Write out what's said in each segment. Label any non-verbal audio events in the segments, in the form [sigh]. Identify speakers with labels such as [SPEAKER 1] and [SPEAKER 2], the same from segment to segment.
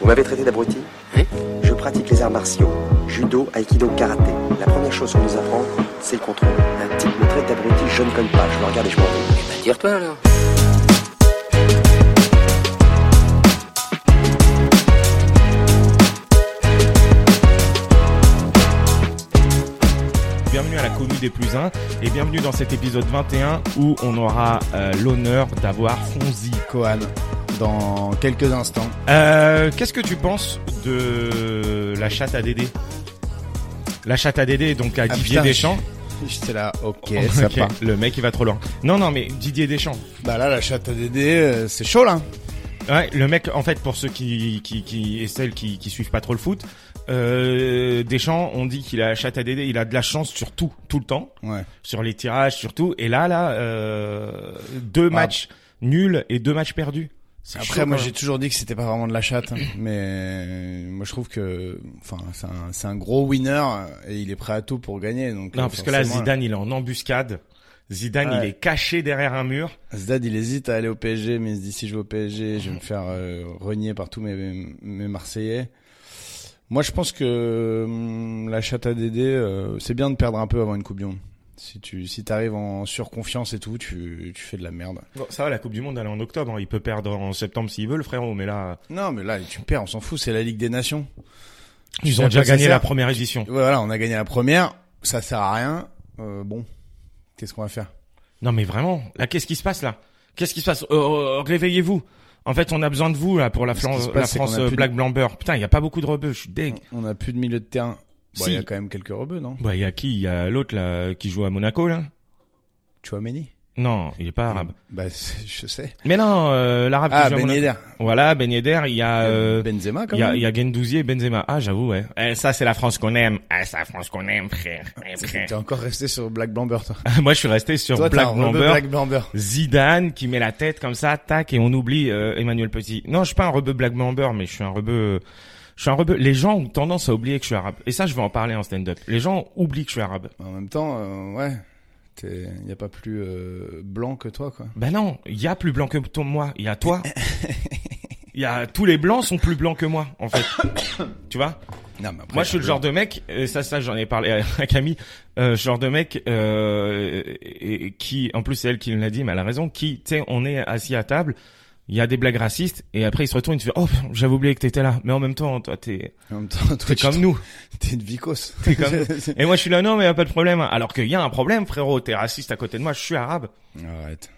[SPEAKER 1] Vous m'avez traité d'abruti
[SPEAKER 2] Oui.
[SPEAKER 1] Je pratique les arts martiaux, judo, aikido, karaté. La première chose qu'on nous apprend, c'est le contrôle. Un type me traite d'abruti, je ne colle pas, je le regarde et je m'en vais.
[SPEAKER 2] Bah, Tire-toi alors.
[SPEAKER 3] Bienvenue à la commune des plus 1 et bienvenue dans cet épisode 21 où on aura euh, l'honneur d'avoir Fonzi.
[SPEAKER 4] Cohan dans quelques instants.
[SPEAKER 3] Euh, Qu'est-ce que tu penses de la chatte à Dédé La chatte à Dédé, donc à
[SPEAKER 4] Ah,
[SPEAKER 3] Didier
[SPEAKER 4] putain,
[SPEAKER 3] Deschamps.
[SPEAKER 4] J'étais là, ok,
[SPEAKER 3] [laughs] Ok,
[SPEAKER 4] ça part.
[SPEAKER 3] Le mec il va trop loin. Non, non, mais Didier Deschamps.
[SPEAKER 4] Bah là, la chatte à Dédé, euh, c'est chaud là.
[SPEAKER 3] Ouais, le mec, en fait, pour ceux qui, qui, qui et celles qui, qui suivent pas trop le foot, euh, Deschamps, on dit qu'il a la chatte à Dédé, il a de la chance sur tout, tout le temps.
[SPEAKER 4] Ouais.
[SPEAKER 3] sur les tirages, sur tout. Et là, là, euh, deux matchs nuls et deux matchs perdus. C'est
[SPEAKER 4] Après,
[SPEAKER 3] chaud,
[SPEAKER 4] moi,
[SPEAKER 3] quand
[SPEAKER 4] j'ai toujours dit que c'était pas vraiment de la chatte, hein, mais euh, moi, je trouve que, enfin, c'est un, c'est un gros winner euh, et il est prêt à tout pour gagner. Donc,
[SPEAKER 3] même. Non,
[SPEAKER 4] euh,
[SPEAKER 3] parce que là,
[SPEAKER 4] forcément,
[SPEAKER 3] Zidane, il est en embuscade. Zidane,
[SPEAKER 4] Ouais.
[SPEAKER 3] il est caché derrière un mur.
[SPEAKER 4] Zidane, il hésite à aller au PSG, mais il se dit si je vais au PSG, je vais me faire euh, renier par tous mes, mes Marseillais. Moi, je pense que hum, la chatte à Dédé, euh, c'est bien de perdre un peu avant une Coupe du Monde. Si tu si t'arrives en surconfiance et tout, tu, tu fais de la merde.
[SPEAKER 3] Bon, ça va, la Coupe du Monde, elle est en octobre. hein. Il peut perdre en septembre s'il veut, le frérot. Mais là,
[SPEAKER 4] Non, mais là, tu perds, on s'en fout, c'est la Ligue des Nations.
[SPEAKER 3] ils
[SPEAKER 4] sais
[SPEAKER 3] ont
[SPEAKER 4] à
[SPEAKER 3] déjà
[SPEAKER 4] quoi ça
[SPEAKER 3] gagné la
[SPEAKER 4] sert.
[SPEAKER 3] première édition.
[SPEAKER 4] Voilà, on a gagné la première, ça sert à rien. Euh, bon, qu'est-ce qu'on va faire
[SPEAKER 3] Non, mais vraiment, là, qu'est-ce qui se passe là Qu'est-ce qui se passe Euh, euh, Réveillez-vous. En fait, on a besoin de vous là pour la,
[SPEAKER 4] Ce qui
[SPEAKER 3] Flan-
[SPEAKER 4] se passe,
[SPEAKER 3] la
[SPEAKER 4] c'est qu'on
[SPEAKER 3] France
[SPEAKER 4] a
[SPEAKER 3] euh,
[SPEAKER 4] plus de-
[SPEAKER 3] Black Blamber. Putain, il y a pas beaucoup de rebeux. Je suis deg.
[SPEAKER 4] On a plus de milieu de terrain. Bon, il
[SPEAKER 3] Si.
[SPEAKER 4] y a quand même quelques rebeux, non
[SPEAKER 3] Bah, il y a qui Il y a l'autre là qui joue à Monaco là
[SPEAKER 4] Tu vois Méni
[SPEAKER 3] Non, il est pas arabe.
[SPEAKER 4] Bah, c'est- je sais.
[SPEAKER 3] Mais non, euh, l'arabe qui
[SPEAKER 4] Ah,
[SPEAKER 3] joue à
[SPEAKER 4] Ben
[SPEAKER 3] Monaco.
[SPEAKER 4] Yedder. Ben
[SPEAKER 3] Voilà, Ben Yedder, il y a, euh,
[SPEAKER 4] Benzema quand
[SPEAKER 3] il y a,
[SPEAKER 4] même.
[SPEAKER 3] il y a Guendouzi et Benzema. Ah, j'avoue, ouais. Eh, ça, c'est la France qu'on aime. Ah, c'est la France qu'on aime, frère. Eh, frère.
[SPEAKER 4] T'es encore resté sur Black Blamber toi.
[SPEAKER 3] [laughs] Moi, je suis resté sur
[SPEAKER 4] toi, t'es
[SPEAKER 3] Black
[SPEAKER 4] un rebeu
[SPEAKER 3] Blamber.
[SPEAKER 4] Black Blamber.
[SPEAKER 3] Zidane qui met la tête comme ça, tac, et on oublie euh, Emmanuel Petit. Non, je suis pas un rebeu Black Blamber, mais je suis un rebeu... Je suis un rebeu. Les gens ont tendance à oublier que je suis arabe. Et ça, je vais en parler en stand-up. Les gens oublient que je suis arabe.
[SPEAKER 4] En même temps, euh, ouais, il y a pas plus euh, blanc que toi quoi.
[SPEAKER 3] Ben non, il y a plus blanc que toi, moi. Il y
[SPEAKER 4] [laughs]
[SPEAKER 3] a toi. Il y a tous les blancs sont plus blancs que moi, en fait.
[SPEAKER 4] [coughs]
[SPEAKER 3] tu vois
[SPEAKER 4] Non, mais après,
[SPEAKER 3] Moi, je suis le genre de mec, et ça, ça, j'en ai parlé à [laughs] Camille, euh, genre de mec euh, et- et qui, en plus, c'est elle qui me l'a dit, mais elle a raison, qui, tu sais, on est assis à table, il y a des blagues racistes, et après, il se retourne, il te fait, oh, j'avais oublié que t'étais là, mais en même temps, toi, t'es
[SPEAKER 4] En même temps, [laughs]
[SPEAKER 3] t'es
[SPEAKER 4] toi, tu
[SPEAKER 3] comme nous.
[SPEAKER 4] T'es une vicose.
[SPEAKER 3] T'es
[SPEAKER 4] [laughs]
[SPEAKER 3] comme nous. Et moi, je suis là, non, mais y a pas de problème. Alors qu'il y a un problème, frérot, t'es raciste à côté de moi, je suis arabe.
[SPEAKER 4] Arrête,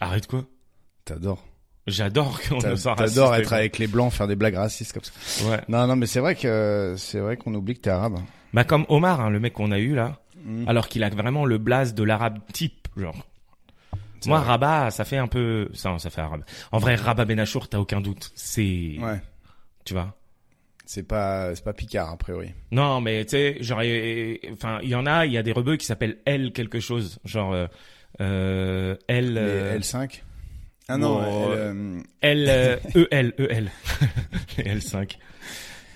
[SPEAKER 3] Arrête quoi
[SPEAKER 4] t'adores.
[SPEAKER 3] J'adore [laughs] qu'on
[SPEAKER 4] T'a-
[SPEAKER 3] nous sort
[SPEAKER 4] T'adores
[SPEAKER 3] raciste,
[SPEAKER 4] être avec les blancs, faire des blagues racistes comme ça.
[SPEAKER 3] mais bon. Ouais.
[SPEAKER 4] Non, non, mais c'est vrai que euh, c'est vrai qu'on oublie que t'es arabe.
[SPEAKER 3] Bah, comme Omar, hein, le mec qu'on a eu là,
[SPEAKER 4] Mm.
[SPEAKER 3] alors qu'il a vraiment le blaze de l'arabe type, genre.
[SPEAKER 4] C'est
[SPEAKER 3] Moi,
[SPEAKER 4] vrai.
[SPEAKER 3] Rabat, ça fait un peu, ça, ça fait arabe. En vrai, Rabat Benachour, t'as aucun doute. C'est,
[SPEAKER 4] Ouais.
[SPEAKER 3] tu vois.
[SPEAKER 4] C'est pas, c'est pas Picard a priori.
[SPEAKER 3] Non, mais tu sais, genre, euh, enfin, il y en a, il y a des rebeux qui s'appellent L quelque chose, genre euh, euh, L,
[SPEAKER 4] Mais
[SPEAKER 3] euh,
[SPEAKER 4] L5. Ah non.
[SPEAKER 3] Bon,
[SPEAKER 4] elle, euh,
[SPEAKER 3] L, euh, E L, E L, [laughs] L 5 Tu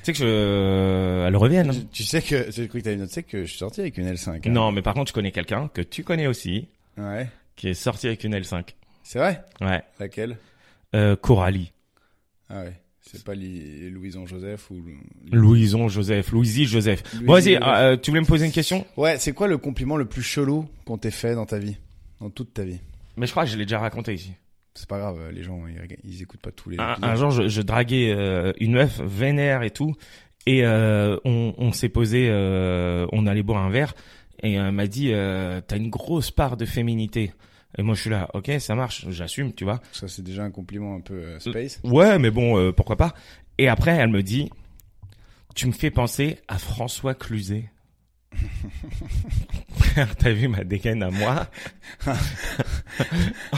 [SPEAKER 3] sais que je, euh, elles reviennent. hein.
[SPEAKER 4] tu- tu sais que, j'ai cru que t'avais une autre, tu sais que je suis sorti avec une L5. hein.
[SPEAKER 3] Non, mais par contre, je connais quelqu'un que tu connais aussi,
[SPEAKER 4] Ouais.
[SPEAKER 3] qui est sorti avec une L 5
[SPEAKER 4] C'est vrai.
[SPEAKER 3] Ouais,
[SPEAKER 4] Laquelle
[SPEAKER 3] euh, Coralie.
[SPEAKER 4] Ah ouais. C'est pas Li- Louison Joseph ou. Li-
[SPEAKER 3] Louison Joseph, Louisie Joseph. Bon,
[SPEAKER 4] Louisie
[SPEAKER 3] vas-y,
[SPEAKER 4] Joseph.
[SPEAKER 3] euh, tu voulais me poser une question
[SPEAKER 4] Ouais. C'est quoi le compliment le plus chelou qu'on t'ait fait dans ta vie, dans toute ta vie
[SPEAKER 3] Mais je crois que je l'ai déjà raconté ici.
[SPEAKER 4] C'est pas grave, les gens ils, rega- ils écoutent pas tous les.
[SPEAKER 3] Un,
[SPEAKER 4] épisodes.
[SPEAKER 3] Ah, un jour, je, je draguais euh, une meuf vénère et tout, et euh, on, on s'est posé, euh, on allait boire un verre, et elle m'a dit, euh, t'as une grosse part de féminité. Et moi, je suis là, ok, ça marche, j'assume, tu vois.
[SPEAKER 4] Ça c'est déjà un compliment un peu
[SPEAKER 3] Mm.
[SPEAKER 4] euh,
[SPEAKER 3] [laughs]
[SPEAKER 4] space.
[SPEAKER 3] Ouais, mais bon, euh, pourquoi pas. Et après, elle me dit, tu me fais penser à François Cluzet. [laughs] Frère, t'as vu ma dégaine à moi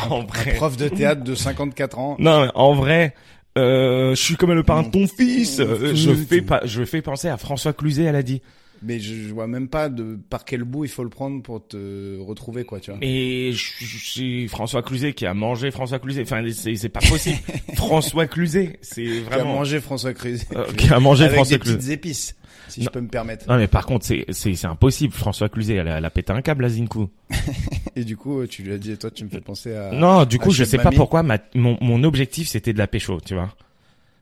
[SPEAKER 3] En vrai.
[SPEAKER 4] Prof de théâtre de 54 ans.
[SPEAKER 3] Non, mais en vrai, euh, je suis comme le parrain de ton fils. euh, je fais pas, je fais penser à François Cluzet, elle a dit.
[SPEAKER 4] Mais je, je vois même pas de par quel bout il faut le prendre pour te retrouver quoi, tu vois.
[SPEAKER 3] Et c'est François Cluzet qui a mangé François Cluzet. Enfin, c'est c'est pas
[SPEAKER 4] [laughs]
[SPEAKER 3] possible. François Cluzet, c'est
[SPEAKER 4] Qui a
[SPEAKER 3] vraiment.
[SPEAKER 4] mangé François Creuset.
[SPEAKER 3] euh, qui a
[SPEAKER 4] [laughs]
[SPEAKER 3] mangé
[SPEAKER 4] Avec
[SPEAKER 3] François
[SPEAKER 4] des
[SPEAKER 3] Cluzet.
[SPEAKER 4] petites épices, si
[SPEAKER 3] Non.
[SPEAKER 4] je peux me permettre.
[SPEAKER 3] Non mais par contre c'est c'est c'est impossible François Cluzet elle a, elle a pété un câble à Zinkou.
[SPEAKER 4] Et du coup, euh, tu lui as dit, et toi, tu me fais penser à.
[SPEAKER 3] non, du
[SPEAKER 4] ah,
[SPEAKER 3] coup je
[SPEAKER 4] chef
[SPEAKER 3] sais pas
[SPEAKER 4] mamie.
[SPEAKER 3] pourquoi ma, mon mon objectif c'était de la pécho, tu vois.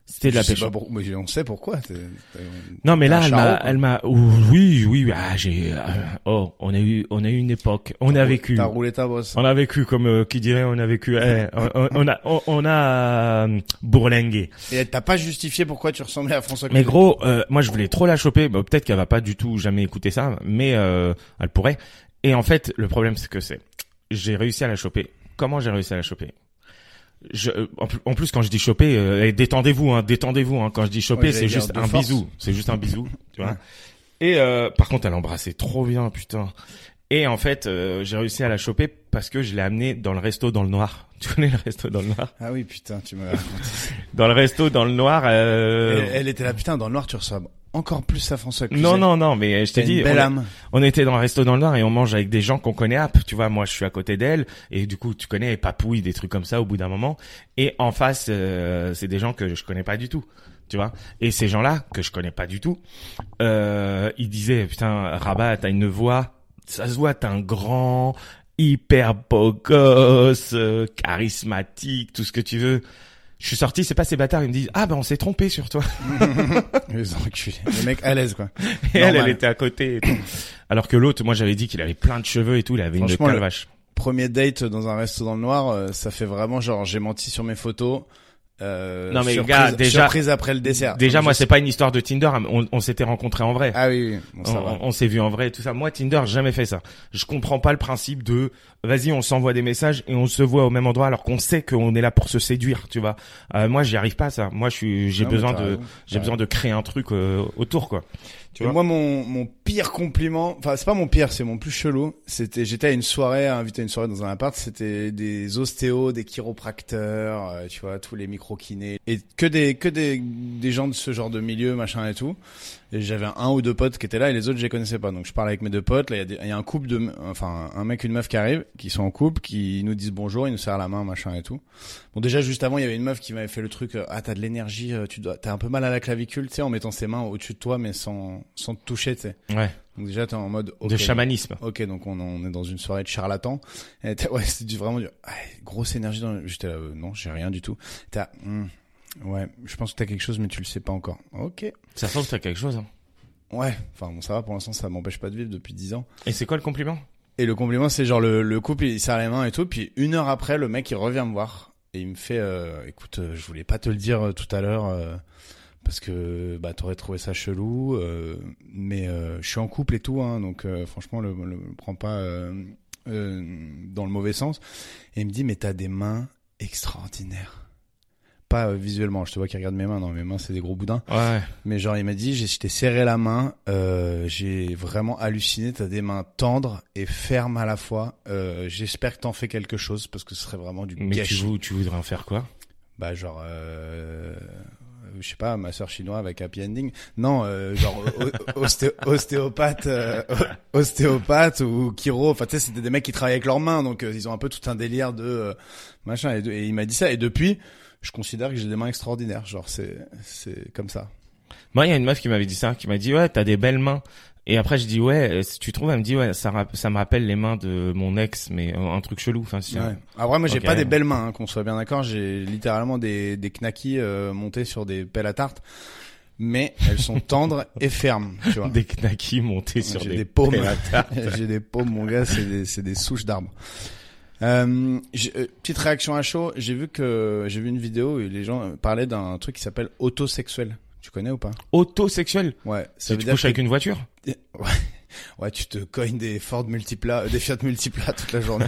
[SPEAKER 3] C'était de la
[SPEAKER 4] Je sais
[SPEAKER 3] pêche.
[SPEAKER 4] pas pour- mais on sait pourquoi. t'es- t'es-
[SPEAKER 3] Non mais
[SPEAKER 4] t'es un
[SPEAKER 3] là elle
[SPEAKER 4] charreau,
[SPEAKER 3] m'a,
[SPEAKER 4] quoi.
[SPEAKER 3] elle m'a, oui, oui, oui, ah, j'ai, ah, oh, on a eu, on a eu une époque, on a vécu,
[SPEAKER 4] Ah T'as roulé ta bosse.
[SPEAKER 3] on a vécu comme euh, qui dirait, on a vécu, eh, on, on- on a, on, on a euh, bourlingué.
[SPEAKER 4] Et t'as pas justifié pourquoi tu ressemblais à François.
[SPEAKER 3] Mais
[SPEAKER 4] Cluzet.
[SPEAKER 3] gros, euh, moi je voulais trop la choper. Bah, Peut-être qu'elle va pas du tout jamais écouter ça, mais euh, elle pourrait. Et en fait, le problème c'est que c'est, j'ai réussi à la choper. Comment j'ai réussi à la choper je, euh, en plus- en plus, quand je dis choper, euh, et détendez-vous, hein, détendez-vous. hein, quand je dis choper,
[SPEAKER 4] Ouais,
[SPEAKER 3] c'est
[SPEAKER 4] j'allais
[SPEAKER 3] juste
[SPEAKER 4] dire de
[SPEAKER 3] un
[SPEAKER 4] force.
[SPEAKER 3] bisou, c'est juste
[SPEAKER 4] [laughs]
[SPEAKER 3] un bisou, tu vois. Et euh, par contre, elle embrassait trop bien, putain. Et en fait, euh, j'ai réussi à la choper parce que je l'ai amenée dans le resto dans le noir. [laughs] Tu connais le resto dans le noir
[SPEAKER 4] Ah oui, putain, tu me. racontes.
[SPEAKER 3] Dans le resto dans le noir. euh,
[SPEAKER 4] [laughs] Elle, elle était là, putain, dans le noir, tu ressembles encore plus à François. Cluzet.
[SPEAKER 3] Non, non, non, mais euh, je
[SPEAKER 4] T'as
[SPEAKER 3] t'ai
[SPEAKER 4] une
[SPEAKER 3] dit,
[SPEAKER 4] belle
[SPEAKER 3] on-
[SPEAKER 4] âme. [laughs]
[SPEAKER 3] on était dans un resto dans le Nord et on mange avec des gens qu'on connaît hop, tu vois moi je suis à côté d'elle et du coup tu connais papouille des trucs comme ça au bout d'un moment et en face euh, c'est des gens que je connais pas du tout tu vois et ces gens là que je connais pas du tout euh, ils disaient putain Rabat t'as une voix ça se voit t'es un grand hyper beau gosse euh, charismatique tout ce que tu veux je suis sorti, c'est pas ces bâtards, ils me disent ah ben on s'est trompé sur toi.
[SPEAKER 4] Les enculés. Le mec à l'aise, quoi.
[SPEAKER 3] Et elle, elle
[SPEAKER 4] Normal.
[SPEAKER 3] était à côté. et tout. [coughs] Alors que l'autre, moi j'avais dit qu'il avait plein de cheveux et tout, il avait une
[SPEAKER 4] Franchement, le-
[SPEAKER 3] calvache.
[SPEAKER 4] Premier date dans un resto dans le noir, euh, ça fait vraiment genre j'ai menti sur mes photos. Euh,
[SPEAKER 3] Non, mais
[SPEAKER 4] surprise,
[SPEAKER 3] gars, déjà-
[SPEAKER 4] surprise après le dessert.
[SPEAKER 3] Déjà,
[SPEAKER 4] Donc,
[SPEAKER 3] moi,
[SPEAKER 4] je-
[SPEAKER 3] c'est pas une histoire de Tinder. On, on s'était rencontrés en vrai.
[SPEAKER 4] Ah oui, oui. Bon, ça
[SPEAKER 3] on
[SPEAKER 4] va.
[SPEAKER 3] on s'est vu en vrai et tout ça. Moi, Tinder, jamais fait ça. Je comprends pas le principe de vas-y, on s'envoie des messages et on se voit au même endroit alors qu'on sait qu'on est là pour se séduire, tu vois. Euh, moi, j'y arrive pas à ça. Moi, je suis, j'ai
[SPEAKER 4] Non, Ah, mais
[SPEAKER 3] besoin
[SPEAKER 4] t'as
[SPEAKER 3] de,
[SPEAKER 4] raison,
[SPEAKER 3] j'ai
[SPEAKER 4] t'as
[SPEAKER 3] besoin de créer un truc euh, autour, quoi. Tu
[SPEAKER 4] Et
[SPEAKER 3] vois
[SPEAKER 4] moi, mon, mon pire compliment, enfin, c'est pas mon pire, c'est mon plus chelou. C'était, j'étais à une soirée, invité à une soirée dans un appart, c'était des ostéos, des chiropracteurs, euh, tu vois, tous les micro-kinés. Et que des, que des, des gens de ce genre de milieu, machin et tout. Et j'avais un ou deux potes qui étaient là et les autres, je les connaissais pas. Donc, je parlais avec mes deux potes. Là, il y a des- il y, a un couple de, enfin, un mec, une meuf qui arrive, qui sont en couple, qui nous disent bonjour, ils nous serrent la main, machin et tout. Bon, déjà, juste avant, il y avait une meuf qui m'avait fait le truc, euh, ah, t'as de l'énergie, euh, tu dois, t'as un peu mal à la clavicule, tu sais, en mettant ses mains au-dessus de toi, mais sans, sans te toucher, tu sais.
[SPEAKER 3] Ouais.
[SPEAKER 4] Donc déjà, t'es en mode, ok.
[SPEAKER 3] De chamanisme.
[SPEAKER 4] Ok, donc on, on est dans une soirée de charlatan. Et t'as- ouais, c'est du- vraiment du, ah, grosse énergie dans le, j'étais là, euh, non, j'ai rien du tout. T'as, hmm, ouais, je pense que t'as quelque chose, mais tu le sais pas encore. Ok.
[SPEAKER 3] Ça sent que t'as quelque chose. hein.
[SPEAKER 4] Ouais. Enfin, bon, ça va, pour l'instant, ça m'empêche pas de vivre depuis 10 ans.
[SPEAKER 3] Et c'est quoi le compliment
[SPEAKER 4] Et le compliment, c'est genre le, le couple, il serre les mains et tout. Puis une heure après, le mec, il revient me voir et il me fait euh, Écoute, euh, je voulais pas te le dire euh, tout à l'heure euh, parce que bah, t'aurais trouvé ça chelou, euh, mais euh, je suis en couple et tout, hein, donc euh, franchement, le, le, le prends pas euh, euh, dans le mauvais sens. Et il me dit Mais t'as des mains extraordinaires. Pas euh, visuellement, je te vois qui regarde mes mains, non, mes mains, c'est des gros boudins.
[SPEAKER 3] Ouais.
[SPEAKER 4] Mais genre, il m'a dit, j'ai- je t'ai serré la main, euh, j'ai vraiment halluciné, t'as des mains tendres et fermes à la fois. Euh, J'espère que t'en fais quelque chose parce que ce serait vraiment du
[SPEAKER 3] Mais tu,
[SPEAKER 4] gâchis.
[SPEAKER 3] vou- tu voudrais en faire quoi
[SPEAKER 4] Bah genre, euh, je sais pas, ma sœur chinoise avec Happy Ending. Non, euh, genre o- o- osté- ostéopathe, euh, o- ostéopathe ou chiro. Enfin, tu sais, c'était des mecs qui travaillaient avec leurs mains, donc euh, ils ont un peu tout un délire de euh, machin. Et, de- et il m'a dit ça. Et depuis, je considère que j'ai des mains extraordinaires. Genre, c'est c'est comme ça.
[SPEAKER 3] Moi, il y a une meuf qui m'avait dit ça, qui m'a dit ouais, t'as des belles mains. Et après, je dis ouais, euh, si tu trouves, elle me dit ouais, ça, rap- ça me rappelle les mains de mon ex, mais euh, un truc chelou. Enfin, c'est-
[SPEAKER 4] Ouais. Après, moi, j'ai
[SPEAKER 3] Ok.
[SPEAKER 4] pas des belles mains, hein, qu'on soit bien d'accord. J'ai littéralement des, des knackis euh, montés sur des pelles à tarte. Mais elles
[SPEAKER 3] [laughs]
[SPEAKER 4] sont tendres et fermes, tu vois.
[SPEAKER 3] des knackis montés sur
[SPEAKER 4] J'ai
[SPEAKER 3] des,
[SPEAKER 4] des, paumes.
[SPEAKER 3] pelles à tarte.
[SPEAKER 4] [laughs] j'ai des paumes, mon gars, c'est des, c'est des souches d'arbres. Euh, j'ai- euh, petite réaction à chaud. J'ai vu que j'ai vu une vidéo et les gens euh, parlaient d'un truc qui s'appelle autosexuel. Tu connais ou pas
[SPEAKER 3] Autosexuel.
[SPEAKER 4] Ouais.
[SPEAKER 3] Si tu couches
[SPEAKER 4] que-
[SPEAKER 3] avec une voiture.
[SPEAKER 4] Ouais. Ouais, tu te cognes des Ford multipla, euh, des Fiat multipla [laughs] toute la
[SPEAKER 3] [laughs]
[SPEAKER 4] journée.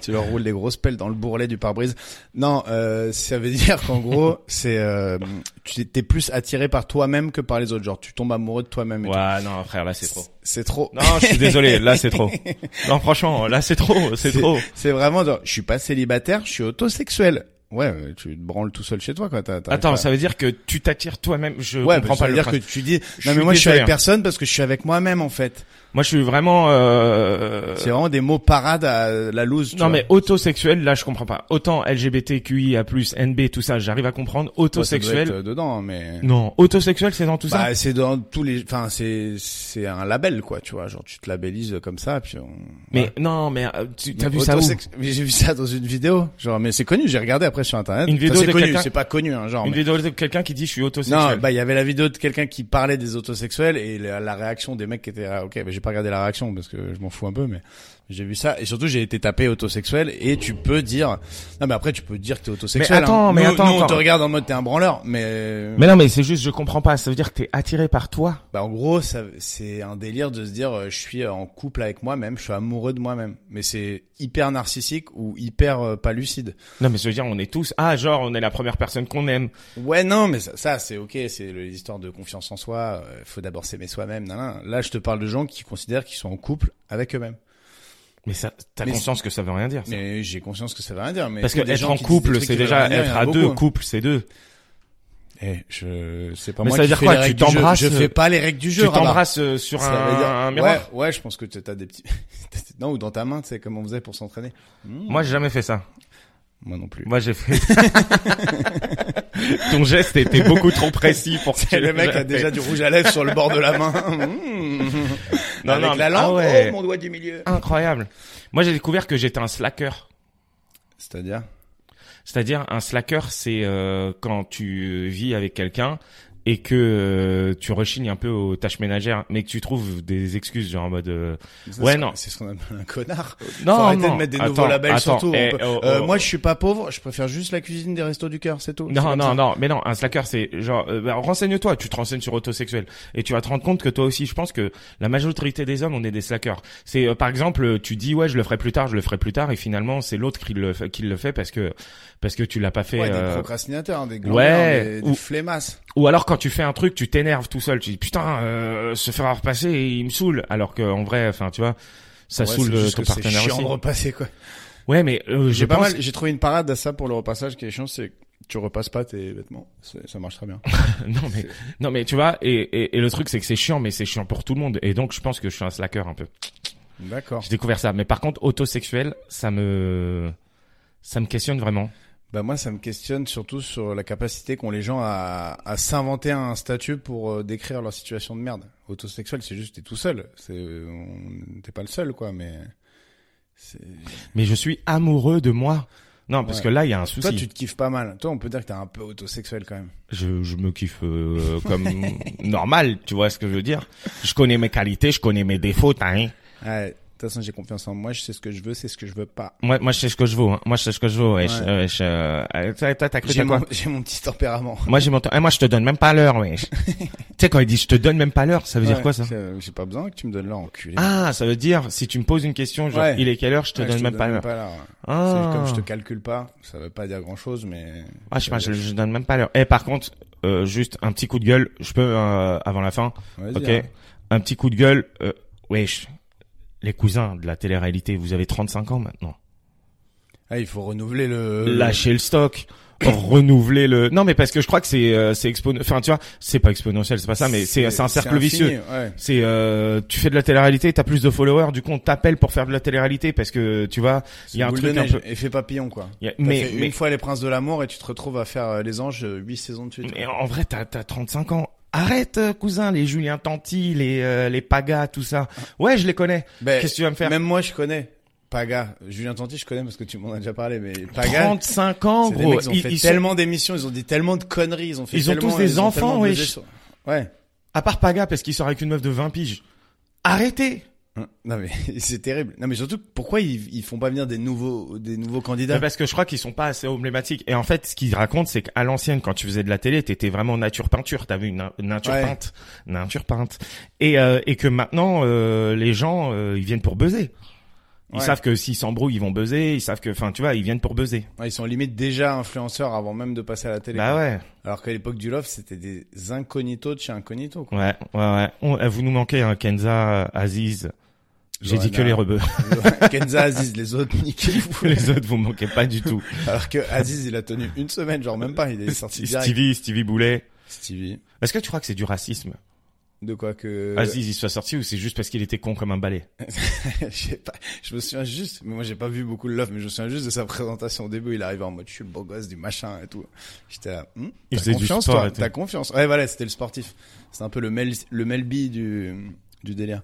[SPEAKER 4] tu leur roules des grosses pelles dans le bourrelet du pare-brise. Non, euh, ça veut dire qu'en
[SPEAKER 3] [laughs]
[SPEAKER 4] gros, c'est euh, tu t'es plus attiré par toi-même que par les autres. Genre, tu tombes amoureux de toi-même. et tout.
[SPEAKER 3] Ouais, non, frère, là c'est trop.
[SPEAKER 4] C'est trop.
[SPEAKER 3] Non, je suis désolé, là
[SPEAKER 4] [laughs]
[SPEAKER 3] c'est trop. Non, franchement, là c'est trop, c'est trop.
[SPEAKER 4] C'est vraiment. Genre, je suis pas célibataire, je suis autosexuel. Ouais, mais tu te branles tout seul chez toi, quoi. T'as- t'arrives
[SPEAKER 3] Attends,
[SPEAKER 4] pas-
[SPEAKER 3] ça veut dire que tu t'attires toi-même. Je
[SPEAKER 4] Ouais,
[SPEAKER 3] comprends pas
[SPEAKER 4] veut
[SPEAKER 3] le
[SPEAKER 4] dire que
[SPEAKER 3] principe.
[SPEAKER 4] tu dis.
[SPEAKER 3] Je
[SPEAKER 4] Non, mais
[SPEAKER 3] suis
[SPEAKER 4] moi, je suis
[SPEAKER 3] désolé,
[SPEAKER 4] avec
[SPEAKER 3] hein.
[SPEAKER 4] personne parce que je suis avec moi-même, en fait.
[SPEAKER 3] Moi, je suis vraiment. euh,
[SPEAKER 4] C'est vraiment des mots parades à la loose. tu
[SPEAKER 3] Non
[SPEAKER 4] vois.
[SPEAKER 3] mais autosexuel, là je comprends pas. Autant LGBTQIA+, NB, tout ça, j'arrive à comprendre.
[SPEAKER 4] Toi, ça doit
[SPEAKER 3] Autosexuel,
[SPEAKER 4] être, euh, dedans, mais.
[SPEAKER 3] non. Autosexuel, c'est dans tout ça.
[SPEAKER 4] Bah, c'est dans tous les, enfin, c'est, c'est un label, quoi, tu vois. Genre, tu te labellises comme ça, puis on.
[SPEAKER 3] Mais
[SPEAKER 4] Ouais.
[SPEAKER 3] non, mais euh, tu t'as
[SPEAKER 4] Mais
[SPEAKER 3] vu ça où
[SPEAKER 4] autosex- Mais j'ai vu ça dans une vidéo. Genre, mais c'est connu, j'ai regardé après, après sur internet.
[SPEAKER 3] Une
[SPEAKER 4] Enfin,
[SPEAKER 3] vidéo
[SPEAKER 4] c'est
[SPEAKER 3] de
[SPEAKER 4] connu,
[SPEAKER 3] quelqu'un-
[SPEAKER 4] c'est pas connu, hein, genre.
[SPEAKER 3] Une
[SPEAKER 4] mais-
[SPEAKER 3] vidéo de quelqu'un qui dit je suis
[SPEAKER 4] Non,
[SPEAKER 3] autosexuel.
[SPEAKER 4] bah il y avait la vidéo de quelqu'un qui parlait des autosexuels et la, la réaction des mecs qui étaient là, ok, mais j'ai pas regardé la réaction parce que je m'en fous un peu, mais j'ai vu ça et surtout j'ai été tapé autosexuel et tu peux dire, non mais après tu peux dire que t'es autosexuel.
[SPEAKER 3] Mais attends,
[SPEAKER 4] hein.
[SPEAKER 3] mais
[SPEAKER 4] Nous-
[SPEAKER 3] attends
[SPEAKER 4] nous, on
[SPEAKER 3] encore.
[SPEAKER 4] te regarde en mode t'es un branleur, mais,
[SPEAKER 3] Mais non, mais c'est juste, je comprends pas. Ça veut dire que t'es attiré par toi.
[SPEAKER 4] Bah, en gros ça- c'est un délire de se dire euh, je suis en couple avec moi-même, je suis amoureux de moi-même, mais c'est hyper narcissique ou hyper euh, pas lucide.
[SPEAKER 3] Non, mais ça veut dire on est tous. Ah, genre on est la première personne qu'on aime.
[SPEAKER 4] Ouais, non, mais ça, ça, c'est ok, c'est le- l'histoire de confiance en soi, euh, faut d'abord s'aimer soi-même, nan, nan. Là, je te parle de gens qui considèrent qu'ils sont en couple avec eux-mêmes.
[SPEAKER 3] Mais ça, t'as
[SPEAKER 4] Mais-
[SPEAKER 3] conscience que ça veut rien dire. ça.
[SPEAKER 4] Mais j'ai conscience que ça veut rien dire, mais.
[SPEAKER 3] Parce que
[SPEAKER 4] des
[SPEAKER 3] être
[SPEAKER 4] gens
[SPEAKER 3] en
[SPEAKER 4] qui disent des
[SPEAKER 3] couple,
[SPEAKER 4] trucs
[SPEAKER 3] c'est
[SPEAKER 4] qui veulent
[SPEAKER 3] déjà
[SPEAKER 4] rien dire,
[SPEAKER 3] être
[SPEAKER 4] il y en a
[SPEAKER 3] à deux.
[SPEAKER 4] beaucoup, hein.
[SPEAKER 3] Couple, c'est deux.
[SPEAKER 4] Eh, je, c'est pas
[SPEAKER 3] Mais
[SPEAKER 4] moi
[SPEAKER 3] ça veut
[SPEAKER 4] qui
[SPEAKER 3] dire
[SPEAKER 4] fais
[SPEAKER 3] quoi,
[SPEAKER 4] les
[SPEAKER 3] tu
[SPEAKER 4] règles du jeu.
[SPEAKER 3] t'embrasses,
[SPEAKER 4] Je fais pas les règles du jeu,
[SPEAKER 3] Tu
[SPEAKER 4] Rabat.
[SPEAKER 3] t'embrasses euh, sur
[SPEAKER 4] bah, Ça veut dire-
[SPEAKER 3] un, un miroir.
[SPEAKER 4] Ouais, ouais, je pense que t'as des petits, [laughs] non, ou dans ta main, tu sais, comme on faisait pour s'entraîner. Hmm,
[SPEAKER 3] Moi, j'ai jamais fait ça.
[SPEAKER 4] Moi non plus.
[SPEAKER 3] Moi, j'ai fait. [laughs] Ton geste était beaucoup trop précis pour
[SPEAKER 4] [laughs]
[SPEAKER 3] que
[SPEAKER 4] le mec a déjà du rouge à lèvres sur le bord de la
[SPEAKER 3] [laughs]
[SPEAKER 4] main. Mmh.
[SPEAKER 3] Non,
[SPEAKER 4] Avec
[SPEAKER 3] non,
[SPEAKER 4] la
[SPEAKER 3] mais-
[SPEAKER 4] langue,
[SPEAKER 3] ah ouais.
[SPEAKER 4] oh, mon doigt du milieu.
[SPEAKER 3] Incroyable. Moi, j'ai découvert que j'étais un slacker.
[SPEAKER 4] C'est-à-dire?
[SPEAKER 3] C'est-à-dire un slacker, c'est euh, quand tu vis avec quelqu'un et que euh, tu rechignes un peu aux tâches ménagères, mais que tu trouves des excuses genre en mode euh,
[SPEAKER 4] Ça,
[SPEAKER 3] Ouais,
[SPEAKER 4] c'est-
[SPEAKER 3] non.
[SPEAKER 4] C'est ce qu'on appelle un connard.
[SPEAKER 3] non
[SPEAKER 4] Faut arrêter
[SPEAKER 3] non,
[SPEAKER 4] de mettre des
[SPEAKER 3] attends,
[SPEAKER 4] nouveaux labels
[SPEAKER 3] attends,
[SPEAKER 4] surtout.
[SPEAKER 3] eh,
[SPEAKER 4] on peut-
[SPEAKER 3] oh,
[SPEAKER 4] Euh,
[SPEAKER 3] oh,
[SPEAKER 4] moi, je suis pas pauvre, je préfère juste la cuisine des restos du cœur, c'est tout. C'est
[SPEAKER 3] non,
[SPEAKER 4] comme ça.
[SPEAKER 3] non, non, mais non, un slacker, c'est genre, euh, bah, renseigne-toi, tu te renseignes sur autosexuel, et tu vas te rendre compte que toi aussi, je pense que la majorité des hommes, on est des slackers. C'est, euh, par exemple, euh, tu dis, ouais, je le ferai plus tard, je le ferai plus tard, et finalement, c'est l'autre qui le, fait- qui le fait parce que, parce que tu l'as pas fait.
[SPEAKER 4] Ouais, des
[SPEAKER 3] euh,
[SPEAKER 4] procrastinateurs, des glandeurs,
[SPEAKER 3] ouais,
[SPEAKER 4] des,
[SPEAKER 3] ou-
[SPEAKER 4] des flemmasses.
[SPEAKER 3] Ou alors quand tu fais un truc, tu t'énerves tout seul, tu dis putain, euh, se faire repasser, il me saoule. Alors qu'en vrai, enfin tu vois, ça
[SPEAKER 4] Ouais,
[SPEAKER 3] saoule
[SPEAKER 4] c'est
[SPEAKER 3] euh,
[SPEAKER 4] juste
[SPEAKER 3] ton
[SPEAKER 4] que c'est
[SPEAKER 3] partenaire
[SPEAKER 4] chiant
[SPEAKER 3] aussi.
[SPEAKER 4] de repasser, quoi.
[SPEAKER 3] Ouais, mais euh, je
[SPEAKER 4] J'ai pas
[SPEAKER 3] pense.
[SPEAKER 4] mal, j'ai trouvé une parade à ça pour le repassage qui est chiant, c'est que tu repasses pas tes vêtements. C'est- Ça marche très bien.
[SPEAKER 3] [laughs] non mais non mais tu vois, et, et, et le truc c'est que c'est chiant, mais c'est chiant pour tout le monde. Et donc je pense que je suis un slacker un peu.
[SPEAKER 4] D'accord.
[SPEAKER 3] J'ai découvert ça. Mais par contre, autosexuel, ça me ça me questionne vraiment.
[SPEAKER 4] Bah, moi, ça me questionne surtout sur la capacité qu'ont les gens à, à s'inventer un statut pour euh, décrire leur situation de merde. Autosexuel, c'est juste t'es tout seul. C'est, on- t'es pas le seul, quoi, mais c'est,
[SPEAKER 3] Mais je suis amoureux de moi. Non, parce
[SPEAKER 4] Ouais.
[SPEAKER 3] que là, il y a un souci.
[SPEAKER 4] Toi, tu te kiffes pas mal. Toi, on peut dire que t'es un peu autosexuel quand même.
[SPEAKER 3] je, je me kiffe euh, comme [laughs] normal, tu vois ce que je veux dire. Je connais mes qualités, je connais mes défauts, t'as rien.
[SPEAKER 4] Ouais, de toute façon, j'ai confiance en moi. Je sais ce que je veux, c'est ce que je veux pas.
[SPEAKER 3] Moi, moi, je sais ce que je vaux. Hein. Moi, je sais ce que je vaux. Et
[SPEAKER 4] Ouais.
[SPEAKER 3] je, euh, je, euh, euh, toi, toi, t'as cru
[SPEAKER 4] J'ai
[SPEAKER 3] t'as quoi
[SPEAKER 4] mon, [laughs] j'ai mon petit tempérament.
[SPEAKER 3] Moi, j'ai mon temps. Eh, moi, je te donne même pas l'heure. Mais
[SPEAKER 4] [laughs]
[SPEAKER 3] tu sais quand il dit je te donne même pas l'heure, ça veut dire
[SPEAKER 4] Ouais,
[SPEAKER 3] quoi ça
[SPEAKER 4] c'est- J'ai pas besoin que tu me donnes l'heure, enculé.
[SPEAKER 3] Ah, ça veut dire si tu me poses une question, genre
[SPEAKER 4] Ouais.
[SPEAKER 3] il est quelle heure, je te
[SPEAKER 4] Ouais,
[SPEAKER 3] donne même pas l'heure.
[SPEAKER 4] pas l'heure.
[SPEAKER 3] Ah,
[SPEAKER 4] C'est Comme je te calcule pas, ça veut pas dire grand chose, mais.
[SPEAKER 3] Ah, je sais pas, je, je donne même pas l'heure. Et par contre, euh, juste un petit coup de gueule. Je peux euh, avant la fin.
[SPEAKER 4] Vas-y,
[SPEAKER 3] Ok.
[SPEAKER 4] hein.
[SPEAKER 3] Un petit coup de gueule. Euh, wesh, les cousins de la télé-réalité, vous avez 35 ans maintenant.
[SPEAKER 4] Ah, il faut renouveler le.
[SPEAKER 3] lâcher le stock renouveler le non mais parce que je crois que c'est euh, c'est expon enfin tu vois c'est pas exponentiel c'est pas ça mais c'est c'est un cercle
[SPEAKER 4] infini,
[SPEAKER 3] vicieux
[SPEAKER 4] ouais.
[SPEAKER 3] c'est euh, tu fais de la télé-réalité t'as plus de followers du coup on t'appelle pour faire de la télé-réalité parce que tu vois il y a un
[SPEAKER 4] Boule de
[SPEAKER 3] truc un
[SPEAKER 4] neige,
[SPEAKER 3] peu
[SPEAKER 4] Effet papillon, quoi.
[SPEAKER 3] il y a-
[SPEAKER 4] T'as
[SPEAKER 3] mais
[SPEAKER 4] fait
[SPEAKER 3] mais,
[SPEAKER 4] Une fois les princes de l'amour et tu te retrouves à faire euh, les anges 8 saisons de suite.
[SPEAKER 3] mais en vrai t'as t'as 35 ans arrête euh, cousin les Julien Tanti les euh, les Pagas tout ça ouais je les connais
[SPEAKER 4] Ben,
[SPEAKER 3] qu'est-ce que tu vas me faire
[SPEAKER 4] Ah. Même moi, je connais. Paga. Julien Tanti, je connais parce que tu m'en as déjà parlé, mais Paga.
[SPEAKER 3] 35 ans
[SPEAKER 4] C'est des
[SPEAKER 3] gros
[SPEAKER 4] mecs, ils ont fait
[SPEAKER 3] sont-
[SPEAKER 4] tellement d'émissions, ils ont dit tellement de conneries, ils ont fait
[SPEAKER 3] Ils ont
[SPEAKER 4] tellement-
[SPEAKER 3] tous des enfants,
[SPEAKER 4] tellement buzzé
[SPEAKER 3] wesh.
[SPEAKER 4] sur- Ouais.
[SPEAKER 3] à part Paga parce qu'il sort avec une meuf de 20 piges arrêtez
[SPEAKER 4] Hein. Non mais [laughs] c'est terrible. Non mais surtout pourquoi ils, ils font pas venir des nouveaux des nouveaux
[SPEAKER 3] Mais
[SPEAKER 4] candidats
[SPEAKER 3] parce que je crois qu'ils sont pas assez emblématiques. Et en fait, ce qu'ils racontent, c'est qu'à l'ancienne, quand tu faisais de la télé, t'étais vraiment nature peinture. T'avais une na- nature
[SPEAKER 4] Ouais.
[SPEAKER 3] peinte, nature peinte. Et euh, et que maintenant, euh, les gens, euh, ils viennent pour buzzer. Ils
[SPEAKER 4] Ouais.
[SPEAKER 3] savent que s'ils s'embrouillent, ils vont buzzer. Ils savent que, enfin, tu vois, ils viennent pour buzzer.
[SPEAKER 4] Ouais, Ils sont limite déjà influenceurs avant même de passer à la télé.
[SPEAKER 3] Bah
[SPEAKER 4] quoi.
[SPEAKER 3] ouais,
[SPEAKER 4] Alors qu'à l'époque du Love, c'était des incognitos de chez incognito. quoi.
[SPEAKER 3] ouais, ouais, ouais. On- euh, vous nous manquez, hein, Kenza, Aziz. J'ai dit que les
[SPEAKER 4] Johanna.
[SPEAKER 3] rebeux. [laughs]
[SPEAKER 4] [laughs] Kenza Aziz, les autres niquez-vous.
[SPEAKER 3] les autres, vous manquez pas du tout.
[SPEAKER 4] Alors que Aziz, il a tenu une semaine, genre même pas, il est sorti direct.
[SPEAKER 3] Stevie, Stevie Boulet.
[SPEAKER 4] Stevie.
[SPEAKER 3] Est-ce que tu crois que c'est du racisme
[SPEAKER 4] De quoi que
[SPEAKER 3] Aziz, il soit sorti ou c'est juste parce qu'il était con comme un balai
[SPEAKER 4] [laughs] je sais pas, je me souviens juste, mais moi j'ai pas vu beaucoup de Love, mais je me souviens juste de sa présentation au début. Il arrivait en mode je suis le beau gosse du machin et tout. J'étais là, hm,
[SPEAKER 3] Il
[SPEAKER 4] t'as
[SPEAKER 3] faisait du
[SPEAKER 4] confiance,
[SPEAKER 3] sport et
[SPEAKER 4] toi,
[SPEAKER 3] tout.
[SPEAKER 4] t'as confiance. Ouais, voilà, c'était le sportif. C'est un peu le Mel, le Melby du, du délire.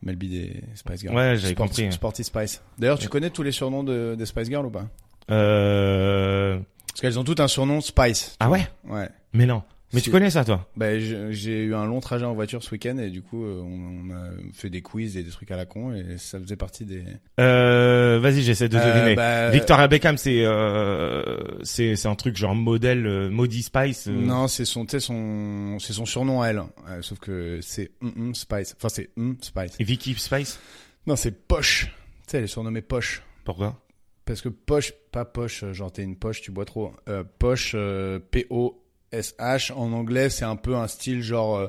[SPEAKER 4] Melby des Spice Girls.
[SPEAKER 3] Ouais, j'avais
[SPEAKER 4] Sport-
[SPEAKER 3] compris.
[SPEAKER 4] Sporty Spice. D'ailleurs, tu connais tous les surnoms de, des Spice Girls ou pas
[SPEAKER 3] Euh...
[SPEAKER 4] Parce qu'elles ont toutes un surnom Spice.
[SPEAKER 3] Ah ouais
[SPEAKER 4] Ouais.
[SPEAKER 3] Mais non. Mais tu
[SPEAKER 4] Si.
[SPEAKER 3] connais ça, toi
[SPEAKER 4] Ben, je- j'ai eu un long trajet en voiture ce week-end et du coup, euh, on, on a fait des quiz et des trucs à la con et ça faisait partie des.
[SPEAKER 3] euh, Vas-y, j'essaie de
[SPEAKER 4] Euh,
[SPEAKER 3] deviner.
[SPEAKER 4] bah,
[SPEAKER 3] Victoria Beckham, c'est euh, c'est c'est un truc genre modèle euh, Maudie Spice. euh.
[SPEAKER 4] Non, c'est son, tu sais, son, c'est son surnom à elle. Euh, sauf que c'est mm, mm, Spice. Enfin, c'est mm, Spice.
[SPEAKER 3] Et Vicky Spice.
[SPEAKER 4] Non, c'est Poche. Tu sais, elle est surnommée Poche.
[SPEAKER 3] Pourquoi
[SPEAKER 4] Parce que Poche, pas Poche, euh, genre t'es une poche, tu bois trop. Euh, poche, euh, P-O-S-H, en anglais, c'est un peu un style genre. euh,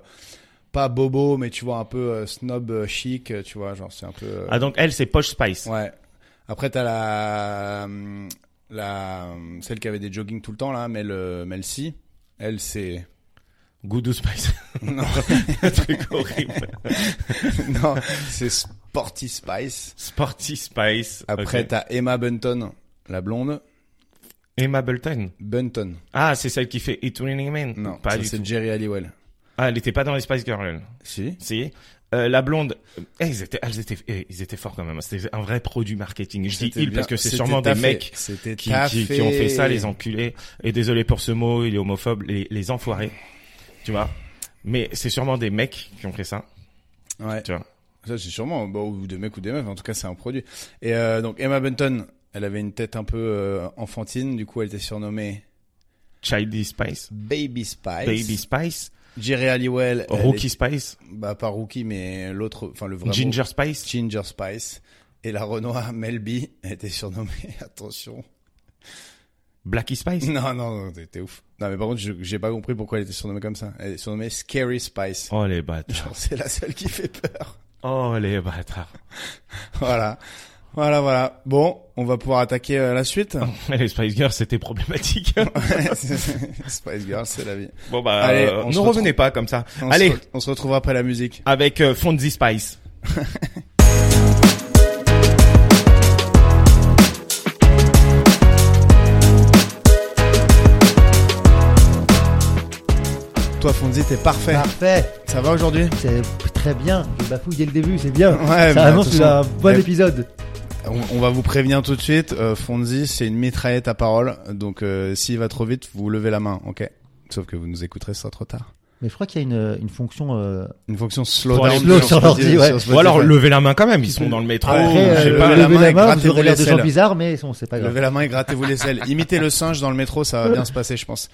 [SPEAKER 4] pas bobo, mais tu vois, un peu euh, snob euh, chic, euh, tu vois, genre c'est un peu. euh,
[SPEAKER 3] Ah donc elle, c'est Poche Spice.
[SPEAKER 4] Ouais. Après, t'as la, hum, la, hum, celle qui avait des joggings tout le temps, là, Mel, euh, Mel C. Elle, c'est, [laughs]
[SPEAKER 3] Goudou Spice. [laughs]
[SPEAKER 4] non,
[SPEAKER 3] un truc
[SPEAKER 4] [laughs]
[SPEAKER 3] horrible.
[SPEAKER 4] non, c'est Sporty Spice.
[SPEAKER 3] Sporty Spice.
[SPEAKER 4] Après,
[SPEAKER 3] Ok.
[SPEAKER 4] t'as Emma Bunton, la blonde.
[SPEAKER 3] Emma Belton.
[SPEAKER 4] Bunton.
[SPEAKER 3] Ah, c'est celle qui fait It Raining Men.
[SPEAKER 4] Non,
[SPEAKER 3] pas
[SPEAKER 4] ça,
[SPEAKER 3] du
[SPEAKER 4] c'est
[SPEAKER 3] tout.
[SPEAKER 4] Jerry Halliwell.
[SPEAKER 3] Ah, elle était pas dans les Spice Girls. elle.
[SPEAKER 4] Si.
[SPEAKER 3] Si. Euh, la blonde, eh, ils étaient, elles étaient, eh, ils étaient forts quand même. C'était un vrai produit marketing. Je dis
[SPEAKER 4] C'était
[SPEAKER 3] ils
[SPEAKER 4] bien-
[SPEAKER 3] parce que c'est
[SPEAKER 4] c'était
[SPEAKER 3] sûrement des
[SPEAKER 4] taffé.
[SPEAKER 3] mecs
[SPEAKER 4] C'était
[SPEAKER 3] qui, qui, qui ont fait ça, les enculés. Et désolé pour ce mot, il est homophobe, les, les enfoirés. Tu vois. Mais c'est sûrement des mecs qui ont fait ça.
[SPEAKER 4] Ouais.
[SPEAKER 3] Tu vois.
[SPEAKER 4] Ça, c'est sûrement, bah, ou des mecs ou des meufs, en tout cas, c'est un produit. Et euh, donc, Emma Bunton, elle avait une tête un peu euh, enfantine, du coup, elle était surnommée
[SPEAKER 3] Childy Spice,
[SPEAKER 4] Baby Spice.
[SPEAKER 3] Baby Spice,
[SPEAKER 4] Jerry Halliwell. elle
[SPEAKER 3] Rookie Spice,
[SPEAKER 4] est- bah, pas Rookie, mais l'autre, enfin, le vrai. mot,
[SPEAKER 3] Ginger Spice.
[SPEAKER 4] Ginger Spice. Et la Renoir Melby était surnommée, [laughs] attention.
[SPEAKER 3] Blackie
[SPEAKER 4] [laughs]
[SPEAKER 3] Spice.
[SPEAKER 4] Non, non, non, t'es t'es ouf. Non, mais par contre, je- j'ai pas compris pourquoi elle était surnommée comme ça. Elle est surnommée Scary Spice.
[SPEAKER 3] Oh les bâtards.
[SPEAKER 4] Genre, c'est la seule qui fait peur. [laughs]
[SPEAKER 3] Oh les bâtards. [laughs]
[SPEAKER 4] Voilà. Voilà, voilà. Bon, on va pouvoir attaquer euh, la suite.
[SPEAKER 3] les Spice Girls, c'était problématique.
[SPEAKER 4] [laughs] Spice Girl, c'est la vie.
[SPEAKER 3] bon bah,
[SPEAKER 4] Allez,
[SPEAKER 3] euh,
[SPEAKER 4] on
[SPEAKER 3] ne
[SPEAKER 4] se retrouve.
[SPEAKER 3] revenez pas comme ça.
[SPEAKER 4] On
[SPEAKER 3] Allez,
[SPEAKER 4] Se re- on se retrouve après la musique.
[SPEAKER 3] avec euh, Fonzie Spice.
[SPEAKER 4] Toi, Fonzi, t'es parfait.
[SPEAKER 3] Bah.
[SPEAKER 2] Parfait,
[SPEAKER 4] Ça va aujourd'hui
[SPEAKER 2] c'est très bien. Je bafouille dès le début, c'est bien.
[SPEAKER 4] Ouais, mais
[SPEAKER 2] ça annonce
[SPEAKER 4] attention.
[SPEAKER 2] un bon
[SPEAKER 4] Eh,
[SPEAKER 2] épisode.
[SPEAKER 4] On, on va vous prévenir tout de suite. Euh, Fonzi, c'est une mitraillette à parole. Donc, euh, s'il va trop vite, vous levez la main, ok Sauf que vous nous écouterez, ce sera trop tard.
[SPEAKER 2] Mais je crois qu'il y a une, une fonction. euh,
[SPEAKER 4] Une fonction slow
[SPEAKER 3] Pour
[SPEAKER 4] down
[SPEAKER 3] aller
[SPEAKER 2] slow sur l'ordi,
[SPEAKER 4] Spotify-
[SPEAKER 2] ouais.
[SPEAKER 4] sur
[SPEAKER 3] Ou
[SPEAKER 4] Spotify.
[SPEAKER 3] alors lever la main quand même, ils sont dans le métro,
[SPEAKER 4] Ah,
[SPEAKER 2] Après,
[SPEAKER 3] je sais
[SPEAKER 2] euh,
[SPEAKER 3] pas.
[SPEAKER 4] la
[SPEAKER 2] levez
[SPEAKER 4] main,
[SPEAKER 2] la main, vous
[SPEAKER 4] grattez-vous
[SPEAKER 2] aurez l'air de
[SPEAKER 4] les selles.
[SPEAKER 2] gens bizarres, mais bon, c'est pas grave.
[SPEAKER 4] Levez la main et grattez-vous les
[SPEAKER 3] [laughs]
[SPEAKER 4] selles. Imitez le singe dans le métro, ça va bien se passer, je pense.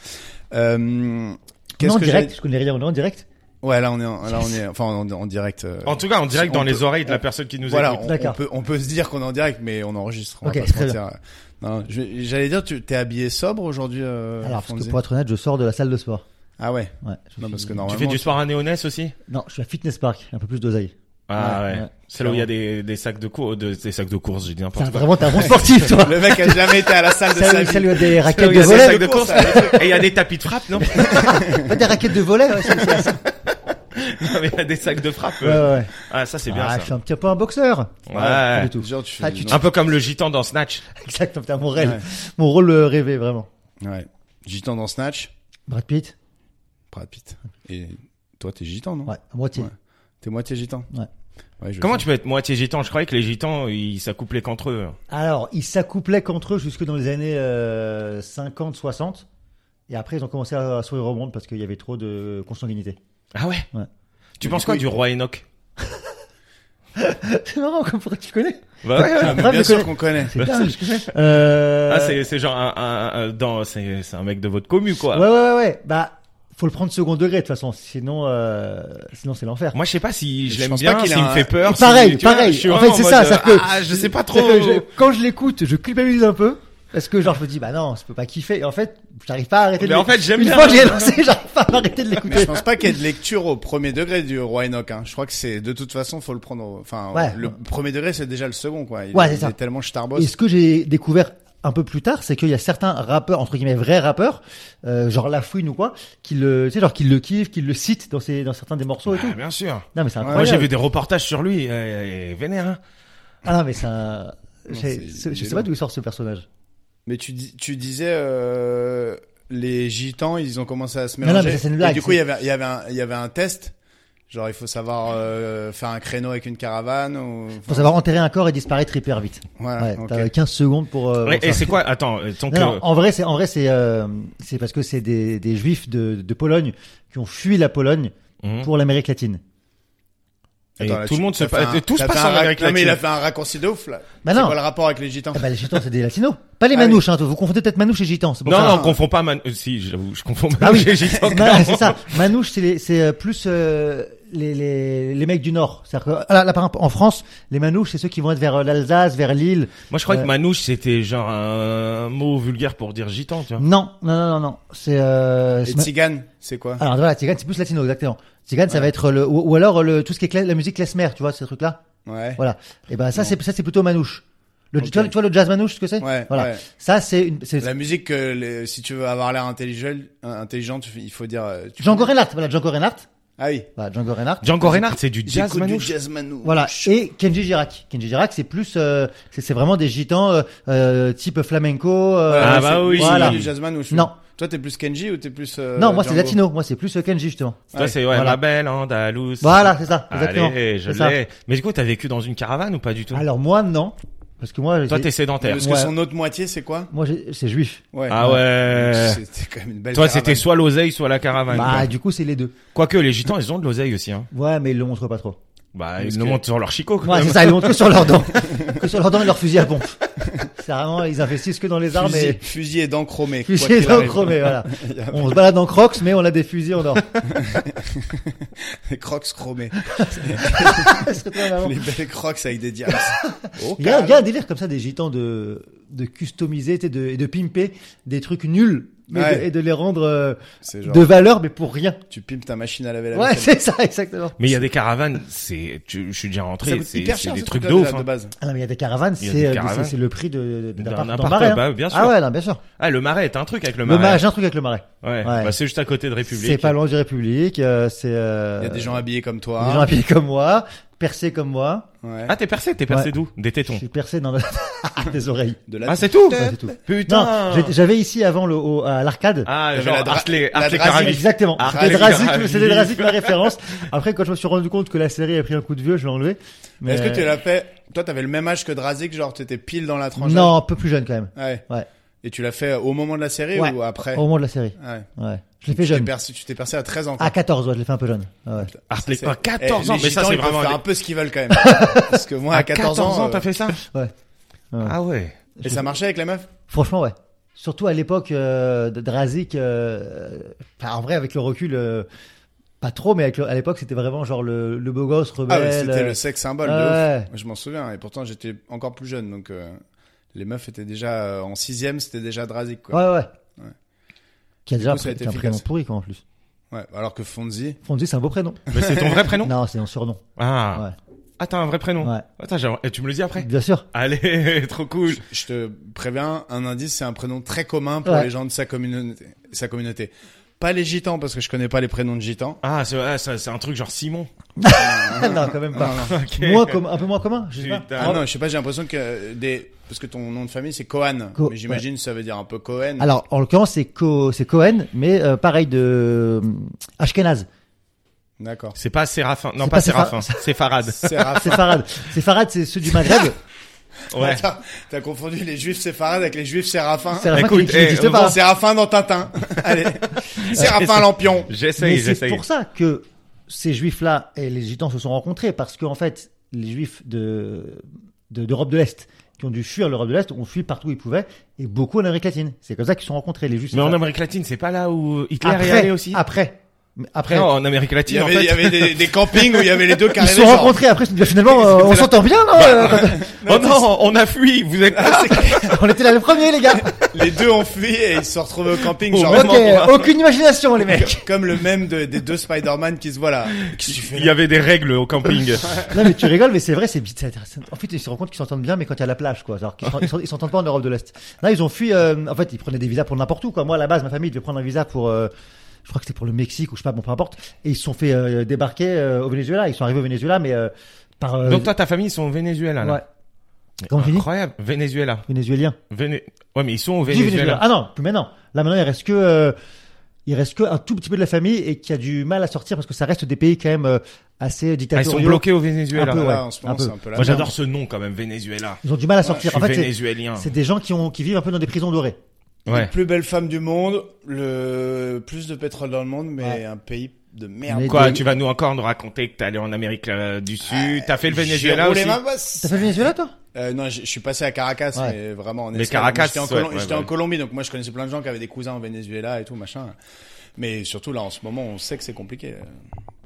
[SPEAKER 4] Euh,
[SPEAKER 2] On est
[SPEAKER 4] Qu'est-ce
[SPEAKER 2] en
[SPEAKER 4] que
[SPEAKER 2] direct,
[SPEAKER 4] j'allais-
[SPEAKER 2] je connais rien, on est en direct.
[SPEAKER 4] Ouais, là on est, en, là on est, enfin en, en direct. euh,
[SPEAKER 3] En tout cas, on dirait que
[SPEAKER 4] On
[SPEAKER 3] dans
[SPEAKER 4] peut-
[SPEAKER 3] les oreilles de la personne qui nous
[SPEAKER 4] voilà,
[SPEAKER 3] écoute.
[SPEAKER 4] on, on
[SPEAKER 2] D'accord.
[SPEAKER 4] peut, on peut se dire qu'on est en direct, mais on enregistre. On
[SPEAKER 2] Ok,
[SPEAKER 4] va pas se
[SPEAKER 2] très
[SPEAKER 4] mentir. Non, je- j'allais dire, tu t'es habillé sobre aujourd'hui. euh,
[SPEAKER 2] Alors, parce
[SPEAKER 4] Fonzie
[SPEAKER 2] que pour être honnête, je sors de la salle de sport.
[SPEAKER 4] Ah ouais.
[SPEAKER 2] Ouais, je
[SPEAKER 4] Non,
[SPEAKER 2] suis-
[SPEAKER 4] parce que
[SPEAKER 3] Tu
[SPEAKER 4] normalement.
[SPEAKER 3] fais du sport à Néonès aussi
[SPEAKER 2] Non, je suis à Fitness Park, un peu plus d'oseille.
[SPEAKER 3] Ah ouais.
[SPEAKER 2] Ouais, ouais.
[SPEAKER 3] C'est là où il y a des, des sacs de cours, de- des sacs de courses, j'ai dit
[SPEAKER 2] T'as
[SPEAKER 3] n'importe quoi.
[SPEAKER 2] vraiment, t'es un bon sportif, toi.
[SPEAKER 4] Le mec a jamais été à la salle [laughs] de sa
[SPEAKER 2] Salut,
[SPEAKER 4] vie.
[SPEAKER 2] salut à des
[SPEAKER 3] C'est là où
[SPEAKER 2] raquettes
[SPEAKER 3] il y
[SPEAKER 2] de
[SPEAKER 3] a des
[SPEAKER 2] volet.
[SPEAKER 3] sacs de courses et il y a des tapis de frappe,
[SPEAKER 2] [laughs]
[SPEAKER 3] non Non,
[SPEAKER 2] Pas des raquettes de volet, ouais, c'est- c'est-
[SPEAKER 3] mais il y a des sacs de frappe.
[SPEAKER 2] ouais,
[SPEAKER 3] euh.
[SPEAKER 2] ouais.
[SPEAKER 3] Ah ça c'est bien
[SPEAKER 2] Ah,
[SPEAKER 3] ça.
[SPEAKER 2] je suis un petit peu un boxeur. [laughs]
[SPEAKER 3] Ouais.
[SPEAKER 2] Pas du tout.
[SPEAKER 4] Genre, tu fais
[SPEAKER 2] Ah,
[SPEAKER 4] du-
[SPEAKER 2] tu te-
[SPEAKER 4] non.
[SPEAKER 3] Un peu comme le gitan dans Snatch.
[SPEAKER 2] Exactement, t'as mon rêve,
[SPEAKER 4] Ouais.
[SPEAKER 2] mon rôle euh, rêvé, vraiment.
[SPEAKER 4] Ouais. Gitan dans Snatch,
[SPEAKER 2] Brad Pitt,
[SPEAKER 4] Brad Pitt. Et toi, t'es gitan, non
[SPEAKER 2] ouais, à moitié.
[SPEAKER 4] Ouais. T'es moitié gitan.
[SPEAKER 2] Ouais.
[SPEAKER 4] Ouais, je
[SPEAKER 3] Comment
[SPEAKER 4] sais.
[SPEAKER 3] tu peux être moitié gitan Je croyais que les gitans, ils s'accouplaient qu'entre eux.
[SPEAKER 2] Alors, ils s'accouplaient qu'entre eux jusque dans les années euh, 50, 60. Et après, ils ont commencé à, à sourire au monde parce qu'il y avait trop de consanguinité.
[SPEAKER 3] Ah ouais.
[SPEAKER 2] Ouais.
[SPEAKER 3] Tu
[SPEAKER 4] Mais
[SPEAKER 3] penses
[SPEAKER 4] du
[SPEAKER 3] quoi
[SPEAKER 4] coup,
[SPEAKER 3] du roi Enoch
[SPEAKER 2] [laughs] C'est marrant, comme pourquoi tu connais
[SPEAKER 3] Bah ouais, ouais.
[SPEAKER 4] Ah, mais
[SPEAKER 2] Brad
[SPEAKER 4] Bien
[SPEAKER 2] le
[SPEAKER 4] sûr
[SPEAKER 2] connaît.
[SPEAKER 4] qu'on connaît.
[SPEAKER 2] C'est dingue. Euh,
[SPEAKER 3] Ah c'est hein. c'est genre un, un- un- dans c'est c'est un mec de votre commu quoi.
[SPEAKER 2] Ouais, ouais, ouais, ouais. Bah, faut le prendre second degré de toute façon, sinon, euh, sinon c'est l'enfer.
[SPEAKER 3] Moi, je sais pas si
[SPEAKER 4] Je
[SPEAKER 3] je l'aime
[SPEAKER 4] pense
[SPEAKER 3] bien,
[SPEAKER 4] pas qu'il
[SPEAKER 3] s'il
[SPEAKER 4] a
[SPEAKER 3] me
[SPEAKER 4] un-
[SPEAKER 3] fait peur.
[SPEAKER 2] Et pareil,
[SPEAKER 3] si- tu vois,
[SPEAKER 2] pareil.
[SPEAKER 3] je suis
[SPEAKER 2] En
[SPEAKER 3] vraiment
[SPEAKER 2] fait, c'est
[SPEAKER 3] en
[SPEAKER 2] ça,
[SPEAKER 3] mode,
[SPEAKER 2] c'est-à-dire que-
[SPEAKER 3] Ah, je sais
[SPEAKER 2] [laughs]
[SPEAKER 3] pas trop.
[SPEAKER 2] C'est-à-dire que je- quand je l'écoute, je culpabilise un peu. Parce que genre je me dis bah non, je peux pas kiffer. Et en fait, j'arrive pas à arrêter.
[SPEAKER 3] Mais
[SPEAKER 2] de
[SPEAKER 3] en fait, j'aime
[SPEAKER 2] Une
[SPEAKER 3] bien.
[SPEAKER 2] fois que j'ai lancé, j'arrive pas à arrêter de
[SPEAKER 4] Mais je
[SPEAKER 2] l'écouter.
[SPEAKER 4] pense pas qu'il y ait de lecture au premier degré du roi Enoch. Hein. Je crois que c'est de toute façon faut le prendre. au- Enfin,
[SPEAKER 2] Ouais.
[SPEAKER 4] le premier degré c'est déjà le second quoi. Il,
[SPEAKER 2] Ouais, c'est
[SPEAKER 4] il
[SPEAKER 2] ça.
[SPEAKER 4] est tellement starboss.
[SPEAKER 2] Et ce que j'ai découvert un peu plus tard, c'est qu'il y a certains rappeurs, entre guillemets vrais rappeurs, euh, genre Lafouine ou quoi, qui le, tu sais, genre qui le kiffent, qui le citent dans ses, dans certains des morceaux et
[SPEAKER 3] Ah,
[SPEAKER 2] tout.
[SPEAKER 3] bien sûr.
[SPEAKER 2] Non mais c'est
[SPEAKER 4] Ouais,
[SPEAKER 2] incroyable.
[SPEAKER 3] Moi, j'ai vu des reportages sur lui, euh, et vénère. hein.
[SPEAKER 2] Ah non mais c'est un,
[SPEAKER 4] c'est-
[SPEAKER 2] j'ai- ce-
[SPEAKER 4] il
[SPEAKER 2] je
[SPEAKER 4] est
[SPEAKER 2] sais pas
[SPEAKER 4] long.
[SPEAKER 2] d'où il sort ce personnage.
[SPEAKER 4] Mais tu, dis- tu disais euh, les gitans, ils ont commencé à se
[SPEAKER 2] Non, non,
[SPEAKER 4] mélanger.
[SPEAKER 2] mais ça, c'est une blague,
[SPEAKER 4] et du coup,
[SPEAKER 2] c'est-
[SPEAKER 4] il y avait, il y avait, un, il y avait un test Genre, il faut savoir euh, faire un créneau avec une caravane ou.
[SPEAKER 2] Faut savoir enterrer un corps et disparaître hyper vite.
[SPEAKER 4] Voilà,
[SPEAKER 2] Ouais,
[SPEAKER 4] Ah, ok.
[SPEAKER 2] t'as 15 secondes pour. euh,
[SPEAKER 3] Ouais,
[SPEAKER 2] pour
[SPEAKER 3] et
[SPEAKER 2] faire-
[SPEAKER 3] c'est quoi Attends, euh, tant que
[SPEAKER 2] Non, non, en vrai, c'est en vrai, c'est euh, c'est parce que c'est des, des juifs de, de Pologne qui ont fui la Pologne
[SPEAKER 3] Mhm.
[SPEAKER 2] pour l'Amérique latine.
[SPEAKER 3] Et
[SPEAKER 4] Attends, là,
[SPEAKER 3] tout le
[SPEAKER 4] tu-
[SPEAKER 3] monde se
[SPEAKER 4] t'as fait
[SPEAKER 3] passe,
[SPEAKER 4] un-
[SPEAKER 3] tout se
[SPEAKER 4] t'as
[SPEAKER 3] passe
[SPEAKER 4] fait
[SPEAKER 3] en
[SPEAKER 4] un rac-
[SPEAKER 3] Amérique
[SPEAKER 4] Non, mais il a
[SPEAKER 3] latine.
[SPEAKER 4] fait un raccourci de ouf, là.
[SPEAKER 2] Bah
[SPEAKER 4] C'est
[SPEAKER 2] non.
[SPEAKER 4] quoi le rapport avec les gitans?
[SPEAKER 2] Ah bah, les gitans, c'est des latinos, pas les
[SPEAKER 4] Ah oui.
[SPEAKER 2] manouches. Hein, vous confondez peut-être manouches et gitans. c'est pour
[SPEAKER 3] Non,
[SPEAKER 2] ça.
[SPEAKER 3] non, on confond pas Man... euh, Si, j'avoue, je confonds
[SPEAKER 2] Ah oui,
[SPEAKER 4] [laughs]
[SPEAKER 3] Manouche et
[SPEAKER 2] [laughs]
[SPEAKER 3] Gitan,
[SPEAKER 2] Non,
[SPEAKER 3] clairement.
[SPEAKER 2] c'est ça. Manouche, c'est les- c'est euh, plus euh, les, les, les mecs du Nord. C'est-à-dire que, ah, là, là, par exemple, en France, les manouches, c'est ceux qui vont être vers euh, l'Alsace, vers Lille.
[SPEAKER 3] Moi, je croyais
[SPEAKER 2] Ouais.
[SPEAKER 3] que Manouche, c'était genre un mot vulgaire pour dire gitan, tu vois.
[SPEAKER 2] Non, non, non, non, non. C'est. Euh,
[SPEAKER 4] Les
[SPEAKER 2] c'est ma-
[SPEAKER 4] tziganes, c'est quoi?
[SPEAKER 2] alors voilà, Tzigane, c'est plus latino, exactement. Tzigane, ça va être euh, le ou, ou alors le tout ce qui est cla- la musique klezmer, tu vois, ces trucs-là.
[SPEAKER 4] Ouais.
[SPEAKER 2] Voilà. Et ben ça,
[SPEAKER 4] Non.
[SPEAKER 2] c'est ça, c'est plutôt manouche. Le,
[SPEAKER 4] Ok.
[SPEAKER 2] tu, vois, tu vois le jazz manouche, ce que c'est
[SPEAKER 4] Ouais,
[SPEAKER 2] Voilà.
[SPEAKER 4] ouais.
[SPEAKER 2] Ça, c'est une. c'est-
[SPEAKER 4] La musique, que les- si tu veux avoir l'air intelligent, euh, intelligent, tu- il faut dire. euh, tu-
[SPEAKER 2] Django Reinhardt, voilà Django Reinhardt.
[SPEAKER 4] Ah oui.
[SPEAKER 2] Voilà, Django Reinhardt.
[SPEAKER 3] Django Reinhardt, c'est du jazz
[SPEAKER 4] J'écoute du
[SPEAKER 3] Manouche.
[SPEAKER 4] jazz manouche.
[SPEAKER 2] Voilà. Et Kenji Girac. Kenji Girac, c'est plus, euh, c'est c'est vraiment des gitans euh, euh, type flamenco. euh,
[SPEAKER 3] Ah
[SPEAKER 4] c'est-
[SPEAKER 3] bah oui.
[SPEAKER 4] c'est
[SPEAKER 2] Voilà.
[SPEAKER 4] du jazz manouche.
[SPEAKER 2] Non.
[SPEAKER 4] Toi, t'es plus Kenji ou t'es plus. euh,
[SPEAKER 2] non, moi c'est
[SPEAKER 4] Django
[SPEAKER 2] latino. Moi c'est plus euh, Kenji justement.
[SPEAKER 3] Toi, c'est ouais,
[SPEAKER 2] Voilà.
[SPEAKER 3] ma belle Andalouse.
[SPEAKER 2] Voilà, c'est ça. Exactement.
[SPEAKER 3] Allez, je
[SPEAKER 2] C'est ça.
[SPEAKER 3] l'ai. Mais du coup, t'as vécu dans une caravane ou pas du tout
[SPEAKER 2] Alors moi non, parce que moi,
[SPEAKER 3] Toi,
[SPEAKER 2] j'ai-
[SPEAKER 3] t'es sédentaire.
[SPEAKER 4] Parce que
[SPEAKER 2] Ouais.
[SPEAKER 4] son autre moitié, c'est quoi
[SPEAKER 2] moi j'ai- c'est juif.
[SPEAKER 4] Ouais.
[SPEAKER 3] Ah ouais.
[SPEAKER 4] C'était quand même une belle.
[SPEAKER 3] Toi,
[SPEAKER 4] caravane.
[SPEAKER 3] c'était soit l'oseille, soit la caravane.
[SPEAKER 2] Bah
[SPEAKER 3] quoi.
[SPEAKER 2] du coup c'est les deux.
[SPEAKER 3] Quoique, les gitans, ils ont de l'oseille aussi, hein.
[SPEAKER 2] Ouais, mais ils le montrent pas trop.
[SPEAKER 3] Bah,
[SPEAKER 4] Parce
[SPEAKER 3] ils nous
[SPEAKER 4] que-
[SPEAKER 3] montent sur leur chicot, quand
[SPEAKER 2] Ouais,
[SPEAKER 3] même.
[SPEAKER 2] c'est ça. Ils le montrent que sur leurs dents, [laughs] que sur leurs dents et leurs fusils à pompe. C'est vraiment ils investissent que dans les armes
[SPEAKER 4] Fusil,
[SPEAKER 2] et
[SPEAKER 4] fusil et dents chromées. quoi
[SPEAKER 2] fusils
[SPEAKER 4] qu'il
[SPEAKER 2] dans
[SPEAKER 4] arrive.
[SPEAKER 2] chromé. Voilà.
[SPEAKER 4] Il y a-
[SPEAKER 2] On se balade en crocs, mais on a des fusils en [laughs] or.
[SPEAKER 4] [laughs] Les crocs chromés.
[SPEAKER 2] C'est très marrant.
[SPEAKER 4] Les belles crocs avec des
[SPEAKER 2] [laughs]
[SPEAKER 4] diamants. Oh,
[SPEAKER 2] Il y, a, il y
[SPEAKER 4] calme.
[SPEAKER 2] a un délire comme ça des gitans de, de customiser tu sais, de, et de pimper des trucs nuls mais de-
[SPEAKER 4] Ouais.
[SPEAKER 2] et de les rendre euh,
[SPEAKER 4] C'est genre,
[SPEAKER 2] de valeur mais pour rien.
[SPEAKER 4] tu pimpes ta machine à laver la
[SPEAKER 2] Ouais,
[SPEAKER 4] vaisselle.
[SPEAKER 2] [laughs] c'est ça, exactement.
[SPEAKER 3] Mais il y a des caravanes, c'est, tu, je suis déjà
[SPEAKER 4] Ça
[SPEAKER 3] rentré,
[SPEAKER 4] coûte
[SPEAKER 3] c'est
[SPEAKER 4] hyper
[SPEAKER 3] c'est
[SPEAKER 4] cher,
[SPEAKER 3] des
[SPEAKER 4] ce
[SPEAKER 3] trucs de
[SPEAKER 4] truc-là,
[SPEAKER 3] ouf.
[SPEAKER 4] déjà,
[SPEAKER 3] hein.
[SPEAKER 4] de base.
[SPEAKER 2] Ah non, mais il y a des caravanes,
[SPEAKER 3] Il y a
[SPEAKER 2] c'est
[SPEAKER 3] des
[SPEAKER 2] euh,
[SPEAKER 3] caravanes.
[SPEAKER 2] c'est- c'est le prix de- de-
[SPEAKER 3] D'un
[SPEAKER 2] d'un appart dans
[SPEAKER 3] appart,
[SPEAKER 2] Marais.
[SPEAKER 3] bah,
[SPEAKER 2] hein.
[SPEAKER 3] bien sûr.
[SPEAKER 2] Ah ouais, non, bien sûr.
[SPEAKER 3] Ah, le marais est un truc avec le
[SPEAKER 2] Le
[SPEAKER 3] marais.
[SPEAKER 2] marais, j'ai un truc avec le marais.
[SPEAKER 3] Ouais.
[SPEAKER 2] Ouais.
[SPEAKER 3] Bah, c'est juste à côté de République.
[SPEAKER 2] C'est pas loin du République, euh, c'est euh,
[SPEAKER 4] Il y a des gens habillés comme
[SPEAKER 2] des gens
[SPEAKER 4] toi. hein.
[SPEAKER 2] habillés comme moi, percés comme moi.
[SPEAKER 4] Ouais.
[SPEAKER 3] Ah, t'es percé, t'es percé
[SPEAKER 2] Ouais.
[SPEAKER 3] d'où? Des
[SPEAKER 2] Je
[SPEAKER 3] tétons.
[SPEAKER 2] suis percé [laughs] dans le- des oreilles.
[SPEAKER 4] De la
[SPEAKER 3] Ah, c'est tout?
[SPEAKER 2] Ouais, c'est tout.
[SPEAKER 3] Putain!
[SPEAKER 2] Non, j'étais- j'avais ici avant le au- à l'arcade.
[SPEAKER 3] Ah,
[SPEAKER 4] J'avais
[SPEAKER 3] genre,
[SPEAKER 4] la dra-
[SPEAKER 3] Hartley,
[SPEAKER 4] la
[SPEAKER 3] Hartley
[SPEAKER 4] drasine.
[SPEAKER 3] Caravif.
[SPEAKER 2] Exactement.
[SPEAKER 3] Ah,
[SPEAKER 2] C'était
[SPEAKER 3] les
[SPEAKER 2] Drasic,
[SPEAKER 3] Drasic.
[SPEAKER 2] c'était Drasic ma référence. Après, quand je me suis rendu compte que la série a pris un coup de vieux, je l'ai enlevé.
[SPEAKER 4] Mais Est-ce que tu
[SPEAKER 2] euh,
[SPEAKER 4] l'as fait Toi, t'avais le même âge que Drazik, genre t'étais pile dans la tranche.
[SPEAKER 2] Non, un peu plus jeune quand même.
[SPEAKER 4] d'âge Ouais.
[SPEAKER 2] Ouais.
[SPEAKER 4] Et tu l'as fait au moment de la série
[SPEAKER 2] Ouais.
[SPEAKER 4] ou après
[SPEAKER 2] Au moment de la série.
[SPEAKER 4] Ouais.
[SPEAKER 2] Ouais. Je
[SPEAKER 4] Tu
[SPEAKER 2] l'ai fait
[SPEAKER 4] t'es
[SPEAKER 2] jeune.
[SPEAKER 4] percé, tu t'es percé à 13 ans. quoi.
[SPEAKER 2] À 14, ouais, je l'ai fait un peu jeune. Ah ouais.
[SPEAKER 3] Hartley,
[SPEAKER 4] C'est-
[SPEAKER 3] ah, 14
[SPEAKER 4] Eh,
[SPEAKER 3] ans,
[SPEAKER 4] les
[SPEAKER 3] mais ça,
[SPEAKER 4] Gitans,
[SPEAKER 3] c'est
[SPEAKER 4] ils peuvent
[SPEAKER 3] vraiment.
[SPEAKER 4] faire un
[SPEAKER 3] des-
[SPEAKER 4] peu ce qu'ils veulent
[SPEAKER 3] [laughs]
[SPEAKER 4] quand même. Parce que moi, à 14 ans,
[SPEAKER 3] t'as
[SPEAKER 4] euh,
[SPEAKER 3] fait ça? Ah ouais.
[SPEAKER 4] et ça marchait avec la meuf.
[SPEAKER 2] Franchement, ouais. Surtout à l'époque euh, de Drasic. euh, enfin, en vrai, avec le recul, euh, pas trop, mais avec le- à l'époque, c'était vraiment genre le, le beau gosse
[SPEAKER 4] Ah ouais,
[SPEAKER 2] rebelle.
[SPEAKER 4] c'était
[SPEAKER 2] euh,
[SPEAKER 4] le sexe symbole.
[SPEAKER 2] ouais.
[SPEAKER 4] De ouf. Moi, Je m'en souviens. Et pourtant, j'étais encore plus jeune, donc euh, les meufs étaient déjà euh, en sixième, c'était déjà Drazik. Quoi.
[SPEAKER 2] Ouais, ouais.
[SPEAKER 4] Ouais.
[SPEAKER 2] Qui a déjà
[SPEAKER 4] coup, ça a
[SPEAKER 2] pris-
[SPEAKER 4] été
[SPEAKER 2] qui a un
[SPEAKER 4] efficace.
[SPEAKER 2] prénom pourri, quoi, en plus.
[SPEAKER 4] Ouais. Alors que Fonzie,
[SPEAKER 2] Fonzie, c'est un beau prénom.
[SPEAKER 3] Mais c'est ton vrai prénom?
[SPEAKER 2] Non, c'est un surnom.
[SPEAKER 3] Ah. Ah, t'as un vrai prénom?
[SPEAKER 2] Ouais. Mm.
[SPEAKER 3] Attends, j'ai- eh, tu me le dis
[SPEAKER 2] Ouais.
[SPEAKER 3] après?
[SPEAKER 2] Bien sûr. [laughs]
[SPEAKER 3] Allez, [laughs] trop cool.
[SPEAKER 4] je, je te préviens, un indice, c'est un prénom très commun pour
[SPEAKER 2] Ouais.
[SPEAKER 4] les gens de sa communauté. Sa communauté. Pas les gitans parce que je connais pas les prénoms de gitans.
[SPEAKER 3] Ah, c'est ah, ça- c'est un truc genre Simon.
[SPEAKER 2] non, quand même pas.
[SPEAKER 4] Non, non.
[SPEAKER 3] Ok.
[SPEAKER 2] Moins commun- un peu moins commun, je sais pas.
[SPEAKER 3] Putain.
[SPEAKER 4] Ah non, je sais pas, j'ai l'impression que euh, des parce que ton nom de famille c'est Cohen,
[SPEAKER 2] Co-
[SPEAKER 4] mais j'imagine ça veut dire un peu Cohen.
[SPEAKER 2] Alors, en l'occurrence, c'est Co- c'est Cohen, mais euh, pareil de hum, Ashkenaz.
[SPEAKER 4] D'accord.
[SPEAKER 3] C'est pas Séraphin. Non,
[SPEAKER 2] C'est
[SPEAKER 3] pas,
[SPEAKER 2] pas
[SPEAKER 3] Séraphin. C'est
[SPEAKER 2] [laughs]
[SPEAKER 3] Farad.
[SPEAKER 4] C'est Raph.
[SPEAKER 2] C'est
[SPEAKER 3] [laughs]
[SPEAKER 2] Farad. C'est Farad, c'est ceux du Maghreb.
[SPEAKER 3] Ouais.
[SPEAKER 4] T'as t'as confondu les juifs séfarades avec les juifs séraphins.
[SPEAKER 2] C'est Farad qui
[SPEAKER 3] Écoute,
[SPEAKER 2] qui n'existe
[SPEAKER 3] eh,
[SPEAKER 2] pas.
[SPEAKER 4] Séraphin dans Tintin. Allez. Séraphin Lampion.
[SPEAKER 3] J'essaye,
[SPEAKER 2] Mais c'est
[SPEAKER 3] j'essaye.
[SPEAKER 2] pour ça que ces juifs-là et les gitans se sont rencontrés, parce qu'en fait, les juifs de de- d'Europe de l'Est qui ont dû fuir l'Europe de l'Est ont fui partout où ils pouvaient, et beaucoup en Amérique latine. C'est comme ça qu'ils se sont rencontrés, les juifs.
[SPEAKER 3] Mais en
[SPEAKER 2] séfarades.
[SPEAKER 3] Amérique latine, c'est pas là où Hitler est allé
[SPEAKER 2] après,
[SPEAKER 3] aussi
[SPEAKER 2] après, Mais après,
[SPEAKER 3] Non, en Amérique
[SPEAKER 4] Il
[SPEAKER 3] latine,
[SPEAKER 4] y avait,
[SPEAKER 3] en fait.
[SPEAKER 4] il y avait des, des campings où il y avait les deux qui
[SPEAKER 2] ils se
[SPEAKER 4] arrivaient.
[SPEAKER 2] sont
[SPEAKER 4] genre,
[SPEAKER 2] rencontrés. Après, ils se sont dit,
[SPEAKER 3] [laughs]
[SPEAKER 2] finalement, euh, on s'entend bien. non
[SPEAKER 3] Oh non, on a fui, vous êtes pas
[SPEAKER 2] [laughs] on était là les premiers, les gars.
[SPEAKER 4] Les deux ont fui et ils se sont retrouvés au camping.
[SPEAKER 3] Au
[SPEAKER 4] Genre,
[SPEAKER 3] même
[SPEAKER 2] Ok,
[SPEAKER 4] vraiment,
[SPEAKER 3] endroit.
[SPEAKER 2] aucune imagination,
[SPEAKER 3] [laughs]
[SPEAKER 2] les mecs.
[SPEAKER 4] comme le même de- des deux Spider-Man qui se voient là. Qu'est-ce que tu fais
[SPEAKER 3] Il y avait des règles au camping.
[SPEAKER 2] Non mais tu rigoles, mais c'est vrai, c'est bizarre. En fait, ils se rendent compte qu'ils s'entendent bien, mais quand il y a la plage, quoi. Alors qu'ils s'en- ils s'en- ils s'entendent pas en Europe de l'Est. Là, ils ont fui. euh, en fait, ils prenaient des visas pour n'importe où, quoi. Moi, à la base, ma famille devait prendre un visa pour. euh, je crois que c'était pour le Mexique ou je sais pas, bon, peu importe. Et ils se sont fait euh, débarquer euh, au Venezuela. Ils sont arrivés au Venezuela, mais euh, par. euh,
[SPEAKER 3] Donc toi, ta famille, ils sont au Venezuela, là.
[SPEAKER 2] ouais. Comment tu dis
[SPEAKER 3] Incroyable. Venezuela.
[SPEAKER 2] Vénézuélien.
[SPEAKER 3] Véné- Ouais, mais ils sont au
[SPEAKER 2] Du Venezuela.
[SPEAKER 3] Venezuela.
[SPEAKER 2] Ah non, plus maintenant. Là maintenant, il reste que euh, il reste que un tout petit peu de la famille et qui a du mal à sortir parce que ça reste des pays quand même euh, assez
[SPEAKER 3] Ah, ils
[SPEAKER 2] dictatoriaux.
[SPEAKER 3] sont bloqués au
[SPEAKER 2] un
[SPEAKER 3] Venezuela.
[SPEAKER 2] peu, ouais,
[SPEAKER 4] Là, en ce moment,
[SPEAKER 2] un peu.
[SPEAKER 4] c'est un peu la
[SPEAKER 3] Moi, j'adore
[SPEAKER 4] merde.
[SPEAKER 3] ce nom quand même, Venezuela.
[SPEAKER 2] Ils ont du mal à
[SPEAKER 3] Je
[SPEAKER 2] sortir.
[SPEAKER 3] suis
[SPEAKER 2] en fait, c'est-
[SPEAKER 3] vénézuélien.
[SPEAKER 2] c'est des gens qui ont qui vivent un peu dans des prisons dorées.
[SPEAKER 3] Ouais.
[SPEAKER 4] Plus belle femme du monde, le plus de pétrole dans le monde, mais
[SPEAKER 2] Ouais.
[SPEAKER 4] un pays de merde.
[SPEAKER 2] Mais
[SPEAKER 3] Quoi,
[SPEAKER 2] des-
[SPEAKER 3] tu vas nous encore nous raconter que t'es allé en Amérique euh, du Sud, t'as fait le
[SPEAKER 4] J'ai
[SPEAKER 3] Venezuela
[SPEAKER 4] roulé
[SPEAKER 3] aussi.
[SPEAKER 4] ma bosse.
[SPEAKER 2] T'as fait le Venezuela toi
[SPEAKER 4] Euh, non, je je suis passé à Caracas,
[SPEAKER 2] Ouais.
[SPEAKER 4] mais vraiment en
[SPEAKER 3] Mais
[SPEAKER 4] escale.
[SPEAKER 3] Caracas,
[SPEAKER 4] Moi, J'étais en,
[SPEAKER 3] ouais,
[SPEAKER 4] Colom-
[SPEAKER 3] ouais,
[SPEAKER 4] j'étais en
[SPEAKER 3] ouais.
[SPEAKER 4] Colombie, donc moi je connaissais plein de gens qui avaient des cousins au Venezuela et tout machin. Mais surtout là, en ce moment, on sait que c'est compliqué. euh,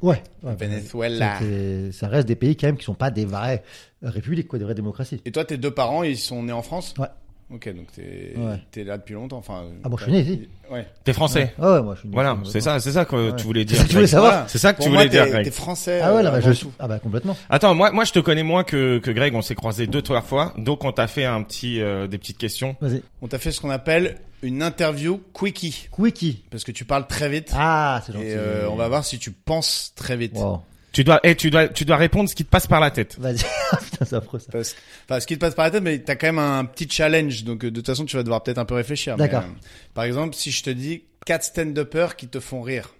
[SPEAKER 2] Ouais. ouais.
[SPEAKER 4] Venezuela.
[SPEAKER 2] C'est- Ça reste des pays quand même qui sont pas des vraies républiques, quoi, des vraies démocraties.
[SPEAKER 4] Et toi, tes deux parents, ils sont nés en France
[SPEAKER 2] Ouais.
[SPEAKER 4] Ok, donc t'es
[SPEAKER 2] Ouais.
[SPEAKER 4] t'es là depuis longtemps. Enfin,
[SPEAKER 2] Ah bon, je
[SPEAKER 4] t'as-
[SPEAKER 2] suis né ici.
[SPEAKER 4] Ouais.
[SPEAKER 3] T'es français.
[SPEAKER 2] Ah ouais, moi je suis.
[SPEAKER 3] Voilà, c'est ça, c'est ça que
[SPEAKER 2] Ouais.
[SPEAKER 3] tu voulais
[SPEAKER 2] C'est
[SPEAKER 3] dire.
[SPEAKER 2] ça que tu voulais
[SPEAKER 3] Greg.
[SPEAKER 2] savoir.
[SPEAKER 3] C'est ça que
[SPEAKER 4] Pour
[SPEAKER 3] tu
[SPEAKER 4] moi,
[SPEAKER 3] voulais dire,
[SPEAKER 4] t'es- T'es
[SPEAKER 3] Greg.
[SPEAKER 4] français.
[SPEAKER 2] Ah ouais, là,
[SPEAKER 4] euh,
[SPEAKER 2] bah, je
[SPEAKER 4] avant
[SPEAKER 2] suis.
[SPEAKER 4] tout.
[SPEAKER 2] Ah bah complètement.
[SPEAKER 3] Attends, moi, moi, je te connais moins que, que Greg. On s'est croisés deux, trois fois. Donc, on t'a fait un petit, euh, des petites questions.
[SPEAKER 2] Vas-y.
[SPEAKER 4] On t'a fait ce qu'on appelle une interview quickie,
[SPEAKER 2] Quickie.
[SPEAKER 4] parce que tu parles très vite.
[SPEAKER 2] Ah, c'est gentil.
[SPEAKER 4] et euh, on va voir si tu penses très vite.
[SPEAKER 2] Wow.
[SPEAKER 3] Tu dois, eh, tu dois, tu dois répondre ce qui te passe par la tête.
[SPEAKER 2] Vas-y. [laughs] Oh, Putain, c'est affreux ça.
[SPEAKER 4] Parce que- enfin, ce qui te passe par la tête, mais t'as quand même un petit challenge, donc euh, de toute façon, tu vas devoir peut-être un peu réfléchir. mais,
[SPEAKER 2] D'accord.
[SPEAKER 4] euh, par exemple, si je te dis quatre stand-uppers qui te font rire,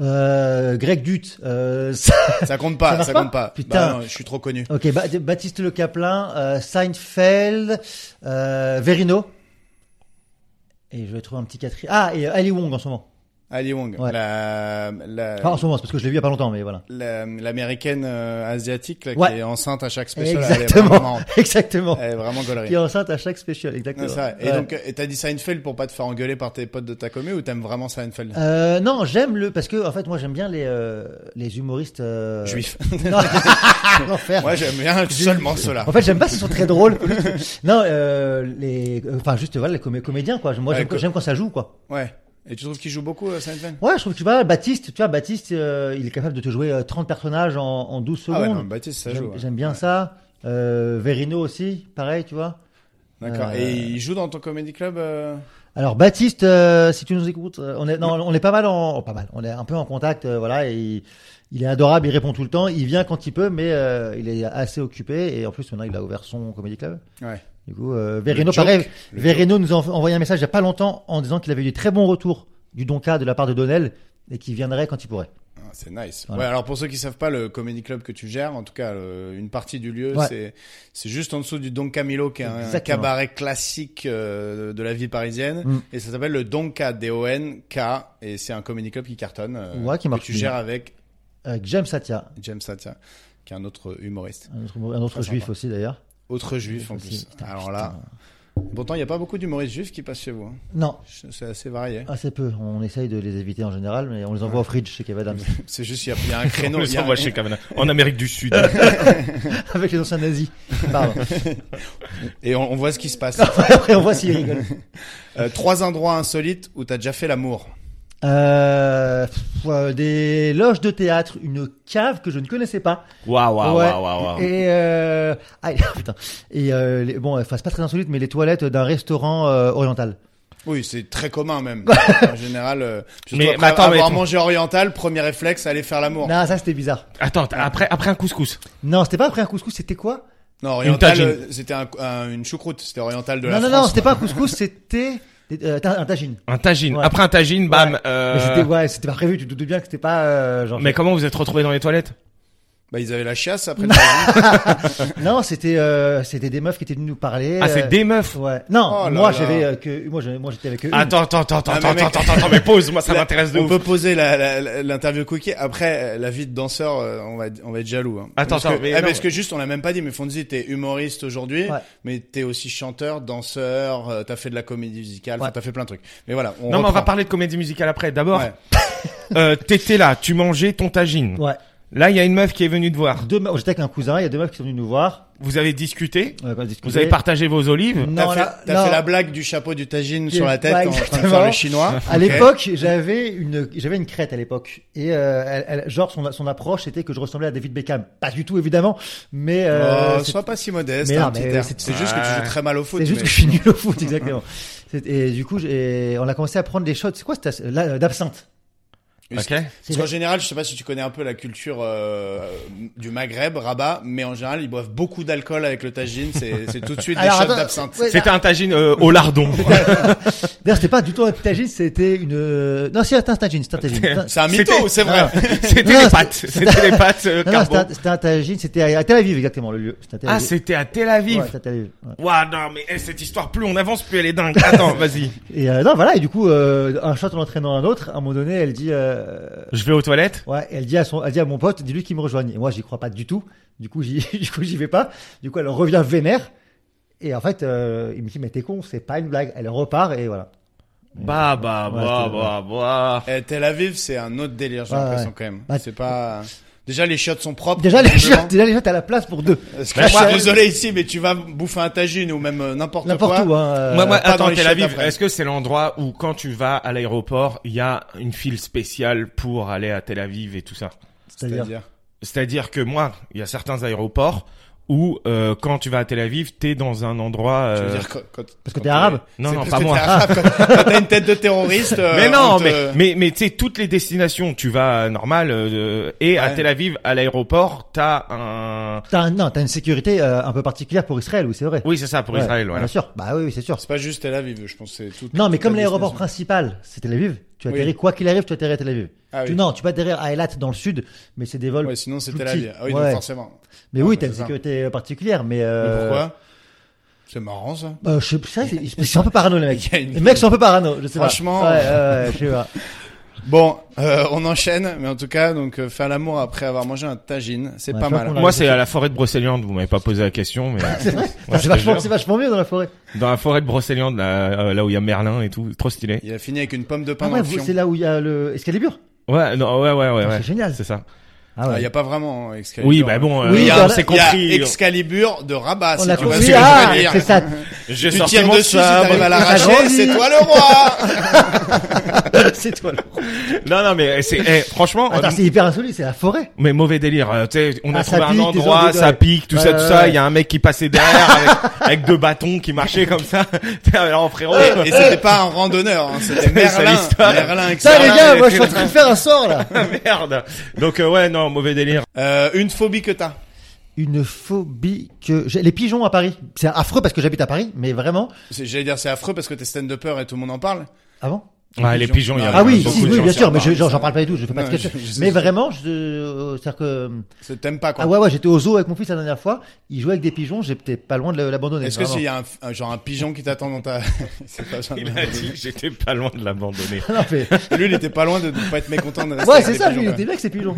[SPEAKER 2] Euh, Greg Dutt. Euh, ça-
[SPEAKER 4] ça compte pas,
[SPEAKER 2] marche
[SPEAKER 4] ça,
[SPEAKER 2] pas
[SPEAKER 4] compte pas.
[SPEAKER 2] Putain.
[SPEAKER 4] Bah non, je suis trop connu.
[SPEAKER 2] ok, Ba- Baptiste Le Caplin, euh, Seinfeld, euh, Verino. Et je vais trouver un petit quatrième. Ah, et euh, Ali Wong en ce moment.
[SPEAKER 4] Ali Wong,
[SPEAKER 2] Ouais.
[SPEAKER 4] la, la,
[SPEAKER 2] Enfin, en ce moment, c'est parce que je l'ai vu il y a pas longtemps, mais voilà.
[SPEAKER 4] la- l'américaine euh, asiatique là, qui
[SPEAKER 2] Ouais.
[SPEAKER 4] est enceinte à chaque spécial. elle est vraiment
[SPEAKER 2] Exactement.
[SPEAKER 4] marrante.
[SPEAKER 2] [laughs] Exactement.
[SPEAKER 4] Elle est vraiment
[SPEAKER 2] Qui est
[SPEAKER 4] gaulerie.
[SPEAKER 2] enceinte à chaque spécial,
[SPEAKER 4] Non,
[SPEAKER 2] exactement.
[SPEAKER 4] c'est vrai. Et
[SPEAKER 2] Ouais.
[SPEAKER 4] donc, euh, et t'as dit Seinfeld pour pas te faire engueuler par tes potes de ta commu ou t'aimes vraiment Seinfeld
[SPEAKER 2] Euh, non, j'aime le parce que en fait moi j'aime bien les euh, les humoristes euh...
[SPEAKER 4] Juif.
[SPEAKER 2] [laughs]
[SPEAKER 4] [laughs]
[SPEAKER 2] Non, l'enfer.
[SPEAKER 4] Moi, j'aime
[SPEAKER 2] [laughs]
[SPEAKER 4] bien seulement cela.
[SPEAKER 2] En fait, j'aime pas, ce sont très drôles. non, euh, les, euh, enfin, juste, voilà, les comé- comédiens, quoi. Moi,
[SPEAKER 4] Ouais,
[SPEAKER 2] j'aime
[SPEAKER 4] co-
[SPEAKER 2] j'aime quand ça joue, quoi.
[SPEAKER 4] Ouais. Et tu trouves qu'il joue beaucoup euh, Seinfeld
[SPEAKER 2] Ouais, je trouve que tu vois, Baptiste, tu vois, Baptiste, euh, il est capable de te jouer euh, 30 personnages en, en 12 secondes.
[SPEAKER 4] Ah ouais, non, Baptiste, ça
[SPEAKER 2] J'aime-
[SPEAKER 4] joue. ouais.
[SPEAKER 2] J'aime bien ça. Euh, Verino aussi, pareil, tu vois.
[SPEAKER 4] D'accord.
[SPEAKER 2] Euh,
[SPEAKER 4] Et il joue dans ton comedy club euh,
[SPEAKER 2] Alors, Baptiste, euh, si tu nous écoutes, euh, on est, non, on est pas mal en, oh, pas mal, on est un peu en contact, euh, voilà, et il, il est adorable, il répond tout le temps, il vient quand il peut, mais euh, il est assez occupé, et en plus, maintenant, il a ouvert son comédie club.
[SPEAKER 4] Ouais.
[SPEAKER 2] Du coup, euh, Verino,
[SPEAKER 4] Le joke,
[SPEAKER 2] pareil,
[SPEAKER 4] le
[SPEAKER 2] Verino nous a env- envoyé un message il n'y a pas longtemps en disant qu'il avait eu des très bons retours du Donka de la part de Donnel et qu'il viendrait quand il pourrait.
[SPEAKER 4] Ah, c'est nice.
[SPEAKER 2] Voilà.
[SPEAKER 4] Ouais, alors pour ceux qui savent pas, le comedy club que tu gères, en tout cas le- une partie du lieu,
[SPEAKER 2] Ouais.
[SPEAKER 4] c'est c'est juste en dessous du Don Camilo, qui est un,
[SPEAKER 2] Exactement.
[SPEAKER 4] cabaret classique euh, de la vie parisienne,
[SPEAKER 2] Mm.
[SPEAKER 4] et ça s'appelle le Donka D-O-N-K, et c'est un comedy club qui cartonne. euh,
[SPEAKER 2] Ouais, qui
[SPEAKER 4] que
[SPEAKER 2] marche
[SPEAKER 4] tu
[SPEAKER 2] bien.
[SPEAKER 4] gères avec
[SPEAKER 2] Avec James Satya,
[SPEAKER 4] James Satia, qui est un autre humoriste,
[SPEAKER 2] un autre, un autre
[SPEAKER 4] Très
[SPEAKER 2] juif
[SPEAKER 4] sympa.
[SPEAKER 2] aussi d'ailleurs.
[SPEAKER 4] autre juif en plus.
[SPEAKER 2] Aussi, putain,
[SPEAKER 4] alors
[SPEAKER 2] putain.
[SPEAKER 4] là, pourtant il n'y a pas beaucoup d'humoristes juifs qui passent chez vous. hein.
[SPEAKER 2] Non,
[SPEAKER 4] C'est assez varié.
[SPEAKER 2] assez peu. On essaye de les éviter en général, mais on les envoie au fridge chez Kev [laughs] Adams.
[SPEAKER 4] C'est juste qu'il y a-
[SPEAKER 2] [laughs]
[SPEAKER 4] il y, a un
[SPEAKER 3] On
[SPEAKER 4] créneau. il
[SPEAKER 3] les
[SPEAKER 4] y a
[SPEAKER 3] envoie
[SPEAKER 4] un- [laughs]
[SPEAKER 3] chez Kavanaugh. En Amérique du Sud.
[SPEAKER 2] Avec les anciens [laughs] nazis. Pardon.
[SPEAKER 4] Et on, on voit ce qui se
[SPEAKER 2] [laughs]
[SPEAKER 4] passe.
[SPEAKER 2] Après, on voit s'ils rigolent.
[SPEAKER 4] Euh, trois endroits insolites où t'as déjà fait l'amour.
[SPEAKER 2] Euh, pff, euh, des loges de théâtre, une cave que je ne connaissais pas.
[SPEAKER 3] Waouh, waouh,
[SPEAKER 2] Ouais.
[SPEAKER 3] waouh, waouh, waouh.
[SPEAKER 2] Et euh... ah, [laughs] putain. Et euh, les- bon, enfin c'est pas très insolite, mais les toilettes d'un restaurant euh, oriental.
[SPEAKER 4] Oui, c'est très commun
[SPEAKER 2] [laughs]
[SPEAKER 4] même. en général, euh, surtout
[SPEAKER 3] Mais-
[SPEAKER 4] après
[SPEAKER 3] mais attends, mais
[SPEAKER 4] avoir
[SPEAKER 3] attends.
[SPEAKER 4] mangé oriental, premier réflexe, aller faire l'amour. Non,
[SPEAKER 2] Non, ça c'était bizarre.
[SPEAKER 3] Attends, t'as- après, après un couscous.
[SPEAKER 2] Non, c'était pas après un couscous, c'était quoi
[SPEAKER 4] oriental,
[SPEAKER 3] Une
[SPEAKER 4] euh, c'était un- un- une choucroute, c'était oriental de
[SPEAKER 2] Non,
[SPEAKER 4] la
[SPEAKER 2] non,
[SPEAKER 4] France.
[SPEAKER 2] non, c'était pas un couscous, c'était euh, ta- un tagine.
[SPEAKER 3] Un tagine.
[SPEAKER 2] Ouais.
[SPEAKER 3] Après un tagine, bam. euh,
[SPEAKER 2] Mais c'était ouais, c'était pas prévu. Tu te doutes bien que c'était pas euh, genre.
[SPEAKER 3] mais comment vous êtes retrouvés dans les toilettes
[SPEAKER 4] Bah, ils avaient la chiasse après. le Brésil.
[SPEAKER 2] Non, c'était euh, c'était des meufs qui étaient venues nous parler.
[SPEAKER 3] Ah,
[SPEAKER 2] euh,
[SPEAKER 3] c'est des meufs.
[SPEAKER 2] Ouais. Non,
[SPEAKER 4] Oh là
[SPEAKER 2] moi
[SPEAKER 4] là.
[SPEAKER 2] j'avais euh, que moi j'avais- moi j'étais avec eux.
[SPEAKER 3] Attends, attends, attends, attends,
[SPEAKER 4] Ah, mais
[SPEAKER 3] attends,
[SPEAKER 4] mec.
[SPEAKER 3] attends, attends, mais
[SPEAKER 4] [laughs]
[SPEAKER 3] pause. Moi, [laughs] ça
[SPEAKER 4] La-
[SPEAKER 3] m'intéresse de
[SPEAKER 4] On
[SPEAKER 3] ouf.
[SPEAKER 4] peut poser la- la- la- l'interview cookie. Après, euh, la vie de danseur, euh, on va, être- on va être jaloux. hein.
[SPEAKER 3] Attends,
[SPEAKER 4] parce
[SPEAKER 3] attends,
[SPEAKER 4] que,
[SPEAKER 3] mais
[SPEAKER 4] eh,
[SPEAKER 3] non.
[SPEAKER 4] parce que juste, on l'a même pas dit, mais Fonzi, t'es humoriste aujourd'hui,
[SPEAKER 2] Ouais.
[SPEAKER 4] mais t'es aussi chanteur, danseur, euh, t'as fait de la comédie musicale,
[SPEAKER 2] Ouais.
[SPEAKER 4] enfin, t'as fait plein de trucs. Mais voilà, on
[SPEAKER 3] Non, mais on va
[SPEAKER 4] reprend.
[SPEAKER 3] parler de comédie musicale après. D'abord,
[SPEAKER 4] Ouais.
[SPEAKER 3] euh, t'étais là, tu mangeais ton tagine.
[SPEAKER 2] Ouais.
[SPEAKER 3] Là, il y a une meuf qui est venue te voir.
[SPEAKER 2] Deux meufs. J'étais avec un cousin. Il y a deux meufs qui sont venues nous voir. euh,
[SPEAKER 3] Vous avez discuté.
[SPEAKER 2] On a pas discuté.
[SPEAKER 3] Vous avez partagé vos olives.
[SPEAKER 2] Non,
[SPEAKER 4] T'as fait,
[SPEAKER 2] là-
[SPEAKER 4] t'as
[SPEAKER 2] non.
[SPEAKER 4] fait la blague du chapeau du tagine
[SPEAKER 2] J'ai-
[SPEAKER 4] sur la tête
[SPEAKER 2] ouais,
[SPEAKER 4] en train de
[SPEAKER 2] exactement.
[SPEAKER 4] faire le chinois.
[SPEAKER 2] À l'époque, j'avais une j'avais une crête à l'époque et euh, elle- elle- genre son son approche c'était que je ressemblais à David Beckham. Pas du tout évidemment, mais euh,
[SPEAKER 4] oh,
[SPEAKER 2] c'est-
[SPEAKER 4] sois pas si modeste.
[SPEAKER 2] Mais
[SPEAKER 4] un
[SPEAKER 2] non,
[SPEAKER 4] petit
[SPEAKER 2] mais
[SPEAKER 4] air.
[SPEAKER 2] c'est-
[SPEAKER 4] c'est juste que tu joues très mal au foot.
[SPEAKER 2] C'est juste
[SPEAKER 4] mais-
[SPEAKER 2] que je suis nul au foot, exactement. C'est- Et du coup, j'ai- on a commencé à prendre des shots. C'est quoi cette as- là, euh, d'absinthe
[SPEAKER 3] Ok.
[SPEAKER 2] C'est
[SPEAKER 4] Parce qu'en
[SPEAKER 2] vrai.
[SPEAKER 4] général, je sais pas si tu connais un peu la culture euh, du Maghreb, Rabat, mais en général, ils boivent beaucoup d'alcool avec le tagine. C'est c'est tout de suite des
[SPEAKER 2] Alors,
[SPEAKER 4] shots
[SPEAKER 2] attends,
[SPEAKER 4] d'absinthe.
[SPEAKER 2] ouais,
[SPEAKER 3] C'était un tagine euh, au
[SPEAKER 2] [laughs]
[SPEAKER 3] lardon.
[SPEAKER 2] D'ailleurs, c'était pas du tout un tagine, c'était une. euh, Non, si, c'était un tagine, c'était un tagine. C'était un-
[SPEAKER 4] C'est un
[SPEAKER 3] C'était-
[SPEAKER 4] mytho, c'est vrai.
[SPEAKER 2] Non, non,
[SPEAKER 3] [laughs] C'était les
[SPEAKER 2] c'est-
[SPEAKER 3] pâtes. C'était les
[SPEAKER 2] [laughs]
[SPEAKER 3] pâtes euh,
[SPEAKER 2] Non, non, c'était
[SPEAKER 3] carbone.
[SPEAKER 2] un- c'était un tagine, c'était à Tel Aviv exactement le lieu. C'était à Tel
[SPEAKER 3] Ah,
[SPEAKER 2] Aviv.
[SPEAKER 3] c'était à Tel Aviv.
[SPEAKER 2] Ouais, c'était à Tel Aviv. ouais.
[SPEAKER 3] Ouah, non, mais eh, cette histoire, plus on avance, plus elle est dingue. Attends, vas-y.
[SPEAKER 2] Et euh, non, voilà, et du coup, euh, un chat en entraînant un autre, à un moment donné, elle dit, euh,
[SPEAKER 3] Je vais aux toilettes.
[SPEAKER 2] ouais, elle dit à son, elle dit à mon pote, dis-lui qu'il me rejoigne. Et moi, j'y crois pas du tout. Du coup, j'y, [laughs] du coup, j'y vais pas. Du coup, elle revient vénère. Et en fait, euh, il me dit, mais t'es con, c'est pas une blague. Elle repart et voilà.
[SPEAKER 3] Bah, bah,
[SPEAKER 2] Ouais,
[SPEAKER 3] bah,
[SPEAKER 2] c'était-
[SPEAKER 3] bah, bah.
[SPEAKER 4] Euh, Tel Aviv, c'est un autre délire, j'ai
[SPEAKER 2] Ouais,
[SPEAKER 4] l'impression
[SPEAKER 2] ouais.
[SPEAKER 4] quand même.
[SPEAKER 2] Bah,
[SPEAKER 4] c'est pas. Déjà, les shots sont propres.
[SPEAKER 2] Déjà, les
[SPEAKER 4] visiblement.
[SPEAKER 2] shots, déjà, les shots, t'as la place pour deux.
[SPEAKER 4] Parce
[SPEAKER 3] Bah,
[SPEAKER 4] que moi,
[SPEAKER 3] je-
[SPEAKER 4] désolé ici, mais tu vas bouffer un tagine ou même euh, n'importe quoi.
[SPEAKER 2] N'importe où, hein. euh,
[SPEAKER 3] Moi, moi,
[SPEAKER 4] pas dans
[SPEAKER 3] attends,
[SPEAKER 4] les
[SPEAKER 3] Tel
[SPEAKER 4] shots
[SPEAKER 3] Aviv,
[SPEAKER 4] après.
[SPEAKER 3] est-ce que c'est l'endroit où quand tu vas à l'aéroport, il y a une file spéciale pour aller à Tel Aviv et tout ça
[SPEAKER 2] c'est-à-dire-
[SPEAKER 4] C'est-à-dire.
[SPEAKER 3] C'est-à-dire que moi, il y a certains aéroports où euh, quand tu vas à Tel Aviv, t'es dans un endroit...
[SPEAKER 4] Tu veux
[SPEAKER 3] euh,
[SPEAKER 4] dire quand, quand-
[SPEAKER 2] Parce
[SPEAKER 4] quand
[SPEAKER 2] que t'es arabe.
[SPEAKER 3] Non,
[SPEAKER 4] C'est
[SPEAKER 3] non,
[SPEAKER 4] parce
[SPEAKER 3] pas
[SPEAKER 4] que
[SPEAKER 3] moi.
[SPEAKER 4] t'es arabe, Quand quand t'as une tête de terroriste. euh,
[SPEAKER 3] Mais
[SPEAKER 4] on
[SPEAKER 3] non,
[SPEAKER 4] te-
[SPEAKER 3] mais mais mais tu sais toutes les destinations, tu vas euh, normal euh, et à
[SPEAKER 4] Ouais.
[SPEAKER 3] Tel Aviv à l'aéroport, t'as un
[SPEAKER 2] T'as, un- non, t'as une sécurité euh, un peu particulière pour Israël, oui, c'est vrai.
[SPEAKER 3] oui c'est ça pour
[SPEAKER 2] Ouais,
[SPEAKER 3] Israël voilà.
[SPEAKER 2] Bien sûr. Bah oui, oui, c'est sûr.
[SPEAKER 4] C'est pas juste Tel Aviv, je pense que c'est tout.
[SPEAKER 2] Non, mais
[SPEAKER 4] toute
[SPEAKER 2] comme
[SPEAKER 4] la
[SPEAKER 2] l'aéroport
[SPEAKER 4] destination.
[SPEAKER 2] principal, c'est Tel Aviv, tu
[SPEAKER 4] Oui.
[SPEAKER 2] atterris, quoi qu'il arrive, tu atterris à Tel Aviv.
[SPEAKER 4] Ah
[SPEAKER 2] tu,
[SPEAKER 4] oui.
[SPEAKER 2] Non, tu peux atterrir à Elat dans le sud, mais c'est des vols.
[SPEAKER 4] Ouais, sinon c'est
[SPEAKER 2] plus
[SPEAKER 4] Tel
[SPEAKER 2] petits.
[SPEAKER 4] Aviv. Ah oui,
[SPEAKER 2] Ouais.
[SPEAKER 4] donc forcément.
[SPEAKER 2] Mais
[SPEAKER 4] Ah,
[SPEAKER 2] oui,
[SPEAKER 4] bah,
[SPEAKER 2] t'as une
[SPEAKER 4] c'est ça.
[SPEAKER 2] sécurité euh, particulière, mais.
[SPEAKER 4] Mais
[SPEAKER 2] euh,
[SPEAKER 4] Pourquoi C'est marrant ça.
[SPEAKER 2] euh, Je sais pas, c'est-
[SPEAKER 4] [laughs]
[SPEAKER 2] ils sont un peu parano les mecs.
[SPEAKER 4] Il y a une-
[SPEAKER 2] Les mecs sont un peu parano, je sais
[SPEAKER 4] Franchement.
[SPEAKER 2] pas. Franchement. Ouais, ouais, je sais pas.
[SPEAKER 4] [laughs] Bon, euh, on enchaîne, mais en tout cas, donc euh, faire l'amour après avoir mangé un tagine, c'est
[SPEAKER 2] Ouais,
[SPEAKER 4] pas
[SPEAKER 2] je crois
[SPEAKER 4] mal.
[SPEAKER 2] qu'on l'a-
[SPEAKER 3] Moi c'est à la forêt de Brocéliande, vous m'avez pas posé la question
[SPEAKER 4] [laughs]
[SPEAKER 3] mais
[SPEAKER 2] C'est vrai.
[SPEAKER 3] Ouais, je
[SPEAKER 2] c'est
[SPEAKER 3] te
[SPEAKER 2] vachement,
[SPEAKER 3] jure.
[SPEAKER 2] c'est vachement mieux dans la forêt.
[SPEAKER 3] dans la forêt de Brocéliande là, euh, là où il y a Merlin et tout, trop stylé.
[SPEAKER 4] Il a fini avec une pomme de pain
[SPEAKER 2] Ah
[SPEAKER 4] dans
[SPEAKER 2] ouais,
[SPEAKER 4] le
[SPEAKER 2] vous-
[SPEAKER 4] fion.
[SPEAKER 2] c'est là où il y a le Excalibur.
[SPEAKER 3] Ouais non ouais ouais ouais,
[SPEAKER 2] Ah,
[SPEAKER 3] ouais.
[SPEAKER 2] c'est génial.
[SPEAKER 3] C'est ça.
[SPEAKER 2] Ah
[SPEAKER 4] Ah, il y a pas vraiment hein, Excalibur.
[SPEAKER 3] Oui, bah bon, euh,
[SPEAKER 2] Oui,
[SPEAKER 3] on
[SPEAKER 2] dans la-
[SPEAKER 3] s'est
[SPEAKER 4] Il y a
[SPEAKER 3] compris.
[SPEAKER 4] Excalibur de Rabat,
[SPEAKER 2] On
[SPEAKER 4] si
[SPEAKER 2] l'a
[SPEAKER 4] tu vois
[SPEAKER 2] compris.
[SPEAKER 4] ce que je
[SPEAKER 2] Ah,
[SPEAKER 4] veux dire. [laughs]
[SPEAKER 2] c'est ça. [laughs]
[SPEAKER 3] Je
[SPEAKER 4] Tu
[SPEAKER 3] sorti
[SPEAKER 4] tires
[SPEAKER 3] mon
[SPEAKER 4] dessus, si t'arrives à
[SPEAKER 3] sabre.
[SPEAKER 4] l'arracher,
[SPEAKER 2] grandit.
[SPEAKER 4] c'est toi le roi
[SPEAKER 2] c'est toi. là.
[SPEAKER 3] Non non mais c'est eh, franchement
[SPEAKER 2] Attends,
[SPEAKER 3] euh,
[SPEAKER 2] c'est hyper insolite, c'est la forêt.
[SPEAKER 3] mais mauvais délire, euh, tu sais, on a
[SPEAKER 2] Ah, ça
[SPEAKER 3] trouvé un
[SPEAKER 2] pique, ils ont
[SPEAKER 3] endroit,
[SPEAKER 2] des-
[SPEAKER 3] ça pique, tout
[SPEAKER 2] Ouais,
[SPEAKER 3] ça, tout
[SPEAKER 2] ouais,
[SPEAKER 3] ça,
[SPEAKER 2] ouais.
[SPEAKER 3] il y a un mec qui passait derrière avec, [laughs] avec deux bâtons qui marchait comme ça. [laughs] Alors frérot, [laughs]
[SPEAKER 4] Et c'était pas un randonneur, hein, c'était Merlin.
[SPEAKER 3] l'histoire.
[SPEAKER 4] Merlin,
[SPEAKER 2] Ça les
[SPEAKER 4] Excalibur.
[SPEAKER 2] gars, moi je suis en train de faire un sort là.
[SPEAKER 3] Ah, merde. Donc euh, ouais non mauvais délire.
[SPEAKER 4] Euh, une phobie que t'as.
[SPEAKER 2] Une phobie que j'ai les pigeons à Paris. C'est affreux parce que j'habite à Paris, mais vraiment.
[SPEAKER 4] C'est- J'allais dire c'est affreux parce que t'es stand peur et tout le monde en parle.
[SPEAKER 2] Avant.
[SPEAKER 3] Ouais les pigeons. il y en a
[SPEAKER 2] Ah oui,
[SPEAKER 3] beaucoup
[SPEAKER 2] si,
[SPEAKER 3] de
[SPEAKER 2] oui,
[SPEAKER 3] gens.
[SPEAKER 2] bien sûr,
[SPEAKER 4] en
[SPEAKER 2] mais je-
[SPEAKER 4] parlent,
[SPEAKER 2] genre,
[SPEAKER 4] ça.
[SPEAKER 2] j'en parle pas du tout, je fais pas
[SPEAKER 4] Non,
[SPEAKER 2] de sketch.
[SPEAKER 4] je- je-
[SPEAKER 2] mais vraiment, je, euh, c'est-à-dire que,
[SPEAKER 4] C'est- T'aimes pas quoi.
[SPEAKER 2] ah ouais, ouais, j'étais au zoo avec mon fils la dernière fois, il jouait avec des pigeons, j'étais pas loin de l'abandonner.
[SPEAKER 4] Est-ce que
[SPEAKER 2] vraiment.
[SPEAKER 4] s'il y a un, un- genre un pigeon qui t'attend dans ta... [laughs] C'est pas ça.
[SPEAKER 3] Il m'a dit [laughs] que j'étais pas loin de l'abandonner.
[SPEAKER 2] [laughs] Non, mais-
[SPEAKER 4] Lui, il était pas loin de ne pas être mécontent de rester
[SPEAKER 2] Ouais,
[SPEAKER 4] avec
[SPEAKER 2] c'est
[SPEAKER 4] les
[SPEAKER 2] ça,
[SPEAKER 4] pigeons,
[SPEAKER 2] lui, il
[SPEAKER 4] quoi.
[SPEAKER 2] était bien avec ses pigeons.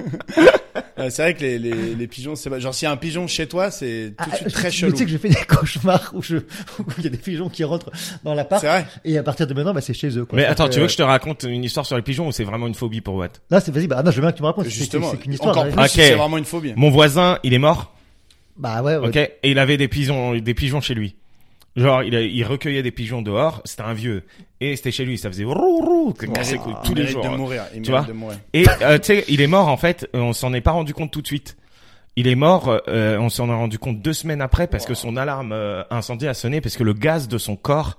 [SPEAKER 4] Ouais, c'est vrai que les, les, les pigeons, c'est pas... Genre, s'il y a un pigeon chez toi, c'est tout de
[SPEAKER 2] Ah,
[SPEAKER 4] suite très
[SPEAKER 2] mais
[SPEAKER 4] chelou.
[SPEAKER 2] Tu sais que j'ai fait des [laughs] cauchemars où je, où il y a des pigeons qui rentrent dans l'appart,
[SPEAKER 4] C'est vrai
[SPEAKER 2] et à partir de maintenant, bah, c'est chez eux,
[SPEAKER 3] [laughs]
[SPEAKER 2] quoi.
[SPEAKER 3] Mais
[SPEAKER 2] Donc,
[SPEAKER 3] attends, tu
[SPEAKER 2] euh,
[SPEAKER 3] veux que je te raconte une histoire sur les pigeons ou c'est vraiment une phobie pour Watt
[SPEAKER 2] Là, c'est, vas-y, bah, ah non, je veux bien que tu me racontes, c'est- c'est
[SPEAKER 4] Justement,
[SPEAKER 2] c'est qu'une histoire.
[SPEAKER 4] encore
[SPEAKER 2] là.
[SPEAKER 4] plus,
[SPEAKER 3] Ok.
[SPEAKER 4] c'est vraiment une phobie.
[SPEAKER 3] Mon voisin, il est mort,
[SPEAKER 2] Bah ouais, ouais.
[SPEAKER 3] ok, et il avait des pigeons, des pigeons chez lui. Genre, il, a- il recueillait des pigeons dehors, c'était un vieux, et c'était chez lui, ça faisait roux roux, que-
[SPEAKER 4] Ouais,
[SPEAKER 3] que-
[SPEAKER 4] il
[SPEAKER 3] tous les
[SPEAKER 4] mérite
[SPEAKER 3] jours. hein.
[SPEAKER 4] de mourir. Il
[SPEAKER 3] Tu
[SPEAKER 4] mérite
[SPEAKER 3] vois
[SPEAKER 4] de mourir.
[SPEAKER 3] Et euh, tu sais, il est mort en fait, euh, on s'en est pas rendu compte tout de suite. Il est mort, euh, on s'en est rendu compte deux semaines après parce que son alarme euh, incendie a sonné parce que le gaz de son corps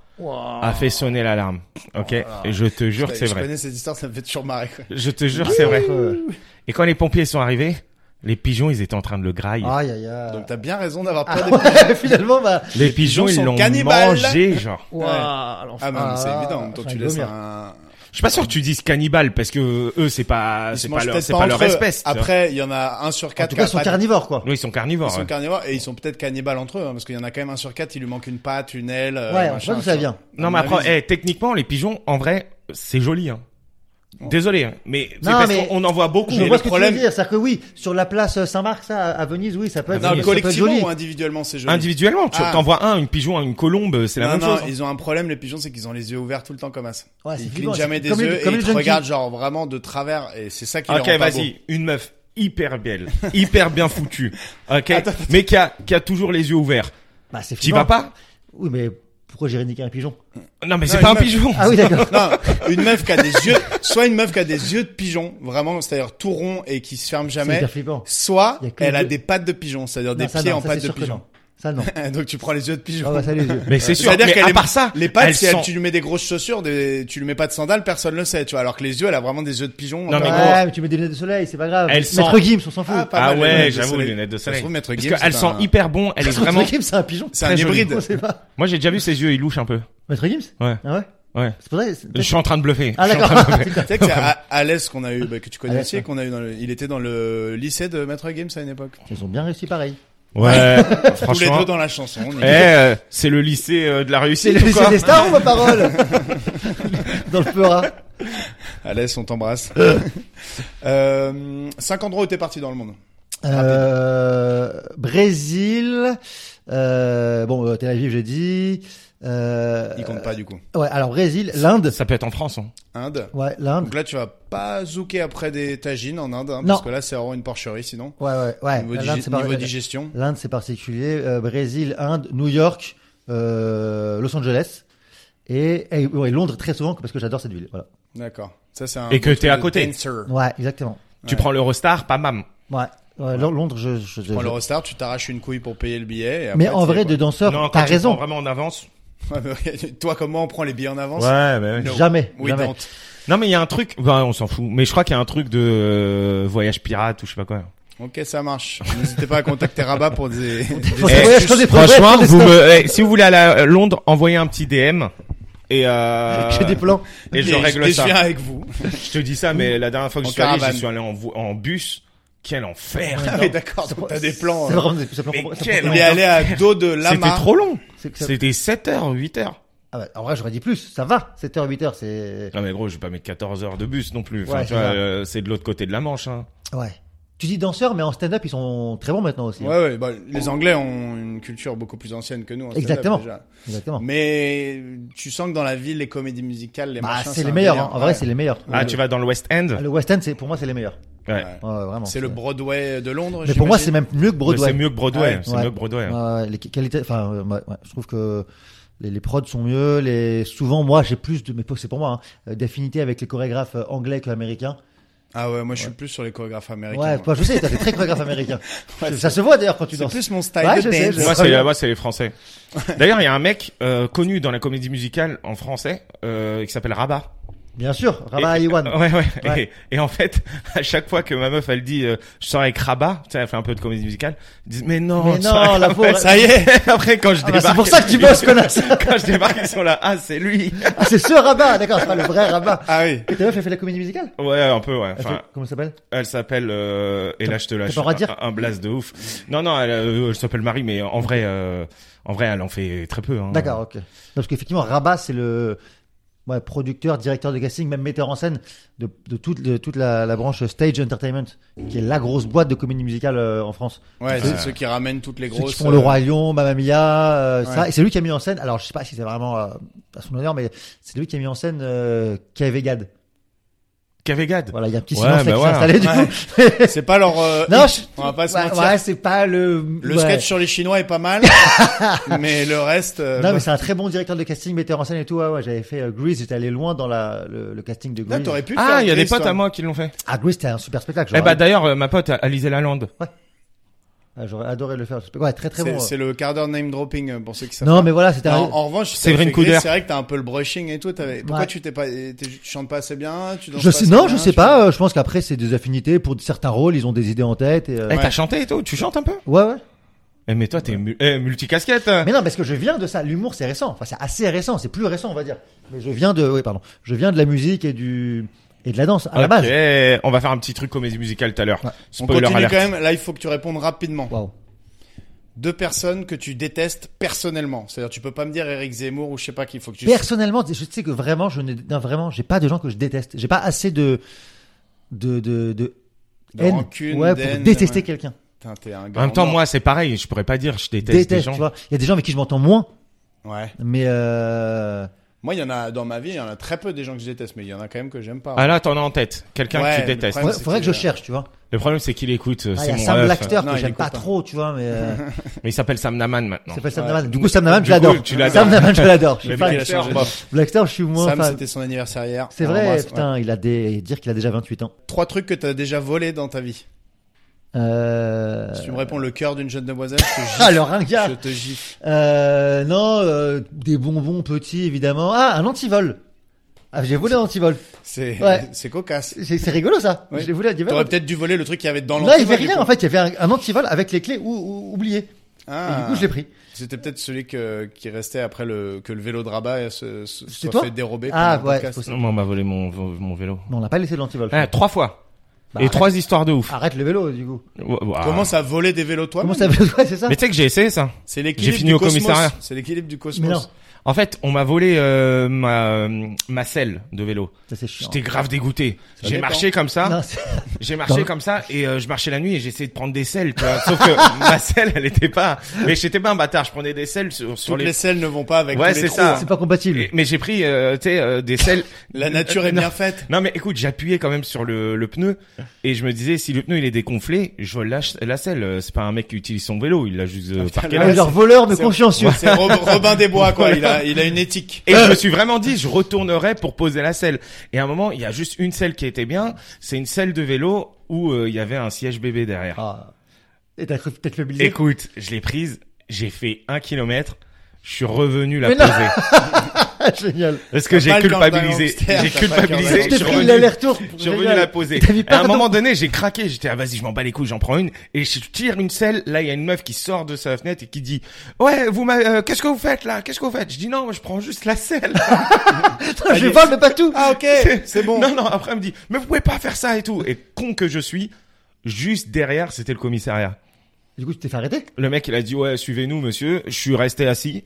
[SPEAKER 3] a fait sonner l'alarme. Ok, et je te jure que c'est
[SPEAKER 4] Je
[SPEAKER 3] vrai.
[SPEAKER 4] connais cette histoire, ça me fait toujours marrer. quoi.
[SPEAKER 3] Je te jure que c'est vrai.
[SPEAKER 2] Euh,
[SPEAKER 3] Et quand les pompiers sont arrivés, les pigeons ils étaient en train de le grailler.
[SPEAKER 4] Ah,
[SPEAKER 2] Aïe, aïe, aïe.
[SPEAKER 4] Donc, t'as bien raison d'avoir peur
[SPEAKER 2] Ah,
[SPEAKER 4] des
[SPEAKER 2] ouais, finalement, bah,
[SPEAKER 3] les, pigeons,
[SPEAKER 4] pigeons
[SPEAKER 3] ils
[SPEAKER 4] sont
[SPEAKER 3] l'ont
[SPEAKER 4] cannibales.
[SPEAKER 3] mangé genre.
[SPEAKER 2] waouh, l'enfant.
[SPEAKER 4] Ah, mais c'est
[SPEAKER 2] Ah,
[SPEAKER 4] évident. en même temps,
[SPEAKER 2] ça
[SPEAKER 4] tu
[SPEAKER 2] va
[SPEAKER 4] laisses
[SPEAKER 2] vomir.
[SPEAKER 4] un...
[SPEAKER 3] Je suis pas sûr que tu dises cannibales parce que euh, eux c'est
[SPEAKER 4] Ils se
[SPEAKER 3] pas Ah, c'est pas
[SPEAKER 4] mangent
[SPEAKER 3] leur
[SPEAKER 4] peut-être
[SPEAKER 3] c'est
[SPEAKER 4] pas,
[SPEAKER 3] pas
[SPEAKER 4] entre
[SPEAKER 3] leur
[SPEAKER 4] eux.
[SPEAKER 3] espèce. tu vois.
[SPEAKER 4] Après, il y en a un sur
[SPEAKER 2] En
[SPEAKER 4] quatre
[SPEAKER 2] tout
[SPEAKER 4] qui
[SPEAKER 2] cas,
[SPEAKER 4] a
[SPEAKER 2] ils sont
[SPEAKER 4] pas de-
[SPEAKER 2] carnivores, quoi.
[SPEAKER 3] Oui, ils sont carnivores. hein.
[SPEAKER 4] Ils
[SPEAKER 3] ouais.
[SPEAKER 4] sont carnivores et ils sont peut-être cannibales entre eux, hein, parce qu'il y en a quand même un sur quatre, il lui manque une patte, une aile. euh,
[SPEAKER 2] Ouais, on
[SPEAKER 4] machin,
[SPEAKER 2] sait d'où ça
[SPEAKER 4] ça.
[SPEAKER 2] vient.
[SPEAKER 4] À
[SPEAKER 3] Non, mais
[SPEAKER 4] mon
[SPEAKER 3] après,
[SPEAKER 4] avis,
[SPEAKER 3] eh, techniquement, les pigeons, en vrai, c'est joli. Hein. Désolé, hein, mais c'est
[SPEAKER 2] Non,
[SPEAKER 3] parce
[SPEAKER 2] mais-
[SPEAKER 3] qu'on en voit beaucoup.
[SPEAKER 2] Je
[SPEAKER 4] Mais le
[SPEAKER 2] vois ce que
[SPEAKER 4] problème-
[SPEAKER 2] tu veux dire, c'est-à-dire que oui, sur la place euh, Saint-Marc, ça, à à Venise, oui, ça peut être,
[SPEAKER 4] Non,
[SPEAKER 2] ça peut être
[SPEAKER 4] collectivement
[SPEAKER 2] joli.
[SPEAKER 4] ou individuellement, c'est joli.
[SPEAKER 3] eh, Individuellement, tu
[SPEAKER 4] Ah.
[SPEAKER 3] t'en vois un, une pigeon, une colombe, c'est la
[SPEAKER 4] non,
[SPEAKER 3] même
[SPEAKER 4] non,
[SPEAKER 3] chose.
[SPEAKER 4] ils ont un problème, les pigeons, c'est qu'ils ont les yeux ouverts tout le temps comme as.
[SPEAKER 2] Ouais, c'est
[SPEAKER 4] ils
[SPEAKER 2] flippant,
[SPEAKER 4] clignent jamais
[SPEAKER 2] c'est
[SPEAKER 4] des
[SPEAKER 2] comme les-
[SPEAKER 4] yeux
[SPEAKER 2] comme
[SPEAKER 4] et
[SPEAKER 2] les
[SPEAKER 4] ils te
[SPEAKER 2] jeunes
[SPEAKER 4] regardent genre vraiment de travers et c'est ça qui
[SPEAKER 3] Ok,
[SPEAKER 4] les rend pas beaux.
[SPEAKER 3] vas-y, une meuf hyper belle, hyper bien foutue, ok, mais qui a, qui a toujours les yeux ouverts.
[SPEAKER 2] Bah, c'est
[SPEAKER 3] T'y
[SPEAKER 2] flippant.
[SPEAKER 3] vas pas
[SPEAKER 2] Oui, mais pourquoi j'irais niquer un pigeon?
[SPEAKER 3] Non, mais c'est
[SPEAKER 4] une
[SPEAKER 3] pas un
[SPEAKER 4] meuf.
[SPEAKER 3] pigeon.
[SPEAKER 2] Ah oui, d'accord.
[SPEAKER 4] Non, une meuf qui a des yeux, soit une meuf qui a des yeux de pigeon, vraiment, c'est-à-dire tout rond et qui se ferme
[SPEAKER 2] C'est
[SPEAKER 4] jamais,
[SPEAKER 2] hyper flippant.
[SPEAKER 4] soit
[SPEAKER 2] Il y a que
[SPEAKER 4] elle a
[SPEAKER 2] deux.
[SPEAKER 4] des pattes de pigeon, c'est-à-dire
[SPEAKER 2] Non,
[SPEAKER 4] des
[SPEAKER 2] ça,
[SPEAKER 4] pieds
[SPEAKER 2] non,
[SPEAKER 4] en
[SPEAKER 2] ça,
[SPEAKER 4] pattes
[SPEAKER 2] c'est
[SPEAKER 4] de
[SPEAKER 2] sûr que
[SPEAKER 4] pigeon. [laughs]
[SPEAKER 2] non. Ça, non.
[SPEAKER 4] Donc tu prends les yeux de pigeon.
[SPEAKER 2] Ah bah, ça, les yeux.
[SPEAKER 3] Mais c'est sûr.
[SPEAKER 4] C'est-à-dire
[SPEAKER 3] mais
[SPEAKER 4] qu'elle
[SPEAKER 3] à
[SPEAKER 4] est-
[SPEAKER 3] part ça,
[SPEAKER 4] Les pattes,
[SPEAKER 3] elles
[SPEAKER 4] si elle-
[SPEAKER 3] sont-
[SPEAKER 4] tu lui mets des grosses chaussures, des, tu lui mets pas de sandales, personne le sait, tu vois. Alors que les yeux, elle a vraiment des yeux de pigeon.
[SPEAKER 3] Non, mais
[SPEAKER 4] Encore-
[SPEAKER 2] ouais, mais tu mets des lunettes de soleil, c'est pas grave.
[SPEAKER 3] Elles
[SPEAKER 2] Maître
[SPEAKER 3] sont-
[SPEAKER 2] Gims, on s'en fout.
[SPEAKER 4] Ah, pas
[SPEAKER 3] Ah
[SPEAKER 4] mal, les
[SPEAKER 3] ouais,
[SPEAKER 4] lunettes de
[SPEAKER 3] j'avoue, les
[SPEAKER 4] soleil.
[SPEAKER 3] lunettes de
[SPEAKER 4] Ça se
[SPEAKER 3] soleil.
[SPEAKER 4] trouve, Maître
[SPEAKER 3] Parce
[SPEAKER 4] Gims,
[SPEAKER 3] qu'elles
[SPEAKER 4] c'est
[SPEAKER 3] sont
[SPEAKER 4] un-
[SPEAKER 3] hyper bon, elle est
[SPEAKER 2] Maître
[SPEAKER 3] vraiment.
[SPEAKER 2] Gims, c'est un pigeon.
[SPEAKER 4] C'est un
[SPEAKER 3] Très joli.
[SPEAKER 4] hybride.
[SPEAKER 2] On sait pas.
[SPEAKER 3] Moi, j'ai déjà vu ses yeux, ils louchent un peu.
[SPEAKER 2] Maître Gims
[SPEAKER 3] Ouais.
[SPEAKER 2] Ah ouais
[SPEAKER 3] Ouais.
[SPEAKER 2] C'est pour ça que c'est-
[SPEAKER 3] Je suis en train de bluffer.
[SPEAKER 2] Ah
[SPEAKER 3] Je suis en train de
[SPEAKER 2] d'accord.
[SPEAKER 3] bluffer.
[SPEAKER 4] Tu sais que c'est à- Alès qu'on a eu, bah, que tu connais
[SPEAKER 2] Alès,
[SPEAKER 4] aussi,
[SPEAKER 2] ouais.
[SPEAKER 4] qu'on a eu dans le- il était dans le lycée de Maître Games à une époque.
[SPEAKER 2] Ils ont bien réussi pareil.
[SPEAKER 3] Ouais,
[SPEAKER 4] Tous les
[SPEAKER 3] franchement.
[SPEAKER 4] deux dans la chanson. on y
[SPEAKER 3] Eh,
[SPEAKER 4] est.
[SPEAKER 3] euh, c'est le lycée euh, de la
[SPEAKER 2] C'est
[SPEAKER 3] réussite.
[SPEAKER 2] le
[SPEAKER 3] ou quoi
[SPEAKER 2] lycée des stars ou ma parole Dans le Peura.
[SPEAKER 4] Alès, on t'embrasse. [laughs] euh, cinq endroits où t'es parti dans le monde.
[SPEAKER 2] Euh, Brésil. Euh, bon, euh, Tel Aviv, j'ai dit. Euh,
[SPEAKER 4] Il compte pas du coup.
[SPEAKER 2] Ouais, alors Brésil, l'Inde.
[SPEAKER 3] Ça peut être en France. Hein.
[SPEAKER 4] Inde.
[SPEAKER 2] Ouais, l'Inde.
[SPEAKER 4] Donc là, tu vas pas zouker après des tagines en Inde, hein,
[SPEAKER 2] Non.
[SPEAKER 4] parce que là, c'est vraiment une porcherie sinon.
[SPEAKER 2] Ouais, ouais, ouais.
[SPEAKER 4] niveau
[SPEAKER 2] L'Inde,
[SPEAKER 4] digi-
[SPEAKER 2] Eh, c'est par-
[SPEAKER 4] niveau digestion.
[SPEAKER 2] L'Inde, c'est particulier. Euh, Brésil, Inde, New York, euh, Los Angeles. Et, et- ouais, Londres très souvent parce que j'adore cette ville. Voilà.
[SPEAKER 4] D'accord. Ça, c'est un.
[SPEAKER 3] Et que
[SPEAKER 4] bon truc
[SPEAKER 3] t'es à
[SPEAKER 4] de
[SPEAKER 3] côté.
[SPEAKER 4] dancer.
[SPEAKER 2] Ouais, exactement.
[SPEAKER 3] Tu prends l'Eurostar, pas mam.
[SPEAKER 2] Ouais. Ouais, Lon- Londres, je. je, je-
[SPEAKER 4] Prends l'Eurostar, tu t'arraches une couille pour payer le billet. et après,
[SPEAKER 2] Mais en
[SPEAKER 4] t'y es,
[SPEAKER 2] vrai, de
[SPEAKER 4] quoi.
[SPEAKER 3] Non,
[SPEAKER 2] danseur,
[SPEAKER 3] quand
[SPEAKER 2] t'as
[SPEAKER 3] tu prends
[SPEAKER 2] raison.
[SPEAKER 3] vraiment en avance.
[SPEAKER 4] [laughs] Toi, comme moi, on prend les billets en avance.
[SPEAKER 3] mais
[SPEAKER 4] No.
[SPEAKER 2] Jamais,
[SPEAKER 4] We
[SPEAKER 2] jamais.
[SPEAKER 4] don't.
[SPEAKER 3] Non, mais il y a un truc. Bah, on s'en fout. Mais je crois qu'il y a un truc de euh, voyage pirate ou je sais pas quoi.
[SPEAKER 4] Ok, ça marche. N'hésitez pas à contacter Rabat pour
[SPEAKER 2] [laughs]
[SPEAKER 4] des.
[SPEAKER 2] Faut
[SPEAKER 4] des-
[SPEAKER 2] savoir- Ouais, je fais des
[SPEAKER 3] Eh, Franchement,
[SPEAKER 2] progrès, je fais des
[SPEAKER 3] vous
[SPEAKER 2] stops.
[SPEAKER 3] me, eh, si vous voulez aller à Londres, envoyez un petit DM. Et,
[SPEAKER 2] [laughs]
[SPEAKER 3] euh,
[SPEAKER 2] J'ai des plans.
[SPEAKER 3] et je règle
[SPEAKER 4] et
[SPEAKER 3] ça.
[SPEAKER 4] Je viens avec vous.
[SPEAKER 3] Je te dis ça, mais la dernière fois que
[SPEAKER 4] En
[SPEAKER 3] je suis allé,
[SPEAKER 4] caravane.
[SPEAKER 3] j'y suis allé en, vo- en bus. Quel enfer.
[SPEAKER 4] [laughs] Ah oui, d'accord. Donc t'as des plans.
[SPEAKER 2] C'est
[SPEAKER 4] euh.
[SPEAKER 2] vraiment des- ça prend-
[SPEAKER 3] Mais
[SPEAKER 2] ça prend-
[SPEAKER 3] quel
[SPEAKER 4] On est allé à dos de
[SPEAKER 3] C'était
[SPEAKER 4] lama.
[SPEAKER 3] trop long.
[SPEAKER 2] C'est que ça-
[SPEAKER 3] C'était 7 heures, 8 heures.
[SPEAKER 2] Ah bah, en vrai, j'aurais dit plus. Ça va. 7h, 8h, c'est.
[SPEAKER 3] Non, mais gros, je vais pas mettre 14 heures de bus non plus. Enfin,
[SPEAKER 2] Ouais,
[SPEAKER 3] tu
[SPEAKER 2] c'est
[SPEAKER 3] vois,
[SPEAKER 2] ça.
[SPEAKER 3] euh, c'est de l'autre côté de la Manche, hein.
[SPEAKER 2] Ouais. Tu dis danseur, mais en stand-up, ils sont très bons maintenant aussi.
[SPEAKER 4] Ouais, ouais. Bah, les Anglais ont une culture beaucoup plus ancienne que nous. en stand-up,
[SPEAKER 2] Exactement.
[SPEAKER 4] déjà.
[SPEAKER 2] Exactement.
[SPEAKER 4] Mais tu sens que dans la ville, les comédies musicales, les
[SPEAKER 2] Bah,
[SPEAKER 4] machins.
[SPEAKER 2] c'est les
[SPEAKER 4] un
[SPEAKER 2] meilleurs.
[SPEAKER 4] délire.
[SPEAKER 2] hein. En vrai,
[SPEAKER 4] Ouais.
[SPEAKER 2] c'est les meilleurs.
[SPEAKER 3] Ah,
[SPEAKER 2] Le-
[SPEAKER 3] tu vas dans le West End?
[SPEAKER 2] Le West End, c'est pour moi, c'est les meilleurs.
[SPEAKER 3] Ouais.
[SPEAKER 4] Ouais.
[SPEAKER 2] Ouais, ouais, vraiment.
[SPEAKER 4] C'est le Broadway de Londres.
[SPEAKER 2] Mais pour moi, c'est
[SPEAKER 4] j'imagine.
[SPEAKER 2] même mieux que Broadway.
[SPEAKER 3] C'est mieux que Broadway.
[SPEAKER 4] Ah ouais.
[SPEAKER 3] C'est
[SPEAKER 2] Ouais.
[SPEAKER 3] mieux que Broadway. hein.
[SPEAKER 2] Ouais, ouais, les qualités, enfin, euh, ouais, ouais, je trouve que les, les prods sont mieux. Les, souvent, moi, j'ai plus de, mais c'est pour moi, hein, d'affinité avec les chorégraphes euh, anglais que américains.
[SPEAKER 4] Ah ouais, moi je suis plus sur les chorégraphes américains.
[SPEAKER 2] ouais,
[SPEAKER 4] moi.
[SPEAKER 2] toi, je sais, t'as des
[SPEAKER 4] [laughs]
[SPEAKER 2] très chorégraphes américains.
[SPEAKER 4] Ouais,
[SPEAKER 2] ça se voit d'ailleurs quand tu
[SPEAKER 4] C'est
[SPEAKER 2] danses.
[SPEAKER 4] plus mon style
[SPEAKER 2] Ouais,
[SPEAKER 4] de
[SPEAKER 2] je sais,
[SPEAKER 4] dance.
[SPEAKER 2] je sais.
[SPEAKER 3] Moi, c'est
[SPEAKER 2] Ouais.
[SPEAKER 3] moi, c'est les Français. D'ailleurs, il y a un mec euh, connu dans la comédie musicale en français euh, qui s'appelle Rabat.
[SPEAKER 2] Bien sûr, Rabat Ah
[SPEAKER 3] Et-
[SPEAKER 2] Iwan.
[SPEAKER 3] Ouais, ouais.
[SPEAKER 2] Ouais.
[SPEAKER 3] Et, et en fait, [laughs] à chaque fois que ma meuf, elle dit, euh, je sors avec Rabat, tu sais, elle fait un peu de comédie musicale, elle dit, mais non,
[SPEAKER 2] Mais
[SPEAKER 3] tu sors avec
[SPEAKER 2] non, la
[SPEAKER 3] Rabat.
[SPEAKER 2] pauvre.
[SPEAKER 4] Ça y est.
[SPEAKER 3] [laughs] Après, quand je
[SPEAKER 2] Ah bah,
[SPEAKER 3] débarque.
[SPEAKER 2] c'est pour ça que
[SPEAKER 3] [laughs]
[SPEAKER 2] tu bosses, connasse.
[SPEAKER 3] Quand je débarque, ils sont là, ah, c'est lui.
[SPEAKER 2] Ah, c'est ce Rabat, d'accord, c'est pas le vrai Rabat.
[SPEAKER 4] Ah oui.
[SPEAKER 2] Et ta meuf, elle fait la comédie musicale?
[SPEAKER 3] Ouais, un peu, ouais.
[SPEAKER 2] Elle
[SPEAKER 3] Enfin,
[SPEAKER 2] fait- comment ça s'appelle?
[SPEAKER 3] elle s'appelle, euh, et là, je te lâche.
[SPEAKER 2] pas le droit de dire
[SPEAKER 3] Un, un blast de ouf. Non, non, elle, euh, elle s'appelle Marie, mais en vrai, euh, en vrai, elle en fait très peu, hein.
[SPEAKER 2] D'accord, ok. Non, parce qu'effectivement, Rabat, c'est le ouais, producteur, directeur de casting, même metteur en scène de, de toute, de toute la, la branche Stage Entertainment, qui est la grosse boîte de comédie musicale euh, en France.
[SPEAKER 4] Ouais,
[SPEAKER 3] Ouais.
[SPEAKER 4] c'est ceux qui ramènent toutes les
[SPEAKER 2] Ceux
[SPEAKER 4] grosses. euh,
[SPEAKER 2] qui font Le Roi Lion, Mamma Mia, euh,
[SPEAKER 4] Ouais.
[SPEAKER 2] ça. Et c'est lui qui a mis en scène, alors je sais pas si c'est vraiment euh, à son honneur, mais c'est lui qui a mis en scène euh, Kavegad.
[SPEAKER 3] Cavegade.
[SPEAKER 2] Voilà, il y a un petit
[SPEAKER 3] Ouais,
[SPEAKER 2] silence là
[SPEAKER 3] bah
[SPEAKER 2] qui s'est
[SPEAKER 3] voilà.
[SPEAKER 2] installé du
[SPEAKER 4] Ouais.
[SPEAKER 2] coup. [laughs]
[SPEAKER 4] C'est pas leur. euh,
[SPEAKER 2] non,
[SPEAKER 4] hit.
[SPEAKER 2] je-
[SPEAKER 4] On va pas se
[SPEAKER 2] ouais,
[SPEAKER 4] mentir.
[SPEAKER 2] ouais, c'est pas le...
[SPEAKER 4] Le
[SPEAKER 2] ouais.
[SPEAKER 4] sketch sur les Chinois est pas
[SPEAKER 2] [laughs]
[SPEAKER 4] mal, mais le reste. euh,
[SPEAKER 2] Non, mais
[SPEAKER 4] bah,
[SPEAKER 2] c'est un très bon directeur de casting, metteur en scène et tout. Ouais, ouais, j'avais fait euh, Grease, j'étais allé loin dans la, le, le casting de
[SPEAKER 4] bah, là,
[SPEAKER 2] Grease.
[SPEAKER 4] t'aurais pu. faire
[SPEAKER 3] Ah, il y a des
[SPEAKER 4] Grease,
[SPEAKER 3] potes
[SPEAKER 4] toi.
[SPEAKER 3] à moi qui l'ont fait.
[SPEAKER 2] Ah, Grease, c'était un super spectacle.
[SPEAKER 3] Eh
[SPEAKER 2] j'aurais
[SPEAKER 3] bah d'ailleurs, euh, ma pote Alizé Lalande.
[SPEAKER 2] Ah, J'aurais adoré le faire. le spectacle. Ouais, très très
[SPEAKER 4] C'est
[SPEAKER 2] bon.
[SPEAKER 4] c'est le quart d'heure name dropping euh, pour ceux qui savent.
[SPEAKER 2] Non,
[SPEAKER 4] pas.
[SPEAKER 2] mais voilà, c'était
[SPEAKER 4] Non,
[SPEAKER 2] un...
[SPEAKER 4] en, en revanche, t'as
[SPEAKER 3] Séverine
[SPEAKER 4] fait Grease,
[SPEAKER 3] Couder.
[SPEAKER 4] C'est vrai que t'as un peu le brushing et tout. t'avais- Pourquoi
[SPEAKER 2] Ouais.
[SPEAKER 4] tu t'es pas, t'es- tu chantes pas assez bien tu danses
[SPEAKER 2] Je
[SPEAKER 4] pas
[SPEAKER 2] sais,
[SPEAKER 4] assez
[SPEAKER 2] non,
[SPEAKER 4] bien,
[SPEAKER 2] je
[SPEAKER 4] tu-
[SPEAKER 2] sais pas. euh, je pense qu'après, c'est des affinités pour certains rôles. Ils ont des idées en tête. Et, euh,
[SPEAKER 3] Eh,
[SPEAKER 2] ouais.
[SPEAKER 3] t'as chanté et tout Tu chantes un peu
[SPEAKER 2] ouais,
[SPEAKER 3] Eh, mais toi, t'es mu- eh, multicasquette. hein.
[SPEAKER 2] Mais non, parce que je viens de ça. L'humour, c'est récent. Enfin, c'est assez récent. C'est plus récent, on va dire. Mais je viens de, oui, pardon. Je viens de la musique et du et de la danse à la
[SPEAKER 3] Ok,
[SPEAKER 2] base.
[SPEAKER 3] on va faire un petit truc comédie musicale tout à l'heure.
[SPEAKER 2] Ouais.
[SPEAKER 4] On
[SPEAKER 3] Spoiler
[SPEAKER 4] continue
[SPEAKER 3] alert.
[SPEAKER 4] quand même. Là, il faut que tu répondes rapidement.
[SPEAKER 2] Waouh.
[SPEAKER 4] Deux personnes que tu détestes personnellement. C'est-à-dire, tu peux pas me dire Eric Zemmour ou je sais pas qu'il faut que tu.
[SPEAKER 2] Personnellement, je sais que vraiment, je n'ai non, vraiment, j'ai pas de gens que je déteste. J'ai pas assez de de de, de
[SPEAKER 4] De
[SPEAKER 2] haine,
[SPEAKER 4] rancune,
[SPEAKER 2] ouais,
[SPEAKER 4] d'haine,
[SPEAKER 2] pour détester
[SPEAKER 4] ouais.
[SPEAKER 2] quelqu'un.
[SPEAKER 4] Putain, t'es un
[SPEAKER 3] En
[SPEAKER 4] gars
[SPEAKER 3] même temps,
[SPEAKER 4] en
[SPEAKER 3] moi, c'est pareil. Je pourrais pas dire je déteste,
[SPEAKER 2] Déteste,
[SPEAKER 3] les gens.
[SPEAKER 2] tu vois. Il y a des gens avec qui je m'entends moins,
[SPEAKER 4] or. Ouais.
[SPEAKER 2] mais euh...
[SPEAKER 4] Moi, il y en a dans ma vie, il y en a très peu des gens que je déteste, mais il y en a quand même que j'aime pas.
[SPEAKER 3] Ah là, t'en as en tête. Quelqu'un
[SPEAKER 4] Ouais, le
[SPEAKER 3] que tu
[SPEAKER 4] problème-
[SPEAKER 3] détestes.
[SPEAKER 2] faudrait,
[SPEAKER 4] c'est
[SPEAKER 2] faudrait
[SPEAKER 4] que-
[SPEAKER 2] que je cherche, tu vois.
[SPEAKER 3] Le problème, c'est qu'il écoute. euh,
[SPEAKER 2] Ah, Il
[SPEAKER 3] c'est
[SPEAKER 2] y a
[SPEAKER 3] mon
[SPEAKER 2] Sam
[SPEAKER 3] ref.
[SPEAKER 2] Blackter
[SPEAKER 4] Non,
[SPEAKER 2] que
[SPEAKER 4] il
[SPEAKER 2] j'aime
[SPEAKER 4] écoute
[SPEAKER 2] pas
[SPEAKER 4] pas.
[SPEAKER 2] trop, tu vois, mais euh,
[SPEAKER 3] Mais il s'appelle Sam Naman maintenant.
[SPEAKER 2] c'est pas Sam
[SPEAKER 4] Ouais.
[SPEAKER 2] Naman. Du coup, Sam Naman,
[SPEAKER 3] Du
[SPEAKER 2] je l'adore.
[SPEAKER 3] coup, tu l'adores.
[SPEAKER 2] Sam Naman, je l'adore. Je
[SPEAKER 3] Mais
[SPEAKER 2] suis fan.
[SPEAKER 4] il a changé.
[SPEAKER 3] Blackter,
[SPEAKER 2] Blackter, je suis moins
[SPEAKER 4] Sam,
[SPEAKER 2] fan.
[SPEAKER 4] c'était son anniversaire hier.
[SPEAKER 2] C'est
[SPEAKER 4] On
[SPEAKER 2] vrai,
[SPEAKER 4] l'embrasse, ouais.
[SPEAKER 2] putain, il a des, dire qu'il a déjà 28 ans.
[SPEAKER 4] Trois trucs que t'as déjà volé dans ta vie.
[SPEAKER 2] Euh...
[SPEAKER 4] Si tu me réponds le cœur d'une jeune demoiselle, je te gifle.
[SPEAKER 2] [laughs] Alors un gars.
[SPEAKER 4] Je te gifle.
[SPEAKER 2] Euh, non, euh, des bonbons petits évidemment. Ah, un antivol. Ah, j'ai volé un antivol.
[SPEAKER 4] C'est
[SPEAKER 2] Ouais.
[SPEAKER 4] [laughs] c'est cocasse.
[SPEAKER 2] C'est c'est rigolo ça.
[SPEAKER 4] Ouais.
[SPEAKER 2] J'ai volé un antivol.
[SPEAKER 4] T'aurais peut-être dû voler le truc qu'il y avait dans
[SPEAKER 2] Là, il y avait
[SPEAKER 4] l'entreprise, du
[SPEAKER 2] rien
[SPEAKER 4] coup.
[SPEAKER 2] en fait. Il y avait un, un antivol avec les clés ou, ou- oubliées. Et du
[SPEAKER 4] Ah.
[SPEAKER 2] coup, je l'ai pris.
[SPEAKER 4] C'était peut-être celui que, qui restait après le, que le vélo de rabat euh, se, se
[SPEAKER 2] C'était
[SPEAKER 4] soit
[SPEAKER 2] toi
[SPEAKER 4] fait dérober.
[SPEAKER 2] Ah,
[SPEAKER 4] pendant le
[SPEAKER 2] ouais,
[SPEAKER 4] podcast.
[SPEAKER 2] c'est possible.
[SPEAKER 3] Non, mais on m'a volé mon, mon vélo.
[SPEAKER 2] Non, on n'a pas laissé de l'antivol.
[SPEAKER 3] Ah, trois fois.
[SPEAKER 2] Bah,
[SPEAKER 3] et
[SPEAKER 2] arrête.
[SPEAKER 3] trois histoires de ouf.
[SPEAKER 2] Arrête le vélo du coup.
[SPEAKER 3] Ouais, ouais.
[SPEAKER 4] Ah. Comment ça voler des vélos toi
[SPEAKER 2] Comment ça [laughs] ouais, c'est ça
[SPEAKER 3] Mais tu sais que j'ai essayé ça.
[SPEAKER 4] C'est
[SPEAKER 3] J'ai
[SPEAKER 4] l'équilibre
[SPEAKER 3] fini
[SPEAKER 4] du
[SPEAKER 3] au
[SPEAKER 4] cosmos.
[SPEAKER 3] commissariat.
[SPEAKER 4] C'est l'équilibre du
[SPEAKER 2] Mais
[SPEAKER 4] cosmos.
[SPEAKER 2] non,
[SPEAKER 3] En fait, on m'a volé euh, ma, ma selle de vélo.
[SPEAKER 2] ça c'est chiant.
[SPEAKER 3] J'étais grave dégoûté. J'ai
[SPEAKER 4] dépend.
[SPEAKER 3] marché comme ça.
[SPEAKER 2] Non, c'est- [laughs]
[SPEAKER 3] J'ai marché
[SPEAKER 2] Dans-
[SPEAKER 3] comme ça et euh, je marchais la nuit et j'essayais de prendre des selles, tu vois. Sauf que [laughs] ma selle, elle était pas. Mais j'étais pas un bâtard. Je prenais des selles sur, sur
[SPEAKER 4] Toutes les...
[SPEAKER 3] les.
[SPEAKER 4] selles ne vont pas avec
[SPEAKER 3] Ouais,
[SPEAKER 4] tous les
[SPEAKER 3] c'est
[SPEAKER 4] trous.
[SPEAKER 3] ça.
[SPEAKER 4] hein.
[SPEAKER 2] c'est pas compatible.
[SPEAKER 3] Et- Mais j'ai pris, euh, tu sais, euh, des selles.
[SPEAKER 4] La nature est
[SPEAKER 3] Non.
[SPEAKER 4] bien faite.
[SPEAKER 3] Non mais écoute, j'appuyais quand même sur le, le pneu et je me disais si le pneu il est dégonflé, je lâche la selle. Euh, C'est pas un mec qui utilise son vélo, il l'a juste euh,
[SPEAKER 4] putain,
[SPEAKER 3] parqué
[SPEAKER 2] Ah,
[SPEAKER 3] là.
[SPEAKER 4] ouais,
[SPEAKER 2] genre voleur mais
[SPEAKER 4] c'est-
[SPEAKER 2] consciencieux.
[SPEAKER 4] C'est Rob- Robin des Bois quoi. Il a, il a une éthique.
[SPEAKER 3] Et je me suis vraiment dit, je retournerai pour poser la selle. Et à un moment, il y a juste une selle qui était bien. C'est une selle de vélo où euh, il y avait un siège bébé derrière.
[SPEAKER 2] Ah. Et t'as cru peut-être le billet.
[SPEAKER 3] Écoute, je l'ai prise, j'ai fait un kilomètre, je suis revenu la
[SPEAKER 2] Mais non.
[SPEAKER 3] poser.
[SPEAKER 2] Ah, Génial.
[SPEAKER 3] Parce que j'ai
[SPEAKER 4] pas le cœur d'un
[SPEAKER 3] culpabilisé.
[SPEAKER 4] hamster,
[SPEAKER 3] J'ai
[SPEAKER 4] t'as pas le cœur d'un
[SPEAKER 3] culpabilisé.
[SPEAKER 4] hamster.
[SPEAKER 3] je
[SPEAKER 2] T'es
[SPEAKER 3] suis
[SPEAKER 2] pris
[SPEAKER 3] revenu-
[SPEAKER 2] l'aller-retour.
[SPEAKER 3] Je suis revenu
[SPEAKER 2] Génial.
[SPEAKER 3] la poser.
[SPEAKER 2] T'avais
[SPEAKER 3] Et à
[SPEAKER 2] pas
[SPEAKER 3] un
[SPEAKER 2] raison.
[SPEAKER 3] moment donné, j'ai craqué. J'étais, ah, vas-y, je m'en bats les couilles, j'en prends une. Et je tire une selle. Là, il y a une meuf qui sort de sa fenêtre et qui dit, ouais, vous m'avez- euh, qu'est-ce que vous faites là? Qu'est-ce que vous faites? Je dis, non, moi, je prends juste la [laughs] selle.
[SPEAKER 2] Putain, Je
[SPEAKER 3] [laughs]
[SPEAKER 2] vole mais pas tout.
[SPEAKER 4] Ah ok, c'est bon.
[SPEAKER 3] Non, non, après, elle me dit, mais vous pouvez pas faire ça et tout. Et con que je suis, juste derrière, c'était le commissariat.
[SPEAKER 2] Du coup, tu t'es fait arrêter
[SPEAKER 3] Le mec, il a dit, ouais, suivez-nous, monsieur. Je suis resté assis.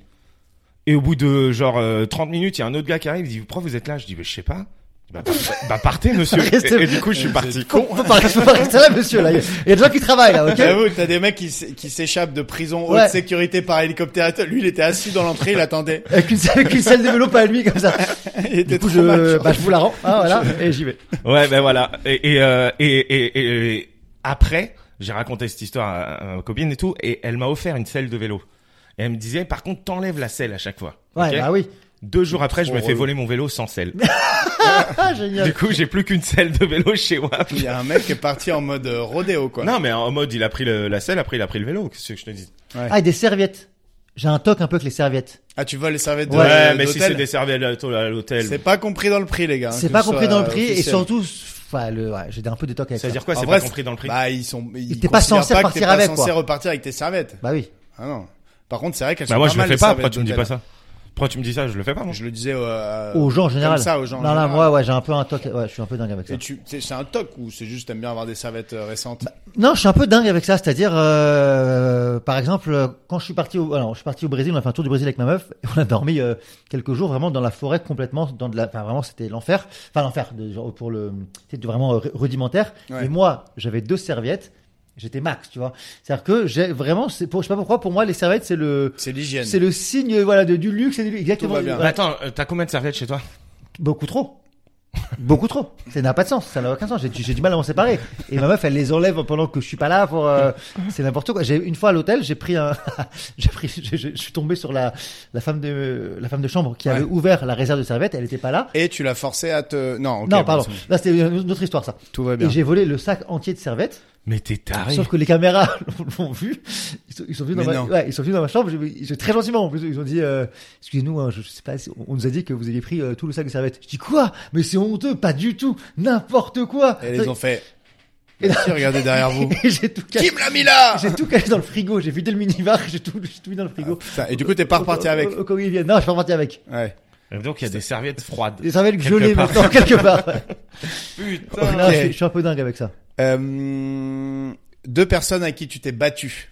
[SPEAKER 3] Et au bout de, genre, euh, 30 minutes, il y a un autre gars qui arrive, il dit, pourquoi vous êtes là? Je dis, bah, je sais pas. Bah, bah, bah, partez, monsieur. [laughs]
[SPEAKER 2] Restez-
[SPEAKER 3] Et, et du coup, je suis parti.
[SPEAKER 2] Con. Faut pas, faut pas rester là, monsieur. Là, il y a- il y a des gens qui travaillent là, ok
[SPEAKER 4] J'avoue, t'as des mecs qui, s- qui s'échappent de prison haute
[SPEAKER 2] Ouais.
[SPEAKER 4] sécurité par hélicoptère. et tout. Lui, il était assis dans l'entrée,
[SPEAKER 3] [laughs]
[SPEAKER 4] il attendait.
[SPEAKER 2] Avec une, avec une selle de vélo pas à lui comme ça.
[SPEAKER 4] Il était
[SPEAKER 2] Du coup,
[SPEAKER 4] trop
[SPEAKER 2] je,
[SPEAKER 4] mal.
[SPEAKER 2] bah, je vous la rends. Ah, voilà. Et j'y vais.
[SPEAKER 3] Ouais, ben voilà. Et, et, euh, et, et, et- et après, j'ai raconté cette histoire à, à ma copine et tout, et elle m'a offert une selle de vélo. Et elle me disait, par contre, t'enlèves la selle à chaque fois.
[SPEAKER 2] Ouais,
[SPEAKER 3] Ok
[SPEAKER 2] bah oui.
[SPEAKER 3] Deux jours après, je
[SPEAKER 4] Trop
[SPEAKER 3] me fais
[SPEAKER 4] relou.
[SPEAKER 3] voler mon vélo
[SPEAKER 4] [laughs]
[SPEAKER 3] sans selle.
[SPEAKER 2] Ah,
[SPEAKER 3] du
[SPEAKER 2] génial.
[SPEAKER 3] coup, j'ai plus qu'une selle de vélo
[SPEAKER 4] [laughs]
[SPEAKER 3] chez moi.
[SPEAKER 4] Il y a un mec qui est parti en mode euh, rodéo quoi.
[SPEAKER 3] Non, mais en mode, il a pris le- la selle, après, il a pris le vélo. Qu'est-ce que je te dis
[SPEAKER 2] Ah, et des serviettes. J'ai un toc un peu avec les serviettes.
[SPEAKER 4] Ah, tu voles les serviettes de
[SPEAKER 3] Ouais,
[SPEAKER 4] de-
[SPEAKER 3] mais si
[SPEAKER 4] d'hôtel
[SPEAKER 3] c'est des serviettes à l'hôtel- à l'hôtel.
[SPEAKER 4] euh, C'est pas compris dans le prix, les gars. hein,
[SPEAKER 2] C'est
[SPEAKER 4] que
[SPEAKER 2] pas
[SPEAKER 4] ce
[SPEAKER 2] compris
[SPEAKER 4] soit
[SPEAKER 2] dans le prix et
[SPEAKER 4] officiel.
[SPEAKER 2] surtout, enfin, le, ouais, j'ai un peu des tocs avec ça.
[SPEAKER 3] C'est-à-dire quoi
[SPEAKER 4] En
[SPEAKER 3] C'est
[SPEAKER 4] vrai,
[SPEAKER 3] pas compris dans le prix
[SPEAKER 4] Bah, ils sont. Ils
[SPEAKER 2] T'es pas
[SPEAKER 4] considèrent
[SPEAKER 2] censé
[SPEAKER 4] que
[SPEAKER 2] repartir
[SPEAKER 4] t'es pas
[SPEAKER 2] avec,
[SPEAKER 4] censé
[SPEAKER 2] quoi.
[SPEAKER 4] repartir avec tes serviettes.
[SPEAKER 2] Bah oui.
[SPEAKER 4] Ah non. Par contre, c'est vrai qu'elles sont.
[SPEAKER 3] Bah, moi,
[SPEAKER 4] pas
[SPEAKER 3] je le
[SPEAKER 4] mal,
[SPEAKER 3] fais
[SPEAKER 4] les
[SPEAKER 3] pas.
[SPEAKER 4] serviettes
[SPEAKER 3] Pourquoi tu me dis
[SPEAKER 4] d'hôtel. hein.
[SPEAKER 3] pas ça Pourquoi tu me dis ça Je le fais pas, moi.
[SPEAKER 4] Je le disais euh,
[SPEAKER 2] Aux gens en général.
[SPEAKER 4] Comme ça, aux gens. en
[SPEAKER 2] Non, non,
[SPEAKER 4] général.
[SPEAKER 2] moi, ouais, j'ai un peu un toc. Ouais, Bah, je suis un peu dingue avec ça.
[SPEAKER 4] Et tu, c'est c'est un toc ou c'est juste t'aimes bien avoir des serviettes euh, récentes
[SPEAKER 2] Non, je suis un peu dingue avec ça. C'est-à-dire, euh, par exemple, euh, quand je suis parti au, alors, je suis parti au Brésil, on a fait un tour du Brésil avec ma meuf, et on a dormi euh, quelques jours vraiment dans la forêt complètement, dans de la, enfin vraiment c'était l'enfer, enfin l'enfer de- genre, pour le, c'était vraiment euh, rudimentaire.
[SPEAKER 4] Ouais.
[SPEAKER 2] Et moi, j'avais deux serviettes, j'étais max, tu vois. C'est-à-dire que j'ai vraiment, c'est pour, je sais pas pourquoi, pour moi les serviettes c'est le,
[SPEAKER 4] C'est l'hygiène.
[SPEAKER 2] c'est le signe, voilà, de, du luxe, et du, exactement.
[SPEAKER 4] va bien.
[SPEAKER 2] voilà.
[SPEAKER 3] Attends, euh, t'as combien de serviettes chez toi
[SPEAKER 2] Beaucoup trop. Beaucoup trop. Ça n'a pas de sens. Ça n'a aucun sens. J'ai, j'ai du mal à m'en séparer. Et ma meuf, elle les enlève pendant que je suis pas là pour, euh, c'est n'importe quoi. J'ai, une fois à l'hôtel, j'ai pris un, [laughs] j'ai pris, je, je- je suis tombé sur la, la femme de, la femme de chambre qui
[SPEAKER 4] Ouais.
[SPEAKER 2] avait ouvert la réserve de serviettes. Elle était pas là.
[SPEAKER 4] Et tu l'as forcé à te. Non, ok,
[SPEAKER 2] non,
[SPEAKER 4] bon,
[SPEAKER 2] pardon.
[SPEAKER 4] c'est-
[SPEAKER 2] Là, c'était une autre histoire, ça.
[SPEAKER 4] Tout va
[SPEAKER 2] Et
[SPEAKER 4] bien.
[SPEAKER 2] j'ai volé le sac entier de serviettes.
[SPEAKER 3] Mais t'es taré.
[SPEAKER 2] Sauf que les caméras [laughs] l'ont vu. Ils sont, ils sont venus dans
[SPEAKER 4] Ah Mais
[SPEAKER 2] ma,
[SPEAKER 4] non.
[SPEAKER 2] ouais, ils sont venus dans ma chambre. J'ai- j'ai- très gentiment, en plus, ils ont dit, euh, excusez-nous, hein, je, je sais pas, si- on nous a dit que vous aviez pris euh, tout le sac de serviettes. Je dis quoi? Mais c'est honteux, pas du tout, n'importe quoi.
[SPEAKER 4] Et ils ont fait.
[SPEAKER 2] Et là-
[SPEAKER 4] [laughs] Merci, regardez derrière vous.
[SPEAKER 2] [laughs] Et j'ai tout
[SPEAKER 4] Qui
[SPEAKER 2] caché.
[SPEAKER 4] me l'a mis là
[SPEAKER 2] J'ai tout caché dans le frigo. J'ai vidé le minibar, [laughs] j'ai tout, j'ai tout mis dans le frigo.
[SPEAKER 4] Ah, Putain, Et du coup, t'es pas reparti
[SPEAKER 2] Au- au-
[SPEAKER 4] avec.
[SPEAKER 2] au- au- quand ils viennent. Non, je suis pas reparti avec.
[SPEAKER 4] Ouais.
[SPEAKER 3] Donc, il y a des serviettes froides.
[SPEAKER 2] Des serviettes
[SPEAKER 3] Quelque
[SPEAKER 2] gelées
[SPEAKER 3] part.
[SPEAKER 2] maintenant,
[SPEAKER 4] [laughs]
[SPEAKER 2] quelque part. ouais.
[SPEAKER 3] Putain.
[SPEAKER 2] Non, je,
[SPEAKER 4] Ok.
[SPEAKER 2] suis- je suis un peu dingue avec ça.
[SPEAKER 4] Euh, Deux personnes à qui tu t'es battu.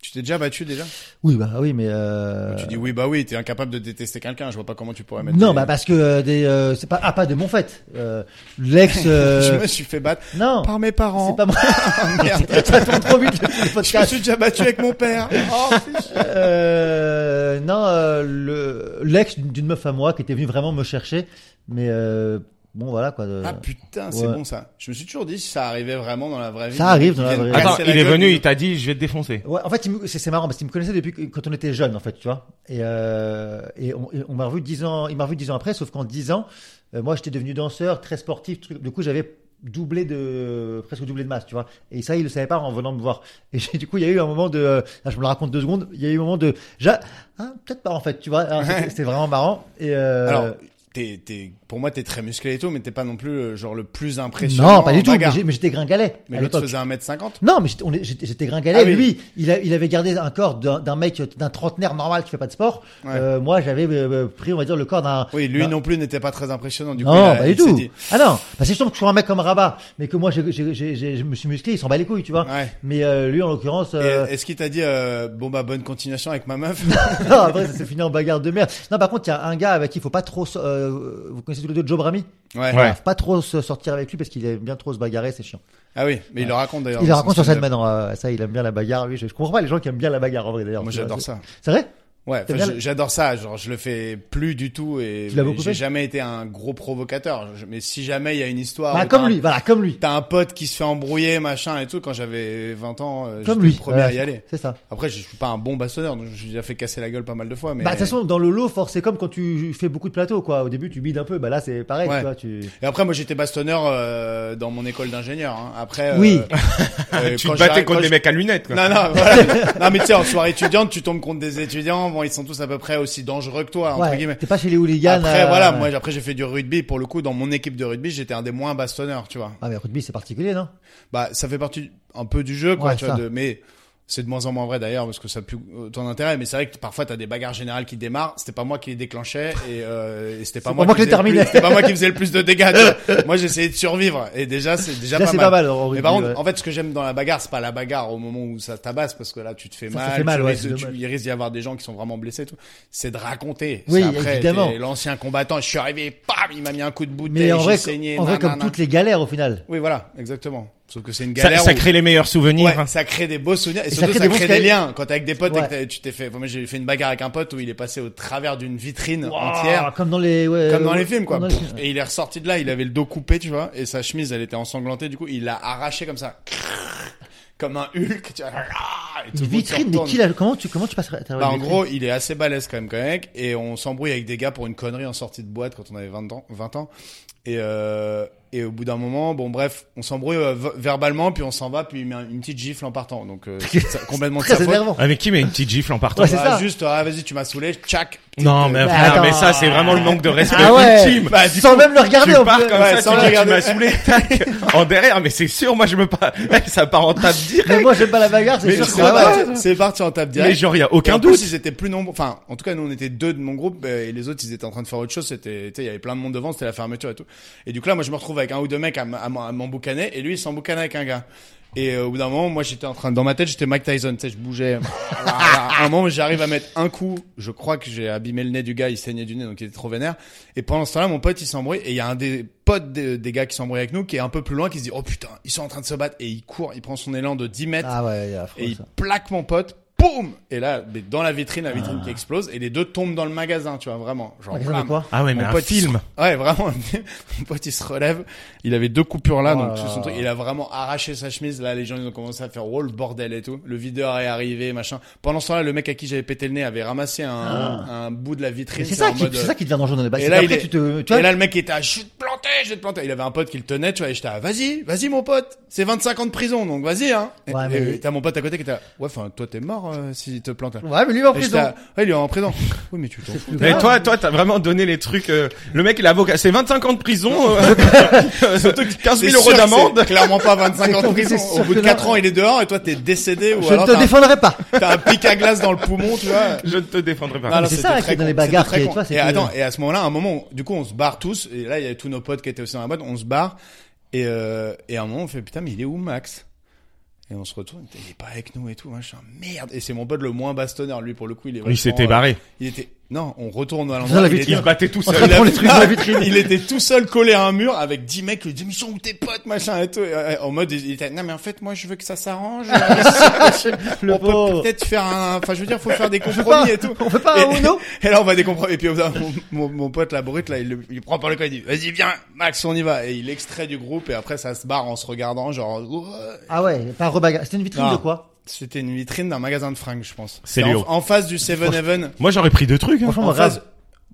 [SPEAKER 4] Tu t'es déjà battu déjà
[SPEAKER 2] Oui, bah oui, mais euh...
[SPEAKER 4] Tu dis oui, bah oui, t'es incapable de détester quelqu'un. Je vois pas comment tu pourrais mettre.
[SPEAKER 2] Non,
[SPEAKER 4] des-
[SPEAKER 2] bah parce que euh, des, euh, c'est pas, ah, pas de mon fait. Euh,
[SPEAKER 4] [laughs]
[SPEAKER 2] l'ex, euh,
[SPEAKER 4] Je me suis fait battre
[SPEAKER 2] non.
[SPEAKER 4] par mes parents.
[SPEAKER 2] C'est pas moi. [laughs] Oh,
[SPEAKER 4] Ah, merde.
[SPEAKER 2] ça tourne trop vite le
[SPEAKER 4] Je me
[SPEAKER 2] podcast.
[SPEAKER 4] suis déjà battu avec mon
[SPEAKER 2] [laughs]
[SPEAKER 4] père. Oh, c'est chiant.
[SPEAKER 2] Euh, non, euh, le- l'ex d'une meuf à moi qui était venue vraiment me chercher, mais euh, bon voilà quoi. euh. de-
[SPEAKER 4] ah putain, c'est
[SPEAKER 2] Ouais.
[SPEAKER 4] bon ça. Je me suis toujours dit si ça arrivait vraiment dans la vraie vie.
[SPEAKER 2] Ça arrive dans la
[SPEAKER 4] Ils
[SPEAKER 2] vraie
[SPEAKER 4] viennent
[SPEAKER 2] vie.
[SPEAKER 3] Attends,
[SPEAKER 4] casser la
[SPEAKER 3] il est
[SPEAKER 4] gueule
[SPEAKER 3] venu,
[SPEAKER 4] du-
[SPEAKER 3] il t'a dit, je vais te défoncer.
[SPEAKER 2] Ouais, en fait, il me- c'est c'est marrant parce qu'il me connaissait depuis que- quand on était jeune, en fait, tu vois. Et, euh, et on, et on m'a revu dix ans, il m'a revu dix ans après, sauf qu'en dix ans, euh, moi, j'étais devenu danseur, très sportif. truc. Du coup, j'avais doublé de presque doublé de masse tu vois et ça il le savait pas en venant me voir et j'ai- du coup il y a eu un moment de euh, là, je me le raconte deux secondes il y a eu un moment de j'a- ah, peut-être pas en fait tu vois Alors, c'était- c'était vraiment marrant et euh,
[SPEAKER 4] Alors, t'es, t'es, pour moi, t'es très musclé et tout, mais t'es pas non plus euh, genre le plus impressionnant.
[SPEAKER 2] non pas
[SPEAKER 4] en
[SPEAKER 2] du tout mais
[SPEAKER 4] bagarre.
[SPEAKER 2] j'ai- mais j'étais gringalet
[SPEAKER 4] Mais
[SPEAKER 2] à
[SPEAKER 4] l'autre
[SPEAKER 2] l'époque
[SPEAKER 4] faisait 1m50.
[SPEAKER 2] Non, mais j'étais- on est- j'étais j'étais gringalet.
[SPEAKER 4] Ah oui.
[SPEAKER 2] Lui, il, a- il avait gardé un corps d'un d'un mec, d'un trentenaire normal qui fait pas de sport.
[SPEAKER 4] Ouais.
[SPEAKER 2] Euh, moi, j'avais euh, pris, on va dire, le corps d'un.
[SPEAKER 4] Oui, lui
[SPEAKER 2] d'un-
[SPEAKER 4] non plus n'était pas très impressionnant. Du
[SPEAKER 2] Bah. non,
[SPEAKER 4] coup, il a-
[SPEAKER 2] pas
[SPEAKER 4] il
[SPEAKER 2] du
[SPEAKER 4] s'est
[SPEAKER 2] tout.
[SPEAKER 4] dit-
[SPEAKER 2] Ah non, parce que je sens que je suis un mec comme Rabat, mais que moi, j'ai- j'ai- j'ai- j'ai- je me suis musclé, il s'en bat les couilles, tu vois.
[SPEAKER 4] Ouais.
[SPEAKER 2] Mais euh, lui, en l'occurrence,
[SPEAKER 4] Et
[SPEAKER 2] euh,
[SPEAKER 4] Est-ce qu'il t'a dit euh, bon bah bonne continuation avec ma meuf
[SPEAKER 2] [laughs] non, après, ça s'est fini en bagarre de merde. Non, par contre, il y a un gars avec qui il faut pas trop. s- euh, vous connaissez tous les deux Joe Brami
[SPEAKER 4] Ouais.
[SPEAKER 3] [laughs] Ouais.
[SPEAKER 2] Faut pas trop se sortir avec lui parce qu'il aime bien trop se bagarrer, c'est chiant.
[SPEAKER 4] Ah oui, mais il le raconte d'ailleurs.
[SPEAKER 2] il le
[SPEAKER 4] dans son
[SPEAKER 2] raconte sur scène
[SPEAKER 4] stand-up.
[SPEAKER 2] maintenant. euh, ça, il aime bien la bagarre. Lui, je, je comprends pas les gens qui aiment bien la bagarre en vrai d'ailleurs.
[SPEAKER 4] Moi
[SPEAKER 2] Tu vois,
[SPEAKER 4] j'adore
[SPEAKER 2] c'est-
[SPEAKER 4] ça.
[SPEAKER 2] C'est vrai
[SPEAKER 4] Ouais,
[SPEAKER 2] T'as
[SPEAKER 4] enfin,
[SPEAKER 2] bien-
[SPEAKER 4] je- j'adore ça. Genre je le fais plus du tout et
[SPEAKER 2] Tu l'as beaucoup
[SPEAKER 4] j'ai
[SPEAKER 2] fait
[SPEAKER 4] jamais été un gros provocateur. Je- Mais si jamais il y a une histoire,
[SPEAKER 2] Bah,
[SPEAKER 4] où
[SPEAKER 2] comme
[SPEAKER 4] t'as un-
[SPEAKER 2] lui, voilà, comme lui.
[SPEAKER 4] T'as un pote qui se fait embrouiller machin et tout. Quand j'avais 20 ans, euh, j'étais
[SPEAKER 2] Comme lui.
[SPEAKER 4] le premier à y
[SPEAKER 2] Voilà,
[SPEAKER 4] aller.
[SPEAKER 2] C'est ça.
[SPEAKER 4] Après, je suis pas un bon bastonneur, donc j'ai déjà fait casser la gueule pas mal de fois. Mais
[SPEAKER 2] Bah, de toute façon, dans le lot, fort, c'est comme quand tu fais beaucoup de plateaux, quoi. Au début, tu bides un peu. Bah, là, c'est pareil,
[SPEAKER 4] Ouais.
[SPEAKER 2] tu vois, tu...
[SPEAKER 4] Et après, moi, j'étais bastonneur euh, dans mon école d'ingénieur. hein. Après, euh,
[SPEAKER 2] Oui. [laughs]
[SPEAKER 4] euh,
[SPEAKER 3] tu
[SPEAKER 4] quand je-
[SPEAKER 3] te battais
[SPEAKER 4] quand
[SPEAKER 3] contre
[SPEAKER 4] je-
[SPEAKER 3] des mecs à lunettes, quoi.
[SPEAKER 4] Non, non, voilà. non, mais tu sais, en soirée étudiante, tu tombes contre des étudiants. Bon, ils sont tous à peu près aussi dangereux que toi, entre
[SPEAKER 2] Ouais,
[SPEAKER 4] guillemets.
[SPEAKER 2] T'es pas chez les hooligans.
[SPEAKER 4] Après,
[SPEAKER 2] euh,
[SPEAKER 4] voilà, moi, après, j'ai fait du rugby. Pour le coup, dans mon équipe de rugby, j'étais un des moins bastonneurs, tu vois.
[SPEAKER 2] Ah, mais rugby, c'est particulier, non?
[SPEAKER 4] Bah, ça fait partie un peu du jeu, quoi,
[SPEAKER 2] Ouais,
[SPEAKER 4] tu vois,
[SPEAKER 2] ça.
[SPEAKER 4] de- mais c'est de moins en moins vrai d'ailleurs, parce que ça a plus autant d'intérêt. Mais c'est vrai que parfois, t'as des bagarres générales qui démarrent. C'était pas moi qui les déclenchais, et, euh, et c'était pas,
[SPEAKER 2] pas moi qui les
[SPEAKER 4] faisais le plus-
[SPEAKER 2] terminais.
[SPEAKER 4] C'était pas moi qui faisais le plus de dégâts, tu
[SPEAKER 2] [laughs]
[SPEAKER 4] vois. Moi, j'essayais de survivre. Et déjà, c'est déjà
[SPEAKER 2] Là,
[SPEAKER 4] pas
[SPEAKER 2] c'est
[SPEAKER 4] mal.
[SPEAKER 2] pas mal, en
[SPEAKER 4] Mais
[SPEAKER 2] rugby.
[SPEAKER 4] par contre,
[SPEAKER 2] ouais.
[SPEAKER 4] en fait, ce que j'aime dans la bagarre, c'est pas la bagarre au moment où ça tabasse, parce que là, tu te fais
[SPEAKER 2] Ça, ça
[SPEAKER 4] mal.
[SPEAKER 2] fait mal,
[SPEAKER 4] tu
[SPEAKER 2] ouais,
[SPEAKER 4] risques-
[SPEAKER 2] c'est
[SPEAKER 4] tu-
[SPEAKER 2] dommage.
[SPEAKER 4] il risque d'y avoir des gens qui sont vraiment blessés, et tout. C'est de raconter.
[SPEAKER 2] Oui,
[SPEAKER 4] C'est après,
[SPEAKER 2] évidemment.
[SPEAKER 4] t'es L'ancien combattant, je suis arrivé, pam, il m'a mis un coup de bouteille,
[SPEAKER 2] Mais en vrai,
[SPEAKER 4] j'ai saigné.
[SPEAKER 2] en vrai, comme
[SPEAKER 4] nanana.
[SPEAKER 2] toutes les galères, au final.
[SPEAKER 4] Oui, voilà, exactement. Sauf que c'est une
[SPEAKER 3] Ça,
[SPEAKER 4] galère.
[SPEAKER 3] ça
[SPEAKER 4] où-
[SPEAKER 3] crée les meilleurs souvenirs.
[SPEAKER 4] Ouais,
[SPEAKER 3] hein.
[SPEAKER 4] ça crée des beaux souvenirs et,
[SPEAKER 2] ça
[SPEAKER 4] surtout
[SPEAKER 2] crée
[SPEAKER 4] ça
[SPEAKER 2] des
[SPEAKER 4] crée
[SPEAKER 2] bons
[SPEAKER 4] des
[SPEAKER 2] souvenirs.
[SPEAKER 4] liens quand t'es avec des potes et
[SPEAKER 2] Ouais.
[SPEAKER 4] que t'as- tu t'es fait. enfin, Moi j'ai fait une bagarre avec un pote où il est passé au travers d'une vitrine
[SPEAKER 2] Ouah,
[SPEAKER 4] entière,
[SPEAKER 2] Comme dans les, ouais,
[SPEAKER 4] comme dans
[SPEAKER 2] ouais,
[SPEAKER 4] les films quoi.
[SPEAKER 2] comme dans les films.
[SPEAKER 4] Et il est ressorti de là, il avait le dos coupé tu vois, et sa chemise elle était ensanglantée du coup il l'a arraché comme ça, comme un Hulk. Tu vois, et tout le monde
[SPEAKER 2] Une
[SPEAKER 4] se
[SPEAKER 2] vitrine, mais
[SPEAKER 4] retourne.
[SPEAKER 2] qui l'a, comment tu, comment tu passerais à travers
[SPEAKER 4] Bah,
[SPEAKER 2] une
[SPEAKER 4] en
[SPEAKER 2] vitrine
[SPEAKER 4] gros, il est assez balèze quand même, quand même, et on s'embrouille avec des gars pour une connerie en sortie de boîte quand on avait 20 ans. 20 ans. Et, euh, et au bout d'un moment, bon bref, on s'embrouille euh, v- verbalement, puis on s'en va, puis il met un- une petite gifle en partant. Donc
[SPEAKER 2] [laughs]
[SPEAKER 4] euh, c'est ça- complètement de sa
[SPEAKER 2] Très
[SPEAKER 4] faute.
[SPEAKER 2] énervant.
[SPEAKER 3] Ah, mais qui met une petite gifle en partant
[SPEAKER 2] Ouais, c'est
[SPEAKER 4] Bah,
[SPEAKER 2] ça. Bah,
[SPEAKER 4] Juste, ah vas-y, tu m'as saoulé, tchac.
[SPEAKER 3] [laughs] Non, mais, frère,
[SPEAKER 2] attends.
[SPEAKER 3] mais ça, c'est vraiment le manque de respect
[SPEAKER 2] Ah ouais.
[SPEAKER 3] ultime.
[SPEAKER 4] Bah, [laughs] du
[SPEAKER 2] Sans même le regarder,
[SPEAKER 3] tu
[SPEAKER 2] on
[SPEAKER 3] pars
[SPEAKER 2] peut-
[SPEAKER 3] comme
[SPEAKER 4] Ouais,
[SPEAKER 3] ça,
[SPEAKER 4] sans
[SPEAKER 3] tu dis, tu
[SPEAKER 4] regarder.
[SPEAKER 3] m'as saoulé, [laughs] tac, en derrière, mais c'est sûr, moi je me pas, [laughs] Ouais, ça part en tape
[SPEAKER 2] Mais
[SPEAKER 3] direct.
[SPEAKER 2] moi, j'aime pas la bagarre, c'est
[SPEAKER 4] Mais
[SPEAKER 2] sûr
[SPEAKER 4] tu
[SPEAKER 2] que
[SPEAKER 4] sais
[SPEAKER 2] ça va.
[SPEAKER 4] pas, c'est parti en tape direct.
[SPEAKER 3] Mais genre, y a
[SPEAKER 4] Et
[SPEAKER 3] aucun
[SPEAKER 4] en plus,
[SPEAKER 3] doute.
[SPEAKER 4] ils étaient plus nombreux. Enfin, en tout cas, nous, on était deux de mon groupe euh, et les autres, ils étaient en train de faire autre chose. C'était, tu sais, il y avait plein de monde devant, c'était la fermeture et tout. Et du coup, là, moi, je me retrouve avec un ou deux mecs à, m- à m- à m'emboucaner et lui, il s'emboucanait avec un gars. Et euh, au bout d'un moment, moi, j'étais en train, dans ma tête, j'étais Mike Tyson, tu sais, je bougeais. à un moment, j'arrive à mettre un coup. Je crois que j'ai abîmé le nez du gars, il saignait du nez, donc il était trop vénère. Et pendant ce temps-là, mon pote, il s'embrouille et il y a un des potes des, des gars qui s'embrouille avec nous qui est un peu plus loin, qui se dit, oh putain, ils sont en train de se battre et il court, il prend son élan de 10 mètres.
[SPEAKER 2] Ah ouais, il est affreux,
[SPEAKER 4] Et il
[SPEAKER 2] ça.
[SPEAKER 4] plaque mon pote, boum Et là, mais dans la vitrine, la
[SPEAKER 3] Ah.
[SPEAKER 4] vitrine qui explose, et les deux tombent dans le magasin, tu vois, vraiment. Genre,
[SPEAKER 2] Magasin de
[SPEAKER 4] blam.
[SPEAKER 2] quoi
[SPEAKER 3] Ah ouais, mais
[SPEAKER 4] Mon
[SPEAKER 3] un
[SPEAKER 4] pote, il se-
[SPEAKER 3] film.
[SPEAKER 4] Ouais, vraiment. [laughs] mon pote, il se relève. Il avait deux coupures là,
[SPEAKER 2] Oh
[SPEAKER 4] donc
[SPEAKER 2] là
[SPEAKER 4] sur son
[SPEAKER 2] là.
[SPEAKER 4] truc. Il a vraiment arraché sa chemise. Là, les gens, ils ont commencé à faire oh, le bordel et tout. Le videur est arrivé, machin. Pendant ce temps-là, le mec à qui j'avais pété le nez avait ramassé un, un bout de la vitrine.
[SPEAKER 2] Ah. Mais C'est
[SPEAKER 4] en
[SPEAKER 2] ça qui,
[SPEAKER 4] mode, euh,
[SPEAKER 2] c'est ça qui devient dangereux dans les
[SPEAKER 4] et
[SPEAKER 2] bagarres.
[SPEAKER 4] là,
[SPEAKER 2] Bah, C'est
[SPEAKER 4] il
[SPEAKER 2] qu'après,
[SPEAKER 4] est-
[SPEAKER 2] tu te, tu
[SPEAKER 4] et
[SPEAKER 2] vois,
[SPEAKER 4] là, le mec était à, je vais te planter, je vais te planter. Il avait un pote qui le tenait, tu vois, et j'étais à, vas-y, vas-y, mon pote. C'est 25 ans de prison, donc vas-y, hein. Et-
[SPEAKER 2] Ouais,
[SPEAKER 4] et
[SPEAKER 2] mais-
[SPEAKER 4] et t'as mon pote à côté qui était, à, ouais, enfin, toi, t'es mort, euh, s'il te plante.
[SPEAKER 2] ouais, mais lui, en
[SPEAKER 4] Et j'étais à,
[SPEAKER 2] prison.
[SPEAKER 4] ouais, il est en prison. [laughs] oui, mais tu
[SPEAKER 3] [laughs]
[SPEAKER 4] t'en fous.
[SPEAKER 3] Mais
[SPEAKER 2] grave.
[SPEAKER 3] toi, toi, t'as vraiment donné les trucs. euh, le mec, il a vocation. C'est 25 ans
[SPEAKER 4] [laughs]
[SPEAKER 3] de prison, euh, [laughs] surtout 15
[SPEAKER 4] C'est
[SPEAKER 3] 000 euros
[SPEAKER 4] sûr que
[SPEAKER 3] d'amende.
[SPEAKER 4] c'est Clairement pas 25 ans de
[SPEAKER 2] [laughs] C'est
[SPEAKER 4] prison.
[SPEAKER 2] sûr
[SPEAKER 4] Au bout de
[SPEAKER 2] que
[SPEAKER 4] 4
[SPEAKER 2] non.
[SPEAKER 4] ans, il est dehors et toi, t'es décédé ou
[SPEAKER 2] Je ne
[SPEAKER 4] alors
[SPEAKER 2] te
[SPEAKER 4] t'as un-
[SPEAKER 2] défendrai [laughs] pas.
[SPEAKER 4] t'as un pic à glace dans le poumon, tu vois.
[SPEAKER 3] Je ne te défendrai pas.
[SPEAKER 4] Non, non,
[SPEAKER 2] c'est
[SPEAKER 4] c'était
[SPEAKER 2] ça
[SPEAKER 4] très
[SPEAKER 2] qui est dans
[SPEAKER 4] con,
[SPEAKER 2] les bagarres,
[SPEAKER 4] c'était très
[SPEAKER 2] qui est-
[SPEAKER 4] con.
[SPEAKER 2] toi, c'est
[SPEAKER 4] et
[SPEAKER 2] que-
[SPEAKER 4] attends, et à ce moment-là, à un moment, du coup, on se barre tous, et là, il y avait tous nos potes qui étaient aussi dans la boîte, on se barre, et, euh, et à un moment, on fait, putain, mais il est où Max? Et on se retourne, il est pas avec nous et tout, machin, merde. Et c'est mon pote le moins bastonneur, lui, pour le coup, il est
[SPEAKER 3] Il
[SPEAKER 4] vachement,
[SPEAKER 3] s'était
[SPEAKER 4] euh,
[SPEAKER 3] barré.
[SPEAKER 4] Il était, non, on retourne à
[SPEAKER 2] Dans
[SPEAKER 4] l'endroit,
[SPEAKER 2] la
[SPEAKER 4] il était
[SPEAKER 2] vitrine.
[SPEAKER 4] Ah,
[SPEAKER 3] Il se battait tout
[SPEAKER 2] On
[SPEAKER 3] seul.
[SPEAKER 2] se prend les trucs dans la vitrine.
[SPEAKER 4] il était tout seul collé à un mur avec 10 mecs qui lui disaient mais ils sont où tes potes machin et tout Et, euh, en mode il était non mais en fait moi je veux que ça
[SPEAKER 2] [laughs]
[SPEAKER 4] s'arrange
[SPEAKER 2] Ah, Le
[SPEAKER 4] on peut
[SPEAKER 2] pauvre.
[SPEAKER 4] peut-être faire un enfin je veux dire faut faire des compromis et tout
[SPEAKER 2] On peut pas un
[SPEAKER 4] et,
[SPEAKER 2] Uno
[SPEAKER 4] [laughs] et là on va des compromis et puis au bout d'un moment, mon, mon pote la brute là il, le- il prend par le col il dit vas-y viens Max on y va et il extrait du groupe et après ça se barre en se regardant genre Ouah.
[SPEAKER 2] Ah ouais, pas rebagarre. C'était une vitrine
[SPEAKER 4] Non.
[SPEAKER 2] de quoi
[SPEAKER 4] c'était une vitrine d'un magasin de fringues je pense
[SPEAKER 3] C'est
[SPEAKER 4] en,
[SPEAKER 3] Léo.
[SPEAKER 4] en face du Seven Heaven
[SPEAKER 3] Moi, j'aurais pris deux trucs. hein.
[SPEAKER 2] Franchement,
[SPEAKER 4] en
[SPEAKER 2] rêve.
[SPEAKER 4] face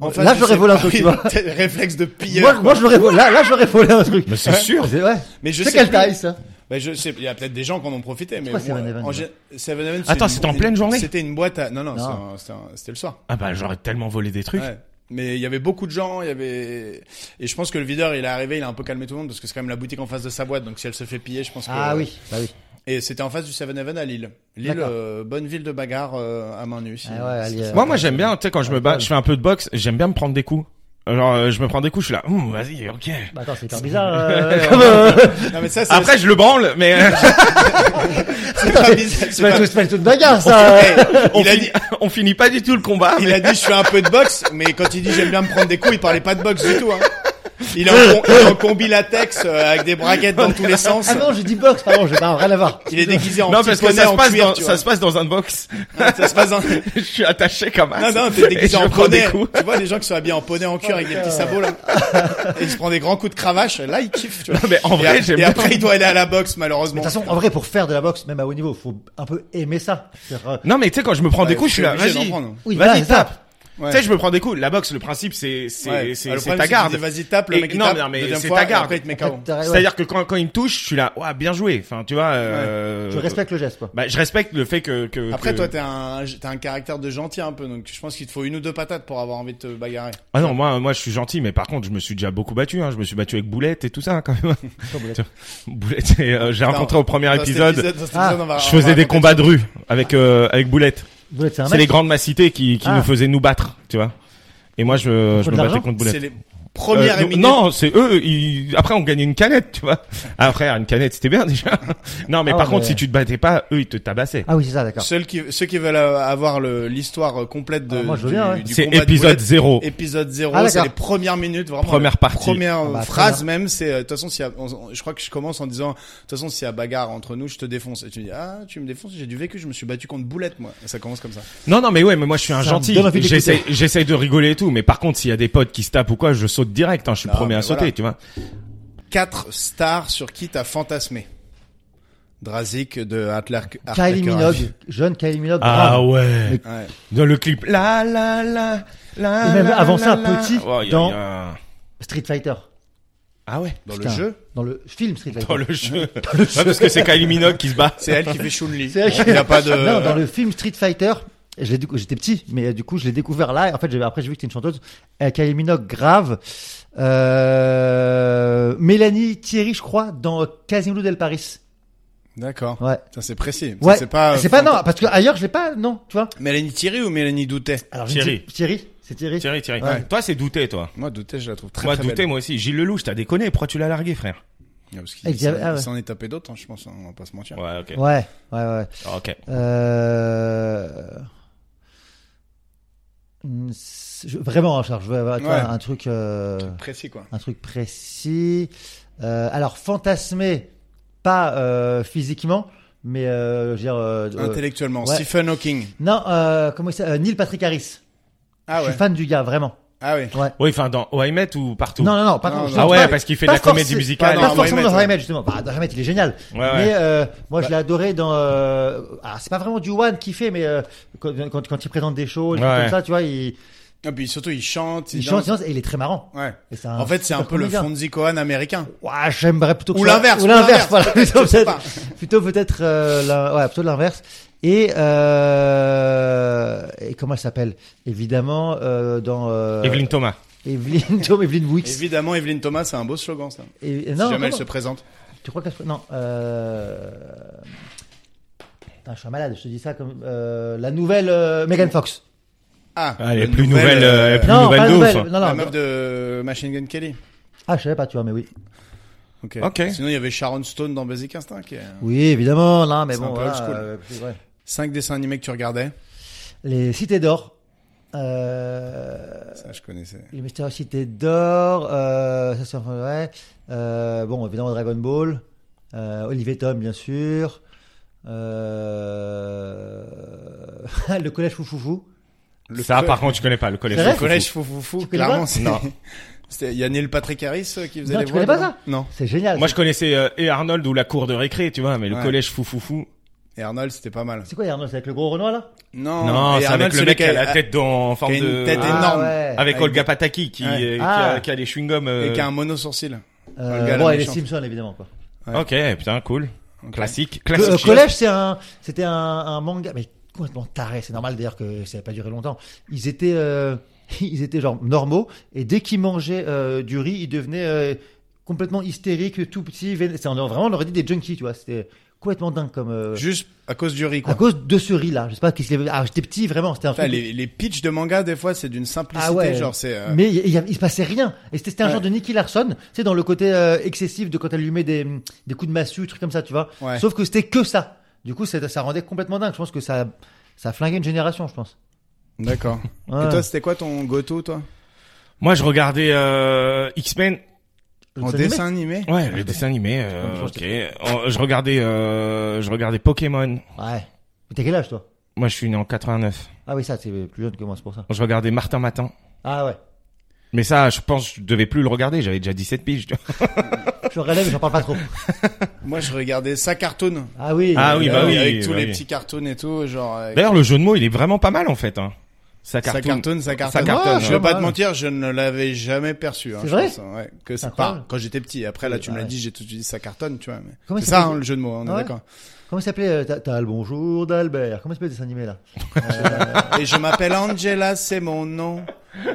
[SPEAKER 4] Enfin,
[SPEAKER 2] là,
[SPEAKER 4] je
[SPEAKER 2] j'aurais
[SPEAKER 4] sais
[SPEAKER 2] volé un
[SPEAKER 4] pas.
[SPEAKER 2] truc, tu
[SPEAKER 4] Oui, [laughs]
[SPEAKER 2] vois.
[SPEAKER 4] t'as le Réflexe de pilleur.
[SPEAKER 2] Moi,
[SPEAKER 4] quoi.
[SPEAKER 2] moi, je l'aurais volé, là, là, j'aurais volé un truc.
[SPEAKER 3] Mais c'est sûr.
[SPEAKER 2] C'est ouais.
[SPEAKER 4] mais je
[SPEAKER 2] C'est
[SPEAKER 4] sais
[SPEAKER 2] quelle
[SPEAKER 4] plus.
[SPEAKER 2] taille, ça?
[SPEAKER 4] Bah, je sais, il y a peut-être des gens qui en ont profité, mais moi,
[SPEAKER 2] quoi, Seven Heaven,
[SPEAKER 4] en
[SPEAKER 2] là
[SPEAKER 4] gé- Seven Heaven,
[SPEAKER 3] Attends,
[SPEAKER 4] une-
[SPEAKER 3] c'était en pleine journée
[SPEAKER 4] C'était une boîte à, non, non,
[SPEAKER 2] Non.
[SPEAKER 4] c'est un- c'était un- c'était le soir.
[SPEAKER 3] Ah bah j'aurais tellement volé des trucs.
[SPEAKER 4] Ouais. Mais il y avait beaucoup de gens, il y avait, et je pense que le videur, il est arrivé, il a un peu calmé tout le monde parce que c'est quand même la boutique en face de sa boîte, donc si elle se fait piller, je pense que.
[SPEAKER 2] Ah oui, bah oui.
[SPEAKER 4] Et c'était en face du Seven Heaven à Lille. Lille,
[SPEAKER 2] D'accord.
[SPEAKER 4] euh, bonne ville de bagarre euh, à main nue. si-
[SPEAKER 2] Ah ouais, allez, euh,
[SPEAKER 3] Moi, moi, j'aime bien, tu sais, quand je me bats,
[SPEAKER 2] Incroyable.
[SPEAKER 3] je fais un peu de boxe, j'aime bien me prendre des coups. Genre, euh, je me prends des coups, je suis là, Hum, vas-y, ok.
[SPEAKER 2] Bah attends,
[SPEAKER 3] [laughs]
[SPEAKER 2] c'est hyper bizarre. euh, comme, euh,
[SPEAKER 4] Non, mais ça, c'est
[SPEAKER 3] Après, je le branle, mais euh,
[SPEAKER 4] [laughs] c'est pas bizarre,
[SPEAKER 2] c'est
[SPEAKER 4] c'est
[SPEAKER 2] pas
[SPEAKER 4] pas-
[SPEAKER 2] tout- c'est pas tout une
[SPEAKER 4] [laughs]
[SPEAKER 2] bagarre, ça. euh.
[SPEAKER 4] Hey,
[SPEAKER 3] [laughs] on,
[SPEAKER 4] il, a
[SPEAKER 3] finit-
[SPEAKER 4] dit,
[SPEAKER 3] on finit pas du tout le combat.
[SPEAKER 4] il
[SPEAKER 3] mais-
[SPEAKER 4] a dit, je fais un peu de boxe, mais quand il dit j'aime bien me prendre des coups, il parlait pas de boxe du tout. Hein. Il est en, com- il est en combi latex euh, avec des braguettes dans tous les sens.
[SPEAKER 2] Ah non, j'ai dit box, pardon, j'ai pas rien à voir.
[SPEAKER 4] Il est déguisé en
[SPEAKER 3] Non,
[SPEAKER 4] petit
[SPEAKER 3] parce que
[SPEAKER 4] poney
[SPEAKER 3] ça se
[SPEAKER 4] en
[SPEAKER 3] passe
[SPEAKER 4] cuir,
[SPEAKER 3] dans,
[SPEAKER 4] tu
[SPEAKER 3] ça
[SPEAKER 4] vois.
[SPEAKER 3] se passe dans un box. [laughs]
[SPEAKER 4] Ça se passe en...
[SPEAKER 3] je suis attaché comme un.
[SPEAKER 4] Non, [laughs] non,
[SPEAKER 3] et
[SPEAKER 4] t'es déguisé
[SPEAKER 3] je
[SPEAKER 4] en
[SPEAKER 3] me prends
[SPEAKER 4] poney.
[SPEAKER 3] des coups.
[SPEAKER 4] Tu vois, les gens qui sont habillés en poney en cuir avec des
[SPEAKER 2] Ah.
[SPEAKER 4] petits sabots, là. Et il se prend des grands coups de cravache, là, il kiffe, tu vois.
[SPEAKER 3] Non, mais en
[SPEAKER 4] Et
[SPEAKER 3] vrai,
[SPEAKER 4] a-
[SPEAKER 3] j'aime
[SPEAKER 4] Et
[SPEAKER 3] bien.
[SPEAKER 4] après, il doit aller à la boxe, malheureusement.
[SPEAKER 2] Mais de toute façon, en vrai, pour faire de la boxe, même à haut niveau, faut un peu aimer ça. C'est-à-dire, euh,
[SPEAKER 3] Non, mais tu sais, quand je me prends des
[SPEAKER 4] Ouais,
[SPEAKER 3] coups, je suis là,
[SPEAKER 4] obligé d'en
[SPEAKER 3] vas-y.
[SPEAKER 4] prendre.
[SPEAKER 2] Oui, voilà,
[SPEAKER 3] vas-y,
[SPEAKER 2] c'est ça.
[SPEAKER 3] tape.
[SPEAKER 4] Ouais.
[SPEAKER 3] Tu sais, je me prends des coups. La boxe, le principe, c'est,
[SPEAKER 4] Ouais.
[SPEAKER 3] c'est,
[SPEAKER 4] Ah,
[SPEAKER 3] c'est,
[SPEAKER 4] le
[SPEAKER 3] c'est
[SPEAKER 4] problème,
[SPEAKER 3] ta
[SPEAKER 4] c'est que tu
[SPEAKER 3] garde.
[SPEAKER 4] dis, Vas-y, tape, le
[SPEAKER 3] Et-
[SPEAKER 4] mec, il
[SPEAKER 3] non,
[SPEAKER 4] tape,
[SPEAKER 3] mais non, mais
[SPEAKER 4] deuxième
[SPEAKER 3] c'est
[SPEAKER 4] fois,
[SPEAKER 3] ta
[SPEAKER 4] et
[SPEAKER 3] garde.
[SPEAKER 4] après, il te met KO.
[SPEAKER 2] T'as- ouais,
[SPEAKER 3] C'est-à-dire que quand, quand il me touche, je suis là, ouah, bien joué. Enfin, tu vois. euh,
[SPEAKER 2] Je respecte le geste, quoi.
[SPEAKER 3] Bah, je respecte le fait que. que
[SPEAKER 4] Après,
[SPEAKER 3] que-
[SPEAKER 4] toi, t'es un, t'as un caractère de gentil un peu, donc je pense qu'il te faut une ou deux patates pour avoir envie de te bagarrer.
[SPEAKER 3] Ah non, moi, moi, je suis gentil, mais par contre, je me suis déjà beaucoup battu. Hein. Je me suis battu avec Boulette et tout ça, hein, quand même. [laughs] Boulette, et, euh, j'ai
[SPEAKER 4] Non,
[SPEAKER 3] rencontré au premier
[SPEAKER 4] Dans cet
[SPEAKER 3] épisode.
[SPEAKER 4] épisode- dans cet
[SPEAKER 2] Ah.
[SPEAKER 4] épisode, on va-
[SPEAKER 3] Je
[SPEAKER 4] on va
[SPEAKER 3] faisais des
[SPEAKER 4] raconter
[SPEAKER 3] combats
[SPEAKER 4] ça.
[SPEAKER 3] de rue avec euh, avec Boulette.
[SPEAKER 2] Vous êtes, c'est un
[SPEAKER 3] C'est les
[SPEAKER 2] mec.
[SPEAKER 3] grandes macités qui qui
[SPEAKER 2] Ah.
[SPEAKER 3] nous faisaient nous battre, tu vois. Et moi, je je
[SPEAKER 2] Contre
[SPEAKER 3] me battais
[SPEAKER 2] l'argent
[SPEAKER 3] contre
[SPEAKER 4] C'est
[SPEAKER 3] Boulette.
[SPEAKER 4] les premières
[SPEAKER 3] Euh,
[SPEAKER 4] émissions.
[SPEAKER 3] non, c'est eux. Ils... Après, on gagnait une canette, tu vois. Après, une canette, c'était bien [laughs] déjà. non, mais
[SPEAKER 2] Ah
[SPEAKER 3] par
[SPEAKER 2] ouais,
[SPEAKER 3] contre,
[SPEAKER 2] mais-
[SPEAKER 3] si tu te battais pas, eux, ils te tabassaient.
[SPEAKER 2] Ah oui, c'est ça, d'accord.
[SPEAKER 4] Ceux qui, ceux qui veulent euh, avoir le- l'histoire euh, complète de,
[SPEAKER 2] Ah, moi, je veux
[SPEAKER 4] du,
[SPEAKER 2] bien, ouais.
[SPEAKER 4] du
[SPEAKER 3] C'est
[SPEAKER 4] combat de
[SPEAKER 3] épisode
[SPEAKER 4] boulettes.
[SPEAKER 3] zéro.
[SPEAKER 4] Épisode 0,
[SPEAKER 2] Ah,
[SPEAKER 4] c'est
[SPEAKER 2] d'accord.
[SPEAKER 4] les premières minutes, vraiment.
[SPEAKER 3] Première
[SPEAKER 4] la
[SPEAKER 3] partie.
[SPEAKER 4] Première
[SPEAKER 2] Ah, bah,
[SPEAKER 4] phrase
[SPEAKER 2] première.
[SPEAKER 4] même, c'est, euh, de toute façon, s'il y a- on- on- je crois que je commence en disant, de toute façon, s'il y a bagarre entre nous, je te défonce. Et tu dis, ah, tu me défonces, j'ai du vécu, je me suis battu contre boulette, moi. Et ça commence comme ça.
[SPEAKER 3] Non, non, mais ouais, mais moi je suis un
[SPEAKER 2] Ça
[SPEAKER 3] gentil.
[SPEAKER 2] me donne envie d'écouter.
[SPEAKER 3] J'essaie, j'essaie de rigoler et tout, mais par contre, s'il y a des potes qui se tapent ou quoi, je saute direct. Hein, je suis le
[SPEAKER 4] Ah,
[SPEAKER 3] premier à
[SPEAKER 4] mais
[SPEAKER 3] sauter,
[SPEAKER 4] voilà.
[SPEAKER 3] tu vois.
[SPEAKER 4] Quatre stars sur qui t'as fantasmé. Drazik de Atler.
[SPEAKER 2] Kylie Minogue, jeune Kylie Minogue.
[SPEAKER 3] Ah
[SPEAKER 2] brave.
[SPEAKER 3] ouais.
[SPEAKER 2] Mais-
[SPEAKER 4] Ouais.
[SPEAKER 3] Dans le clip, la la la la.
[SPEAKER 2] Et même
[SPEAKER 3] la,
[SPEAKER 2] avant
[SPEAKER 3] la,
[SPEAKER 2] ça,
[SPEAKER 3] la.
[SPEAKER 2] petit,
[SPEAKER 3] Oh, y a-
[SPEAKER 2] dans-
[SPEAKER 3] y a-
[SPEAKER 2] Street Fighter.
[SPEAKER 3] Ah ouais.
[SPEAKER 4] Dans
[SPEAKER 2] Putain.
[SPEAKER 4] le jeu.
[SPEAKER 2] Dans le film Street Fighter.
[SPEAKER 3] [laughs] Dans le jeu. Ouais, parce que c'est Kylie Minogue qui se bat.
[SPEAKER 4] C'est elle qui fait Chun-Li.
[SPEAKER 2] C'est elle qui-
[SPEAKER 4] Il n'y a pas de...
[SPEAKER 2] Non, dans le film Street Fighter, je l'ai décou- j'étais petit, mais euh, du coup, je l'ai découvert là. Et En fait, j'ai- après, j'ai vu que c'était une chanteuse. Euh, Kylie Minogue, grave. Euh, Mélanie Thierry, je crois, dans Casino del Paris.
[SPEAKER 4] D'accord.
[SPEAKER 2] Ouais.
[SPEAKER 4] Ça, c'est précis. Ça,
[SPEAKER 2] Ouais.
[SPEAKER 4] C'est pas, euh,
[SPEAKER 2] C'est pas,
[SPEAKER 4] fanta-
[SPEAKER 2] non, parce que ailleurs, je l'ai pas, non, tu vois.
[SPEAKER 4] Mélanie Thierry ou Mélanie Doutet?
[SPEAKER 2] Alors, je ne
[SPEAKER 3] Thierry.
[SPEAKER 2] sais- Thierry, c'est
[SPEAKER 3] [laughs]
[SPEAKER 2] Thierry.
[SPEAKER 3] Thierry, Thierry.
[SPEAKER 4] Ouais.
[SPEAKER 3] Toi, c'est douté, toi.
[SPEAKER 4] Moi, Doutet, je la trouve très,
[SPEAKER 3] moi,
[SPEAKER 4] très
[SPEAKER 3] douté,
[SPEAKER 4] belle.
[SPEAKER 3] moi aussi. Gilles Lelouch, t'as déconné. Pourquoi tu l'as largué, frère
[SPEAKER 4] Ah, parce
[SPEAKER 2] Ah,
[SPEAKER 4] qu'il
[SPEAKER 2] il y
[SPEAKER 4] s'en
[SPEAKER 2] avait- ah ouais.
[SPEAKER 4] il s'en est tapé d'autres, hein, je pense, hein, on va pas se mentir.
[SPEAKER 3] Ouais, ok.
[SPEAKER 2] Ouais, ouais, ouais.
[SPEAKER 3] Ok.
[SPEAKER 2] Euh... je- Vraiment, hein, Charles, je veux avoir tu vois,
[SPEAKER 4] Ouais.
[SPEAKER 2] un truc, euh,
[SPEAKER 4] Précis, quoi.
[SPEAKER 2] un truc précis. Euh, alors, fantasmer, pas euh, physiquement, mais euh, je veux dire. euh, euh,
[SPEAKER 4] Intellectuellement.
[SPEAKER 2] ouais.
[SPEAKER 4] Stephen Hawking.
[SPEAKER 2] non, euh, comment il s'appelle euh, Neil Patrick Harris.
[SPEAKER 4] Ah
[SPEAKER 2] Je
[SPEAKER 4] ouais.
[SPEAKER 2] suis fan du gars, vraiment.
[SPEAKER 4] Ah ouais.
[SPEAKER 3] Oui, enfin, dans Oimet ou partout.
[SPEAKER 2] Non, non, non, pas
[SPEAKER 4] Non,
[SPEAKER 2] contre-
[SPEAKER 4] non.
[SPEAKER 2] je-
[SPEAKER 3] Ah ouais,
[SPEAKER 2] pas-
[SPEAKER 3] parce qu'il fait de
[SPEAKER 2] pas
[SPEAKER 3] la comédie
[SPEAKER 2] forcé- Ah,
[SPEAKER 3] musicale.
[SPEAKER 4] pas
[SPEAKER 2] Pas
[SPEAKER 4] dans
[SPEAKER 2] forcément
[SPEAKER 4] Hamlet,
[SPEAKER 2] dans
[SPEAKER 4] ouais.
[SPEAKER 2] Hamlet, justement. Bah, dans Hamlet, il est génial.
[SPEAKER 3] Ouais, Bah- ouais.
[SPEAKER 2] Mais euh, moi, je l'ai adoré dans. Euh, ah, c'est pas vraiment du One qui fait, mais euh, quand, quand, quand il présente des shows, des trucs
[SPEAKER 3] Ouais.
[SPEAKER 2] comme ça, tu vois, il,
[SPEAKER 4] Et Ah, puis surtout, il chante.
[SPEAKER 2] il
[SPEAKER 4] danse.
[SPEAKER 2] chante, il danse, et il Ah. est très marrant.
[SPEAKER 4] Ouais.
[SPEAKER 2] Et c'est un
[SPEAKER 4] En fait, c'est un
[SPEAKER 2] super
[SPEAKER 4] peu le
[SPEAKER 2] comédien.
[SPEAKER 4] Fonzie Cohen américain.
[SPEAKER 2] Ouah, j'aimerais plutôt que
[SPEAKER 4] Ou
[SPEAKER 2] ça-
[SPEAKER 4] l'inverse,
[SPEAKER 2] Ou
[SPEAKER 4] ou
[SPEAKER 2] l'inverse,
[SPEAKER 4] l'inverse,
[SPEAKER 2] voilà. Plutôt
[SPEAKER 4] je sais
[SPEAKER 2] peut-être,
[SPEAKER 4] pas.
[SPEAKER 2] plutôt peut-être, euh, la- ouais, plutôt l'inverse. Et, euh, et comment elle s'appelle Évidemment, euh, dans euh,
[SPEAKER 3] Evelyn Thomas.
[SPEAKER 2] Evelyne, Tom, Evelyne Wicks.
[SPEAKER 4] Évidemment, Evelyne Thomas, c'est un beau slogan, ça.
[SPEAKER 2] Et- et
[SPEAKER 4] si
[SPEAKER 2] non,
[SPEAKER 4] jamais elle
[SPEAKER 2] comment-
[SPEAKER 4] se présente.
[SPEAKER 2] Tu crois qu'elle se- Non. Euh... Putain, je suis un malade, je te dis ça comme. Euh, la nouvelle euh, Megan Fox.
[SPEAKER 4] Ah.
[SPEAKER 3] Ah, elle
[SPEAKER 4] le
[SPEAKER 3] est plus nouvelle, euh, elle est plus-
[SPEAKER 2] non,
[SPEAKER 3] nouvelle
[SPEAKER 2] pas
[SPEAKER 3] de
[SPEAKER 2] la nouvelle.
[SPEAKER 3] ouf.
[SPEAKER 2] Non,
[SPEAKER 4] La
[SPEAKER 2] non.
[SPEAKER 4] meuf de Machine Gun Kelly.
[SPEAKER 2] Ah, je savais pas, tu vois, mais oui.
[SPEAKER 4] Ok.
[SPEAKER 3] Ok.
[SPEAKER 4] Sinon, il y avait Sharon Stone dans Basic Instinct. Qui est...
[SPEAKER 2] Oui, évidemment, non, mais
[SPEAKER 4] C'est
[SPEAKER 2] bon.
[SPEAKER 4] un peu
[SPEAKER 2] voilà,
[SPEAKER 4] old school.
[SPEAKER 2] euh, c'est vrai.
[SPEAKER 4] Cinq dessins animés que tu regardais.
[SPEAKER 2] Les Cités d'Or. Euh...
[SPEAKER 4] Ça, je connaissais.
[SPEAKER 2] Les Mystérieuses Cités d'Or. Euh... Ça, c'est enfin, ouais. Euh... Bon, évidemment, Dragon Ball. Euh... Olivier Tom, bien sûr. Euh... [laughs] le collège Foufoufou.
[SPEAKER 3] ça,
[SPEAKER 4] co-
[SPEAKER 3] par contre, tu connais pas le collège.
[SPEAKER 2] C'est vrai
[SPEAKER 4] Le
[SPEAKER 3] Fou Fou Fou.
[SPEAKER 4] collège fou fou fou.
[SPEAKER 2] connais
[SPEAKER 4] Clairement,
[SPEAKER 2] pas
[SPEAKER 4] c'est.
[SPEAKER 3] Non.
[SPEAKER 4] [laughs] C'était- Il y a Neil Patrick Harris euh, qui faisait
[SPEAKER 2] Non,
[SPEAKER 4] les
[SPEAKER 2] tu
[SPEAKER 4] voix.
[SPEAKER 2] connais pas
[SPEAKER 4] dedans
[SPEAKER 2] ça
[SPEAKER 4] Non.
[SPEAKER 2] Ah, C'est génial.
[SPEAKER 3] Moi, je connaissais euh, et Arnold ou la cour de récré, tu vois, mais le
[SPEAKER 4] Ouais.
[SPEAKER 3] collège fou fou fou.
[SPEAKER 4] Et Arnold, c'était pas mal.
[SPEAKER 2] C'est quoi Arnold C'est avec le gros Renoir là
[SPEAKER 4] Non,
[SPEAKER 3] Non,
[SPEAKER 4] Oh, et
[SPEAKER 3] c'est
[SPEAKER 4] Arnold,
[SPEAKER 3] avec le
[SPEAKER 4] celui
[SPEAKER 3] mec qui a
[SPEAKER 4] a-
[SPEAKER 3] la tête dans, en forme
[SPEAKER 4] une
[SPEAKER 3] de... ah,
[SPEAKER 4] tête énorme.
[SPEAKER 2] Ah ouais.
[SPEAKER 3] Avec
[SPEAKER 4] Avec
[SPEAKER 3] Olga
[SPEAKER 4] des-
[SPEAKER 3] Pataki qui,
[SPEAKER 4] Ouais.
[SPEAKER 3] euh, qui
[SPEAKER 2] Ah.
[SPEAKER 3] a, qui a les chewing-gums. euh,
[SPEAKER 4] Et qui a un mono sourcil.
[SPEAKER 2] Euh,
[SPEAKER 4] Olga, la
[SPEAKER 2] bon, et les
[SPEAKER 4] méchante.
[SPEAKER 2] Simpsons évidemment quoi.
[SPEAKER 3] Ok, putain, cool. Classique.
[SPEAKER 2] Le, euh,
[SPEAKER 3] Classique.
[SPEAKER 2] collège, c'est un, c'était un, un manga, mais complètement taré. C'est normal d'ailleurs que ça n'a pas duré longtemps. Ils étaient, euh, [laughs] ils étaient genre normaux, et dès qu'ils mangeaient euh, du riz, ils devenaient euh, complètement hystériques, tout petits. vén- C'est on aurait- vraiment, on aurait dit des junkies, tu vois. C'était complètement dingue comme. euh,
[SPEAKER 4] Juste à cause du riz,
[SPEAKER 2] à
[SPEAKER 4] quoi.
[SPEAKER 2] cause de ce riz-là, je sais pas qu'est-ce qu'il y avait. Ah, j'étais petit, vraiment, c'était un
[SPEAKER 4] Putain,
[SPEAKER 2] truc.
[SPEAKER 4] les, les pitchs de manga, des fois, c'est d'une simplicité.
[SPEAKER 2] Ah ouais.
[SPEAKER 4] Genre, c'est. euh,
[SPEAKER 2] Mais il, il y avait- il se passait rien. Et c'était c'était un
[SPEAKER 4] Ouais.
[SPEAKER 2] genre de Nicky Larson, tu sais, dans le côté euh, excessif de quand elle lui met des, des coups de massue, trucs comme ça, tu vois.
[SPEAKER 4] Ouais.
[SPEAKER 2] Sauf que c'était que ça. Du coup, ça, ça rendait complètement dingue. Je pense que ça, ça a flingué une génération, je pense.
[SPEAKER 4] D'accord.
[SPEAKER 2] Ouais.
[SPEAKER 4] Et toi, c'était quoi ton goto, toi
[SPEAKER 3] Moi, je regardais euh, X-Men.
[SPEAKER 2] Le
[SPEAKER 4] En
[SPEAKER 2] dessin animé
[SPEAKER 4] dessin animé
[SPEAKER 3] Ouais, le dessin animé. euh,
[SPEAKER 2] Ouais, je pense
[SPEAKER 3] ok. Oh, Je regardais, euh, je regardais Pokémon.
[SPEAKER 2] Ouais. Mais t'as quel âge, toi
[SPEAKER 3] Moi, je suis né en 89.
[SPEAKER 2] Ah oui, ça, c'est plus jeune que moi, c'est pour ça.
[SPEAKER 3] Je regardais Martin Matin.
[SPEAKER 2] Ah ouais.
[SPEAKER 3] Mais ça, je pense, je devais plus le regarder. J'avais déjà 17 piges. tu vois.
[SPEAKER 2] Je relève, mais j'en parle pas trop.
[SPEAKER 4] Moi, je regardais ça cartoon.
[SPEAKER 2] Ah oui.
[SPEAKER 3] Ah oui,
[SPEAKER 4] Euh,
[SPEAKER 3] bah oui.
[SPEAKER 4] Avec tous
[SPEAKER 3] bah
[SPEAKER 4] les
[SPEAKER 3] oui.
[SPEAKER 4] petits cartoons et tout, genre. euh,
[SPEAKER 3] D'ailleurs, le jeu de mots, il est vraiment pas mal en fait. Hein.
[SPEAKER 4] ça
[SPEAKER 3] Ça cartonne.
[SPEAKER 4] cartoon, ça cartoon.
[SPEAKER 3] cartonne,
[SPEAKER 4] Ouais, je vais
[SPEAKER 2] ouais.
[SPEAKER 4] pas te mentir, je ne l'avais jamais perçu. hein,
[SPEAKER 2] C'est
[SPEAKER 4] je
[SPEAKER 2] vrai
[SPEAKER 4] pense, hein, ouais, que c'est
[SPEAKER 2] Incroyable.
[SPEAKER 4] pas quand j'étais petit. Après là,
[SPEAKER 2] Oui,
[SPEAKER 4] tu
[SPEAKER 2] bah
[SPEAKER 4] me l'as
[SPEAKER 2] ouais.
[SPEAKER 4] dit, j'ai tout de suite dit ça cartonne, tu vois. mais
[SPEAKER 2] Comment
[SPEAKER 4] C'est
[SPEAKER 2] il
[SPEAKER 4] ça,
[SPEAKER 2] s'appelle-
[SPEAKER 4] hein, le jeu de mots, on
[SPEAKER 2] Ah ouais.
[SPEAKER 4] est d'accord.
[SPEAKER 2] Comment il s'appelait euh, T'as t'as le bonjour d'Albert. Comment il s'appelait le dessin animé, là
[SPEAKER 4] Et je m'appelle Angela, c'est mon nom.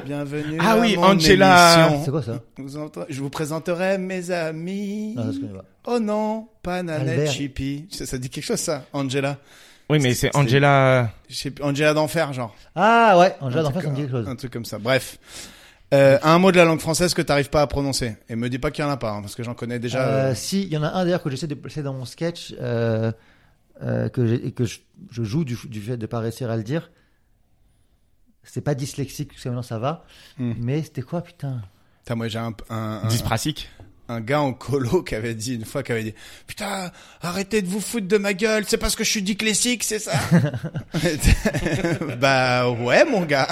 [SPEAKER 4] Bienvenue.
[SPEAKER 3] Ah
[SPEAKER 4] à
[SPEAKER 3] oui,
[SPEAKER 4] mon
[SPEAKER 3] Angela.
[SPEAKER 4] émission.
[SPEAKER 2] C'est quoi ça Ah,
[SPEAKER 4] Vous entendez- Je vous présenterai mes amis.
[SPEAKER 2] Non, ça se connaît pas.
[SPEAKER 4] Oh non, pas Nanette
[SPEAKER 2] Albert.
[SPEAKER 4] Chippy. Ça, ça dit quelque chose ça, Angela.
[SPEAKER 3] Oui, mais c'est Angela.
[SPEAKER 4] Je sais plus, Angela d'enfer, genre.
[SPEAKER 2] Ah ouais, Angela
[SPEAKER 4] Un
[SPEAKER 2] d'en face,
[SPEAKER 4] truc-
[SPEAKER 2] ça me dit quelque chose.
[SPEAKER 4] Un truc comme ça. Bref. Euh, un mot de la langue française que t'arrives pas à prononcer. Et me dis pas qu'il y en a pas, hein, parce que j'en connais déjà.
[SPEAKER 2] Euh,
[SPEAKER 4] euh,
[SPEAKER 2] Si, il y en a un d'ailleurs que j'essaie de placer dans mon sketch, euh, euh, que, j'ai- que je, je joue du, du fait de pas réussir à le dire. C'est pas dyslexique, parce que maintenant ça va.
[SPEAKER 4] Hmm.
[SPEAKER 2] Mais c'était quoi, putain
[SPEAKER 4] Putain, moi j'ai un, un, un-
[SPEAKER 3] Dyspraxique.
[SPEAKER 4] un gars en colo [laughs] qui avait dit une fois, qui avait dit Putain, arrêtez de vous foutre de ma gueule, c'est parce que je suis dyslexique, c'est ça [laughs] Bah ouais, mon gars.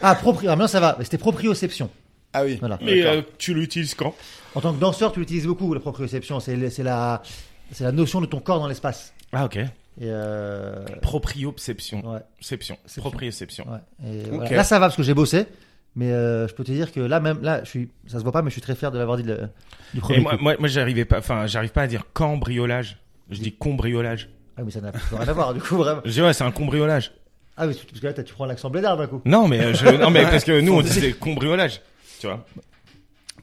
[SPEAKER 2] Ah, proprio, ah, maintenant ça va, mais c'était proprioception.
[SPEAKER 4] Ah oui.
[SPEAKER 2] Voilà.
[SPEAKER 4] D'accord.
[SPEAKER 3] tu l'utilises quand
[SPEAKER 2] En tant que danseur, tu l'utilises beaucoup, la proprioception. C'est le- c'est la, c'est la notion de ton corps dans l'espace.
[SPEAKER 3] Ah ok.
[SPEAKER 2] Et euh,
[SPEAKER 3] Proprioception.
[SPEAKER 2] ouais,
[SPEAKER 3] Ception.
[SPEAKER 2] Ception.
[SPEAKER 3] Proprioception.
[SPEAKER 2] ouais. Et
[SPEAKER 4] Ok.
[SPEAKER 2] voilà. Là, ça va parce que j'ai bossé. Mais euh, je peux te dire que là, même là, je suis, ça se voit pas, mais je suis très fier de l'avoir dit le- du premier
[SPEAKER 3] Et moi,
[SPEAKER 2] coup.
[SPEAKER 3] moi, moi j'arrivais pas. Enfin, j'arrive pas à dire cambriolage. Je dis combriolage.
[SPEAKER 2] Ah, mais ça n'a plus rien à voir, du coup, vraiment.
[SPEAKER 3] Je dis ouais, c'est un combriolage.
[SPEAKER 2] Ah, mais tu- parce que là, t'as- tu prends l'accent blédard d'un coup.
[SPEAKER 3] Non, mais euh, je, non, mais parce que nous on disait combriolage. Tu vois.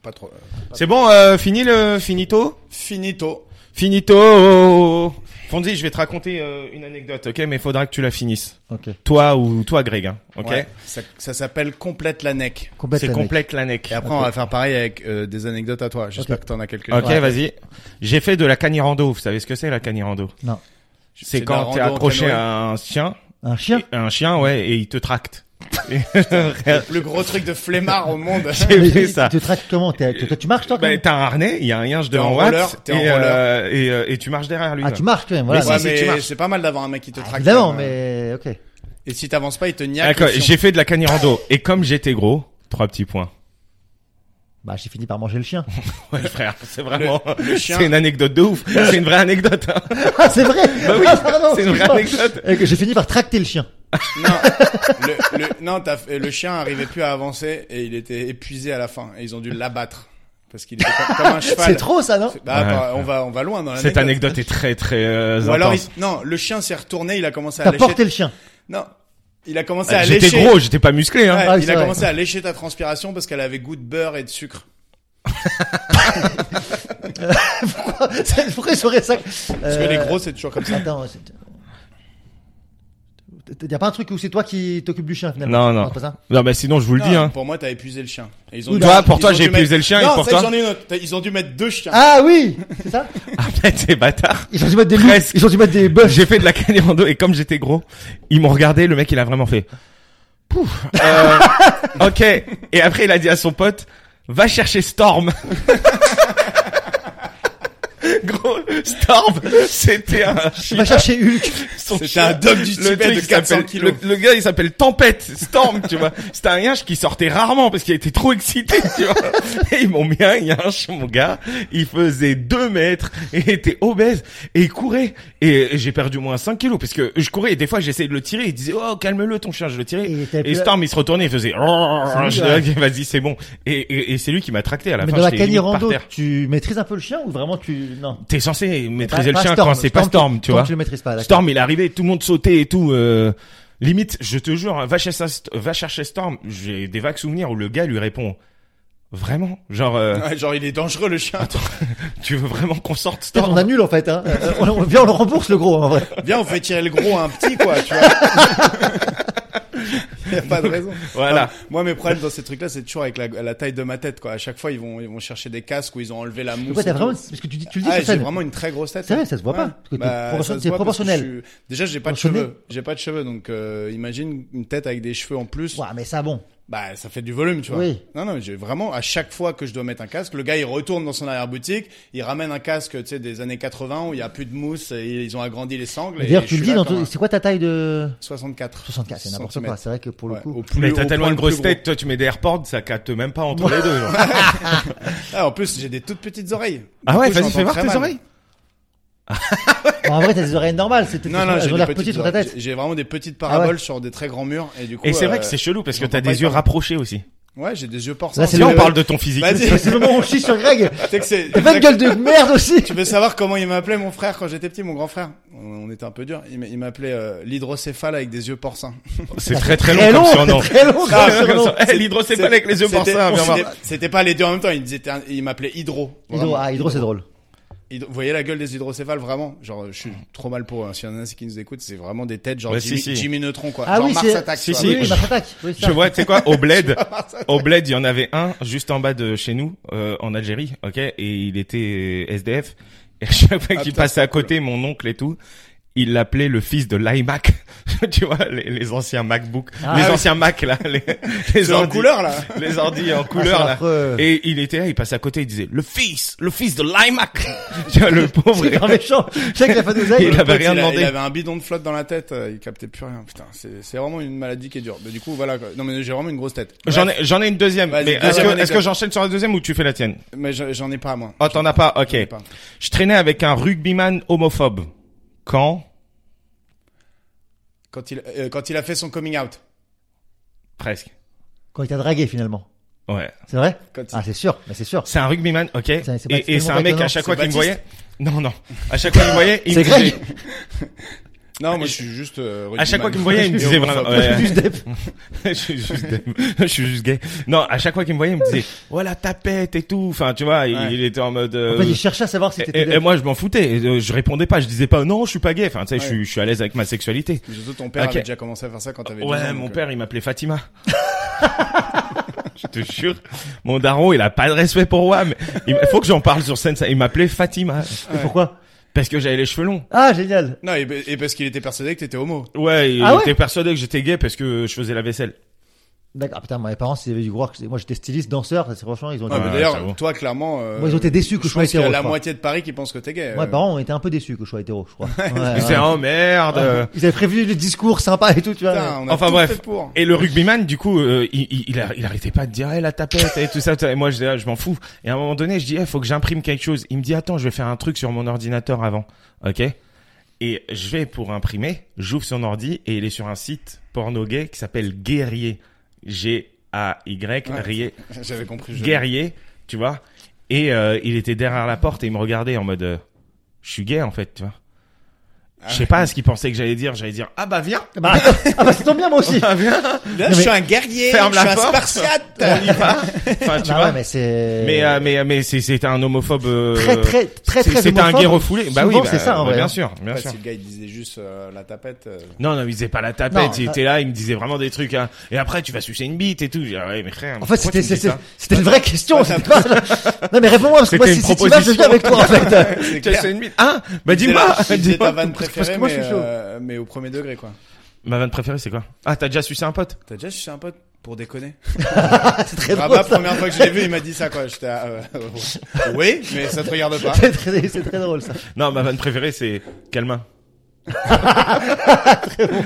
[SPEAKER 4] Pas trop.
[SPEAKER 3] C'est bon, euh, fini le finito.
[SPEAKER 4] Finito.
[SPEAKER 3] Finito. Fonzi, je vais te raconter euh, une anecdote, ok Mais faudra que tu la finisses.
[SPEAKER 2] Ok.
[SPEAKER 3] Toi ou toi, Greg, hein, ok
[SPEAKER 4] Ouais. Ça, ça s'appelle complète la neck.
[SPEAKER 2] Complète,
[SPEAKER 3] C'est
[SPEAKER 2] la mec.
[SPEAKER 3] complète la neck.
[SPEAKER 4] Et après, on va faire pareil avec euh, des anecdotes à toi. J'espère que t'en as quelques-unes.
[SPEAKER 3] Ok, vas-y. J'ai fait de la canirando. Vous savez ce que c'est la canirando
[SPEAKER 2] Non.
[SPEAKER 3] C'est
[SPEAKER 4] de la
[SPEAKER 3] quand t'es
[SPEAKER 4] rando en
[SPEAKER 3] accroché
[SPEAKER 4] canoë.
[SPEAKER 3] à un chien, [laughs]
[SPEAKER 2] Un chien
[SPEAKER 3] un chien, ouais, et il te tracte.
[SPEAKER 4] Le gros truc de flemmard au
[SPEAKER 3] [laughs]
[SPEAKER 4] monde.
[SPEAKER 3] J'ai
[SPEAKER 2] Ah, Mais
[SPEAKER 3] fait ça.
[SPEAKER 2] Tu te traques comment T'es- t'es- Tu marches, toi quand
[SPEAKER 3] Bah,
[SPEAKER 2] même
[SPEAKER 3] t'as un harnais, il y a un lien
[SPEAKER 4] T'es en
[SPEAKER 3] devant
[SPEAKER 4] roller,
[SPEAKER 3] Watt,
[SPEAKER 4] t'es
[SPEAKER 3] et,
[SPEAKER 4] en
[SPEAKER 3] euh, et, euh, et tu marches derrière lui.
[SPEAKER 2] Ah,
[SPEAKER 3] là.
[SPEAKER 2] tu marches quand même, voilà.
[SPEAKER 4] ouais,
[SPEAKER 3] si, si, tu
[SPEAKER 4] mais
[SPEAKER 3] marches.
[SPEAKER 4] c'est pas mal d'avoir un mec qui te
[SPEAKER 2] Ah,
[SPEAKER 4] traque.
[SPEAKER 2] Évidemment,
[SPEAKER 4] euh,
[SPEAKER 2] mais ok.
[SPEAKER 4] Et si t'avances pas, il te niaque.
[SPEAKER 3] D'accord,
[SPEAKER 4] le fion.
[SPEAKER 3] j'ai fait de la canirando. et comme j'étais gros, trois petits points. [laughs]
[SPEAKER 2] Bah, j'ai fini par manger le chien.
[SPEAKER 3] Ouais, frère, c'est vraiment, [laughs]
[SPEAKER 4] le chien-
[SPEAKER 3] c'est une anecdote de ouf. C'est une vraie anecdote. hein.
[SPEAKER 2] Ah, [laughs] c'est vrai
[SPEAKER 3] Bah oui,
[SPEAKER 2] Ah, pardon,
[SPEAKER 3] c'est une vraie
[SPEAKER 2] excuse-moi.
[SPEAKER 3] anecdote.
[SPEAKER 2] Et que J'ai fini par tracter le chien.
[SPEAKER 4] Non, le, le- non t'as fait- le chien arrivait plus à avancer et il était épuisé à la fin. Et ils ont dû l'abattre. Parce qu'il était comme, comme un cheval.
[SPEAKER 2] [laughs] C'est trop ça, non
[SPEAKER 4] Bah,
[SPEAKER 3] Ouais.
[SPEAKER 4] bah, on va, on va loin dans
[SPEAKER 3] Cette
[SPEAKER 4] l'anecdote.
[SPEAKER 3] anecdote est très très euh,
[SPEAKER 4] Ou alors, il-
[SPEAKER 3] intense.
[SPEAKER 4] non, le chien s'est retourné, il a commencé à
[SPEAKER 2] T'as
[SPEAKER 4] lécher.
[SPEAKER 2] porté le chien. [laughs]
[SPEAKER 4] Non, il a commencé
[SPEAKER 3] Bah,
[SPEAKER 4] à lécher.
[SPEAKER 3] J'étais gros, j'étais pas musclé. Hein.
[SPEAKER 4] Ouais,
[SPEAKER 2] Ah,
[SPEAKER 4] il
[SPEAKER 2] c'est
[SPEAKER 4] a
[SPEAKER 2] vrai.
[SPEAKER 4] commencé à lécher ta transpiration parce qu'elle avait goût de beurre et de sucre.
[SPEAKER 2] C'est- Pourquoi ils sauraient ça
[SPEAKER 4] Parce que les
[SPEAKER 2] Euh,
[SPEAKER 4] gros, c'est toujours comme ça.
[SPEAKER 2] Attends, c'est- y a pas un truc où c'est toi qui t'occupes du chien finalement
[SPEAKER 3] Non, non.
[SPEAKER 2] c'est pas ça
[SPEAKER 3] Non, bah sinon je vous le dis.
[SPEAKER 4] Non,
[SPEAKER 3] Hein. [laughs]
[SPEAKER 4] Pour moi, t'as épuisé le chien. Et ils ont
[SPEAKER 2] Oui,
[SPEAKER 4] dû-
[SPEAKER 3] Toi, pour
[SPEAKER 4] ils
[SPEAKER 3] toi,
[SPEAKER 4] ont
[SPEAKER 3] j'ai
[SPEAKER 4] dû mettre-
[SPEAKER 3] épuisé le chien, et
[SPEAKER 4] Non,
[SPEAKER 3] pour
[SPEAKER 4] ça,
[SPEAKER 3] toi
[SPEAKER 4] j'en ai une autre. T'as- Ils ont dû mettre deux chiens.
[SPEAKER 2] Ah oui, c'est ça.
[SPEAKER 3] Ah ben t'es bâtard.
[SPEAKER 2] Ils ont dû mettre des loups,
[SPEAKER 3] Presque.
[SPEAKER 2] ils ont dû mettre des bœufs.
[SPEAKER 3] J'ai fait de la canirando et comme j'étais gros, ils m'ont regardé. Le mec, il a vraiment fait. Pouf. euh, ok. Et après, il a dit à son pote, va chercher Storm. [laughs] Gros, Starve, c'était un
[SPEAKER 2] Il va chercher Hulk.
[SPEAKER 3] son
[SPEAKER 4] C'était
[SPEAKER 3] chien.
[SPEAKER 4] un dog du
[SPEAKER 3] Le
[SPEAKER 4] Tibet
[SPEAKER 3] truc
[SPEAKER 4] de
[SPEAKER 3] qui
[SPEAKER 4] 400
[SPEAKER 3] s'appelle-
[SPEAKER 4] kilos.
[SPEAKER 3] Le, le gars, il s'appelle Tempête, Storm, tu vois. [laughs] C'était un yinche qui sortait rarement parce qu'il était trop excité,
[SPEAKER 4] [laughs]
[SPEAKER 3] tu vois. Et ils m'ont mis un yinche, mon gars. Il faisait 2 mètres et était obèse et il courait. Et j'ai perdu au moins 5 kilos parce que je courais et des fois j'essayais de le tirer. Il disait, oh, calme-le ton chien, je le tirais.
[SPEAKER 2] Et il était
[SPEAKER 3] Et,
[SPEAKER 2] plus-
[SPEAKER 3] Storm, il se retournait et faisait,
[SPEAKER 2] lui,
[SPEAKER 3] [laughs] je
[SPEAKER 2] ouais.
[SPEAKER 3] dis, vas-y, c'est bon. Et, et- et c'est lui qui m'a tracté à la
[SPEAKER 2] Mais
[SPEAKER 3] fin.
[SPEAKER 2] dans la
[SPEAKER 3] j'étais limite
[SPEAKER 2] cani
[SPEAKER 3] par
[SPEAKER 2] rando,
[SPEAKER 3] terre.
[SPEAKER 2] tu maîtrises un peu le chien ou vraiment tu non
[SPEAKER 3] T'es censé maîtriser
[SPEAKER 2] Pas-
[SPEAKER 3] le
[SPEAKER 2] pas
[SPEAKER 3] chien
[SPEAKER 2] Storm.
[SPEAKER 3] quand c'est pas Storm, tu
[SPEAKER 2] quand
[SPEAKER 3] vois.
[SPEAKER 2] Tu le maîtrises pas. d'accord.
[SPEAKER 3] Storm, il est arrivé, tout le monde sautait et tout. euh, limite, je te jure, hein, va, chez sa- va chercher Storm. J'ai des vagues souvenirs où le gars lui répond vraiment, genre, euh,
[SPEAKER 2] Ah.
[SPEAKER 4] Ouais, genre, il est dangereux, le chien.
[SPEAKER 3] [laughs] tu veux vraiment qu'on sorte
[SPEAKER 2] Peut-être
[SPEAKER 3] Storm
[SPEAKER 2] On annule en fait. Hein. Euh, on, on- viens, on le rembourse le gros
[SPEAKER 3] [laughs]
[SPEAKER 2] en vrai.
[SPEAKER 4] Viens, on fait tirer le gros à un petit, quoi,
[SPEAKER 2] [laughs]
[SPEAKER 4] tu vois. y a pas de raison.
[SPEAKER 3] Voilà.
[SPEAKER 4] Moi, mes problèmes dans ces trucs-là, c'est toujours avec la, la taille de ma tête, quoi. À chaque fois, ils vont, ils vont chercher des casques où ils ont enlevé la mousse.
[SPEAKER 2] Ouais,
[SPEAKER 4] et
[SPEAKER 2] t'as
[SPEAKER 4] tout.
[SPEAKER 2] vraiment parce que tu dis tu le dis
[SPEAKER 4] Ah,
[SPEAKER 2] sur
[SPEAKER 4] j'ai
[SPEAKER 2] scène.
[SPEAKER 4] vraiment une très grosse tête. hein. Bah,
[SPEAKER 2] C'est vrai, ça se voit pas, parce que t'es proportion-
[SPEAKER 4] ça se
[SPEAKER 2] t'es
[SPEAKER 4] voit parce que
[SPEAKER 2] proportionnel.
[SPEAKER 4] je suis- Déjà, j'ai pas de
[SPEAKER 2] Proportionné.
[SPEAKER 4] cheveux. J'ai pas de cheveux, donc euh, imagine une tête avec des cheveux en plus.
[SPEAKER 2] Ouah, mais ça bon.
[SPEAKER 4] Bah, ça fait du volume, tu vois.
[SPEAKER 2] Oui.
[SPEAKER 4] Non, non, j'ai vraiment à chaque fois que je dois mettre un casque, le gars il retourne dans son arrière-boutique, il ramène un casque, tu sais, des années 80 où il y a plus de mousse et ils ont agrandi les sangles.
[SPEAKER 2] Mais
[SPEAKER 4] et
[SPEAKER 2] D'ailleurs,
[SPEAKER 4] je
[SPEAKER 2] tu le
[SPEAKER 4] suis
[SPEAKER 2] dis
[SPEAKER 4] là
[SPEAKER 2] dans
[SPEAKER 4] comme
[SPEAKER 2] ton...
[SPEAKER 4] un
[SPEAKER 2] c'est quoi ta taille de
[SPEAKER 4] 64.
[SPEAKER 2] 64, c'est n'importe quoi.
[SPEAKER 4] centimètres.
[SPEAKER 2] C'est vrai que pour le
[SPEAKER 4] Ouais,
[SPEAKER 2] coup.
[SPEAKER 4] au plus-
[SPEAKER 3] Mais
[SPEAKER 4] au
[SPEAKER 3] t'as tellement
[SPEAKER 4] point
[SPEAKER 3] une
[SPEAKER 4] le
[SPEAKER 3] grosse
[SPEAKER 4] plus
[SPEAKER 3] tête, toi tu mets des AirPods, ça capte même pas entre
[SPEAKER 4] [laughs]
[SPEAKER 3] les deux. genre.
[SPEAKER 4] gros. Ah, en plus, j'ai des toutes petites oreilles.
[SPEAKER 3] Ah
[SPEAKER 4] Du
[SPEAKER 3] ouais,
[SPEAKER 4] coup,
[SPEAKER 3] vas-y,
[SPEAKER 4] j'entends
[SPEAKER 3] fais voir
[SPEAKER 4] très
[SPEAKER 3] tes
[SPEAKER 4] mal.
[SPEAKER 3] oreilles.
[SPEAKER 2] Bon, en vrai, t'as des oreilles normales. C'est
[SPEAKER 4] Non,
[SPEAKER 2] [laughs]
[SPEAKER 4] non,
[SPEAKER 2] elles
[SPEAKER 4] j'ai
[SPEAKER 2] ont
[SPEAKER 4] des
[SPEAKER 2] l'air
[SPEAKER 4] petites
[SPEAKER 2] petites sur ta
[SPEAKER 4] oreilles.
[SPEAKER 2] tête. [laughs]
[SPEAKER 4] J'ai- J'ai vraiment des petites paraboles
[SPEAKER 2] Ah ouais.
[SPEAKER 4] sur des très grands murs et du coup.
[SPEAKER 3] Et c'est
[SPEAKER 4] euh,
[SPEAKER 3] vrai que c'est chelou parce que
[SPEAKER 4] j'entends
[SPEAKER 3] t'as
[SPEAKER 4] pas
[SPEAKER 3] des yeux
[SPEAKER 4] hyper-
[SPEAKER 3] rapprochés aussi.
[SPEAKER 4] Ouais, j'ai des yeux porcins.
[SPEAKER 2] Là, c'est
[SPEAKER 3] Si on
[SPEAKER 2] le-
[SPEAKER 3] parle de ton physique.
[SPEAKER 4] Vas-y.
[SPEAKER 2] C'est le moment où on chie sur Greg.
[SPEAKER 4] Tu sais que c'est-
[SPEAKER 2] T'as pas une gueule de merde aussi.
[SPEAKER 4] Tu veux savoir comment il m'appelait mon frère quand j'étais petit, mon grand frère On- On était un peu dur. Il m'a- il m'appelait euh, l'hydrocéphale avec des yeux porcins.
[SPEAKER 3] C'est très [laughs] très
[SPEAKER 2] Très
[SPEAKER 3] long comme
[SPEAKER 2] long,
[SPEAKER 3] surnom.
[SPEAKER 2] très long
[SPEAKER 3] Ah,
[SPEAKER 2] comme surnom.
[SPEAKER 3] comme ça. Eh, l'hydrocéphale avec les yeux
[SPEAKER 4] C'était-
[SPEAKER 3] porcins, viens voir.
[SPEAKER 4] c'était- C'était pas les deux en même temps. Il, me disait- il m'appelait hydro.
[SPEAKER 2] Hydro,
[SPEAKER 4] vraiment.
[SPEAKER 2] ah, hydro, c'est drôle.
[SPEAKER 4] Hydro- Vous voyez la gueule des hydrocéphales vraiment Genre, je suis trop mal pour. Hein. S'il y en a qui nous écoutent, c'est vraiment des têtes genre
[SPEAKER 3] Ouais, si,
[SPEAKER 4] Jimmy,
[SPEAKER 3] si.
[SPEAKER 4] Jimmy Neutron quoi.
[SPEAKER 2] Ah
[SPEAKER 4] genre
[SPEAKER 2] oui,
[SPEAKER 4] Mars
[SPEAKER 2] c'est-
[SPEAKER 4] Attack.
[SPEAKER 3] si,
[SPEAKER 4] quoi.
[SPEAKER 3] si.
[SPEAKER 2] Oui, oui, ma attaque. Oui,
[SPEAKER 3] Je
[SPEAKER 2] ça.
[SPEAKER 3] vois, tu sais quoi, au
[SPEAKER 4] [laughs]
[SPEAKER 3] bled, au bled, il y en avait un juste en bas de chez nous, euh, en Algérie, ok, et il était euh, SDF. Et à chaque fois
[SPEAKER 4] Ah,
[SPEAKER 3] qu'il
[SPEAKER 4] putain,
[SPEAKER 3] passait à côté, mon oncle et tout, il l'appelait le fils de l'iMac. [laughs] tu vois, les, les anciens MacBook,
[SPEAKER 2] Ah,
[SPEAKER 3] les
[SPEAKER 4] oui.
[SPEAKER 3] anciens Mac là, les, les
[SPEAKER 4] C'est en
[SPEAKER 3] ordi,
[SPEAKER 4] couleur
[SPEAKER 3] [laughs]
[SPEAKER 4] là.
[SPEAKER 3] les ordi en
[SPEAKER 2] Ah, c'est
[SPEAKER 3] couleur là.
[SPEAKER 2] affreux.
[SPEAKER 3] Et il était là, il passait à côté, il disait le fils, le fils de l'iMac. [laughs] tu vois, le pauvre.
[SPEAKER 2] [laughs] C'est grave méchant. Je sais que la fin de
[SPEAKER 3] Il
[SPEAKER 4] Le
[SPEAKER 3] avait
[SPEAKER 4] pote,
[SPEAKER 3] rien
[SPEAKER 4] il a-
[SPEAKER 3] demandé.
[SPEAKER 4] Il avait un bidon de flotte dans la tête. euh, Il captait plus rien. Putain, c'est c'est vraiment une maladie qui est dure. Mais du coup, voilà. quoi. Non mais j'ai vraiment une grosse tête.
[SPEAKER 3] J'en ai, j'en ai une deuxième.
[SPEAKER 4] Vas-y,
[SPEAKER 3] Mais est-ce
[SPEAKER 4] deuxième
[SPEAKER 3] que,
[SPEAKER 4] anecdote.
[SPEAKER 3] est-ce que j'enchaîne sur la deuxième ou tu fais la tienne
[SPEAKER 4] Mais je- j'en ai pas moi.
[SPEAKER 3] Oh, t'en as pas Ok.
[SPEAKER 4] ai pas.
[SPEAKER 3] Je traînais avec un rugbyman homophobe. Quand
[SPEAKER 4] Quand il euh, quand il a fait son coming out.
[SPEAKER 3] Presque.
[SPEAKER 2] Quand il t'a dragué finalement.
[SPEAKER 3] Ouais.
[SPEAKER 2] C'est vrai
[SPEAKER 4] Quand il-
[SPEAKER 2] Ah, c'est sûr. Mais c'est sûr.
[SPEAKER 3] C'est un rugbyman, ok.
[SPEAKER 2] C'est- c'est pas-
[SPEAKER 3] et et
[SPEAKER 2] c'est
[SPEAKER 3] c'est un mec
[SPEAKER 2] étonnant.
[SPEAKER 3] à chaque fois
[SPEAKER 4] C'est
[SPEAKER 3] qu'il me voyait.
[SPEAKER 4] Baptiste.
[SPEAKER 3] Non, non. À chaque fois qu'il me voyait, il me
[SPEAKER 2] C'est Greg.
[SPEAKER 3] disait.
[SPEAKER 4] Non, moi je suis juste. euh,
[SPEAKER 3] À
[SPEAKER 4] rugbyman.
[SPEAKER 3] chaque fois qu'il me voyait, il me
[SPEAKER 4] Et [laughs]
[SPEAKER 3] disait
[SPEAKER 4] homophobe.
[SPEAKER 3] vraiment. ouais. [laughs]
[SPEAKER 2] Juste des-
[SPEAKER 3] Euh, je suis juste, je suis juste gay. Non, à chaque fois qu'il me voyait, il me disait, voilà ta pète et tout. Enfin, tu vois, il,
[SPEAKER 4] Ouais.
[SPEAKER 3] il était en mode.
[SPEAKER 2] En
[SPEAKER 3] euh,
[SPEAKER 2] fait, il cherchait à savoir si
[SPEAKER 3] et,
[SPEAKER 2] t'étais
[SPEAKER 3] et- et moi, je m'en foutais. Et, euh, Je répondais pas. Je disais pas, non, je suis pas gay. Enfin, tu sais, je
[SPEAKER 4] Ouais.
[SPEAKER 3] suis- je suis à l'aise avec ma sexualité.
[SPEAKER 4] Surtout ton père
[SPEAKER 3] Ok.
[SPEAKER 4] avait déjà commencé à faire ça quand t'avais. deux
[SPEAKER 3] Ouais,
[SPEAKER 4] ans,
[SPEAKER 3] mon
[SPEAKER 4] donc, euh,
[SPEAKER 3] père, il m'appelait Fatima. [laughs] Je te jure, mon daron, il a pas de respect pour moi, mais il faut que j'en parle sur scène. Ça, il m'appelait Fatima
[SPEAKER 2] Et pourquoi
[SPEAKER 3] parce que j'avais les cheveux longs.
[SPEAKER 2] Ah, génial.
[SPEAKER 4] Non, et, et parce qu'il était persuadé que t'étais homo.
[SPEAKER 3] Ouais, il
[SPEAKER 2] Ah ouais
[SPEAKER 3] était persuadé que j'étais gay parce que je faisais la vaisselle.
[SPEAKER 2] D'accord. Ah, putain, mes parents, s'ils avaient dû croire que j'étais- moi j'étais styliste, danseur, c'est franchement, ils ont.
[SPEAKER 4] Ouais,
[SPEAKER 3] Ouais,
[SPEAKER 4] mais
[SPEAKER 3] ça vaut.
[SPEAKER 4] D'ailleurs, toi, clairement, euh,
[SPEAKER 2] Moi, ils ont été déçus que je sois
[SPEAKER 4] pense qu'il y a
[SPEAKER 2] hétéro,
[SPEAKER 4] la
[SPEAKER 2] je crois.
[SPEAKER 4] moitié de Paris qui pense que t'es gay.
[SPEAKER 2] Moi,
[SPEAKER 4] euh.
[SPEAKER 2] mes parents ont été un peu déçus que je sois hétéro, je crois. Ouais,
[SPEAKER 3] Je disais,
[SPEAKER 2] Ah ouais.
[SPEAKER 3] oh merde. euh.
[SPEAKER 2] Ils avaient prévenu le discours sympa et tout, tu vois.
[SPEAKER 4] Putain, on a
[SPEAKER 3] Enfin,
[SPEAKER 4] tout
[SPEAKER 3] bref.
[SPEAKER 4] fait pour. [laughs]
[SPEAKER 3] Et le rugbyman, du coup, euh, il, il, il, a- il arrêtait pas de dire, eh, la tapette et tout ça. tout ça. Et moi, je, disais, Ah, je m'en fous. Et à un moment donné, je dis, il faut que j'imprime quelque chose. Il me dit, attends, je vais faire un truc sur mon ordinateur avant. OK Et je vais pour imprimer, j'ouvre son ordi et il est sur un site porno gay qui s'appelle Guerrier. G-A-Y,
[SPEAKER 4] Ouais.
[SPEAKER 3] Rier-
[SPEAKER 4] J'avais compris. je-
[SPEAKER 3] Guerrier, tu vois. Et euh, il était derrière la porte et il me regardait en mode, euh, je suis gay en fait, tu vois. Je
[SPEAKER 2] Ah.
[SPEAKER 3] sais pas ce qu'il pensait que j'allais dire. J'allais dire, ah bah viens,
[SPEAKER 2] Bah, attends. ah bah, ça tombe bien,
[SPEAKER 3] [laughs]
[SPEAKER 2] moi aussi.
[SPEAKER 3] bah viens.
[SPEAKER 4] Là,
[SPEAKER 2] Non,
[SPEAKER 4] je
[SPEAKER 2] mais-
[SPEAKER 4] suis un guerrier.
[SPEAKER 3] Ferme
[SPEAKER 4] je suis
[SPEAKER 3] la
[SPEAKER 4] un
[SPEAKER 3] porte.
[SPEAKER 4] spartiate.
[SPEAKER 3] on y
[SPEAKER 2] [laughs]
[SPEAKER 3] va. Enfin, tu
[SPEAKER 2] Bah
[SPEAKER 3] vois.
[SPEAKER 2] ouais, mais c'est.
[SPEAKER 3] Mais euh, mais mais c'est c'était un homophobe euh,
[SPEAKER 2] Très, très, très,
[SPEAKER 3] c'est-
[SPEAKER 2] très.
[SPEAKER 3] c'était un
[SPEAKER 2] homophobe.
[SPEAKER 3] gay refoulé. Bah oui,
[SPEAKER 2] Souvent,
[SPEAKER 3] bah,
[SPEAKER 2] c'est ça, en
[SPEAKER 3] bah,
[SPEAKER 2] vrai.
[SPEAKER 3] bien
[SPEAKER 2] hein.
[SPEAKER 3] sûr, bien
[SPEAKER 4] Ouais,
[SPEAKER 3] sûr.
[SPEAKER 4] si le gars il disait juste euh, la tapette.
[SPEAKER 3] [laughs]
[SPEAKER 4] euh,
[SPEAKER 3] Non non, il faisait pas la tapette,
[SPEAKER 2] Non, ah.
[SPEAKER 3] il
[SPEAKER 2] ça-
[SPEAKER 3] était là, il me disait vraiment des trucs hein. Et après tu vas sucer une bite et tout. J'ai dit, ah ouais, mais frère.
[SPEAKER 2] En
[SPEAKER 3] mais
[SPEAKER 2] fait,
[SPEAKER 3] pourquoi
[SPEAKER 2] c'était,
[SPEAKER 3] tu me dis
[SPEAKER 2] c'était,
[SPEAKER 3] ça
[SPEAKER 2] c'était une vraie question,
[SPEAKER 4] Ouais,
[SPEAKER 2] c'était pas, non, mais réponds-moi, parce que moi,
[SPEAKER 3] C'était
[SPEAKER 2] si
[SPEAKER 3] une
[SPEAKER 2] cette image, je viens avec toi, en
[SPEAKER 3] [laughs]
[SPEAKER 2] fait.
[SPEAKER 4] c'est
[SPEAKER 3] Tu
[SPEAKER 4] clair.
[SPEAKER 3] as sucé une bite
[SPEAKER 2] Hein
[SPEAKER 3] Ah, bah dis-moi,
[SPEAKER 4] C'était la- c'était
[SPEAKER 3] dis-moi.
[SPEAKER 4] ta vanne
[SPEAKER 2] parce que
[SPEAKER 4] préférée,
[SPEAKER 2] moi,
[SPEAKER 4] mais,
[SPEAKER 2] je suis chaud.
[SPEAKER 4] euh, mais au premier degré quoi.
[SPEAKER 3] Ma vanne préférée c'est quoi Ah, t'as déjà sucé un pote
[SPEAKER 4] T'as déjà sucé un pote Pour
[SPEAKER 2] [laughs]
[SPEAKER 4] déconner.
[SPEAKER 2] c'est très drôle.
[SPEAKER 4] Rabat,
[SPEAKER 2] ça.
[SPEAKER 4] Ah, bah, première fois que je l'ai vu, il m'a dit ça, quoi. J'étais, ah, euh, [laughs] oui, mais ça te regarde pas.
[SPEAKER 2] [laughs] C'est très, c'est très drôle ça.
[SPEAKER 3] Non, ma vanne préférée, c'est
[SPEAKER 2] [laughs]
[SPEAKER 3] Calma.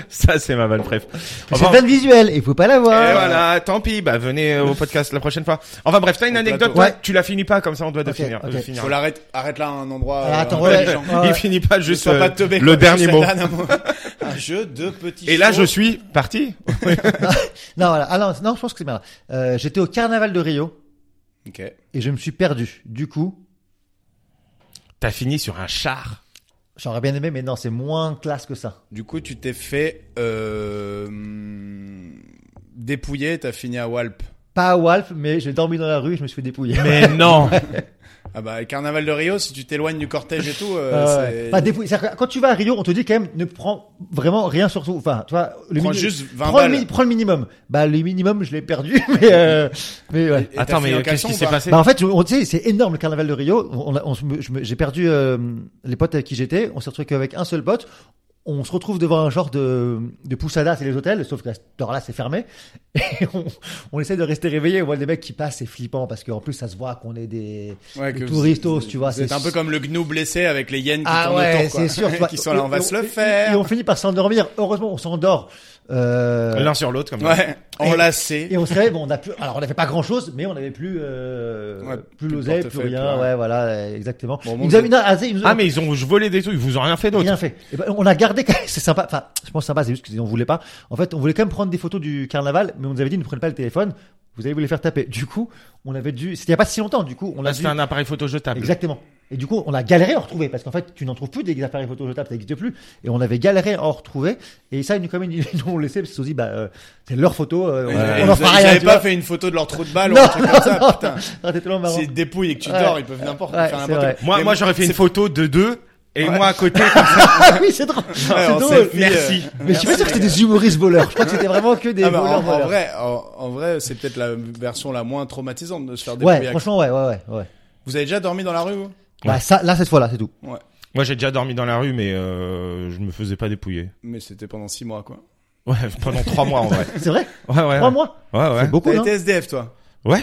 [SPEAKER 3] Ça, c'est ma vanne préf. Enfin,
[SPEAKER 2] c'est un visuel et il faut pas
[SPEAKER 3] et
[SPEAKER 2] l'avoir.
[SPEAKER 3] voilà, tant pis, bah venez au podcast la prochaine fois. Enfin bref, t'as une anecdote,
[SPEAKER 2] plateau.
[SPEAKER 3] toi,
[SPEAKER 2] Ouais.
[SPEAKER 3] tu la finis pas comme ça, on doit de
[SPEAKER 2] Ok,
[SPEAKER 3] finir. de
[SPEAKER 2] ok.
[SPEAKER 3] finir.
[SPEAKER 4] Faut l'arrêter, arrête là à un endroit.
[SPEAKER 2] Ah,
[SPEAKER 4] euh,
[SPEAKER 2] attends,
[SPEAKER 4] un peu
[SPEAKER 2] ouais.
[SPEAKER 4] des gens.
[SPEAKER 2] Ouais.
[SPEAKER 3] Il finit pas juste
[SPEAKER 4] Sois
[SPEAKER 3] euh,
[SPEAKER 4] pas teubé,
[SPEAKER 3] le
[SPEAKER 4] quoi,
[SPEAKER 3] dernier
[SPEAKER 4] juste
[SPEAKER 3] mot.
[SPEAKER 4] le dernier mot. [laughs] un jeu de petits.
[SPEAKER 3] Et là,
[SPEAKER 4] chevaux.
[SPEAKER 3] je suis parti.
[SPEAKER 2] Non, voilà. Ah, non, non, je pense que c'est bien. Euh, J'étais au carnaval de Rio
[SPEAKER 4] Ok.
[SPEAKER 2] et je me suis perdu. Du coup,
[SPEAKER 3] T'as fini sur un char.
[SPEAKER 2] j'aurais bien aimé, mais non, c'est moins classe que ça.
[SPEAKER 4] Du coup, tu t'es fait euh, hum, dépouiller, t'as fini à Walp.
[SPEAKER 2] Pas à Walp, mais j'ai dormi dans la rue, et je me suis fait dépouiller. [laughs]
[SPEAKER 3] Mais non.
[SPEAKER 4] Ah bah, le carnaval de Rio, si tu t'éloignes du cortège et tout, euh,
[SPEAKER 2] Euh,
[SPEAKER 4] c'est-
[SPEAKER 2] pas dépouiller. C'est-à-dire que Quand tu vas à Rio, on te dit quand même ne prends vraiment rien sur toi. Enfin, tu vois, le
[SPEAKER 4] prends
[SPEAKER 2] mini-
[SPEAKER 4] juste 20
[SPEAKER 2] prends le,
[SPEAKER 4] balles.
[SPEAKER 2] mi- prends le minimum. Bah le minimum, je l'ai perdu, [laughs] mais euh, mais ouais.
[SPEAKER 4] Et t'as
[SPEAKER 3] Attends,
[SPEAKER 4] fini en
[SPEAKER 3] mais qu'est-ce
[SPEAKER 4] caleçon
[SPEAKER 3] qui
[SPEAKER 4] ou
[SPEAKER 3] s'est
[SPEAKER 4] pas
[SPEAKER 3] passé
[SPEAKER 2] Bah en fait, on, tu sais, c'est énorme le carnaval de Rio. On, on, on se- je me- j'ai perdu euh, les potes avec qui j'étais. On s'est retrouvé qu'avec un seul pote. On se retrouve devant un genre de, de poussada, c'est les hôtels, sauf que à cette heure-là, c'est fermé. [laughs] Et on, on essaie de rester réveillé. On voit des mecs qui passent, c'est flippant parce qu'en plus, ça se voit qu'on est des,
[SPEAKER 4] Ouais,
[SPEAKER 2] des
[SPEAKER 4] que
[SPEAKER 2] touristos, tu vois.
[SPEAKER 4] C'est un peu comme le gnou blessé avec les hyènes qui
[SPEAKER 2] Ah
[SPEAKER 4] tournent
[SPEAKER 2] ouais,
[SPEAKER 4] autour, quoi.
[SPEAKER 2] c'est
[SPEAKER 4] [laughs]
[SPEAKER 2] sûr. tu vois.
[SPEAKER 4] qui sont là, on va
[SPEAKER 2] Et-
[SPEAKER 4] se le
[SPEAKER 2] et-
[SPEAKER 4] faire.
[SPEAKER 2] Et on finit par s'endormir. Heureusement, on s'endort. Euh,
[SPEAKER 3] L'un sur l'autre, comme ça.
[SPEAKER 4] Ouais, enlacé.
[SPEAKER 2] Et on se réveille, bon, on a plus, alors on n'avait pas grand chose, mais on n'avait plus, euh,
[SPEAKER 4] Ouais,
[SPEAKER 2] plus
[SPEAKER 4] plus de
[SPEAKER 2] l'oseille, plus
[SPEAKER 4] portefeuille,
[SPEAKER 2] rien,
[SPEAKER 4] plus rien.
[SPEAKER 2] ouais, voilà, euh, exactement.
[SPEAKER 4] Bon,
[SPEAKER 2] ils
[SPEAKER 4] bon,
[SPEAKER 2] nous avaient, non, ah, c'est- ils nous
[SPEAKER 3] Ah,
[SPEAKER 2] avaient
[SPEAKER 3] mais ils ont volé des trucs, ils vous ont rien fait d'autre.
[SPEAKER 2] rien fait. Et ben, on a gardé, quand même- [laughs] c'est sympa, enfin, je pense sympa, c'est juste qu'on voulait pas. En fait, on voulait quand même prendre des photos du carnaval, mais on nous avait dit ne prenez pas le téléphone, vous allez vous les faire taper. Du coup, on avait dû, c'était il y a pas si longtemps, du coup, on
[SPEAKER 4] Ah,
[SPEAKER 3] Là,
[SPEAKER 2] a dû.
[SPEAKER 3] c'était Ah, un appareil photo jetable.
[SPEAKER 2] Exactement. Et du coup, on a galéré à en retrouver parce qu'en fait, tu n'en trouves plus des appareils photo jetables, ça n'existe plus. Et on avait galéré à en retrouver. Et ça, ils nous, quand même, [laughs] ils nous ont laissé parce qu'ils se sont dit, bah, euh, c'est leur photo, euh,
[SPEAKER 4] Ils
[SPEAKER 2] on, on en fera rien.
[SPEAKER 4] n'avaient
[SPEAKER 2] tu
[SPEAKER 4] pas
[SPEAKER 2] vois.
[SPEAKER 4] fait une photo de leur trou de balle ou
[SPEAKER 2] Non,
[SPEAKER 4] un truc comme ça,
[SPEAKER 2] non,
[SPEAKER 4] putain.
[SPEAKER 2] Ah, t'es tellement marrant.
[SPEAKER 4] S'ils te dépouillent et que tu
[SPEAKER 2] Ouais.
[SPEAKER 4] dors, ils peuvent n'importe
[SPEAKER 2] Ouais,
[SPEAKER 4] faire
[SPEAKER 2] c'est
[SPEAKER 4] n'importe
[SPEAKER 2] vrai.
[SPEAKER 4] quoi.
[SPEAKER 3] Moi,
[SPEAKER 4] Mais
[SPEAKER 3] moi, j'aurais fait une photo de deux et moi à côté.
[SPEAKER 2] Ah
[SPEAKER 4] [laughs]
[SPEAKER 2] oui, c'est drôle. c'est
[SPEAKER 4] on
[SPEAKER 2] drôle.
[SPEAKER 4] selfie,
[SPEAKER 3] Merci.
[SPEAKER 2] Mais je suis pas sûr que c'était des humoristes voleurs. Je crois que c'était vraiment que des
[SPEAKER 4] Ah bah, en,
[SPEAKER 2] voleurs.
[SPEAKER 4] en
[SPEAKER 2] voleurs.
[SPEAKER 4] vrai, en, en vrai, c'est peut-être la version la moins traumatisante de se faire dépouiller.
[SPEAKER 2] ouais, franchement, ouais, ouais, ouais, ouais.
[SPEAKER 4] Vous avez déjà dormi dans la rue vous
[SPEAKER 2] Bah, ça, là, cette fois-là, c'est tout.
[SPEAKER 4] Ouais.
[SPEAKER 3] Moi, j'ai déjà dormi dans la rue, mais euh, je me faisais pas dépouiller. [laughs]
[SPEAKER 4] Mais c'était pendant six mois quoi.
[SPEAKER 3] Ouais, pendant trois mois en vrai.
[SPEAKER 2] C'est vrai?
[SPEAKER 3] Ouais, ouais.
[SPEAKER 2] Trois
[SPEAKER 3] ouais.
[SPEAKER 2] mois?
[SPEAKER 3] Ouais, ouais.
[SPEAKER 2] C'est beaucoup,
[SPEAKER 4] T'as
[SPEAKER 2] non?
[SPEAKER 4] été SDF toi
[SPEAKER 3] Ouais.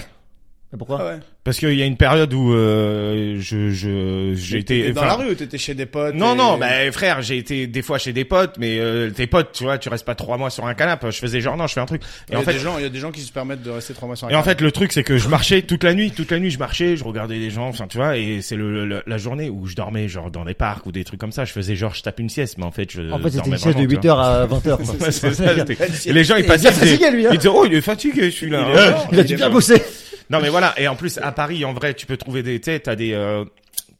[SPEAKER 2] Mais pourquoi?
[SPEAKER 4] Ah ouais.
[SPEAKER 3] Parce qu'il y a une période où euh, je je j'ai été
[SPEAKER 4] T'étais dans
[SPEAKER 3] enfin,
[SPEAKER 4] la rue ou t'étais chez des potes
[SPEAKER 3] Non
[SPEAKER 4] et-
[SPEAKER 3] non, bah frère, j'ai été des fois chez des potes, mais euh, tes potes, tu vois, tu restes pas trois mois sur un canapé. Je faisais genre non, je fais un truc.
[SPEAKER 4] Il
[SPEAKER 3] Et
[SPEAKER 4] y a
[SPEAKER 3] en fait,
[SPEAKER 4] des gens, il y a des gens qui se permettent de rester trois mois sur un
[SPEAKER 3] et en
[SPEAKER 4] canapé.
[SPEAKER 3] fait, le truc c'est que je marchais toute la nuit, toute la nuit je marchais, je regardais les gens, enfin tu vois, et c'est le, le- la journée où je dormais genre dans des parcs ou des trucs comme ça. Je faisais genre je tape une sieste, mais en fait je
[SPEAKER 2] En fait, c'était
[SPEAKER 3] dormais
[SPEAKER 2] une sieste de
[SPEAKER 3] vraiment, tu
[SPEAKER 2] 8h à [laughs] 20h.
[SPEAKER 3] vois. Ouais, [laughs] c'est ça, c'était- et les gens ils
[SPEAKER 2] Il est
[SPEAKER 3] passaient,
[SPEAKER 2] fatigué, lui, hein.
[SPEAKER 3] ils disaient oh il est fatigué celui-là.
[SPEAKER 4] Il est
[SPEAKER 3] hein.
[SPEAKER 4] mort.
[SPEAKER 2] Il a
[SPEAKER 4] Il
[SPEAKER 2] dû
[SPEAKER 4] est
[SPEAKER 2] bien
[SPEAKER 4] mort.
[SPEAKER 2] bosser.
[SPEAKER 3] Non mais voilà, et en plus à Paris en vrai tu peux trouver des tu sais, t'as des euh,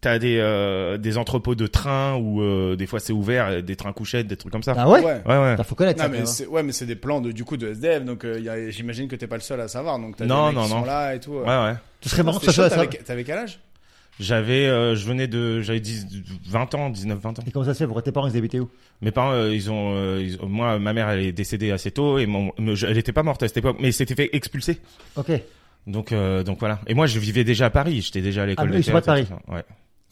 [SPEAKER 3] t'as des euh, des entrepôts de trains où euh, des fois c'est ouvert, euh, des trains couchettes, des trucs comme ça.
[SPEAKER 2] Ah ouais?
[SPEAKER 4] Ouais.
[SPEAKER 3] Ouais ouais.
[SPEAKER 2] Putain, Faut connaître
[SPEAKER 4] Non
[SPEAKER 2] ça.
[SPEAKER 4] mais
[SPEAKER 2] quand même, hein.
[SPEAKER 4] c'est ouais mais c'est des plans de du coup de SDF donc euh, il y a- j'imagine que t'es pas le seul à savoir donc t'as
[SPEAKER 3] Non,
[SPEAKER 4] des mecs
[SPEAKER 3] non,
[SPEAKER 4] qui
[SPEAKER 3] non.
[SPEAKER 4] sont là et tout. euh.
[SPEAKER 3] Ouais ouais.
[SPEAKER 2] Ce serait marrant que
[SPEAKER 4] C'était
[SPEAKER 2] ça
[SPEAKER 4] chaud,
[SPEAKER 2] soit ça.
[SPEAKER 4] t'avais- T'avais quel âge
[SPEAKER 3] J'avais euh, je venais de j'avais 10 20 ans, 19 20 ans.
[SPEAKER 2] Et comment ça se fait? Pourquoi tes parents, ils habitaient où?
[SPEAKER 3] Mes parents euh, ils ont euh, ils ont- moi ma mère elle est décédée assez tôt et mon me- je- elle était pas morte à cette époque mais elle s'était fait expulser.
[SPEAKER 2] Ok.
[SPEAKER 3] Donc euh, donc voilà. Et moi je vivais déjà à Paris, j'étais déjà à
[SPEAKER 2] Ah,
[SPEAKER 3] l'école
[SPEAKER 2] mais
[SPEAKER 3] de
[SPEAKER 2] ils sont pas de
[SPEAKER 3] théâtre et tout ça. Ouais.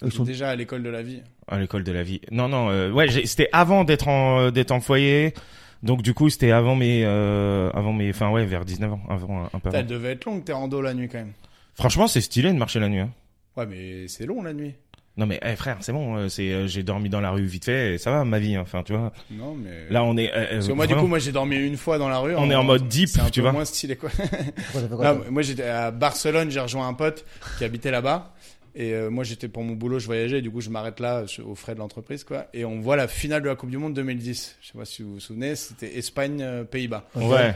[SPEAKER 2] Ils sont-
[SPEAKER 4] Déjà à l'école de la vie.
[SPEAKER 3] À l'école de la vie. Non, non, euh, ouais, j'ai- c'était avant d'être en, euh, d'être en foyer. Donc, du coup, c'était avant mes, euh, avant mes, enfin, ouais, vers 19 ans, avant, un- un peu
[SPEAKER 4] Putain, Elle
[SPEAKER 3] avant.
[SPEAKER 4] devait être longue tes rando la nuit quand même.
[SPEAKER 3] Franchement, c'est stylé de marcher la nuit, hein.
[SPEAKER 4] Ouais mais c'est long la nuit.
[SPEAKER 3] Non, mais, eh, frère, c'est bon, euh, c'est, euh, j'ai dormi dans la rue vite fait, et ça va, ma vie, hein. enfin, tu vois.
[SPEAKER 4] Non mais.
[SPEAKER 3] Là, on est, euh,
[SPEAKER 4] Parce que
[SPEAKER 3] euh,
[SPEAKER 4] moi
[SPEAKER 3] vraiment-
[SPEAKER 4] du coup moi j'ai dormi une fois dans la rue.
[SPEAKER 3] On est en mode deep,
[SPEAKER 4] c'est un
[SPEAKER 3] tu
[SPEAKER 4] peu
[SPEAKER 3] vois.
[SPEAKER 4] Moins stylé quoi.
[SPEAKER 2] Pourquoi t'as fait quoi,
[SPEAKER 4] Non,
[SPEAKER 2] toi
[SPEAKER 4] moi j'étais à Barcelone, j'ai rejoint un pote qui habitait là-bas. Et euh, moi j'étais pour mon boulot, je voyageais, du coup je m'arrête là je- aux frais de l'entreprise quoi. Et on voit la finale de la Coupe du Monde 2010. Je sais pas si vous vous souvenez, c'était Espagne euh, Pays-Bas.
[SPEAKER 3] ouais.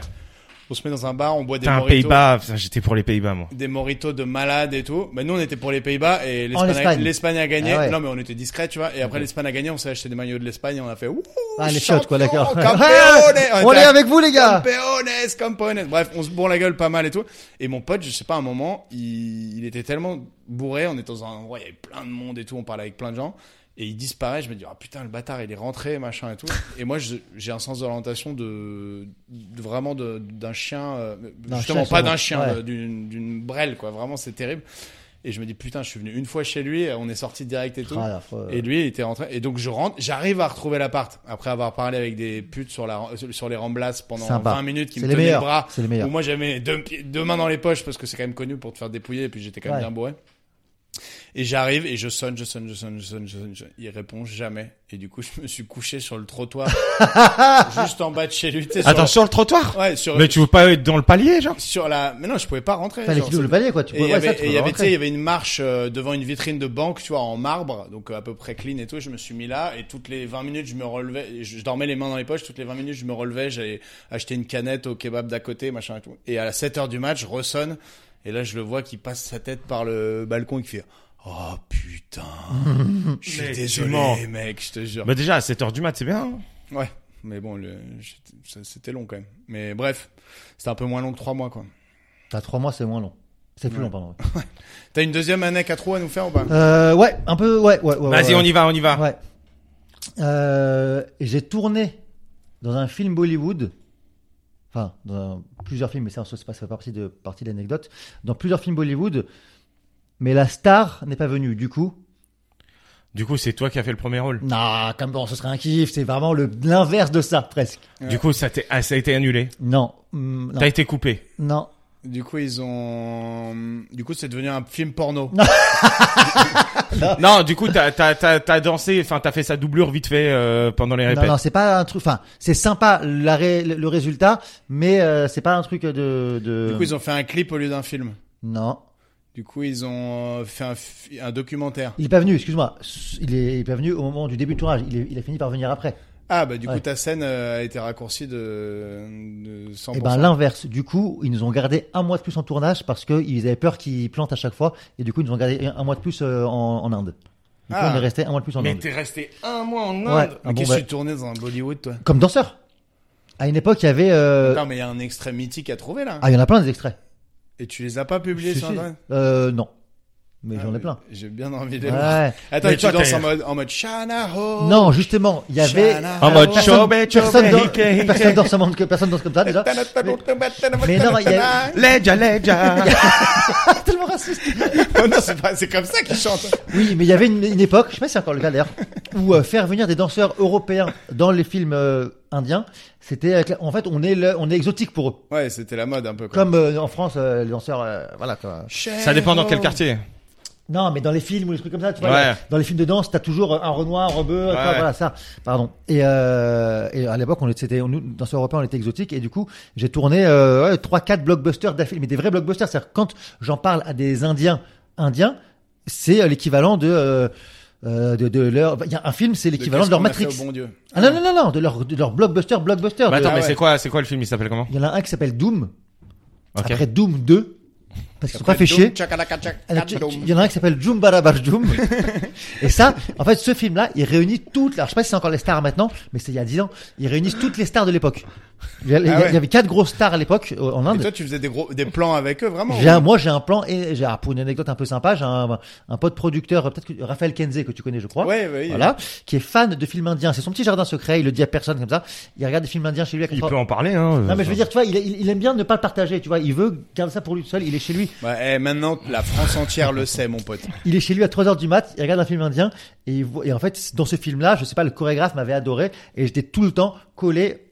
[SPEAKER 4] On se met dans un bar, on boit des
[SPEAKER 3] T'as un
[SPEAKER 4] mojitos,
[SPEAKER 3] Pays-Bas, putain, j'étais pour les Pays-Bas, moi.
[SPEAKER 4] des mojitos de malades et tout. Mais nous on était pour les Pays-Bas et
[SPEAKER 2] En
[SPEAKER 4] l'Espagne a-
[SPEAKER 2] Espagne.
[SPEAKER 4] l'Espagne a gagné.
[SPEAKER 2] Ah ouais.
[SPEAKER 4] Non mais on était discret, tu vois. Et après
[SPEAKER 2] Ok.
[SPEAKER 4] l'Espagne a gagné, on s'est acheté des maillots de l'Espagne, on a fait ouh
[SPEAKER 2] Ah, les shots,
[SPEAKER 4] [laughs] champion,
[SPEAKER 2] quoi, [laughs] d'accord.
[SPEAKER 4] campeone
[SPEAKER 2] On
[SPEAKER 4] était
[SPEAKER 2] est
[SPEAKER 4] à
[SPEAKER 2] avec vous, les gars!
[SPEAKER 4] Campeones, campeones. Bref, on se bourre la gueule pas mal et tout. Et mon pote, je sais pas, à un moment, il, il était tellement bourré, on était dans un endroit, il y avait plein de monde et tout, on parlait avec plein de gens. Et il disparaît, je me dis, ah putain, le bâtard, il est rentré, machin
[SPEAKER 2] [laughs]
[SPEAKER 4] et tout. Et moi, je- j'ai un sens d'orientation de, de- vraiment de- d'un chien, euh,
[SPEAKER 2] D'un
[SPEAKER 4] justement
[SPEAKER 2] chien,
[SPEAKER 4] pas
[SPEAKER 2] sûrement.
[SPEAKER 4] d'un chien,
[SPEAKER 2] Ouais.
[SPEAKER 4] de- d'une d'une brêle, quoi. Vraiment, c'est terrible. Et je me dis, putain, je suis venu une fois chez lui, on est sorti direct et tout.
[SPEAKER 2] Ah, l'affreux.
[SPEAKER 4] Et lui, il était rentré. Et donc, je rentre, j'arrive à retrouver l'appart après avoir parlé avec des putes sur la, sur les remblasses pendant
[SPEAKER 2] Sympa.
[SPEAKER 4] 20 minutes qui
[SPEAKER 2] C'est
[SPEAKER 4] me
[SPEAKER 2] les
[SPEAKER 4] tenaient le
[SPEAKER 2] meilleurs.
[SPEAKER 4] bras.
[SPEAKER 2] C'est les meilleurs.
[SPEAKER 4] Où moi, j'avais deux, pieds- deux mains dans les poches parce que c'est quand même connu pour te faire dépouiller et puis j'étais quand même
[SPEAKER 2] Ouais.
[SPEAKER 4] bien bourré. Et j'arrive et je sonne, je sonne, je sonne, je sonne, je sonne. je- Il répond jamais. Et du coup, je me suis couché sur le
[SPEAKER 2] [laughs]
[SPEAKER 4] trottoir, juste en bas de chez lui. tu sais, sur-
[SPEAKER 5] Attends, sur le trottoir
[SPEAKER 4] ouais, sur,
[SPEAKER 3] Mais tu veux pas être dans le palier, genre
[SPEAKER 4] sur la. Mais non, je pouvais pas rentrer.
[SPEAKER 2] Fallait
[SPEAKER 4] genre,
[SPEAKER 2] qu'il ouvre le palier, quoi. Tu
[SPEAKER 4] et il
[SPEAKER 2] pouvais-
[SPEAKER 4] y
[SPEAKER 2] ouais, ça,
[SPEAKER 4] avait,
[SPEAKER 2] tu
[SPEAKER 4] et il
[SPEAKER 2] pouvais
[SPEAKER 4] y avait, tu sais, il y
[SPEAKER 2] rentrer.
[SPEAKER 4] avait une marche euh, devant une vitrine de banque, tu vois, en marbre, donc euh, à peu près clean et tout. Je me suis mis là et toutes les 20 minutes, je me relevais, et je, je dormais les mains dans les poches. Toutes les 20 minutes, je me relevais, j'allais acheter une canette au kebab d'à côté, machin et tout. Et à 7 heures du match, ressonne et là, je le vois qui passe sa tête par le balcon et qui fait Oh
[SPEAKER 2] [laughs]
[SPEAKER 4] putain, je
[SPEAKER 3] Mais
[SPEAKER 4] suis
[SPEAKER 3] tu mens.
[SPEAKER 4] désolé, mec, je te jure.
[SPEAKER 3] Bah déjà à 7h du mat, c'est bien. hein
[SPEAKER 4] Ouais, mais bon, le- j'étais- ça- c'était long quand même. Mais bref, c'était un peu moins long que 3 mois quoi.
[SPEAKER 2] T'as trois mois, c'est moins long. C'est plus long, pardon.
[SPEAKER 4] T'as une deuxième année à trous à nous faire ou pas
[SPEAKER 2] Euh, ouais, un peu, ouais, ouais, ouais.
[SPEAKER 3] Vas-y,
[SPEAKER 2] ouais.
[SPEAKER 3] on y va, on y va.
[SPEAKER 2] Ouais. Euh, et j'ai tourné dans un film Bollywood, enfin, dans un- plusieurs films, mais ça, en soi, c'est pas- ça fait pas partie de, partie de l'anecdote, dans plusieurs films Bollywood, mais la star n'est pas venue. Du coup,
[SPEAKER 3] Du coup, c'est toi qui as fait le premier rôle.
[SPEAKER 2] non, comme bon, ce serait un kiff, c'est vraiment le- l'inverse de ça, presque.
[SPEAKER 3] Du coup, ça, t'est- ah, ça a été annulé.
[SPEAKER 2] Non, hum, non,
[SPEAKER 3] T'as été coupé.
[SPEAKER 2] non.
[SPEAKER 4] Du coup, ils ont. Du coup, c'est devenu un film porno.
[SPEAKER 3] Non, du coup, t'as t'as t'as t'as dansé, enfin t'as fait sa doublure vite fait euh, pendant les
[SPEAKER 2] Non,
[SPEAKER 3] répètes.
[SPEAKER 2] non, c'est pas un truc. Enfin, c'est sympa la ré- le résultat, mais euh, c'est pas un truc de. de...
[SPEAKER 4] Du coup, ils ont fait un clip au lieu d'un film.
[SPEAKER 2] Non,
[SPEAKER 4] Du coup, ils ont euh, fait un, fi- un documentaire.
[SPEAKER 2] il est pas venu. Excuse-moi, il est, il est pas venu au moment du début du tournage. Il, est- il a fini par venir après.
[SPEAKER 4] Ah, bah, du coup,
[SPEAKER 2] Ouais.
[SPEAKER 4] ta scène euh, a été raccourcie de, de 100%.
[SPEAKER 2] Et ben l'inverse. Du coup, ils nous ont gardé un mois de plus en tournage parce que ils avaient peur qu'ils plantent à chaque fois. Et du coup, ils nous ont gardé un mois de plus euh, en, en Inde. Du coup,
[SPEAKER 4] Ah.
[SPEAKER 2] on est resté un mois de plus en
[SPEAKER 3] Mais
[SPEAKER 2] Inde.
[SPEAKER 3] t'es resté un mois en
[SPEAKER 2] Ouais.
[SPEAKER 3] Inde.
[SPEAKER 2] Ah
[SPEAKER 4] Mais
[SPEAKER 2] bon,
[SPEAKER 4] qu'est-ce
[SPEAKER 2] bah, Euh,
[SPEAKER 4] que tu tournais dans un Bollywood, toi
[SPEAKER 2] Comme danseur. À une époque, il y avait. euh,
[SPEAKER 4] Attends, mais il y a un extrait mythique à trouver, là.
[SPEAKER 2] Ah, il y en a plein des extraits.
[SPEAKER 4] Et tu les as pas publiés
[SPEAKER 2] Si,
[SPEAKER 4] sur
[SPEAKER 2] si.
[SPEAKER 4] Internet
[SPEAKER 2] Euh, non, mais
[SPEAKER 4] Ah,
[SPEAKER 2] j'en ai plein.
[SPEAKER 4] J'ai bien envie de les voir.
[SPEAKER 2] Ouais. Oh.
[SPEAKER 4] Attends,
[SPEAKER 3] Mais
[SPEAKER 4] et tu
[SPEAKER 3] toi,
[SPEAKER 4] danses
[SPEAKER 3] t'as-
[SPEAKER 4] en mode, en mode Shana Ho.
[SPEAKER 2] Non, justement, il y avait.
[SPEAKER 4] Shana
[SPEAKER 3] En
[SPEAKER 4] Ho.
[SPEAKER 3] mode
[SPEAKER 2] Personne-
[SPEAKER 3] Chobe, chobe,
[SPEAKER 2] personne dans-
[SPEAKER 3] hike, hike.
[SPEAKER 2] personne danse comme- personne danse comme ça
[SPEAKER 4] [laughs]
[SPEAKER 2] déjà. Mais non, il y a-
[SPEAKER 3] Ledja, ledja.
[SPEAKER 2] [laughs]
[SPEAKER 4] Ah,
[SPEAKER 2] tellement [laughs] raciste.
[SPEAKER 4] Oh non, c'est pas- c'est comme ça qu'ils chantent.
[SPEAKER 2] Oui, mais il y avait une, une époque, je sais pas si c'est encore le cas d'ailleurs, où euh, faire venir des danseurs européens dans les films euh, indiens, c'était avec la- en fait on est le- on est exotique pour eux.
[SPEAKER 4] Ouais, c'était la mode un peu. quoi.
[SPEAKER 2] Comme euh, en France, euh, les danseurs, euh, voilà quoi.
[SPEAKER 3] Ça dépend dans quel quartier.
[SPEAKER 2] Non, mais dans les films ou les trucs comme ça, tu vois,
[SPEAKER 3] Ouais.
[SPEAKER 2] il y a- dans les films de danse, t'as toujours un Renoir, un Beu,
[SPEAKER 3] Ouais.
[SPEAKER 2] voilà ça. Pardon. Et, euh, et à l'époque, on était, c'était- nous, danseurs européens, on était exotiques, et du coup, j'ai tourné euh, ouais, trois, quatre blockbusters d'affilée, mais des vrais blockbusters. C'est-à-dire que quand j'en parle à des Indiens, Indiens, c'est euh, l'équivalent de euh, euh, de, de leur, il y a un film, c'est l'équivalent de,
[SPEAKER 4] Qu'est-ce
[SPEAKER 2] leur
[SPEAKER 4] qu'on a fait
[SPEAKER 2] Matrix.
[SPEAKER 4] au bon Dieu.
[SPEAKER 2] Ah non non non non, de leur de leur blockbuster, blockbuster.
[SPEAKER 3] Bah,
[SPEAKER 2] de-
[SPEAKER 3] attends, mais
[SPEAKER 4] ouais.
[SPEAKER 3] c'est quoi, c'est quoi le film Il s'appelle comment
[SPEAKER 2] Il y en a un qui s'appelle Doom.
[SPEAKER 3] Ok.
[SPEAKER 2] Après Doom 2, parce qu'ils se sont pas fait
[SPEAKER 4] Doum,
[SPEAKER 2] chier.
[SPEAKER 4] tchakalaka, tchak,
[SPEAKER 2] Alors, tu- tu-
[SPEAKER 4] tchakalom.
[SPEAKER 2] Il y en a un qui s'appelle Jumbarabar
[SPEAKER 4] [laughs]
[SPEAKER 2] Jum. et ça, en fait, ce film-là, il réunit toutes. Alors, je sais pas si c'est encore les stars maintenant, mais c'est il y a 10 ans. Ils réunissent toutes les stars de l'époque. Il, y a- il y a-
[SPEAKER 4] Ah ouais.
[SPEAKER 2] il y avait quatre grosses stars à l'époque euh, en
[SPEAKER 4] Et
[SPEAKER 2] Inde.
[SPEAKER 4] toi, tu faisais des gros, des plans avec eux, vraiment. hein.
[SPEAKER 2] J'ai un- moi, j'ai un plan et j'ai ah, pour une anecdote un peu sympa, j'ai un, un pote producteur, euh, peut-être que- Raphaël Kenze que tu connais, je crois.
[SPEAKER 4] Ouais, ouais.
[SPEAKER 2] Voilà, qui est fan de films indiens. C'est son petit jardin secret. Il le dit à personne comme ça. Il regarde des films indiens chez lui. À
[SPEAKER 3] Il
[SPEAKER 2] quatre
[SPEAKER 3] peut
[SPEAKER 2] heures.
[SPEAKER 3] en parler, hein.
[SPEAKER 2] Non, mais je veux dire, tu vois, il, il- il aime bien ne pas le partager. Tu vois, il veut garder ça pour lui tout seul. Il est chez lui.
[SPEAKER 4] Ouais, eh, maintenant, la France entière le sait, mon pote.
[SPEAKER 2] Il est chez lui à 3h du mat, il regarde un film indien et, il voit- et en fait dans ce film-là, je sais pas, le chorégraphe m'avait adoré et j'étais tout le temps collé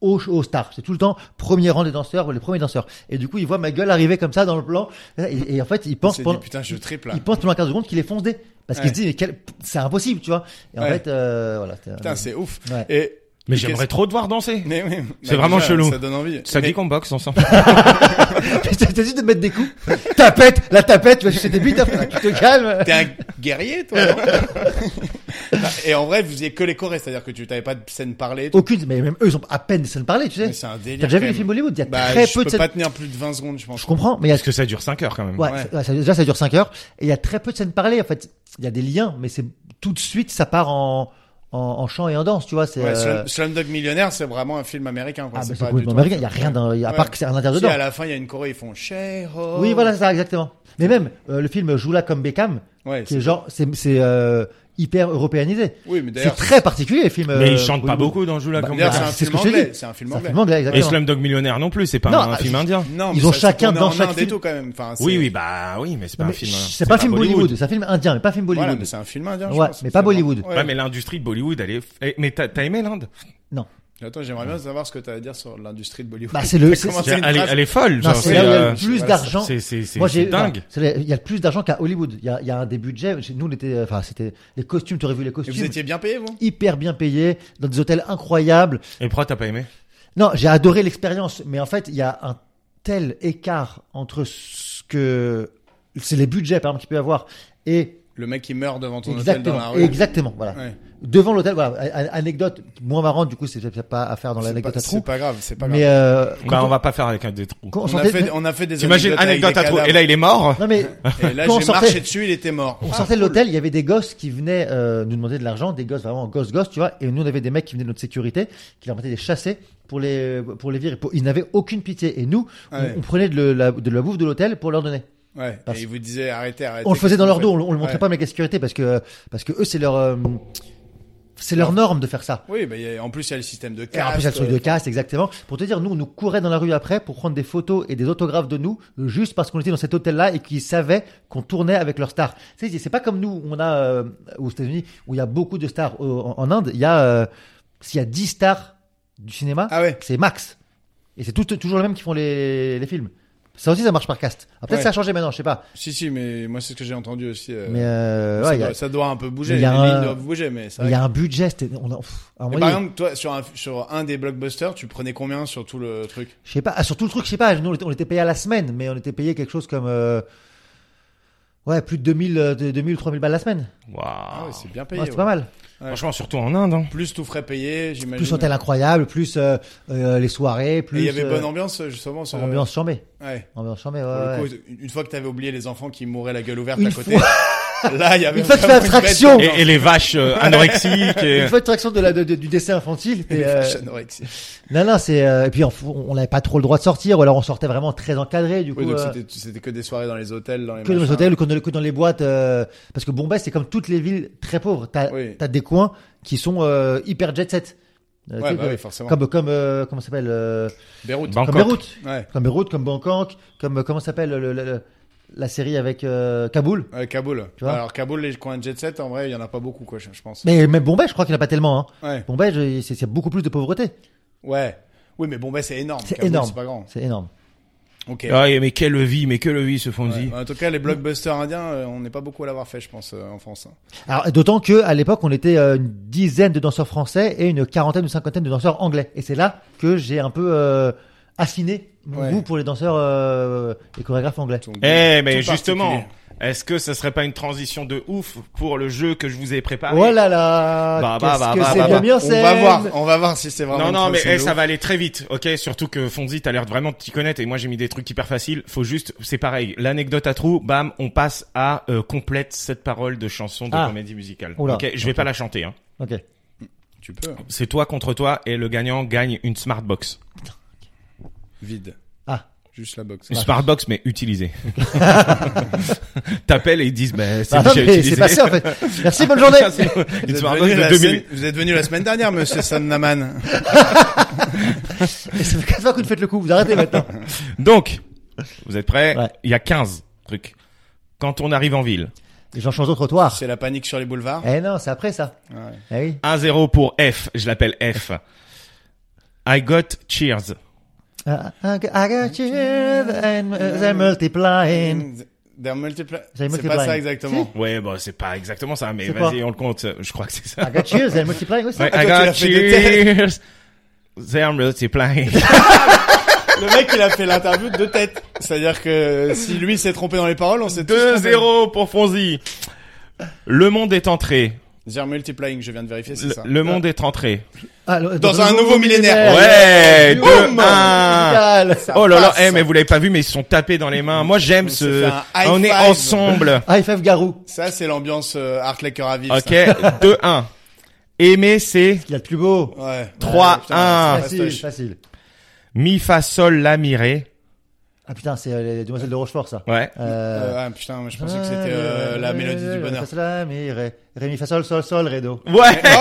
[SPEAKER 2] aux, aux stars. C'est tout le temps premier rang des danseurs, les premiers danseurs. Et du coup, il voit ma gueule arriver comme ça dans le plan et, et en fait, il
[SPEAKER 4] Il
[SPEAKER 2] pense
[SPEAKER 4] s'est dit,
[SPEAKER 2] pendant,
[SPEAKER 4] putain, je triple, là.
[SPEAKER 2] il pense pendant 15 secondes qu'il est foncé parce qu'il
[SPEAKER 4] Ouais.
[SPEAKER 2] se dit mais quel- c'est impossible, tu vois. Et en
[SPEAKER 4] Ouais.
[SPEAKER 2] fait, euh, voilà. c'était- [laughs]
[SPEAKER 4] Putain, c'est ouf.
[SPEAKER 2] Ouais.
[SPEAKER 4] Et.
[SPEAKER 3] Mais
[SPEAKER 4] et
[SPEAKER 3] j'aimerais
[SPEAKER 4] qu'est-ce-
[SPEAKER 3] trop te voir danser.
[SPEAKER 4] Mais oui.
[SPEAKER 3] C'est
[SPEAKER 4] Bah,
[SPEAKER 3] vraiment
[SPEAKER 4] déjà,
[SPEAKER 3] chelou.
[SPEAKER 4] Ça donne envie.
[SPEAKER 3] Ça
[SPEAKER 4] Mais-
[SPEAKER 3] dit qu'on boxe [laughs] ensemble.
[SPEAKER 2] T'as juste de mettre des coups. [laughs] tapette, la tapette, tu vas chercher des buts après, tu te calmes.
[SPEAKER 4] T'es un guerrier, toi.
[SPEAKER 2] [laughs]
[SPEAKER 4] non et en vrai, vous faisiez que les chorés, c'est-à-dire que tu t'avais pas de scène parlée. tout.
[SPEAKER 2] Aucune, mais même eux, ils ont à peine se parler, tu
[SPEAKER 4] Mais
[SPEAKER 2] sais.
[SPEAKER 4] c'est un délire.
[SPEAKER 2] T'as déjà
[SPEAKER 4] quand
[SPEAKER 2] vu les
[SPEAKER 4] même.
[SPEAKER 2] films Hollywood? Il y a
[SPEAKER 4] Bah,
[SPEAKER 2] très
[SPEAKER 4] je
[SPEAKER 2] peu de
[SPEAKER 4] peux
[SPEAKER 2] scènes.
[SPEAKER 4] pas tenir plus de 20 secondes, je pense.
[SPEAKER 2] Je comprends, mais il y a
[SPEAKER 3] Parce que ça dure 5 heures quand même.
[SPEAKER 2] Ouais,
[SPEAKER 4] Ouais.
[SPEAKER 2] ça- ouais, ça- déjà ça dure 5 heures et il y a très peu de scènes parlées en fait. Il y a des liens, mais c'est tout de suite ça part en, en, en chant et en danse, tu vois. C'est
[SPEAKER 4] Ouais,
[SPEAKER 2] euh,
[SPEAKER 4] Slum- Slumdog Millionnaire, c'est vraiment un film américain. Quoi.
[SPEAKER 2] ah, mais
[SPEAKER 4] c'est
[SPEAKER 2] c'est
[SPEAKER 4] pas du
[SPEAKER 2] complètement
[SPEAKER 4] tout. un
[SPEAKER 2] américain. Il
[SPEAKER 4] film.
[SPEAKER 2] y a rien dans, à
[SPEAKER 4] Ouais.
[SPEAKER 2] part que c'est à l'intérieur
[SPEAKER 4] Si,
[SPEAKER 2] dedans.
[SPEAKER 4] à la fin, il y a une choré, ils font oh. Shero.
[SPEAKER 2] Oui, voilà c'est ça exactement. Mais même euh, le film Joue là comme Beckham,
[SPEAKER 4] Ouais,
[SPEAKER 2] qui
[SPEAKER 4] c'est-
[SPEAKER 2] est genre, c'est c'est, euh, hyper européanisé.
[SPEAKER 4] Oui, mais
[SPEAKER 2] C'est
[SPEAKER 4] d'ailleurs,
[SPEAKER 2] très particulier les films.
[SPEAKER 3] Mais
[SPEAKER 2] euh,
[SPEAKER 3] ils chantent pas
[SPEAKER 2] Bollywood.
[SPEAKER 3] beaucoup dans Jula
[SPEAKER 2] Bah,
[SPEAKER 3] comme
[SPEAKER 4] d'ailleurs, c'est
[SPEAKER 2] bah,
[SPEAKER 4] un
[SPEAKER 2] c'est ce
[SPEAKER 4] film
[SPEAKER 2] que je t'ai
[SPEAKER 4] anglais.
[SPEAKER 2] dit.
[SPEAKER 4] C'est un film
[SPEAKER 2] C'est un
[SPEAKER 4] anglais.
[SPEAKER 2] film anglais,
[SPEAKER 3] Et
[SPEAKER 2] exactement.
[SPEAKER 3] Slumdog Millionnaire non plus, c'est pas
[SPEAKER 2] Non,
[SPEAKER 3] un
[SPEAKER 2] ah,
[SPEAKER 3] film
[SPEAKER 2] je-
[SPEAKER 3] indien.
[SPEAKER 4] Non,
[SPEAKER 2] Ils
[SPEAKER 4] mais
[SPEAKER 2] ont
[SPEAKER 4] ça se
[SPEAKER 2] chacun
[SPEAKER 4] tournait
[SPEAKER 2] dans
[SPEAKER 4] en
[SPEAKER 2] chaque
[SPEAKER 4] Inde et
[SPEAKER 2] film-
[SPEAKER 4] tout, quand même. Enfin, c'est-
[SPEAKER 3] Oui, oui, bah oui, mais c'est pas
[SPEAKER 2] Non,
[SPEAKER 3] un
[SPEAKER 2] mais
[SPEAKER 3] film.
[SPEAKER 2] C'est pas un film Bollywood, c'est un film indien, mais pas un film Bollywood.
[SPEAKER 4] Voilà, mais c'est un film indien. je
[SPEAKER 2] Ouais,
[SPEAKER 4] pense,
[SPEAKER 2] mais pas
[SPEAKER 4] finalement.
[SPEAKER 2] Bollywood.
[SPEAKER 3] Ouais, mais l'industrie de Bollywood, elle est. eh, Mais t'as t'as aimé l'Inde
[SPEAKER 2] Non.
[SPEAKER 4] Attends, j'aimerais bien savoir ce que tu as à dire sur l'industrie de Bollywood.
[SPEAKER 2] Bah, c'est le-
[SPEAKER 4] T'as
[SPEAKER 2] c'est-
[SPEAKER 4] commencé
[SPEAKER 3] Elle
[SPEAKER 4] une
[SPEAKER 3] est-
[SPEAKER 4] phrase-
[SPEAKER 3] elle est folle.
[SPEAKER 2] Non,
[SPEAKER 3] genre,
[SPEAKER 2] c'est là où il y a le
[SPEAKER 3] euh,
[SPEAKER 2] plus
[SPEAKER 4] voilà,
[SPEAKER 2] d'argent.
[SPEAKER 3] c'est- c'est- c'est-
[SPEAKER 2] Moi,
[SPEAKER 3] c'est
[SPEAKER 2] j'ai-
[SPEAKER 3] dingue.
[SPEAKER 2] voilà, c'est là- Il y a le plus d'argent qu'à Hollywood. Il y a, il y a un des budgets. chez Nous, on était, euh, enfin, c'était les costumes. Tu aurais vu les
[SPEAKER 4] Et
[SPEAKER 2] costumes.
[SPEAKER 4] vous étiez bien payé, vous
[SPEAKER 2] hyper bien payés dans des hôtels incroyables.
[SPEAKER 3] Et pourquoi t'as pas aimé
[SPEAKER 2] Non, j'ai adoré l'expérience, mais en fait, il y a un tel écart entre ce que c'est les budgets par exemple qu'il peut y avoir et
[SPEAKER 4] Le mec qui meurt devant ton hôtel dans la
[SPEAKER 2] exactement
[SPEAKER 4] rue.
[SPEAKER 2] exactement voilà.
[SPEAKER 4] Ouais.
[SPEAKER 2] Devant l'hôtel voilà, a- anecdote moins marrante du coup, c'est peut-être pas à faire dans
[SPEAKER 4] C'est
[SPEAKER 2] l'anecdote
[SPEAKER 4] pas-
[SPEAKER 2] à
[SPEAKER 4] C'est
[SPEAKER 2] trous.
[SPEAKER 4] pas grave, c'est pas
[SPEAKER 2] Mais
[SPEAKER 4] grave.
[SPEAKER 2] euh,
[SPEAKER 3] Bah, on va pas faire avec un des trous.
[SPEAKER 2] quand on
[SPEAKER 4] On a,
[SPEAKER 2] sortait
[SPEAKER 4] fait, on a fait des
[SPEAKER 3] T'imagines
[SPEAKER 4] anecdotes
[SPEAKER 3] anecdote à
[SPEAKER 4] avec des
[SPEAKER 3] trous. Et là, il est mort.
[SPEAKER 2] non mais
[SPEAKER 4] cadavres. Et là,
[SPEAKER 2] quand on
[SPEAKER 4] j'ai
[SPEAKER 2] sortait-
[SPEAKER 4] marché dessus, il était mort.
[SPEAKER 2] On sortait de l'hôtel, il y avait des gosses qui venaient euh, nous demander de l'argent, des gosses vraiment gosses gosses, tu vois. Et nous on avait des mecs qui venaient de notre sécurité, qui leur mettaient des chassés pour les pour les virer. Pour- Ils n'avaient aucune pitié. Et nous, on-
[SPEAKER 4] Ouais.
[SPEAKER 2] on, prenait de la, de la bouffe de l'hôtel pour leur donner.
[SPEAKER 4] Ouais.
[SPEAKER 2] Parce-
[SPEAKER 4] Et il vous disait arrêtez, arrêtez.
[SPEAKER 2] on le faisait dans leur
[SPEAKER 4] qu'est-ce que
[SPEAKER 2] dos,
[SPEAKER 4] vous
[SPEAKER 2] on, le- on le
[SPEAKER 4] faites
[SPEAKER 2] montrait
[SPEAKER 4] Ouais.
[SPEAKER 2] pas à mes sécurité parce que parce que eux c'est leur euh, c'est leur norme de faire ça.
[SPEAKER 4] Oui, bah, il y a- en plus, il y a le système de
[SPEAKER 2] Et en plus, il y a le
[SPEAKER 4] caste. euh,
[SPEAKER 2] truc de casse, exactement. Pour te dire, nous, on nous courait dans la rue après pour prendre des photos et des autographes de nous, juste parce qu'on était dans cet hôtel-là et qu'ils savaient qu'on tournait avec leurs stars. Tu sais, c'est pas comme nous, on a, euh, aux États-Unis, où il y a beaucoup de stars. Euh, en, en Inde, il y a, euh, s'il y a 10 stars du cinéma,
[SPEAKER 4] Ah ouais.
[SPEAKER 2] c'est max. Et c'est tout- toujours les mêmes qui font les, les films. Ça aussi, ça marche par caste. Après,
[SPEAKER 4] Ouais.
[SPEAKER 2] ça a changé maintenant, je sais pas.
[SPEAKER 4] Si, si, mais moi, c'est ce que j'ai entendu aussi. euh,
[SPEAKER 2] Mais, euh,
[SPEAKER 4] ça,
[SPEAKER 2] ouais, il y a-
[SPEAKER 4] doit, ça doit un peu bouger.
[SPEAKER 2] il
[SPEAKER 4] Les
[SPEAKER 2] y a un-
[SPEAKER 4] lignes doivent bouger, mais c'est
[SPEAKER 2] il
[SPEAKER 4] vrai
[SPEAKER 2] y a un budget. c'était- On a, pff, à un
[SPEAKER 4] que-
[SPEAKER 2] moment
[SPEAKER 4] Mais Par
[SPEAKER 2] donné,
[SPEAKER 4] exemple, toi, sur un, sur un des blockbusters, tu prenais combien sur tout le truc
[SPEAKER 2] Je sais pas. Ah, sur tout le truc, je sais pas. Nous, on était, on était payé à la semaine, mais on était payé quelque chose comme. euh, Ouais, plus de 2000, euh, de 2000, 3000 balles la semaine.
[SPEAKER 4] Ah
[SPEAKER 3] Waouh.
[SPEAKER 4] ouais, c'est bien
[SPEAKER 2] Ouais,
[SPEAKER 4] payé.
[SPEAKER 2] c'est
[SPEAKER 4] ouais.
[SPEAKER 2] pas mal.
[SPEAKER 3] Franchement, surtout en Inde. hein.
[SPEAKER 4] Plus tout frais payé, j'imagine.
[SPEAKER 2] Plus hôtel incroyable, plus euh, euh, les soirées,
[SPEAKER 4] Et
[SPEAKER 2] plus.
[SPEAKER 4] il y avait
[SPEAKER 2] euh,
[SPEAKER 4] bonne ambiance, justement. Sur... euh,
[SPEAKER 2] ambiance chambée.
[SPEAKER 4] Ouais.
[SPEAKER 2] Ambiance chambée,
[SPEAKER 4] Pour
[SPEAKER 2] ouais.
[SPEAKER 4] le
[SPEAKER 2] ouais.
[SPEAKER 4] coup, une- une fois que t'avais oublié les enfants qui mouraient la gueule ouverte
[SPEAKER 2] Une
[SPEAKER 4] à côté, [laughs] là, il y avait
[SPEAKER 2] Une fois que tu fais
[SPEAKER 4] vraiment une bête
[SPEAKER 2] abstraction.
[SPEAKER 4] d'ambiance.
[SPEAKER 3] Et, et les vaches euh,
[SPEAKER 4] [laughs]
[SPEAKER 3] anorexiques. Et...
[SPEAKER 2] Une fois de traction de la, de- de- du dessin infantile. t'es,
[SPEAKER 4] Les
[SPEAKER 2] euh,
[SPEAKER 4] vaches anorexiques.
[SPEAKER 2] Non, non, c'est. euh, Et puis, on on n'avait pas trop le droit de sortir, ou alors on sortait vraiment très encadré, du coup.
[SPEAKER 4] Oui, donc
[SPEAKER 2] euh,
[SPEAKER 4] c'était- c'était que des soirées dans les hôtels, dans les
[SPEAKER 2] que dans les
[SPEAKER 4] machins.
[SPEAKER 2] hôtels, que dans, que dans les boîtes. euh, parce que Bombay, c'est comme toutes les villes très pauvres. T'as
[SPEAKER 4] Oui.
[SPEAKER 2] t'as des coins qui sont euh, hyper jet set. Euh,
[SPEAKER 4] Ouais,
[SPEAKER 2] tu sais,
[SPEAKER 4] bah
[SPEAKER 2] que-
[SPEAKER 4] oui, forcément.
[SPEAKER 2] Comme comme euh, comment ça s'appelle euh,
[SPEAKER 4] Beyrouth.
[SPEAKER 3] Bangkok.
[SPEAKER 2] comme Beyrouth,
[SPEAKER 4] Ouais.
[SPEAKER 2] comme Beyrouth, comme Bangkok, comme euh, comment ça s'appelle le- le- le- la série avec euh, Kaboul.
[SPEAKER 4] Ouais, Kaboul.
[SPEAKER 2] Tu vois
[SPEAKER 4] Alors Kaboul, les coins de jet set, en vrai, il y en a pas beaucoup, quoi, je je pense.
[SPEAKER 2] Mais même Bombay, je crois qu'il n'y en a pas tellement. Hein.
[SPEAKER 4] Ouais.
[SPEAKER 2] Bombay, je- c'est c'est beaucoup plus de pauvreté.
[SPEAKER 4] Ouais. Oui, mais bon, bah, c'est énorme.
[SPEAKER 2] C'est
[SPEAKER 4] Kaboul,
[SPEAKER 2] énorme.
[SPEAKER 4] C'est pas grand.
[SPEAKER 2] C'est énorme.
[SPEAKER 4] Ok.
[SPEAKER 3] Ah, et mais quelle vie, mais quelle vie, ce Fonzie. Eh,
[SPEAKER 4] Ouais. En tout cas, les blockbusters indiens, euh, on n'est pas beaucoup à l'avoir fait, je pense, euh, en France. hein.
[SPEAKER 2] Alors d'autant que à l'époque, on était euh, une dizaine de danseurs français et une quarantaine ou cinquantaine de danseurs anglais. Et c'est là que j'ai un peu euh, affiné mon
[SPEAKER 4] Ouais.
[SPEAKER 2] goût pour les danseurs euh, et chorégraphes anglais.
[SPEAKER 4] Tout-
[SPEAKER 3] Eh, mais
[SPEAKER 4] tout
[SPEAKER 3] justement,
[SPEAKER 4] particulier.
[SPEAKER 3] est-ce que ça serait pas une transition de ouf pour le jeu que je vous ai préparé
[SPEAKER 2] Oh là là
[SPEAKER 3] Bah, bah,
[SPEAKER 2] Qu'est-ce
[SPEAKER 3] bah,
[SPEAKER 2] que
[SPEAKER 3] bah,
[SPEAKER 2] c'est
[SPEAKER 3] bah,
[SPEAKER 2] bien
[SPEAKER 3] bah.
[SPEAKER 2] mis en
[SPEAKER 4] On va
[SPEAKER 2] scène.
[SPEAKER 4] voir, on va voir si c'est vraiment.
[SPEAKER 3] Non,
[SPEAKER 4] une
[SPEAKER 3] non, mais
[SPEAKER 4] transition
[SPEAKER 3] eh,
[SPEAKER 4] de
[SPEAKER 3] ça
[SPEAKER 4] ouf.
[SPEAKER 3] va aller très vite, ok Surtout que Fonzie, t'as l'air vraiment de t'y connaître, et moi j'ai mis des trucs hyper faciles. Faut juste, c'est pareil, l'anecdote à trous, bam, on passe à euh, complète cette parole de chanson de
[SPEAKER 2] Ah.
[SPEAKER 3] comédie musicale.
[SPEAKER 2] Oula.
[SPEAKER 3] Ok, je vais pas la chanter, hein.
[SPEAKER 2] Ok.
[SPEAKER 4] Tu peux. hein.
[SPEAKER 3] C'est toi contre toi, et le gagnant gagne une Smartbox.
[SPEAKER 4] Vide.
[SPEAKER 2] Ah.
[SPEAKER 4] Juste la box.
[SPEAKER 3] Une Smartbox, mais
[SPEAKER 2] [laughs]
[SPEAKER 3] utilisée. T'appelles et ils disent, bah, c'est
[SPEAKER 2] Bah, non,
[SPEAKER 3] déjà
[SPEAKER 2] mais
[SPEAKER 3] utilisé.
[SPEAKER 2] c'est passé en fait. Merci, bonne journée.
[SPEAKER 3] Ça, [laughs] c'est-
[SPEAKER 4] Vous
[SPEAKER 3] une
[SPEAKER 4] êtes,
[SPEAKER 3] Smartbox
[SPEAKER 4] venu la
[SPEAKER 3] de 2
[SPEAKER 4] semaine-
[SPEAKER 3] minutes.
[SPEAKER 4] vous êtes venu la semaine dernière, monsieur Sannaman.
[SPEAKER 2] Et ça fait 4 fois que vous ne faites le coup, vous arrêtez maintenant.
[SPEAKER 3] Donc, vous êtes prêts
[SPEAKER 2] Ouais.
[SPEAKER 3] Il y a 15 trucs. Quand on arrive en ville,
[SPEAKER 2] Et [laughs] j'en change au trottoir.
[SPEAKER 4] C'est la panique sur les boulevards.
[SPEAKER 2] Eh non, c'est après ça.
[SPEAKER 4] Ouais.
[SPEAKER 2] Eh oui.
[SPEAKER 3] 1-0 pour F, je l'appelle F. I got cheers.
[SPEAKER 2] Ah, ah, I got you and they're multiplying.
[SPEAKER 4] They're multipli-
[SPEAKER 2] They're
[SPEAKER 4] C'est
[SPEAKER 2] multiplying.
[SPEAKER 4] pas ça exactement.
[SPEAKER 3] Ouais, bon, c'est pas exactement ça, mais
[SPEAKER 2] C'est quoi
[SPEAKER 3] vas-y, on le compte. Je crois que c'est ça.
[SPEAKER 2] I got you, they're ah, multiplying. Oui, ça.
[SPEAKER 3] Ouais,
[SPEAKER 4] Ah, toi,
[SPEAKER 3] I
[SPEAKER 4] tu
[SPEAKER 3] got
[SPEAKER 4] l'as fait de tête.
[SPEAKER 3] cheers. [laughs] They are multiplying. [laughs]
[SPEAKER 4] Le mec, il a fait l'interview de tête. C'est-à-dire que si lui s'est trompé dans les paroles, on s'est tous trompés.
[SPEAKER 3] 2-0 pour Fonzie. Le monde est entré.
[SPEAKER 4] They're multiplying, je viens de vérifier, c'est
[SPEAKER 3] Le,
[SPEAKER 4] ça.
[SPEAKER 3] le monde est entré.
[SPEAKER 2] Ah, le-
[SPEAKER 4] Dans un nouveau millénaire.
[SPEAKER 3] Ouais,
[SPEAKER 4] Eh, Boum
[SPEAKER 3] 2-1.
[SPEAKER 2] Musical.
[SPEAKER 4] Ça
[SPEAKER 3] Oh là là,
[SPEAKER 4] passe.
[SPEAKER 3] eh, mais vous l'avez pas vu, mais ils se sont tapés dans les mains. Moi, j'aime
[SPEAKER 4] On s'est
[SPEAKER 3] ce,
[SPEAKER 4] fait un high
[SPEAKER 3] on est
[SPEAKER 4] five. [laughs]
[SPEAKER 3] ensemble.
[SPEAKER 4] Ah.
[SPEAKER 2] High five Ah, Garou.
[SPEAKER 4] Ça, c'est l'ambiance euh, Art Laker à vif.
[SPEAKER 3] Ok,
[SPEAKER 4] ça.
[SPEAKER 3] 2-1. Aimer, c'est
[SPEAKER 2] Il a le plus beau.
[SPEAKER 4] Ouais.
[SPEAKER 3] Trois,
[SPEAKER 4] Ouais, putain,
[SPEAKER 3] un.
[SPEAKER 4] Ah, c'est
[SPEAKER 2] facile,
[SPEAKER 4] fastoche.
[SPEAKER 2] facile.
[SPEAKER 3] mi, fa, sol, la, mi, ré.
[SPEAKER 2] Ah putain, c'est euh, les demoiselles de Rochefort, ça.
[SPEAKER 3] Ouais.
[SPEAKER 2] Euh,
[SPEAKER 4] Euh, ah putain, mais je pensais que c'était euh, la mélodie du bonheur.
[SPEAKER 2] Face la mi, ré, ré, mi, fa, sol, sol, sol, ré, do.
[SPEAKER 3] Ouais.
[SPEAKER 4] putain,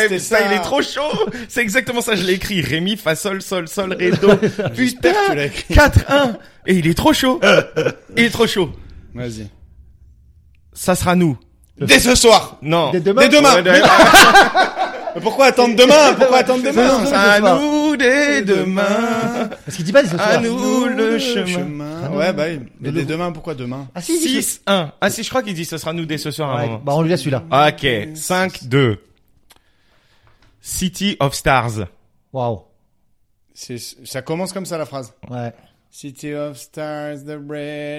[SPEAKER 4] c'était ça.
[SPEAKER 3] il est trop chaud. C'est exactement ça. Je l'ai écrit. Rémi, fa, sol, sol, sol, ré, do. Putain.
[SPEAKER 4] J'espère que tu l'as écrit.
[SPEAKER 3] 4-1. Et il est trop chaud. Il est trop chaud.
[SPEAKER 4] Vas-y.
[SPEAKER 3] Ça sera nous.
[SPEAKER 4] Dès ce soir.
[SPEAKER 3] Non.
[SPEAKER 2] Dès demain.
[SPEAKER 4] Dès demain.
[SPEAKER 3] Ouais,
[SPEAKER 4] Mais non. Mais pourquoi attendre demain Pourquoi attendre demain
[SPEAKER 2] Non,
[SPEAKER 3] Ça
[SPEAKER 2] ce soir.
[SPEAKER 3] nous dès demain.
[SPEAKER 2] Parce qu'il dit pas des autres.
[SPEAKER 3] À nous le chemin.
[SPEAKER 2] Ah non.
[SPEAKER 4] Ouais, bah oui. Mais
[SPEAKER 2] De
[SPEAKER 4] dès demain, pourquoi demain
[SPEAKER 2] Ah si, si, si.
[SPEAKER 3] 6-1. Ah si, je crois qu'il dit ce sera nous dès ce soir à un
[SPEAKER 2] Ouais,
[SPEAKER 3] moment.
[SPEAKER 2] bah on lui laisse celui-là.
[SPEAKER 3] Ok. 5-2. City of Stars.
[SPEAKER 2] Waouh.
[SPEAKER 4] C'est- Ça commence comme ça la phrase.
[SPEAKER 2] Ouais.
[SPEAKER 4] City of Stars, the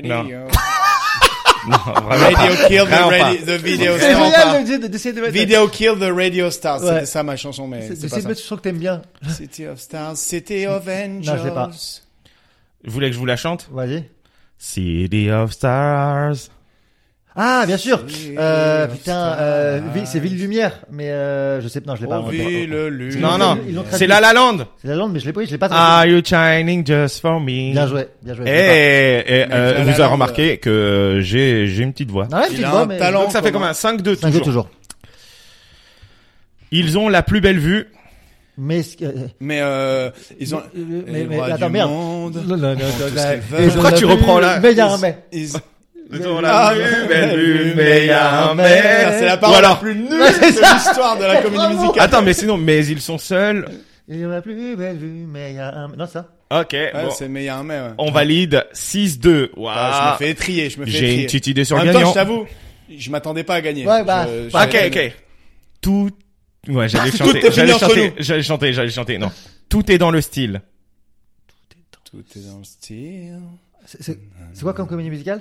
[SPEAKER 3] Non.
[SPEAKER 4] radio.
[SPEAKER 3] Non, [laughs] vraiment pas.
[SPEAKER 4] Radio kill the,
[SPEAKER 3] Vraiment
[SPEAKER 4] radio-
[SPEAKER 3] pas.
[SPEAKER 4] the video
[SPEAKER 2] C'est
[SPEAKER 4] stars.
[SPEAKER 2] génial d'essayer de- d'essayer de mettre.
[SPEAKER 4] Video kill the radio stars.
[SPEAKER 2] Ouais.
[SPEAKER 4] C'était ça ma chanson, mais c'est
[SPEAKER 2] D'essayer
[SPEAKER 4] pas
[SPEAKER 2] de
[SPEAKER 4] ça.
[SPEAKER 2] mettre ce son que t'aimes bien.
[SPEAKER 4] City of Stars, City of Angels.
[SPEAKER 2] je l'ai pas.
[SPEAKER 3] Vous voulez que je vous la chante
[SPEAKER 2] Vas-y.
[SPEAKER 3] City of Stars.
[SPEAKER 2] Ah, bien sûr. Euh,
[SPEAKER 4] Stars.
[SPEAKER 2] putain, euh, vi- c'est Ville Lumière, mais euh, je sais pas. Non, je l'ai pas.
[SPEAKER 4] Oh,
[SPEAKER 2] moi.
[SPEAKER 4] ville lune.
[SPEAKER 3] Non, non,
[SPEAKER 2] Ils l'ont traduit.
[SPEAKER 3] c'est La La Land.
[SPEAKER 2] C'est la langue, mais je l'ai pas. Je l'ai pas.
[SPEAKER 4] Ah,
[SPEAKER 3] Are you shining just for me?
[SPEAKER 2] Bien joué, bien joué.
[SPEAKER 3] Eh,
[SPEAKER 2] je l'ai
[SPEAKER 3] eh,
[SPEAKER 4] Mais
[SPEAKER 3] euh,
[SPEAKER 4] La La
[SPEAKER 3] vous avez
[SPEAKER 4] Land,
[SPEAKER 3] remarqué que euh, j'ai j'ai une petite voix.
[SPEAKER 2] pas. Ouais,
[SPEAKER 4] Il
[SPEAKER 2] petite
[SPEAKER 4] a
[SPEAKER 2] voix,
[SPEAKER 4] un
[SPEAKER 2] mais-
[SPEAKER 4] talent.
[SPEAKER 3] Donc ça fait
[SPEAKER 4] commun.
[SPEAKER 3] comme un 5-2
[SPEAKER 2] Un jeu
[SPEAKER 3] toujours.
[SPEAKER 2] toujours.
[SPEAKER 3] Ils ont la plus belle vue.
[SPEAKER 2] Mais ce que- euh,
[SPEAKER 4] Mais euh, ils ont
[SPEAKER 2] euh,
[SPEAKER 4] les
[SPEAKER 2] mais, mais
[SPEAKER 4] rois
[SPEAKER 2] attends,
[SPEAKER 4] du
[SPEAKER 2] merde.
[SPEAKER 4] monde.
[SPEAKER 2] Non, non, non,
[SPEAKER 4] Ils ont
[SPEAKER 2] non,
[SPEAKER 4] tous
[SPEAKER 2] là,
[SPEAKER 4] les valeurs.
[SPEAKER 2] ils ont
[SPEAKER 3] Pourquoi
[SPEAKER 2] la
[SPEAKER 3] tu
[SPEAKER 2] plus-
[SPEAKER 3] reprends là
[SPEAKER 2] Mais il y a un mais.
[SPEAKER 4] Ils-
[SPEAKER 3] Ils ont
[SPEAKER 4] Ah,
[SPEAKER 3] la plus
[SPEAKER 4] oui.
[SPEAKER 3] belle vue, mais y a un mais.
[SPEAKER 4] Ah, C'est la parole
[SPEAKER 3] Ou alors-
[SPEAKER 4] la plus nulle de l'histoire de la comédie
[SPEAKER 2] Bravo.
[SPEAKER 4] musicale.
[SPEAKER 3] Attends, mais sinon, mais ils sont seuls.
[SPEAKER 2] Il en a plus belle vue, mais il y a un. Non, ça.
[SPEAKER 3] Ok,
[SPEAKER 4] Ouais,
[SPEAKER 3] bon.
[SPEAKER 4] c'est mais il y a un mais. ouais.
[SPEAKER 3] on valide 6-2. Waouh.
[SPEAKER 4] Ah, je me fais étrier, je me fais
[SPEAKER 3] J'ai
[SPEAKER 4] étrier.
[SPEAKER 3] une petite idée sur
[SPEAKER 4] en
[SPEAKER 3] le
[SPEAKER 4] même temps,
[SPEAKER 3] gagnant.
[SPEAKER 4] je t'avoue, je m'attendais pas à gagner.
[SPEAKER 2] Ouais, bah,
[SPEAKER 4] Je- je-
[SPEAKER 3] Ok, ok. Tout. Ouais, j'allais
[SPEAKER 4] [laughs] Tout
[SPEAKER 3] chanter.
[SPEAKER 4] est fini
[SPEAKER 3] J'allais
[SPEAKER 4] entre
[SPEAKER 3] chanter.
[SPEAKER 4] nous.
[SPEAKER 3] J'allais chanter. J'allais chanter. Non. Tout est dans le style.
[SPEAKER 4] Tout est dans le style.
[SPEAKER 2] C'est c'est- c'est quoi comme
[SPEAKER 4] [laughs]
[SPEAKER 2] comédie musicale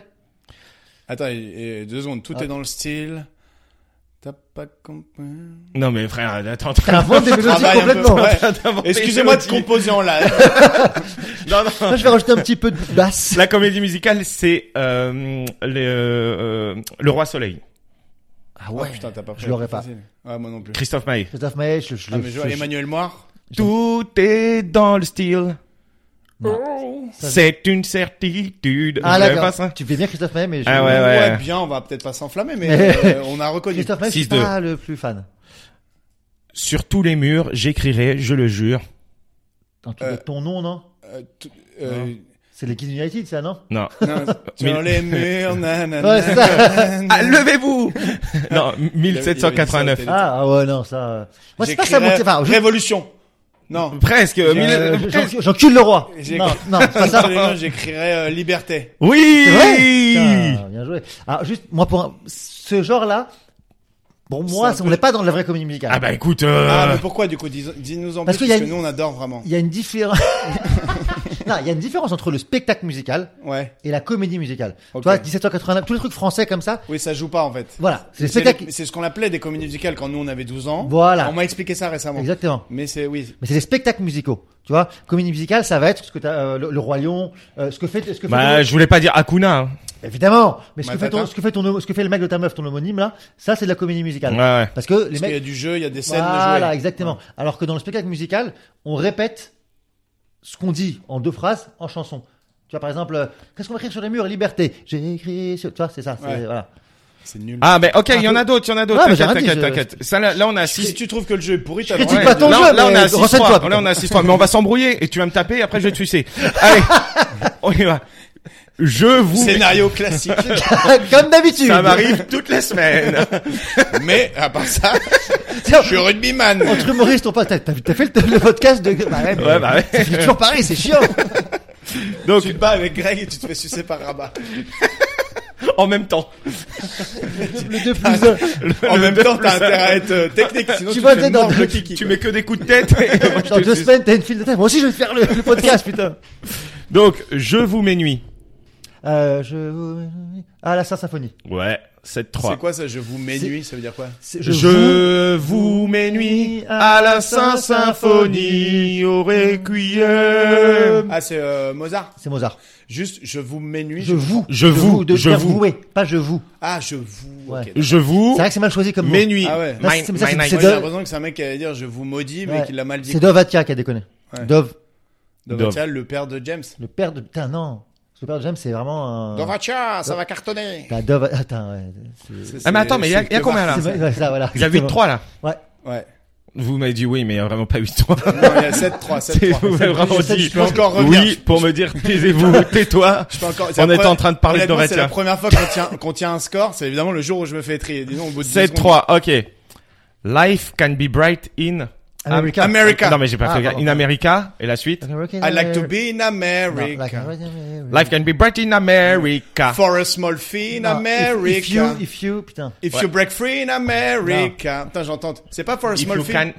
[SPEAKER 4] Attends, et- et deux secondes. Tout
[SPEAKER 2] Ah.
[SPEAKER 4] est dans le style. T'as pas compris.
[SPEAKER 3] Non mais frère, attends.
[SPEAKER 2] Elle invente des mélodies
[SPEAKER 4] Travaille un peu,
[SPEAKER 2] complètement.
[SPEAKER 4] ouais.
[SPEAKER 3] [laughs] T'inventes
[SPEAKER 4] Excusez-moi de
[SPEAKER 3] des mélodies.
[SPEAKER 4] composer en live.
[SPEAKER 3] [laughs] Non, non.
[SPEAKER 2] Moi, je vais rajouter un petit peu de basse.
[SPEAKER 3] La comédie musicale, c'est euh, le, euh, le roi soleil.
[SPEAKER 2] Ah
[SPEAKER 4] Ah, putain, t'as pas
[SPEAKER 2] Je l'aurais pas.
[SPEAKER 4] Facile. Ouais, moi non plus.
[SPEAKER 3] Christophe Maé.
[SPEAKER 2] Christophe Maé, je, je
[SPEAKER 4] Ah,
[SPEAKER 2] le-
[SPEAKER 4] mais je
[SPEAKER 2] je-
[SPEAKER 4] vois Emmanuel Moir.
[SPEAKER 3] Tout est dans le style. C'est une certitude.
[SPEAKER 2] Ah,
[SPEAKER 3] Vous l'avez pas,
[SPEAKER 2] d'accord.
[SPEAKER 3] ça
[SPEAKER 2] Tu fais bien Christophe Maé, mais je...
[SPEAKER 3] Ah ouais, ouais.
[SPEAKER 4] bien, on va peut-être pas s'enflammer,
[SPEAKER 2] [laughs]
[SPEAKER 4] mais euh, on a reconnu.
[SPEAKER 2] Christophe Maé, je suis
[SPEAKER 3] 6-2.
[SPEAKER 2] pas le plus fan.
[SPEAKER 3] Sur tous les murs, j'écrirai, je le jure.
[SPEAKER 2] Dans tout-
[SPEAKER 4] Euh.
[SPEAKER 2] Ton nom, non
[SPEAKER 4] Euh, tout- euh,
[SPEAKER 2] C'est les Kids United, ça, non
[SPEAKER 3] Non. [laughs]
[SPEAKER 4] non, sur les murs, nanana.
[SPEAKER 2] Ouais, c'est [laughs] ça.
[SPEAKER 3] Ah, levez-vous Non, 1789.
[SPEAKER 4] Il y avait dit ça au
[SPEAKER 2] Ah ah ouais, non, ça... euh. Moi, c'est pas ça,
[SPEAKER 4] J'écrirais
[SPEAKER 2] mon... Enfin, je-
[SPEAKER 4] Révolution. Non.
[SPEAKER 3] Presque.
[SPEAKER 2] euh,
[SPEAKER 3] mille-
[SPEAKER 2] j'en- J'encule le roi.
[SPEAKER 4] J'ai-
[SPEAKER 2] Non, non, c'est pas [laughs] ça.
[SPEAKER 4] Absolument, j'écrirais euh, Liberté.
[SPEAKER 3] Oui
[SPEAKER 2] C'est vrai Putain, Bien joué. Alors, juste, moi, pour un- ce genre-là, bon, moi,
[SPEAKER 4] C'est un
[SPEAKER 2] on n'est pas dans la vraie comédie musicale.
[SPEAKER 3] Ah bah écoute,
[SPEAKER 4] Ah,
[SPEAKER 3] euh,
[SPEAKER 4] mais pourquoi du coup dis- Dis-nous en
[SPEAKER 2] Parce
[SPEAKER 4] plus,
[SPEAKER 2] qu'il y a
[SPEAKER 4] parce que
[SPEAKER 2] une-
[SPEAKER 4] nous on adore vraiment.
[SPEAKER 2] Il y a une différence... [laughs] non, il y a une différence entre le spectacle musical
[SPEAKER 4] Ouais.
[SPEAKER 2] et la comédie musicale.
[SPEAKER 4] Ok.
[SPEAKER 2] Tu vois, 1789, tous les trucs français comme ça,
[SPEAKER 4] Oui, ça joue pas en fait.
[SPEAKER 2] voilà, c'est le
[SPEAKER 4] C'est
[SPEAKER 2] spectacle...
[SPEAKER 4] les- c'est ce qu'on appelait des comédies musicales quand nous on avait 12 ans.
[SPEAKER 2] Voilà.
[SPEAKER 4] On m'a expliqué ça récemment.
[SPEAKER 2] Exactement.
[SPEAKER 4] Mais c'est oui.
[SPEAKER 2] Mais c'est des spectacles musicaux. Tu vois, comédie musicale, ça va être ce que t'as, euh, le, le Roi Lion, euh, ce que fait, ce que fait
[SPEAKER 3] bah
[SPEAKER 2] ton-
[SPEAKER 3] je voulais pas dire Akuna. hein.
[SPEAKER 2] évidemment, mais ce que,
[SPEAKER 4] Ma
[SPEAKER 2] fait ton,
[SPEAKER 4] tata.
[SPEAKER 2] ce que fait ton, ce que fait le mec de ta meuf, ton homonyme là, ça c'est de la comédie musicale.
[SPEAKER 3] Ouais, ouais.
[SPEAKER 2] Parce que les
[SPEAKER 4] Parce qu'il y a
[SPEAKER 2] mecs,
[SPEAKER 4] du jeu, il y a des scènes de
[SPEAKER 2] voilà,
[SPEAKER 4] jouer.
[SPEAKER 2] exactement. Alors que dans le spectacle musical, on répète ce qu'on dit en deux phrases en chanson. Tu vois, par exemple, euh, qu'est-ce qu'on va écrire sur les murs Liberté. J'ai écrit sur, tu vois, c'est ça, c'est,
[SPEAKER 4] Ouais.
[SPEAKER 2] voilà. [laughs]
[SPEAKER 4] C'est nul.
[SPEAKER 3] Ah mais ok,
[SPEAKER 2] Un
[SPEAKER 3] il y en
[SPEAKER 2] peu.
[SPEAKER 3] a d'autres, il y en a
[SPEAKER 2] Ah,
[SPEAKER 3] d'autres.
[SPEAKER 2] mais j'ai
[SPEAKER 3] T'inquiète,
[SPEAKER 2] rien
[SPEAKER 3] t'inquiète,
[SPEAKER 2] dit,
[SPEAKER 3] t'inquiète. Ça là, là on a
[SPEAKER 4] Si
[SPEAKER 3] 6
[SPEAKER 4] tu trouves que le jeu est pourri, t'as le
[SPEAKER 2] critique
[SPEAKER 4] droit.
[SPEAKER 2] pas ton
[SPEAKER 3] là,
[SPEAKER 2] jeu,
[SPEAKER 3] là, on
[SPEAKER 2] mais
[SPEAKER 3] a six
[SPEAKER 2] recèle-toi,
[SPEAKER 3] fois.
[SPEAKER 2] putain.
[SPEAKER 3] Là, on a six fois. Mais on va s'embrouiller et tu vas me taper et après je vais te
[SPEAKER 2] [laughs]
[SPEAKER 3] sucer. Allez, on y va. Je vous.
[SPEAKER 4] Scénario
[SPEAKER 2] [laughs]
[SPEAKER 4] classique.
[SPEAKER 2] Comme d'habitude.
[SPEAKER 3] Ça
[SPEAKER 2] [laughs]
[SPEAKER 3] m'arrive toutes
[SPEAKER 4] [laughs]
[SPEAKER 3] les semaines.
[SPEAKER 4] mais à part ça,
[SPEAKER 2] Tiens,
[SPEAKER 4] je suis rugbyman.
[SPEAKER 2] Entre humoristes, on parle. T'as, t'as- t'as fait le, le podcast de. Bah ouais, mais
[SPEAKER 3] Ouais, bah ouais.
[SPEAKER 2] c'est toujours pareil,
[SPEAKER 3] [laughs]
[SPEAKER 2] c'est chiant.
[SPEAKER 3] Donc,
[SPEAKER 4] Tu te bats avec Greg et tu te fais sucer par
[SPEAKER 2] [laughs]
[SPEAKER 4] Rabat.
[SPEAKER 3] en même temps.
[SPEAKER 2] le 2 plus 1.
[SPEAKER 4] En
[SPEAKER 3] Le
[SPEAKER 4] même
[SPEAKER 3] deux
[SPEAKER 4] temps,
[SPEAKER 3] plus
[SPEAKER 4] t'as
[SPEAKER 3] un.
[SPEAKER 4] intérêt à être euh, technique, sinon
[SPEAKER 2] Tu
[SPEAKER 4] tu,
[SPEAKER 2] vas
[SPEAKER 4] te
[SPEAKER 2] être
[SPEAKER 4] fais
[SPEAKER 2] dans-
[SPEAKER 4] mordre le
[SPEAKER 3] Tu-
[SPEAKER 4] kiki.
[SPEAKER 3] Tu mets que des coups de tête.
[SPEAKER 2] [laughs]
[SPEAKER 3] et moi, je
[SPEAKER 2] Dans
[SPEAKER 3] te
[SPEAKER 2] deux
[SPEAKER 3] suce.
[SPEAKER 2] semaines, t'as une file de tête. Moi aussi, je vais faire le, le podcast, putain.
[SPEAKER 3] Donc, je vous mets nuit.
[SPEAKER 2] Euh, je vous... Ah, la Sainte Symphonie.
[SPEAKER 3] Ouais, 7-3.
[SPEAKER 4] C'est quoi ça Je vous mets
[SPEAKER 2] C'est-
[SPEAKER 4] nuit, ça veut dire quoi
[SPEAKER 2] C'est-
[SPEAKER 3] Je vous mets nuit à la Saint-Symphonie, au Requiem.
[SPEAKER 4] Ah, c'est euh, Mozart.
[SPEAKER 2] C'est Mozart.
[SPEAKER 4] Juste, je vous mets nuit.
[SPEAKER 2] Je vous.
[SPEAKER 3] Je vous,
[SPEAKER 2] de
[SPEAKER 3] je
[SPEAKER 2] faire
[SPEAKER 3] vous.
[SPEAKER 2] vouer, pas je vous.
[SPEAKER 4] Ah, je vous.
[SPEAKER 2] Ouais.
[SPEAKER 4] ok, d'accord.
[SPEAKER 3] Je vous
[SPEAKER 2] C'est vrai que c'est mal choisi comme
[SPEAKER 3] mets
[SPEAKER 2] mot.
[SPEAKER 3] nuit.
[SPEAKER 4] Ah ouais.
[SPEAKER 2] Là, c'est- mais ça,
[SPEAKER 3] Mine- mine-
[SPEAKER 2] c'est- c'est
[SPEAKER 4] Moi,
[SPEAKER 2] de-
[SPEAKER 4] j'ai l'impression que c'est un mec qui allait dire je vous maudis, mais
[SPEAKER 2] Ouais.
[SPEAKER 4] qui l'a mal dit.
[SPEAKER 2] C'est Dovatia qui a déconné.
[SPEAKER 4] Ouais.
[SPEAKER 2] Dov,
[SPEAKER 4] Donc,
[SPEAKER 3] Dove.
[SPEAKER 4] tiens, le père de James.
[SPEAKER 2] le père de... Putain, non. Super Jam, c'est vraiment un. Bah,
[SPEAKER 4] Dovacha, ça va cartonner.
[SPEAKER 2] T'as Dove. Attends, ouais. c'est-
[SPEAKER 4] C'est-
[SPEAKER 3] Ah, mais attends,
[SPEAKER 4] c'est-
[SPEAKER 3] mais il y a,
[SPEAKER 4] c'est
[SPEAKER 3] il y a
[SPEAKER 4] que
[SPEAKER 3] combien là
[SPEAKER 2] C'est vrai, ouais, ça, voilà.
[SPEAKER 3] Il y a 8-3 là.
[SPEAKER 2] Ouais.
[SPEAKER 4] Ouais.
[SPEAKER 3] Vous m'avez dit oui, mais il y a vraiment
[SPEAKER 4] [laughs]
[SPEAKER 3] pas 8-3.
[SPEAKER 4] Non, il y a 7-3,
[SPEAKER 3] C'est-
[SPEAKER 4] 7-3.
[SPEAKER 3] Vous m'avez vraiment
[SPEAKER 2] je sais,
[SPEAKER 3] dit
[SPEAKER 2] je pense
[SPEAKER 4] qu'on revient.
[SPEAKER 3] oui pour me dire
[SPEAKER 4] [laughs]
[SPEAKER 3] taisez-vous, tais-toi.
[SPEAKER 4] Je peux encore- c'est
[SPEAKER 3] On
[SPEAKER 4] la
[SPEAKER 3] était
[SPEAKER 4] première-
[SPEAKER 3] en train de parler de
[SPEAKER 4] honnêtement, C'est
[SPEAKER 3] Doretia.
[SPEAKER 4] la première fois qu'on tient, qu'on tient un score. C'est évidemment le jour où je me fais trier. Disons, au bout de 10 secondes.
[SPEAKER 3] 7-3, ok. Life can be bright in...
[SPEAKER 2] America.
[SPEAKER 4] America.
[SPEAKER 3] Non mais j'ai pas
[SPEAKER 2] Ah,
[SPEAKER 3] fait gaffe.
[SPEAKER 2] pardon.
[SPEAKER 3] In America, et la suite
[SPEAKER 2] American
[SPEAKER 4] I like to
[SPEAKER 2] Air-
[SPEAKER 4] be in
[SPEAKER 2] Non, like-
[SPEAKER 4] America.
[SPEAKER 3] Life can be bright in America.
[SPEAKER 4] For a small fee in
[SPEAKER 2] Non,
[SPEAKER 4] America.
[SPEAKER 2] If, if you, if you, putain.
[SPEAKER 4] If you break free in America. Putain, j'entends. C'est pas for a
[SPEAKER 3] If
[SPEAKER 4] small
[SPEAKER 3] you
[SPEAKER 4] fee.
[SPEAKER 3] can...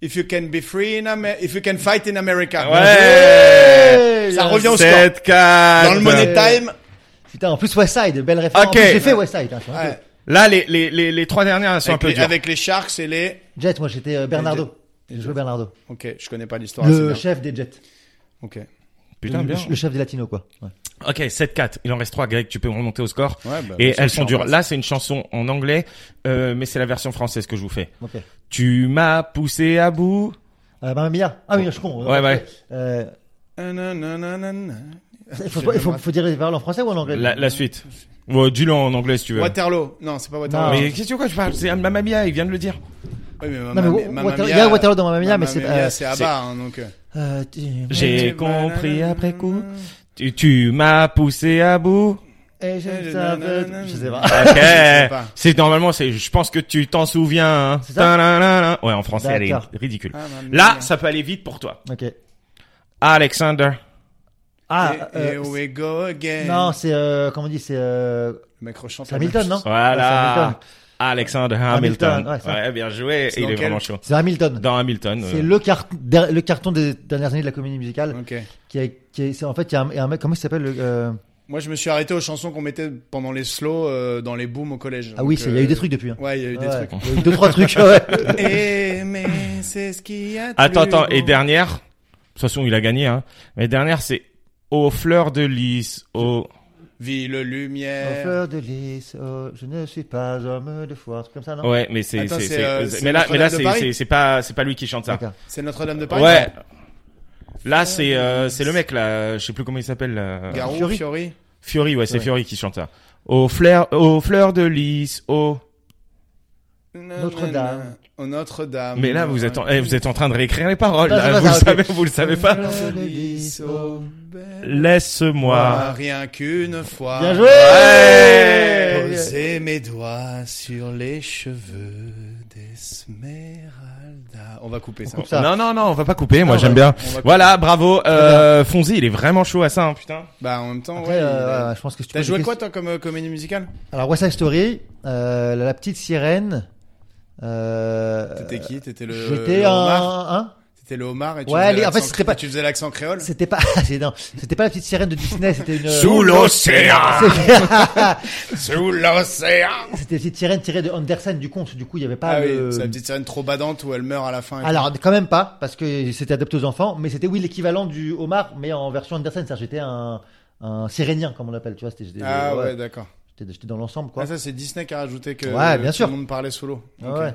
[SPEAKER 4] If you can be free in America. If you can fight in America.
[SPEAKER 3] Ouais
[SPEAKER 4] Ça revient au score.
[SPEAKER 3] 7-4.
[SPEAKER 4] Dans le Money Time.
[SPEAKER 2] Putain, en plus West Side, belle référence.
[SPEAKER 3] Ok.
[SPEAKER 2] J'ai fait West Side. hein, je suis un
[SPEAKER 4] Ouais.
[SPEAKER 3] Là, les, les, les, les trois dernières, elles sont
[SPEAKER 4] Avec
[SPEAKER 3] un peu
[SPEAKER 4] les,
[SPEAKER 3] dures.
[SPEAKER 4] avec les Sharks et les.
[SPEAKER 2] peu- Jet, moi j'étais euh, Bernardo. J'ai joué Bernardo.
[SPEAKER 4] Ok, je connais pas l'histoire. c'est
[SPEAKER 2] Le
[SPEAKER 4] bien.
[SPEAKER 2] chef des Jets.
[SPEAKER 4] Ok.
[SPEAKER 3] Putain,
[SPEAKER 2] le,
[SPEAKER 3] bien.
[SPEAKER 2] le chef des Latinos, quoi. Ouais.
[SPEAKER 3] Ok, 7-4. Il en reste 3, Greg, tu peux remonter au score.
[SPEAKER 4] Ouais, bah,
[SPEAKER 3] et
[SPEAKER 4] bien sûr, je
[SPEAKER 3] elles sont
[SPEAKER 4] suis en
[SPEAKER 3] dures.
[SPEAKER 4] base.
[SPEAKER 3] Là, c'est une chanson en anglais, euh, mais c'est la version française que je vous fais.
[SPEAKER 2] Ok.
[SPEAKER 3] Tu m'as poussé à bout.
[SPEAKER 2] Euh, Mamma Mia. Ah oui, je suis con.
[SPEAKER 3] Ouais, ouais.
[SPEAKER 2] Euh,
[SPEAKER 4] Nananana.
[SPEAKER 2] il faut, il faut, faut dire les paroles en français ou en anglais
[SPEAKER 3] La, la suite. Ouais, Dis-le en anglais si tu veux.
[SPEAKER 4] Waterloo. Non, c'est pas Waterloo.
[SPEAKER 2] Non.
[SPEAKER 3] Mais qu'est-ce que quoi je parle C'est un Mamma Mia, il vient de le dire.
[SPEAKER 4] Oui, mais Mamma Mia-
[SPEAKER 2] Non, mais Wa-
[SPEAKER 4] Mamma
[SPEAKER 2] Water-
[SPEAKER 4] Mia-
[SPEAKER 2] il y a Waterloo dans Mamma Mia, mais c'est, euh,
[SPEAKER 4] c'est à
[SPEAKER 3] c'est-
[SPEAKER 4] bas, hein, donc. euh.
[SPEAKER 2] Euh, tu-
[SPEAKER 3] J'ai compris après coup. Tu, tu m'as poussé à bout.
[SPEAKER 2] Et je savais- euh, je sais pas. [laughs]
[SPEAKER 3] Ok.
[SPEAKER 4] pas. Ah,
[SPEAKER 3] c'est normalement, c'est. Je pense que tu t'en souviens. hein.
[SPEAKER 2] C'est ça
[SPEAKER 3] Ta-da-da-da. Ouais, en français, elle est
[SPEAKER 2] D'accord.
[SPEAKER 3] ridicule.
[SPEAKER 4] Ah, Mamma
[SPEAKER 3] Là,
[SPEAKER 4] Mia.
[SPEAKER 3] ça peut aller vite pour toi.
[SPEAKER 2] Ok.
[SPEAKER 3] Alexander.
[SPEAKER 2] Ah,
[SPEAKER 4] Here-
[SPEAKER 2] euh,
[SPEAKER 4] Here we eh, oh, go again.
[SPEAKER 2] non, c'est euh, comment on dit, c'est euh,
[SPEAKER 4] Le mec rechante.
[SPEAKER 2] c'est Hamilton, non Ouais, c'est
[SPEAKER 3] Voilà.
[SPEAKER 2] Hamilton.
[SPEAKER 3] Alexander Hamilton.
[SPEAKER 2] Hamilton, ouais, ça.
[SPEAKER 3] ouais, bien joué.
[SPEAKER 4] C'est
[SPEAKER 3] Il
[SPEAKER 4] dans
[SPEAKER 3] est
[SPEAKER 4] quel-
[SPEAKER 3] vraiment chaud.
[SPEAKER 2] C'est Hamilton.
[SPEAKER 3] Dans Hamilton.
[SPEAKER 2] C'est
[SPEAKER 3] euh,
[SPEAKER 2] le, car- der- le carton des dernières années de la comédie musicale
[SPEAKER 4] Ok.
[SPEAKER 2] qui est, qui est- c'est- en fait il y a un, il y a un mec comment il s'appelle le- euh,
[SPEAKER 4] Moi, je me suis arrêté aux chansons qu'on mettait pendant les slows euh, dans les booms au collège.
[SPEAKER 2] ah oui
[SPEAKER 4] Donc,
[SPEAKER 2] c'est- il y a eu
[SPEAKER 4] euh,
[SPEAKER 2] des trucs depuis hein.
[SPEAKER 4] Ouais, il y a eu des
[SPEAKER 2] Ouais,
[SPEAKER 4] trucs.
[SPEAKER 2] il y a eu deux trois trucs ouais.
[SPEAKER 4] [laughs] Eh, mais c'est ce qui a. de
[SPEAKER 3] Attends,
[SPEAKER 4] plus
[SPEAKER 3] attends.
[SPEAKER 4] beau.
[SPEAKER 3] Et dernière. De toute façon, il a gagné. Hein. Mais dernière, c'est aux fleurs de lys. Aux...
[SPEAKER 4] Vie le
[SPEAKER 2] En
[SPEAKER 4] lumière.
[SPEAKER 2] fleur de lys oh, je ne suis pas homme de foi un truc comme ça non
[SPEAKER 3] Ouais, mais c'est.
[SPEAKER 4] Attends,
[SPEAKER 3] c'est-
[SPEAKER 4] c'est,
[SPEAKER 3] c'est-
[SPEAKER 4] euh,
[SPEAKER 3] mais
[SPEAKER 4] c'est
[SPEAKER 3] là, mais là,
[SPEAKER 4] Notre-Dame de
[SPEAKER 3] c'est
[SPEAKER 4] Paris
[SPEAKER 3] c'est- c'est pas, c'est pas lui qui chante ça.
[SPEAKER 2] D'accord.
[SPEAKER 4] C'est Notre-Dame de Paris.
[SPEAKER 3] Ouais. Là, c'est euh, c'est le mec là. Je sais plus comment il s'appelle. là.
[SPEAKER 4] Garou,
[SPEAKER 2] Fiori.
[SPEAKER 4] Fiori.
[SPEAKER 3] Fury, ouais, c'est
[SPEAKER 2] Ouais.
[SPEAKER 3] Fury qui chante ça. Aux fleurs, aux fleurs de lys. Aux...
[SPEAKER 2] Notre-Dame.
[SPEAKER 4] Oh, Notre-Dame.
[SPEAKER 3] Mais là, vous êtes en, eh, vous êtes en train de réécrire les paroles.
[SPEAKER 2] Attends,
[SPEAKER 3] là.
[SPEAKER 2] attends,
[SPEAKER 3] Vous le
[SPEAKER 2] attends,
[SPEAKER 3] savez,
[SPEAKER 2] ok.
[SPEAKER 3] vous le savez pas.
[SPEAKER 2] Fleur de lys, oh,
[SPEAKER 3] Laisse-moi.
[SPEAKER 4] Rien qu'une fois.
[SPEAKER 2] bien joué
[SPEAKER 3] Ouais.
[SPEAKER 4] Poser mes doigts sur les cheveux d'Esmeralda. On va couper ça.
[SPEAKER 2] coupe ça.
[SPEAKER 3] Non, non, non, on va pas couper. Moi,
[SPEAKER 2] Ah,
[SPEAKER 3] j'aime
[SPEAKER 2] ouais.
[SPEAKER 3] bien.
[SPEAKER 4] On va couper.
[SPEAKER 3] Voilà, bravo. Euh, Fonzi, il est vraiment chaud à ça, hein, putain.
[SPEAKER 4] Bah, en même temps,
[SPEAKER 2] Après,
[SPEAKER 4] ouais. il
[SPEAKER 2] euh,
[SPEAKER 4] est-
[SPEAKER 2] ouais, je pense que si tu
[SPEAKER 4] T'as
[SPEAKER 2] poses
[SPEAKER 4] joué
[SPEAKER 2] des
[SPEAKER 4] quoi,
[SPEAKER 2] questions-
[SPEAKER 4] toi, comme euh, comédie musicale
[SPEAKER 2] alors West Side Story euh, la, la petite sirène euh,
[SPEAKER 4] T'étais qui T'étais le.
[SPEAKER 2] j'étais
[SPEAKER 4] le
[SPEAKER 2] un,
[SPEAKER 4] homard
[SPEAKER 2] hein
[SPEAKER 4] T'étais le homard et tu
[SPEAKER 2] Ouais,
[SPEAKER 4] faisais
[SPEAKER 2] les- en fait,
[SPEAKER 4] l'accent-
[SPEAKER 2] c'était pas-
[SPEAKER 4] Tu faisais l'accent créole
[SPEAKER 2] c'était pas [laughs] c'est- non, c'était pas la petite sirène de Disney c'était une
[SPEAKER 3] l'océan,
[SPEAKER 2] C'est-
[SPEAKER 4] Sous l'océan
[SPEAKER 2] [laughs] C'était petite sirène tirée de Andersen du conte, du coup il n'y avait pas
[SPEAKER 4] Ah
[SPEAKER 2] le...
[SPEAKER 4] oui, c'est la petite sirène trop badante où elle meurt à la fin. et
[SPEAKER 2] Alors quand même pas, parce que c'était adapté aux enfants, mais c'était oui l'équivalent du homard, mais en version Andersen, c'est-à-dire j'étais un, un sirénien comme on l'appelle, tu vois, c'était,
[SPEAKER 4] tout.
[SPEAKER 2] j'étais,
[SPEAKER 4] Ah
[SPEAKER 2] ouais,
[SPEAKER 4] ouais, d'accord.
[SPEAKER 2] j'étais, j'étais dans l'ensemble quoi.
[SPEAKER 4] Ah, ça, c'est Disney qui a rajouté que
[SPEAKER 2] Ouais, bien
[SPEAKER 4] tout
[SPEAKER 2] sûr.
[SPEAKER 4] le monde parlait sous l'eau.
[SPEAKER 2] Ah
[SPEAKER 4] Ok.
[SPEAKER 2] ouais.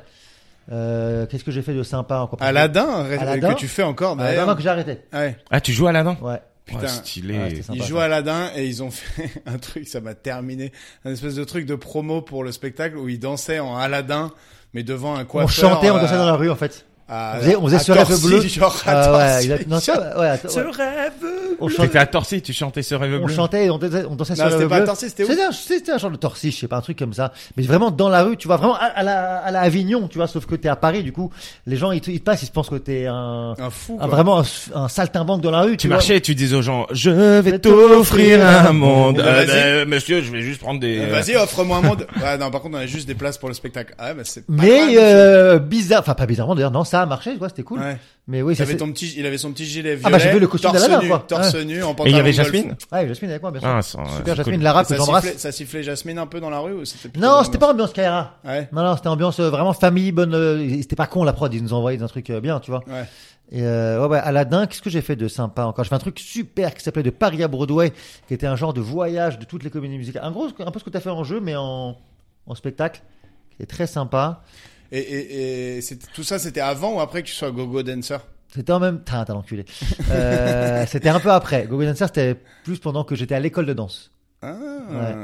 [SPEAKER 2] Euh, qu'est-ce que j'ai fait de sympa encore
[SPEAKER 4] Aladdin, ré- euh,
[SPEAKER 2] Aladdin
[SPEAKER 4] que tu fais encore
[SPEAKER 2] Aladdin,
[SPEAKER 4] d'ailleurs.
[SPEAKER 2] non, que j'ai arrêté.
[SPEAKER 4] Ouais.
[SPEAKER 3] Ah, tu joues à la dent
[SPEAKER 2] Ouais.
[SPEAKER 4] Putain.
[SPEAKER 3] Oh, stylé.
[SPEAKER 2] Ouais, c'était sympa,
[SPEAKER 4] Ils jouent
[SPEAKER 2] ça.
[SPEAKER 4] à Aladdin et ils ont [laughs] fait un truc, ça m'a terminé, un espèce de truc de promo pour le spectacle où ils dansaient en Aladdin, mais devant un
[SPEAKER 2] on
[SPEAKER 4] coiffeur. euh,
[SPEAKER 2] chantait, on
[SPEAKER 4] à-
[SPEAKER 2] dansait dans la rue
[SPEAKER 4] [laughs]
[SPEAKER 2] en fait.
[SPEAKER 4] à-
[SPEAKER 2] on faisait, on faisait
[SPEAKER 4] à
[SPEAKER 2] ce rêve
[SPEAKER 4] Torcy,
[SPEAKER 2] bleu.
[SPEAKER 4] genre à
[SPEAKER 2] Ah ouais,
[SPEAKER 4] Torcy.
[SPEAKER 2] exact. Non, tu [laughs] vois, ouais, attends,
[SPEAKER 4] Ce
[SPEAKER 2] ouais.
[SPEAKER 4] rêve bleu.
[SPEAKER 2] On chantait,
[SPEAKER 3] T'étais à Torcy, tu chantais ce rêve
[SPEAKER 2] on
[SPEAKER 3] bleu.
[SPEAKER 2] chantait et on dansait, on dansait
[SPEAKER 4] Non,
[SPEAKER 2] sur
[SPEAKER 4] c'était
[SPEAKER 2] le
[SPEAKER 4] pas à
[SPEAKER 2] bleu.
[SPEAKER 4] Torcy, c'était où
[SPEAKER 2] C'était un, c'était un genre de torsi, je sais pas, un truc comme ça. Mais vraiment dans la rue, tu vois, vraiment à, à la, à la Avignon, tu vois, sauf que t'es à Paris, du coup, les gens ils, te- ils te passent, ils se pensent que t'es un,
[SPEAKER 4] Un fou.
[SPEAKER 2] un-
[SPEAKER 4] quoi.
[SPEAKER 2] Ah, vraiment un, un saltimbanque dans la rue.
[SPEAKER 3] Tu
[SPEAKER 2] vois.
[SPEAKER 3] marchais et tu disais aux gens, je vais t'offrir un monde.
[SPEAKER 4] Eh ben,
[SPEAKER 3] Euh,
[SPEAKER 4] vas-y.
[SPEAKER 3] euh, monsieur, je vais juste prendre des...
[SPEAKER 4] Euh, Vas-y,
[SPEAKER 2] [laughs]
[SPEAKER 4] offre-moi un monde. Ouais, non, par contre, on a juste des places pour le spectacle. Ah, ouais, bah, c'est pas mal,
[SPEAKER 2] Mais
[SPEAKER 4] monsieur.
[SPEAKER 2] euh, bizarre, enfin pas bizarrement d'ailleurs, non, ça a marché, tu vois, c'était cool.
[SPEAKER 4] Ouais.
[SPEAKER 2] Mais oui,
[SPEAKER 4] Il
[SPEAKER 2] ça
[SPEAKER 4] avait,
[SPEAKER 2] c'est.
[SPEAKER 4] ton petit, il avait son petit gilet violet.
[SPEAKER 2] Ah, bah, j'avais le costume
[SPEAKER 4] torse
[SPEAKER 2] d'Aladdin,
[SPEAKER 4] nu,
[SPEAKER 2] quoi.
[SPEAKER 4] Torse
[SPEAKER 2] Ouais.
[SPEAKER 4] nu, en pantalon.
[SPEAKER 3] Et il y avait
[SPEAKER 4] de golf.
[SPEAKER 3] Jasmine
[SPEAKER 2] Ouais, Jasmine avec moi, bien sûr.
[SPEAKER 3] Ah, ça,
[SPEAKER 2] Super
[SPEAKER 3] ouais,
[SPEAKER 2] Jasmine,
[SPEAKER 3] cool.
[SPEAKER 2] l'arabe que
[SPEAKER 4] Ça sifflait,
[SPEAKER 2] j'embrasse.
[SPEAKER 4] ça sifflait Jasmine un peu dans la rue ou c'était plutôt
[SPEAKER 2] Non,
[SPEAKER 4] dans
[SPEAKER 2] c'était
[SPEAKER 4] la-
[SPEAKER 2] pas ambiance Kaira.
[SPEAKER 4] Ouais.
[SPEAKER 2] Non, non, c'était ambiance euh, vraiment famille, bonne. euh, ils- C'était pas con la prod, ils nous ont envoyé un truc euh, bien, tu vois.
[SPEAKER 4] Ouais.
[SPEAKER 2] Et euh, ouais, ouais, Aladdin, qu'est-ce que j'ai fait de sympa encore J'ai fait un truc super qui s'appelait de Paris à Broadway, qui était un genre de voyage de toutes les comédies musicales. Un gros, un peu ce que t'as fait en jeu, mais en, en spectacle, qui est très sympa.
[SPEAKER 4] Et, et, et c'est- tout ça, c'était avant ou après que tu sois go-go dancer
[SPEAKER 2] C'était en même temps, t'as l'enculé.
[SPEAKER 4] [laughs]
[SPEAKER 2] Euh, c'était un peu après. Gogo Dancer, c'était plus pendant que j'étais à l'école de danse.
[SPEAKER 4] Ah,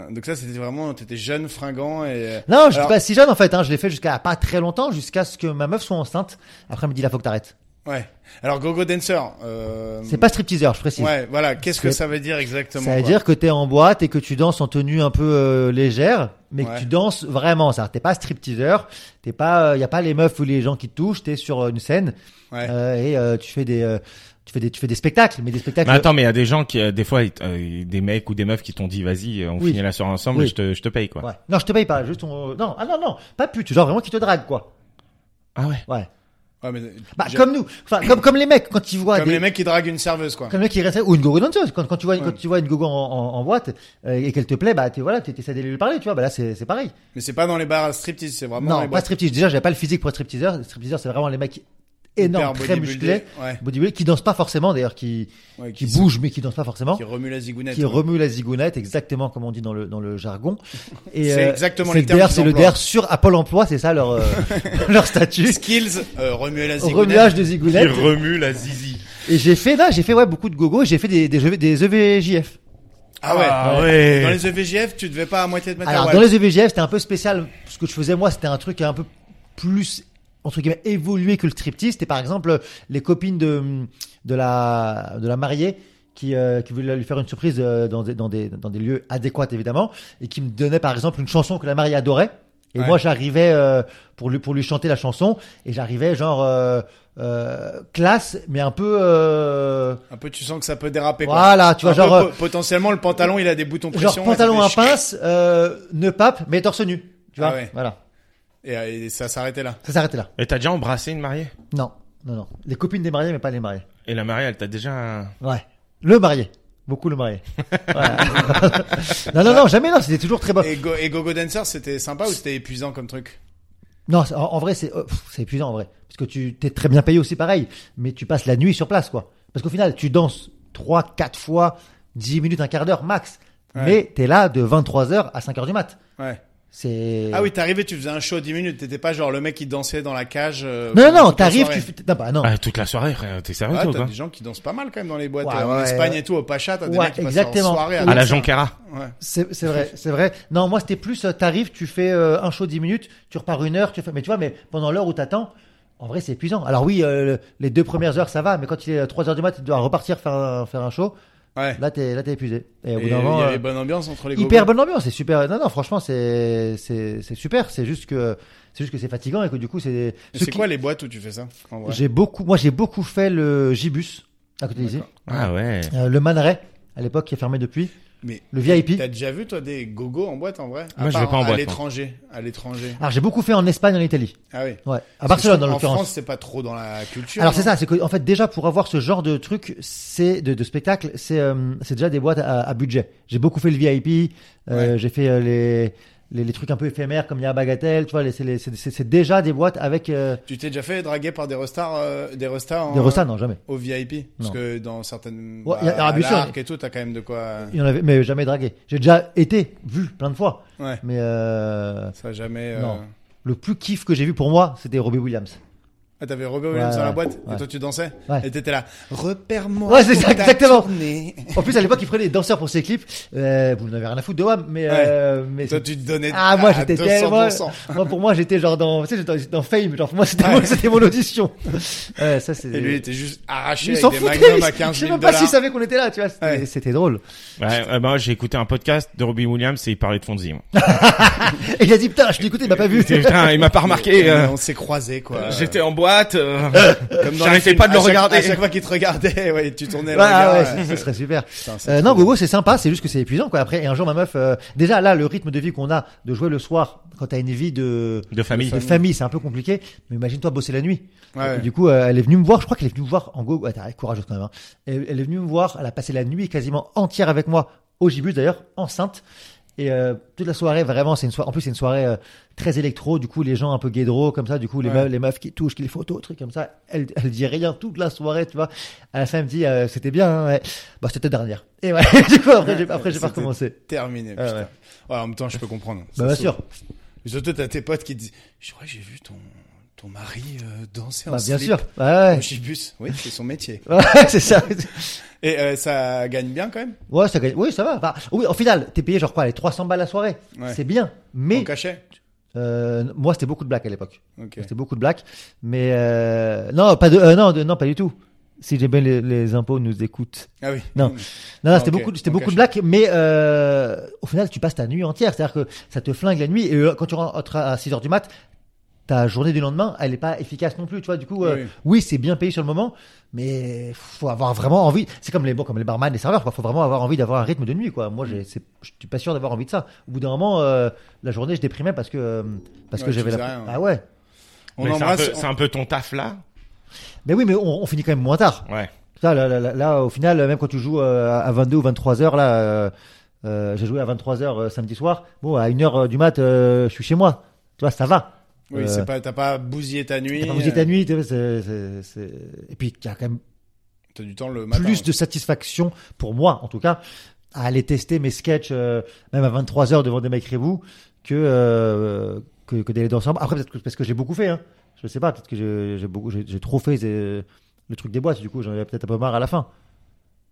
[SPEAKER 4] Donc ça, c'était vraiment, t'étais jeune, fringant et. euh,
[SPEAKER 2] Non, je suis
[SPEAKER 4] Alors-
[SPEAKER 2] pas si jeune en fait. Hein. Je l'ai fait jusqu'à pas très longtemps, jusqu'à ce que ma meuf soit enceinte. Après, elle me dit, là, faut que t'arrêtes.
[SPEAKER 4] Ouais. Alors Gogo Dancer. Euh...
[SPEAKER 2] C'est pas stripteaser, je précise.
[SPEAKER 4] Ouais, voilà. Qu'est-ce que
[SPEAKER 2] C'est-
[SPEAKER 4] ça veut dire exactement
[SPEAKER 2] ça veut
[SPEAKER 4] quoi
[SPEAKER 2] dire que t'es en boîte et que tu danses en tenue un peu euh, légère, mais
[SPEAKER 4] Ouais.
[SPEAKER 2] que tu danses vraiment. Ça, t'es pas stripteaser, t'es pas, euh, y a pas les meufs ou les gens qui te touchent. T'es sur euh, une scène
[SPEAKER 4] Ouais.
[SPEAKER 2] euh, et euh, tu fais des, euh, tu fais des, tu fais des spectacles, mais des spectacles.
[SPEAKER 3] Mais attends, mais il y a des gens qui, euh, des fois, ils t- euh, des mecs ou des meufs qui t'ont dit, vas-y, euh, on
[SPEAKER 2] Oui.
[SPEAKER 3] finit la soirée ensemble,
[SPEAKER 2] Oui.
[SPEAKER 3] je, te, je te paye, quoi.
[SPEAKER 2] Ouais. Non, je te paye pas. Juste, on... non, ah non, non, pas pute. Genre vraiment qui te drague, quoi.
[SPEAKER 3] Ah ouais.
[SPEAKER 2] Ouais.
[SPEAKER 4] Ouais, mais-
[SPEAKER 2] Bah
[SPEAKER 4] j'ai-
[SPEAKER 2] comme nous, enfin comme comme les mecs quand ils voient
[SPEAKER 4] comme
[SPEAKER 2] des,
[SPEAKER 4] les mecs qui draguent une serveuse, quoi.
[SPEAKER 2] Comme le mec qui reste ou une gogo danseuse. Quand, quand tu vois,
[SPEAKER 4] Ouais.
[SPEAKER 2] quand tu vois une gogo en, en, en boîte euh, et qu'elle te plaît, bah, tu voilà, tu essaies de lui parler, tu vois. Bah là, c'est, c'est pareil.
[SPEAKER 4] Mais c'est pas dans les bars à striptease, c'est vraiment. dans
[SPEAKER 2] non,
[SPEAKER 4] les
[SPEAKER 2] pas
[SPEAKER 4] boîtes
[SPEAKER 2] striptease. Déjà, j'avais pas le physique pour être stripteaseur. Stripteaseur, c'est vraiment les mecs énormes,
[SPEAKER 4] hyper
[SPEAKER 2] très
[SPEAKER 4] bodybuildés.
[SPEAKER 2] musclés,
[SPEAKER 4] Ouais.
[SPEAKER 2] bodybuildés, qui dansent pas forcément, d'ailleurs, qui,
[SPEAKER 4] Ouais,
[SPEAKER 2] qui,
[SPEAKER 4] qui,
[SPEAKER 2] bougent, mais qui dansent pas forcément.
[SPEAKER 4] qui remue la zigounette. hein.
[SPEAKER 2] Qui
[SPEAKER 4] ouais.
[SPEAKER 2] remuent la zigounette, exactement comme on dit dans le, dans le jargon. Et,
[SPEAKER 4] C'est
[SPEAKER 2] euh,
[SPEAKER 4] exactement
[SPEAKER 2] c'est
[SPEAKER 4] les
[SPEAKER 2] le
[SPEAKER 4] termes
[SPEAKER 2] DR,
[SPEAKER 4] qu'ils
[SPEAKER 2] c'est le
[SPEAKER 4] emploient.
[SPEAKER 2] DR sur à Pôle emploi, c'est ça leur, euh, [laughs] leur statut.
[SPEAKER 4] Skills, euh, remuer la zigounette.
[SPEAKER 2] Remuage de zigounette.
[SPEAKER 3] remue la zizi.
[SPEAKER 2] Et j'ai fait, là, j'ai fait, ouais, beaucoup de gogo, j'ai fait des, des, jeux- des E EVJF.
[SPEAKER 4] Ah ouais.
[SPEAKER 3] Ah
[SPEAKER 4] Dans
[SPEAKER 3] ouais.
[SPEAKER 4] les E EVGF, tu devais pas à moitié de mettre
[SPEAKER 2] Alors,
[SPEAKER 4] la
[SPEAKER 2] Ah, dans les E EVGF, c'était un peu spécial. Ce que je faisais, moi, c'était un truc un peu plus, entre guillemets, évolué que le striptease. C'était par exemple les copines de, de, la, de la mariée qui, euh, qui voulaient lui faire une surprise euh, dans des, dans, des, dans des lieux adéquats, évidemment, et qui me donnait par exemple une chanson que la mariée adorait. Et
[SPEAKER 4] Ouais.
[SPEAKER 2] moi, j'arrivais euh, pour, lui, pour lui chanter la chanson, et j'arrivais genre euh, euh, classe, mais un peu. euh,
[SPEAKER 4] Un peu, tu sens que ça peut déraper. quoi.
[SPEAKER 2] voilà, tu vois,
[SPEAKER 4] Un peu
[SPEAKER 2] genre. euh,
[SPEAKER 4] po- potentiellement le pantalon, il a des boutons pression.
[SPEAKER 2] genre
[SPEAKER 4] et ça
[SPEAKER 2] pantalon
[SPEAKER 4] fait
[SPEAKER 2] à
[SPEAKER 4] chut.
[SPEAKER 2] pince, euh, ne pape, mais torse nu. Tu vois
[SPEAKER 4] Ah ouais.
[SPEAKER 2] Voilà.
[SPEAKER 4] Et, euh, et ça s'arrêtait là.
[SPEAKER 2] Ça s'arrêtait là.
[SPEAKER 3] Et t'as déjà embrassé une mariée?
[SPEAKER 2] Non, non, non. Les copines des mariés, mais pas les mariés.
[SPEAKER 3] Et la mariée, elle t'a déjà...
[SPEAKER 2] Ouais. Le marié. Beaucoup
[SPEAKER 4] [laughs]
[SPEAKER 2] le marié. Ouais. [laughs] non, non, non, jamais, non. C'était toujours très bon.
[SPEAKER 4] Et, go, et Gogo Dancer, c'était sympa ou c'était épuisant comme truc
[SPEAKER 2] Non, c'est- en, en vrai, c'est euh, pff, c'est épuisant, en vrai. Parce que tu t'es très bien payé aussi, pareil. Mais tu passes la nuit sur place, quoi. Parce qu'au final, tu danses 3, 4 fois, 10 minutes, un quart d'heure max.
[SPEAKER 4] Ouais.
[SPEAKER 2] Mais t'es là de 23h à 5h du mat.
[SPEAKER 4] Ouais.
[SPEAKER 2] C'est...
[SPEAKER 4] Ah oui, t'arrivais, tu faisais un show 10 minutes. T'étais pas genre le mec qui dansait dans la cage. euh,
[SPEAKER 2] Non, non,
[SPEAKER 4] pendant
[SPEAKER 2] non,
[SPEAKER 4] toute la
[SPEAKER 2] t'arrives,
[SPEAKER 4] soirée.
[SPEAKER 2] tu fais... Non, bah, non.
[SPEAKER 3] [laughs] Ah, toute la soirée, frère, t'es sérieux,
[SPEAKER 4] Ah,
[SPEAKER 3] toi, ou
[SPEAKER 4] t'as
[SPEAKER 3] quoi?
[SPEAKER 4] des gens qui dansent pas mal quand même dans les boîtes.
[SPEAKER 2] Ouais,
[SPEAKER 4] euh, en
[SPEAKER 2] ouais,
[SPEAKER 4] Espagne
[SPEAKER 2] ouais.
[SPEAKER 4] et tout, au Pacha, t'as des
[SPEAKER 2] Ouais,
[SPEAKER 4] mecs qui passent leur
[SPEAKER 2] exactement.
[SPEAKER 4] soirée
[SPEAKER 3] À la
[SPEAKER 4] danser.
[SPEAKER 3] Jonquera.
[SPEAKER 4] Ouais.
[SPEAKER 2] C'est c'est vrai, c'est vrai. Non, moi c'était plus, euh, t'arrives, tu fais euh, un show 10 minutes, tu repars une heure, tu fais, mais tu vois, mais pendant l'heure où t'attends, en vrai c'est épuisant. Alors oui, euh, les deux premières heures ça va, mais quand il est 3 heures du mat, tu dois repartir faire un, faire un show,
[SPEAKER 4] Ouais.
[SPEAKER 2] là t'es là, t'es épuisé. Et au bout
[SPEAKER 4] Et
[SPEAKER 2] d'un
[SPEAKER 4] il
[SPEAKER 2] moment,
[SPEAKER 4] y
[SPEAKER 2] euh,
[SPEAKER 4] avait bonne ambiance entre les
[SPEAKER 2] hyper
[SPEAKER 4] gogos.
[SPEAKER 2] bonne ambiance, c'est super. Non, non, franchement c'est c'est c'est super, c'est juste que c'est juste que c'est fatigant et que du coup c'est.
[SPEAKER 4] Et C'est
[SPEAKER 2] ceux qui-
[SPEAKER 4] quoi les boîtes où tu fais ça en vrai
[SPEAKER 2] J'ai beaucoup, moi j'ai beaucoup fait le Gibus à côté d'ici,
[SPEAKER 3] Ah ouais.
[SPEAKER 2] Euh, le Manerai à l'époque qui est fermé depuis,
[SPEAKER 4] Mais
[SPEAKER 2] le VIP.
[SPEAKER 4] t'as déjà vu toi des gogos en boîte en vrai À
[SPEAKER 3] Moi, je
[SPEAKER 4] part
[SPEAKER 3] vais pas en
[SPEAKER 4] À
[SPEAKER 3] boîte, hein.
[SPEAKER 4] l'étranger, à l'étranger.
[SPEAKER 2] Alors j'ai beaucoup fait en Espagne, en Italie,
[SPEAKER 4] Ah oui.
[SPEAKER 2] ouais, à
[SPEAKER 4] Parce que je
[SPEAKER 2] Barcelone
[SPEAKER 4] trouve
[SPEAKER 2] en
[SPEAKER 4] qu'en
[SPEAKER 2] l'occurrence.
[SPEAKER 4] France, c'est pas trop dans la culture.
[SPEAKER 2] Alors c'est
[SPEAKER 4] non
[SPEAKER 2] ça, c'est que en fait déjà pour avoir ce genre de truc, c'est de, de spectacle, c'est euh, c'est déjà des boîtes à, à budget. J'ai beaucoup fait le VIP, euh, j'ai fait euh, les, les les trucs un peu éphémères comme il y a à Bagatelle, tu vois, les- c'est les- c'est c'est- c'est déjà des boîtes avec euh,
[SPEAKER 4] Tu t'es déjà fait draguer par des restards, euh, des restards en-
[SPEAKER 2] des restas, non jamais.
[SPEAKER 4] au VIP Parce
[SPEAKER 2] Non.
[SPEAKER 4] que dans certaines. bah,
[SPEAKER 2] Ouais, y a-
[SPEAKER 4] à
[SPEAKER 2] ah, bien sûr.
[SPEAKER 4] l'arc et tout, t'as quand même de quoi. euh,
[SPEAKER 2] Il y en avait, mais jamais dragué. J'ai déjà été vu plein de fois,
[SPEAKER 4] Ouais.
[SPEAKER 2] mais euh,
[SPEAKER 4] Ça a jamais. euh,
[SPEAKER 2] Non. le plus kiff que j'ai vu pour moi, c'était Robbie Williams.
[SPEAKER 4] Ah, t'avais Robert Williams
[SPEAKER 2] Ouais,
[SPEAKER 4] dans la
[SPEAKER 2] ouais,
[SPEAKER 4] boîte
[SPEAKER 2] ouais.
[SPEAKER 4] et toi tu dansais
[SPEAKER 2] Ouais.
[SPEAKER 4] et t'étais là. Repère-moi.
[SPEAKER 2] Ouais, c'est ça,
[SPEAKER 4] pour ta
[SPEAKER 2] exactement.
[SPEAKER 4] tournée.
[SPEAKER 2] En plus à l'époque, il prenait des danseurs pour ses clips. Euh, vous n'en avez rien à foutre de WAM, mais
[SPEAKER 4] Ouais.
[SPEAKER 2] euh, mais
[SPEAKER 4] Toi tu te donnais.
[SPEAKER 2] Ah, moi,
[SPEAKER 4] à
[SPEAKER 2] j'étais
[SPEAKER 4] 200%.
[SPEAKER 2] tellement- Moi, pour moi, j'étais genre dans, tu sais, j'étais dans- j'étais dans Fame. Genre, pour moi, c'était
[SPEAKER 4] Ouais.
[SPEAKER 2] mon- c'était mon audition. Ouais, ça, c'est.
[SPEAKER 4] Et lui il était juste arraché
[SPEAKER 2] Ils
[SPEAKER 4] avec
[SPEAKER 2] s'en
[SPEAKER 4] des
[SPEAKER 2] foutaient.
[SPEAKER 4] magnums à
[SPEAKER 2] ils-
[SPEAKER 4] 15
[SPEAKER 2] Je sais
[SPEAKER 4] 000
[SPEAKER 2] même pas
[SPEAKER 4] dollars.
[SPEAKER 2] s'ils savaient qu'on était là, tu vois. C'était
[SPEAKER 4] Ouais.
[SPEAKER 2] c'était drôle.
[SPEAKER 3] Ouais, euh, bah, j'ai écouté un podcast de Robbie Williams et il parlait de Fonzie.
[SPEAKER 4] [laughs]
[SPEAKER 3] moi.
[SPEAKER 2] Et il a dit, putain, je l'ai écouté, il m'a pas vu.
[SPEAKER 3] Putain, il m'a pas remarqué.
[SPEAKER 4] Mais
[SPEAKER 3] euh,
[SPEAKER 4] on s'est croisés quoi.
[SPEAKER 3] J'étais en boîte. euh,
[SPEAKER 4] [laughs] Comme dans les
[SPEAKER 3] J'arrêtais
[SPEAKER 4] films,
[SPEAKER 3] pas de le
[SPEAKER 4] à chaque-
[SPEAKER 3] regarder.
[SPEAKER 4] À chaque fois qu'il te regardait, ouais, tu
[SPEAKER 2] [laughs]
[SPEAKER 4] tournais le
[SPEAKER 2] Ah
[SPEAKER 4] regard.
[SPEAKER 2] [laughs] ouais,
[SPEAKER 4] ouais.
[SPEAKER 2] ce- ce serait super.
[SPEAKER 4] Putain, c'est
[SPEAKER 2] Euh,
[SPEAKER 4] trop
[SPEAKER 2] non,
[SPEAKER 4] bien.
[SPEAKER 2] Gogo, c'est sympa, c'est juste que c'est épuisant, quoi. Après, et un jour, ma meuf, euh, déjà, là, le rythme de vie qu'on a de jouer le soir, quand t'as une vie de,
[SPEAKER 3] De famille.
[SPEAKER 2] de famille, c'est un peu compliqué. Mais imagine-toi bosser la nuit.
[SPEAKER 4] Ouais, ouais.
[SPEAKER 2] Et du coup, euh, elle est venue me voir. Je crois qu'elle est venue me voir en go. Ouais, t'as- elle est courageuse quand même. hein. Elle, elle est venue me voir. Elle a passé la nuit quasiment entière avec moi au gibus d'ailleurs, enceinte. Et euh, toute la soirée, vraiment, c'est une soirée. En plus, c'est une soirée euh, très électro. Du coup, les gens un peu guédros comme ça. Du coup, les,
[SPEAKER 4] Ouais.
[SPEAKER 2] meufs, les meufs qui touchent, qui les photos, trucs comme ça. Elle, elle dit rien toute la soirée, tu vois. À la fin, elle me dit, euh, c'était bien. hein, ouais. Bah, c'était ta dernière. Et ouais. [laughs] du coup, après, j'ai après, j'ai
[SPEAKER 4] C'était-
[SPEAKER 2] pas recommencé.
[SPEAKER 4] Terminé.
[SPEAKER 2] Ah
[SPEAKER 4] putain.
[SPEAKER 2] ouais.
[SPEAKER 4] Ouais, en même temps, je peux comprendre.
[SPEAKER 2] Bah,
[SPEAKER 4] Ça
[SPEAKER 2] bien
[SPEAKER 4] saoule.
[SPEAKER 2] sûr.
[SPEAKER 4] Surtout, t'as tes potes qui te disent, je crois que j'ai vu ton, ton ton mari euh, dansait en
[SPEAKER 2] Bah, bien
[SPEAKER 4] slip
[SPEAKER 2] sûr. Ouais, [laughs]
[SPEAKER 4] au Chibus. Oui, c'est son métier.
[SPEAKER 2] ouais. Ouais, c'est ça.
[SPEAKER 4] Et euh, ça gagne bien quand même
[SPEAKER 2] Ouais, ça gagne. Oui, ça va. Enfin, oui, en final, t'es payé genre quoi, les 300 balles la soirée.
[SPEAKER 4] Ouais.
[SPEAKER 2] C'est bien.
[SPEAKER 4] En
[SPEAKER 2] Mais
[SPEAKER 4] cachet
[SPEAKER 2] euh, moi, c'était beaucoup de blagues à l'époque.
[SPEAKER 4] Ok.
[SPEAKER 2] C'était beaucoup de blagues. Mais euh, non, pas de, euh, non, de- non, pas du tout. Si j'ai bien les, les impôts nous écoutent.
[SPEAKER 4] Ah oui.
[SPEAKER 2] Non. Non, non,
[SPEAKER 4] Ah,
[SPEAKER 2] c'était
[SPEAKER 4] ok.
[SPEAKER 2] beaucoup, c'était
[SPEAKER 4] Donc,
[SPEAKER 2] beaucoup de
[SPEAKER 4] caché.
[SPEAKER 2] blagues, mais euh, au final, tu passes ta nuit entière. C'est-à-dire que ça te flingue la nuit, et euh, quand tu rentres à 6 heures du mat, ta journée du lendemain, elle est pas efficace non plus. Tu vois, du coup, euh,
[SPEAKER 4] Oui,
[SPEAKER 2] oui,
[SPEAKER 4] oui.
[SPEAKER 2] c'est bien payé sur le moment, mais faut avoir vraiment envie. C'est comme les, bon, comme les barman, les serveurs, quoi. Faut vraiment avoir envie d'avoir un rythme de nuit, quoi. Moi,
[SPEAKER 4] Mm.
[SPEAKER 2] j'ai- c'est- je suis pas sûr d'avoir envie de ça. Au bout d'un moment, euh, la journée, je déprimais parce que euh, parce
[SPEAKER 4] Ouais,
[SPEAKER 2] que
[SPEAKER 4] tu
[SPEAKER 2] j'avais
[SPEAKER 4] faisais
[SPEAKER 2] la.
[SPEAKER 4] rien.
[SPEAKER 2] Ah ouais.
[SPEAKER 4] On
[SPEAKER 3] Mais c'est un
[SPEAKER 4] embrasse.
[SPEAKER 3] peu- C'est un peu ton taf là.
[SPEAKER 2] Mais oui, mais on, on finit quand même moins tard.
[SPEAKER 3] Ouais.
[SPEAKER 2] Putain, là, là, là, là, au final, même quand tu joues euh, à 22 ou 23 heures, là, euh, euh, j'ai joué à 23 heures euh, samedi soir. Bon, à 1 heure euh, du mat, euh, je suis chez moi. Tu vois, ça va.
[SPEAKER 4] Oui,
[SPEAKER 2] Euh,
[SPEAKER 4] c'est pas, t'as pas bousillé ta nuit.
[SPEAKER 2] T'as pas bougé ta
[SPEAKER 4] euh,
[SPEAKER 2] nuit. t'es- c'est- c'est- c'est- Et puis, il y a quand même
[SPEAKER 4] T'as du temps le matin. hein.
[SPEAKER 2] plus de satisfaction pour moi, en tout cas, à aller tester mes sketchs, euh, même à 23 heures devant des mecs vous que euh, que, que d'aller danser. en- Après, peut-être que parce que j'ai beaucoup fait. Hein. Je sais pas. Peut-être que j'ai- j'ai beaucoup, j'ai j'ai trop fait euh, le truc des boîtes. Du coup, j'en avais peut-être un peu marre à la fin.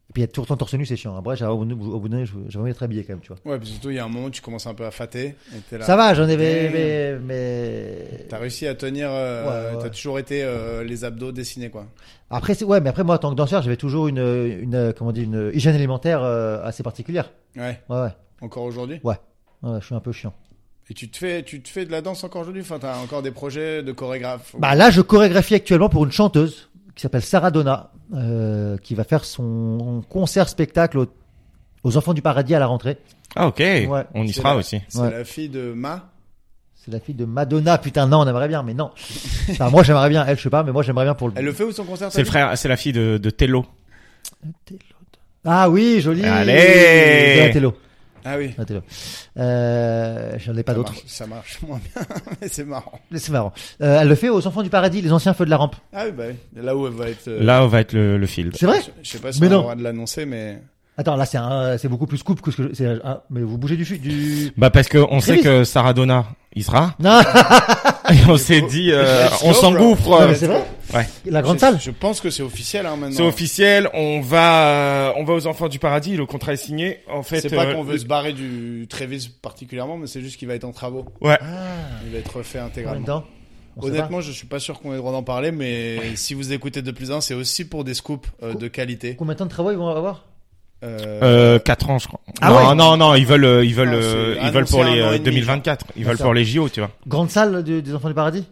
[SPEAKER 2] Et puis, être tout le temps torse nu, c'est chiant. Après, j'ai- au bout d'un- au bout d'un moment, j'ai envie d'être habillé quand même, tu vois.
[SPEAKER 4] Ouais, puis surtout, il y a un moment, tu commences un peu à fater. et t'es là.
[SPEAKER 2] Ça va, j'en avais,
[SPEAKER 4] Damn.
[SPEAKER 2] mais, mais...
[SPEAKER 4] T'as réussi à tenir. euh,
[SPEAKER 2] Ouais, ouais.
[SPEAKER 4] T'as toujours été euh, les abdos dessinés, quoi.
[SPEAKER 2] Après, c'est ouais, mais après moi, en tant que danseur, j'avais toujours une, une, euh, comment dire, une hygiène alimentaire euh, assez particulière.
[SPEAKER 4] Ouais.
[SPEAKER 2] Ouais, ouais,
[SPEAKER 4] Encore aujourd'hui.
[SPEAKER 2] ouais, je suis un peu chiant.
[SPEAKER 4] Et tu te fais, tu te fais de la danse encore aujourd'hui. Enfin, t'as encore des projets de chorégraphe.
[SPEAKER 2] Bah là, je chorégraphie actuellement pour une chanteuse qui s'appelle Sarah Donna, euh, qui va faire son concert spectacle au- aux Enfants du Paradis à la rentrée.
[SPEAKER 3] Ah ok. On y
[SPEAKER 4] C'est
[SPEAKER 3] sera
[SPEAKER 4] là.
[SPEAKER 3] aussi.
[SPEAKER 4] C'est
[SPEAKER 2] ouais.
[SPEAKER 4] la Ah, fille de Ma.
[SPEAKER 2] C'est la fille de Madonna. Putain, non, on aimerait bien, mais non. Enfin, moi, j'aimerais bien. Elle, je sais pas, mais moi, j'aimerais bien pour le.
[SPEAKER 4] Elle le fait où son concert t'as
[SPEAKER 3] C'est le
[SPEAKER 4] dit
[SPEAKER 3] frère, c'est la fille de, de Tello.
[SPEAKER 2] Ah oui, jolie.
[SPEAKER 3] Allez
[SPEAKER 2] Ouais, Tello.
[SPEAKER 4] Ah oui.
[SPEAKER 2] Ouais, Tello. Euh, J'en ai pas
[SPEAKER 4] Ça
[SPEAKER 2] d'autres.
[SPEAKER 4] marche, Ça marche [laughs] moins bien, mais c'est marrant.
[SPEAKER 2] Mais C'est marrant. Euh, elle le fait aux Enfants du Paradis, les anciens feux de la rampe.
[SPEAKER 4] Ah oui, bah oui. Là où elle va être. euh,
[SPEAKER 3] Là, on va être le, le field.
[SPEAKER 2] C'est vrai
[SPEAKER 4] Je, je sais pas si
[SPEAKER 2] Mais
[SPEAKER 4] on a le
[SPEAKER 2] non.
[SPEAKER 4] droit de l'annoncer, mais.
[SPEAKER 2] Attends, là, c'est un- c'est beaucoup plus coupe que ce que. je- c'est un- mais vous bougez du.
[SPEAKER 4] [laughs]
[SPEAKER 2] fu- du...
[SPEAKER 3] Bah parce que on sait
[SPEAKER 2] Chris.
[SPEAKER 3] que Sarah Donna, il sera.
[SPEAKER 2] Non, [laughs]
[SPEAKER 4] Ah,
[SPEAKER 3] Et on s'est dit, euh,
[SPEAKER 4] [laughs] Let's
[SPEAKER 3] on
[SPEAKER 4] go,
[SPEAKER 3] s'engouffre.
[SPEAKER 4] bro.
[SPEAKER 2] non,
[SPEAKER 3] euh,
[SPEAKER 2] mais c'est vrai.
[SPEAKER 3] Ouais.
[SPEAKER 2] La grande
[SPEAKER 4] je,
[SPEAKER 2] salle.
[SPEAKER 4] Je pense que c'est officiel hein, maintenant.
[SPEAKER 3] C'est officiel. On va, euh, on va aux Enfants du Paradis. Le contrat est signé. En fait,
[SPEAKER 4] C'est pas
[SPEAKER 3] euh,
[SPEAKER 4] qu'on veut se barrer du Trévis particulièrement, mais c'est juste qu'il va être en travaux.
[SPEAKER 3] Ouais.
[SPEAKER 4] Il va être refait
[SPEAKER 2] Combien de
[SPEAKER 4] intégralement.
[SPEAKER 2] temps On sait pas.
[SPEAKER 4] Honnêtement, je suis pas sûr qu'on ait le droit d'en parler, mais si vous écoutez de plus un, c'est aussi pour des scoops euh, de qualité.
[SPEAKER 2] Combien de temps de travaux ils vont avoir
[SPEAKER 4] Euh,
[SPEAKER 3] Euh, 4 ans, je crois.
[SPEAKER 2] Ah
[SPEAKER 3] non,
[SPEAKER 2] ouais.
[SPEAKER 3] non, non, ils veulent, euh, ils veulent,
[SPEAKER 4] Non,
[SPEAKER 3] euh,
[SPEAKER 4] c'est
[SPEAKER 3] ils veulent pour
[SPEAKER 4] annoncé
[SPEAKER 3] les
[SPEAKER 4] un an
[SPEAKER 3] euh,
[SPEAKER 4] et demi,
[SPEAKER 3] 2024. Ils veulent
[SPEAKER 2] ça.
[SPEAKER 3] pour les JO, tu vois.
[SPEAKER 2] Grande salle de- des Enfants du Paradis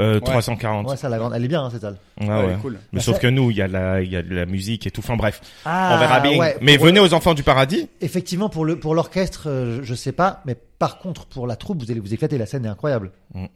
[SPEAKER 3] Euh, 340.
[SPEAKER 2] Ouais, ça, la grande. Elle est bien, hein, cette salle.
[SPEAKER 3] Ah
[SPEAKER 4] ouais,
[SPEAKER 3] ouais.
[SPEAKER 4] cool.
[SPEAKER 3] Mais
[SPEAKER 2] Bah,
[SPEAKER 3] sauf
[SPEAKER 2] ça-
[SPEAKER 3] que nous, il y a de la, il y a de la musique et tout. Enfin bref,
[SPEAKER 2] Ah,
[SPEAKER 3] on verra bien.
[SPEAKER 2] ouais.
[SPEAKER 3] Mais venez aux Enfants du Paradis.
[SPEAKER 2] Effectivement, pour le pour l'orchestre, euh, je, je sais pas, mais par contre, pour la troupe, vous allez vous éclater. La scène est incroyable.
[SPEAKER 3] Mm.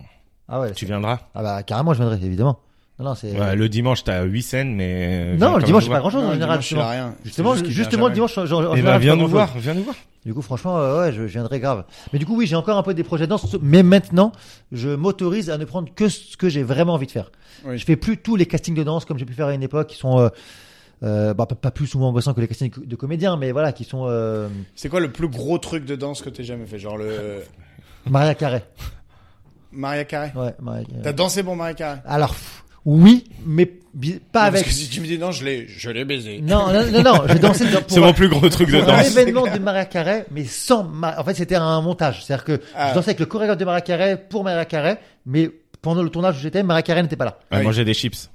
[SPEAKER 2] Ah ouais.
[SPEAKER 3] Tu viendras.
[SPEAKER 2] Ah bah carrément, je viendrai évidemment. Non, non, c'est.
[SPEAKER 3] Ouais, le dimanche, t'as 8 scènes, mais. euh, viens
[SPEAKER 2] non,
[SPEAKER 3] quand
[SPEAKER 2] le
[SPEAKER 3] même
[SPEAKER 2] dimanche, c'est pas
[SPEAKER 3] nous voir.
[SPEAKER 2] grand chose
[SPEAKER 4] Non,
[SPEAKER 2] en
[SPEAKER 4] le
[SPEAKER 2] général.
[SPEAKER 4] dimanche, il y a rien. C'est
[SPEAKER 2] Justement,
[SPEAKER 4] juste qu'il
[SPEAKER 2] justement,
[SPEAKER 4] vient
[SPEAKER 2] justement,
[SPEAKER 4] jamais.
[SPEAKER 2] le dimanche, en, en
[SPEAKER 3] Eh
[SPEAKER 2] général,
[SPEAKER 3] ben,
[SPEAKER 2] je fais
[SPEAKER 3] viens nous
[SPEAKER 2] grand-chose.
[SPEAKER 3] voir, viens nous voir.
[SPEAKER 2] Du coup, franchement, euh, ouais, je, je viendrai grave. Mais du coup, oui, j'ai encore un peu des projets de danse, mais maintenant, je m'autorise à ne prendre que ce que j'ai vraiment envie de faire.
[SPEAKER 4] Oui.
[SPEAKER 2] Je fais plus tous les castings de danse comme j'ai pu faire à une époque, qui sont euh, euh, bah, pas, pas plus souvent angoissants que les castings de comédiens, mais voilà, qui sont euh,
[SPEAKER 4] C'est quoi le plus gros truc de danse que t'aies jamais fait Genre
[SPEAKER 2] [laughs]
[SPEAKER 4] le
[SPEAKER 2] Maria Carré.
[SPEAKER 4] Maria Carré.
[SPEAKER 2] Ouais, Maria Carré.
[SPEAKER 4] T'as dansé pour Maria Carré
[SPEAKER 2] Alors pff, oui, mais bi- pas
[SPEAKER 4] Non,
[SPEAKER 2] avec.
[SPEAKER 4] Parce que si tu me dis non, je l'ai, je l'ai baisé.
[SPEAKER 2] Non, non, non, non, j'ai
[SPEAKER 4] [laughs]
[SPEAKER 2] dansé dans-
[SPEAKER 3] C'est
[SPEAKER 2] pour,
[SPEAKER 3] mon plus gros truc de
[SPEAKER 2] pour un
[SPEAKER 3] danse.
[SPEAKER 2] événement de Maria Carré, mais sans. Ma- En fait, c'était un montage, c'est-à-dire que
[SPEAKER 4] Ah.
[SPEAKER 2] je dansais avec le chorégraphe de Maria Carré pour Maria Carré, mais pendant le tournage où j'étais, Maria Carré n'était pas là.
[SPEAKER 3] À
[SPEAKER 4] Oui.
[SPEAKER 3] manger des chips.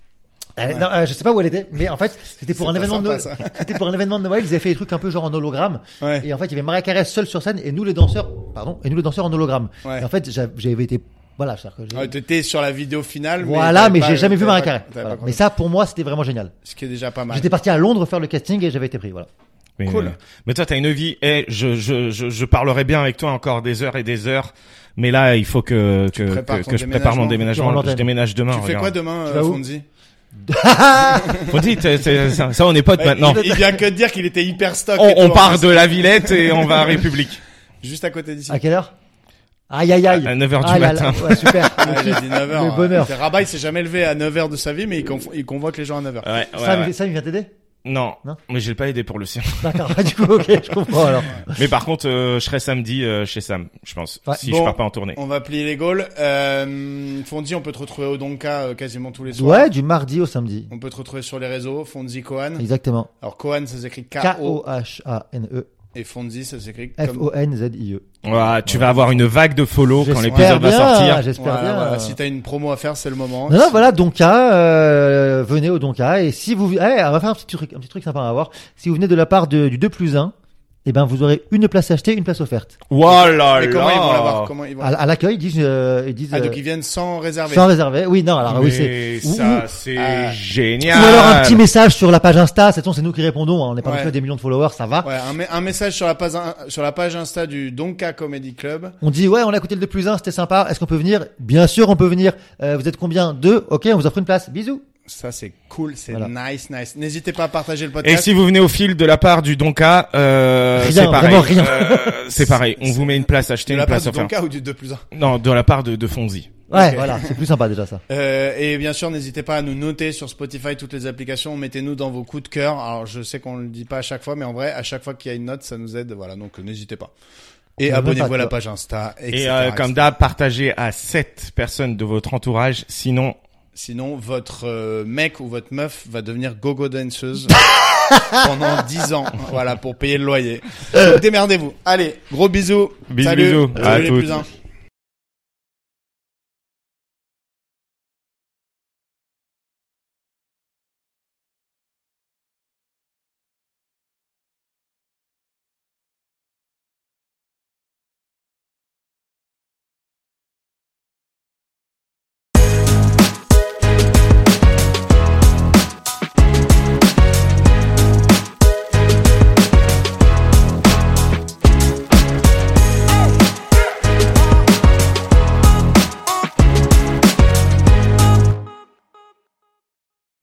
[SPEAKER 2] Euh, non, euh, je sais pas où elle était, mais en fait, c'était pour
[SPEAKER 4] C'est
[SPEAKER 2] un
[SPEAKER 4] pas
[SPEAKER 2] événement de
[SPEAKER 4] sympa,
[SPEAKER 2] Noël. C'était pour un événement de Noël. Ils avaient fait des trucs un peu genre en hologramme.
[SPEAKER 4] Ouais.
[SPEAKER 2] Et en fait, il y avait Maria Carré seule sur scène et nous les danseurs, pardon, et nous les danseurs en hologramme.
[SPEAKER 4] Ouais.
[SPEAKER 2] Et en fait, j'a- j'avais été, voilà, c'est-à-dire que j'ai-
[SPEAKER 4] Ouais, Ah, T'étais sur la vidéo finale.
[SPEAKER 2] voilà,
[SPEAKER 4] t'avais
[SPEAKER 2] mais
[SPEAKER 4] pas-
[SPEAKER 2] j'ai jamais vu
[SPEAKER 4] t'avais
[SPEAKER 2] Maria
[SPEAKER 4] pas-
[SPEAKER 2] Carré.
[SPEAKER 4] t'avais pas
[SPEAKER 2] Voilà.
[SPEAKER 4] compris.
[SPEAKER 2] Mais ça, pour moi, c'était vraiment génial.
[SPEAKER 4] Ce qui est déjà pas mal.
[SPEAKER 2] J'étais parti à Londres faire le casting et j'avais été pris, voilà.
[SPEAKER 3] Mais,
[SPEAKER 4] Cool.
[SPEAKER 3] euh, mais toi, t'as une vie. Et je, je, je, je parlerai bien avec toi encore des heures et des heures. Mais là, il faut que que,
[SPEAKER 4] prépares
[SPEAKER 3] que,
[SPEAKER 4] ton
[SPEAKER 3] que je prépare mon déménagement.
[SPEAKER 2] Sur l'antenne.
[SPEAKER 3] Je déménage demain.
[SPEAKER 4] Tu fais quoi demain,
[SPEAKER 2] Tu
[SPEAKER 4] euh,
[SPEAKER 2] vas où
[SPEAKER 4] Fonzi
[SPEAKER 3] demain Faut dire, t'es- t'es- ça, ça, on est potes
[SPEAKER 4] Ouais,
[SPEAKER 3] maintenant.
[SPEAKER 4] Eh, Il, il vient que de dire qu'il était hyper stock.
[SPEAKER 3] On,
[SPEAKER 4] et tout,
[SPEAKER 3] on
[SPEAKER 4] en
[SPEAKER 2] hein.
[SPEAKER 3] part
[SPEAKER 4] plus.
[SPEAKER 3] de la Villette et on va à République.
[SPEAKER 4] Juste à côté d'ici.
[SPEAKER 2] À quelle heure? Aïe, [laughs] aïe, aïe.
[SPEAKER 3] À 9 heures du
[SPEAKER 2] Ah là là,
[SPEAKER 3] matin.
[SPEAKER 2] ouais, super. [laughs] Le
[SPEAKER 4] Ah, il
[SPEAKER 2] kiff,
[SPEAKER 4] a dit 9
[SPEAKER 2] Le
[SPEAKER 4] heures.
[SPEAKER 2] bonheur.
[SPEAKER 4] Rabat, il s'est jamais levé à 9 heures de sa vie, mais il, conf- il convoque les gens à 9 heures.
[SPEAKER 3] Ouais, ouais,
[SPEAKER 2] Sam,
[SPEAKER 3] ouais.
[SPEAKER 2] Sam, il vient t'aider?
[SPEAKER 3] Non,
[SPEAKER 2] Non
[SPEAKER 3] mais j'ai pas aidé pour le sien. [laughs]
[SPEAKER 2] D'accord, [laughs] du coup, ok, je comprends alors.
[SPEAKER 3] mais par contre, euh, je serai samedi euh, chez Sam, je pense,
[SPEAKER 2] Ouais.
[SPEAKER 3] si
[SPEAKER 4] Bon.
[SPEAKER 3] je pars pas en tournée.
[SPEAKER 4] On va plier les Gaules. Euh, Fondy, on peut te retrouver au Donka euh, quasiment tous les soirs.
[SPEAKER 2] Ouais, du mardi au samedi.
[SPEAKER 4] On peut te retrouver sur les réseaux, Fonzi Cohan.
[SPEAKER 2] Exactement.
[SPEAKER 4] Alors Cohan, ça s'écrit K-O,
[SPEAKER 2] K-O-H-A-N-E.
[SPEAKER 4] et Fonzi, ça s'écrit comme... Oh,
[SPEAKER 2] F-O-N-Z-I-E.
[SPEAKER 3] Ouah, tu vas avoir une vague de follow quand
[SPEAKER 2] E. J'espère
[SPEAKER 3] l'épisode va
[SPEAKER 2] bien,
[SPEAKER 3] sortir.
[SPEAKER 2] j'espère
[SPEAKER 4] Voilà,
[SPEAKER 2] bien. euh.
[SPEAKER 4] voilà. Si t'as une promo à faire, c'est le moment.
[SPEAKER 2] Non, non,
[SPEAKER 4] Si-
[SPEAKER 2] voilà, Donka, euh, venez au Donka, et si vous, eh, on va faire un petit truc, un petit truc sympa à voir. Si vous venez de la part de- du 2 plus 1, eh ben, vous aurez une place achetée, une place offerte.
[SPEAKER 3] Ouah Oh là
[SPEAKER 4] Mais comment ils vont
[SPEAKER 3] là.
[SPEAKER 4] l'avoir Comment ils vont
[SPEAKER 2] À, à l'accueil, ils disent, euh, ils disent,
[SPEAKER 4] Ah, donc
[SPEAKER 2] euh,
[SPEAKER 4] ils viennent sans réserver.
[SPEAKER 2] sans réserver. Oui, non, alors, oui, c'est,
[SPEAKER 3] Ah, Mais
[SPEAKER 2] ou-
[SPEAKER 3] ça,
[SPEAKER 2] ou-
[SPEAKER 3] c'est
[SPEAKER 4] Ah.
[SPEAKER 2] ou
[SPEAKER 3] génial.
[SPEAKER 2] alors un petit message sur la page Insta, c'est c'est nous qui répondons, hein, on n'est pas
[SPEAKER 4] Ouais.
[SPEAKER 2] que des millions de followers, ça va.
[SPEAKER 4] Ouais, un, me- un message sur la, page, sur la page Insta du Donka Comedy Club.
[SPEAKER 2] On dit, ouais, on a écouté le 2 plus 1, c'était sympa, est-ce qu'on peut venir? Bien sûr, on peut venir. Euh, vous êtes combien? Deux? Ok, on vous offre une place. Bisous.
[SPEAKER 4] Ça, c'est cool, c'est
[SPEAKER 2] Voilà.
[SPEAKER 4] nice, nice. N'hésitez pas à partager le
[SPEAKER 3] Et
[SPEAKER 4] podcast.
[SPEAKER 3] si vous venez au fil de la part du Donka, euh,
[SPEAKER 2] Rien,
[SPEAKER 3] c'est pareil.
[SPEAKER 2] vraiment rien.
[SPEAKER 3] Euh, c'est pareil.
[SPEAKER 2] [laughs]
[SPEAKER 3] On vous met une place achetée,
[SPEAKER 4] de
[SPEAKER 3] une
[SPEAKER 4] la part
[SPEAKER 3] place
[SPEAKER 4] du
[SPEAKER 3] offerte.
[SPEAKER 4] Donka ou du 2 plus 1.
[SPEAKER 3] Non, de la part de, de Fonzi.
[SPEAKER 2] Ouais,
[SPEAKER 4] Ok.
[SPEAKER 2] voilà, c'est plus sympa déjà, ça.
[SPEAKER 4] Euh, et bien sûr, n'hésitez pas à nous noter sur Spotify, toutes les applications. Mettez-nous dans vos coups de cœur. Alors, je sais qu'on le dit pas à chaque fois, mais en vrai, à chaque fois qu'il y a une note, ça nous aide. Voilà, donc euh, n'hésitez pas. Et
[SPEAKER 2] Ça veut même
[SPEAKER 4] abonnez-vous
[SPEAKER 2] pas,
[SPEAKER 4] à la
[SPEAKER 2] toi.
[SPEAKER 4] page Insta. etc.,
[SPEAKER 3] Et euh, comme
[SPEAKER 4] etc.
[SPEAKER 3] d'hab, partagez à 7 personnes de votre entourage, sinon
[SPEAKER 4] Sinon, votre euh, mec ou votre meuf va devenir gogo
[SPEAKER 3] [laughs]
[SPEAKER 4] danseuse pendant 10 ans.
[SPEAKER 3] [laughs]
[SPEAKER 4] Voilà, pour payer le loyer. Donc, démerdez-vous. Allez, gros bisous.
[SPEAKER 3] Bisous,
[SPEAKER 4] Salut.
[SPEAKER 3] bisous. À
[SPEAKER 4] Salut les
[SPEAKER 3] toutes.
[SPEAKER 4] plus uns.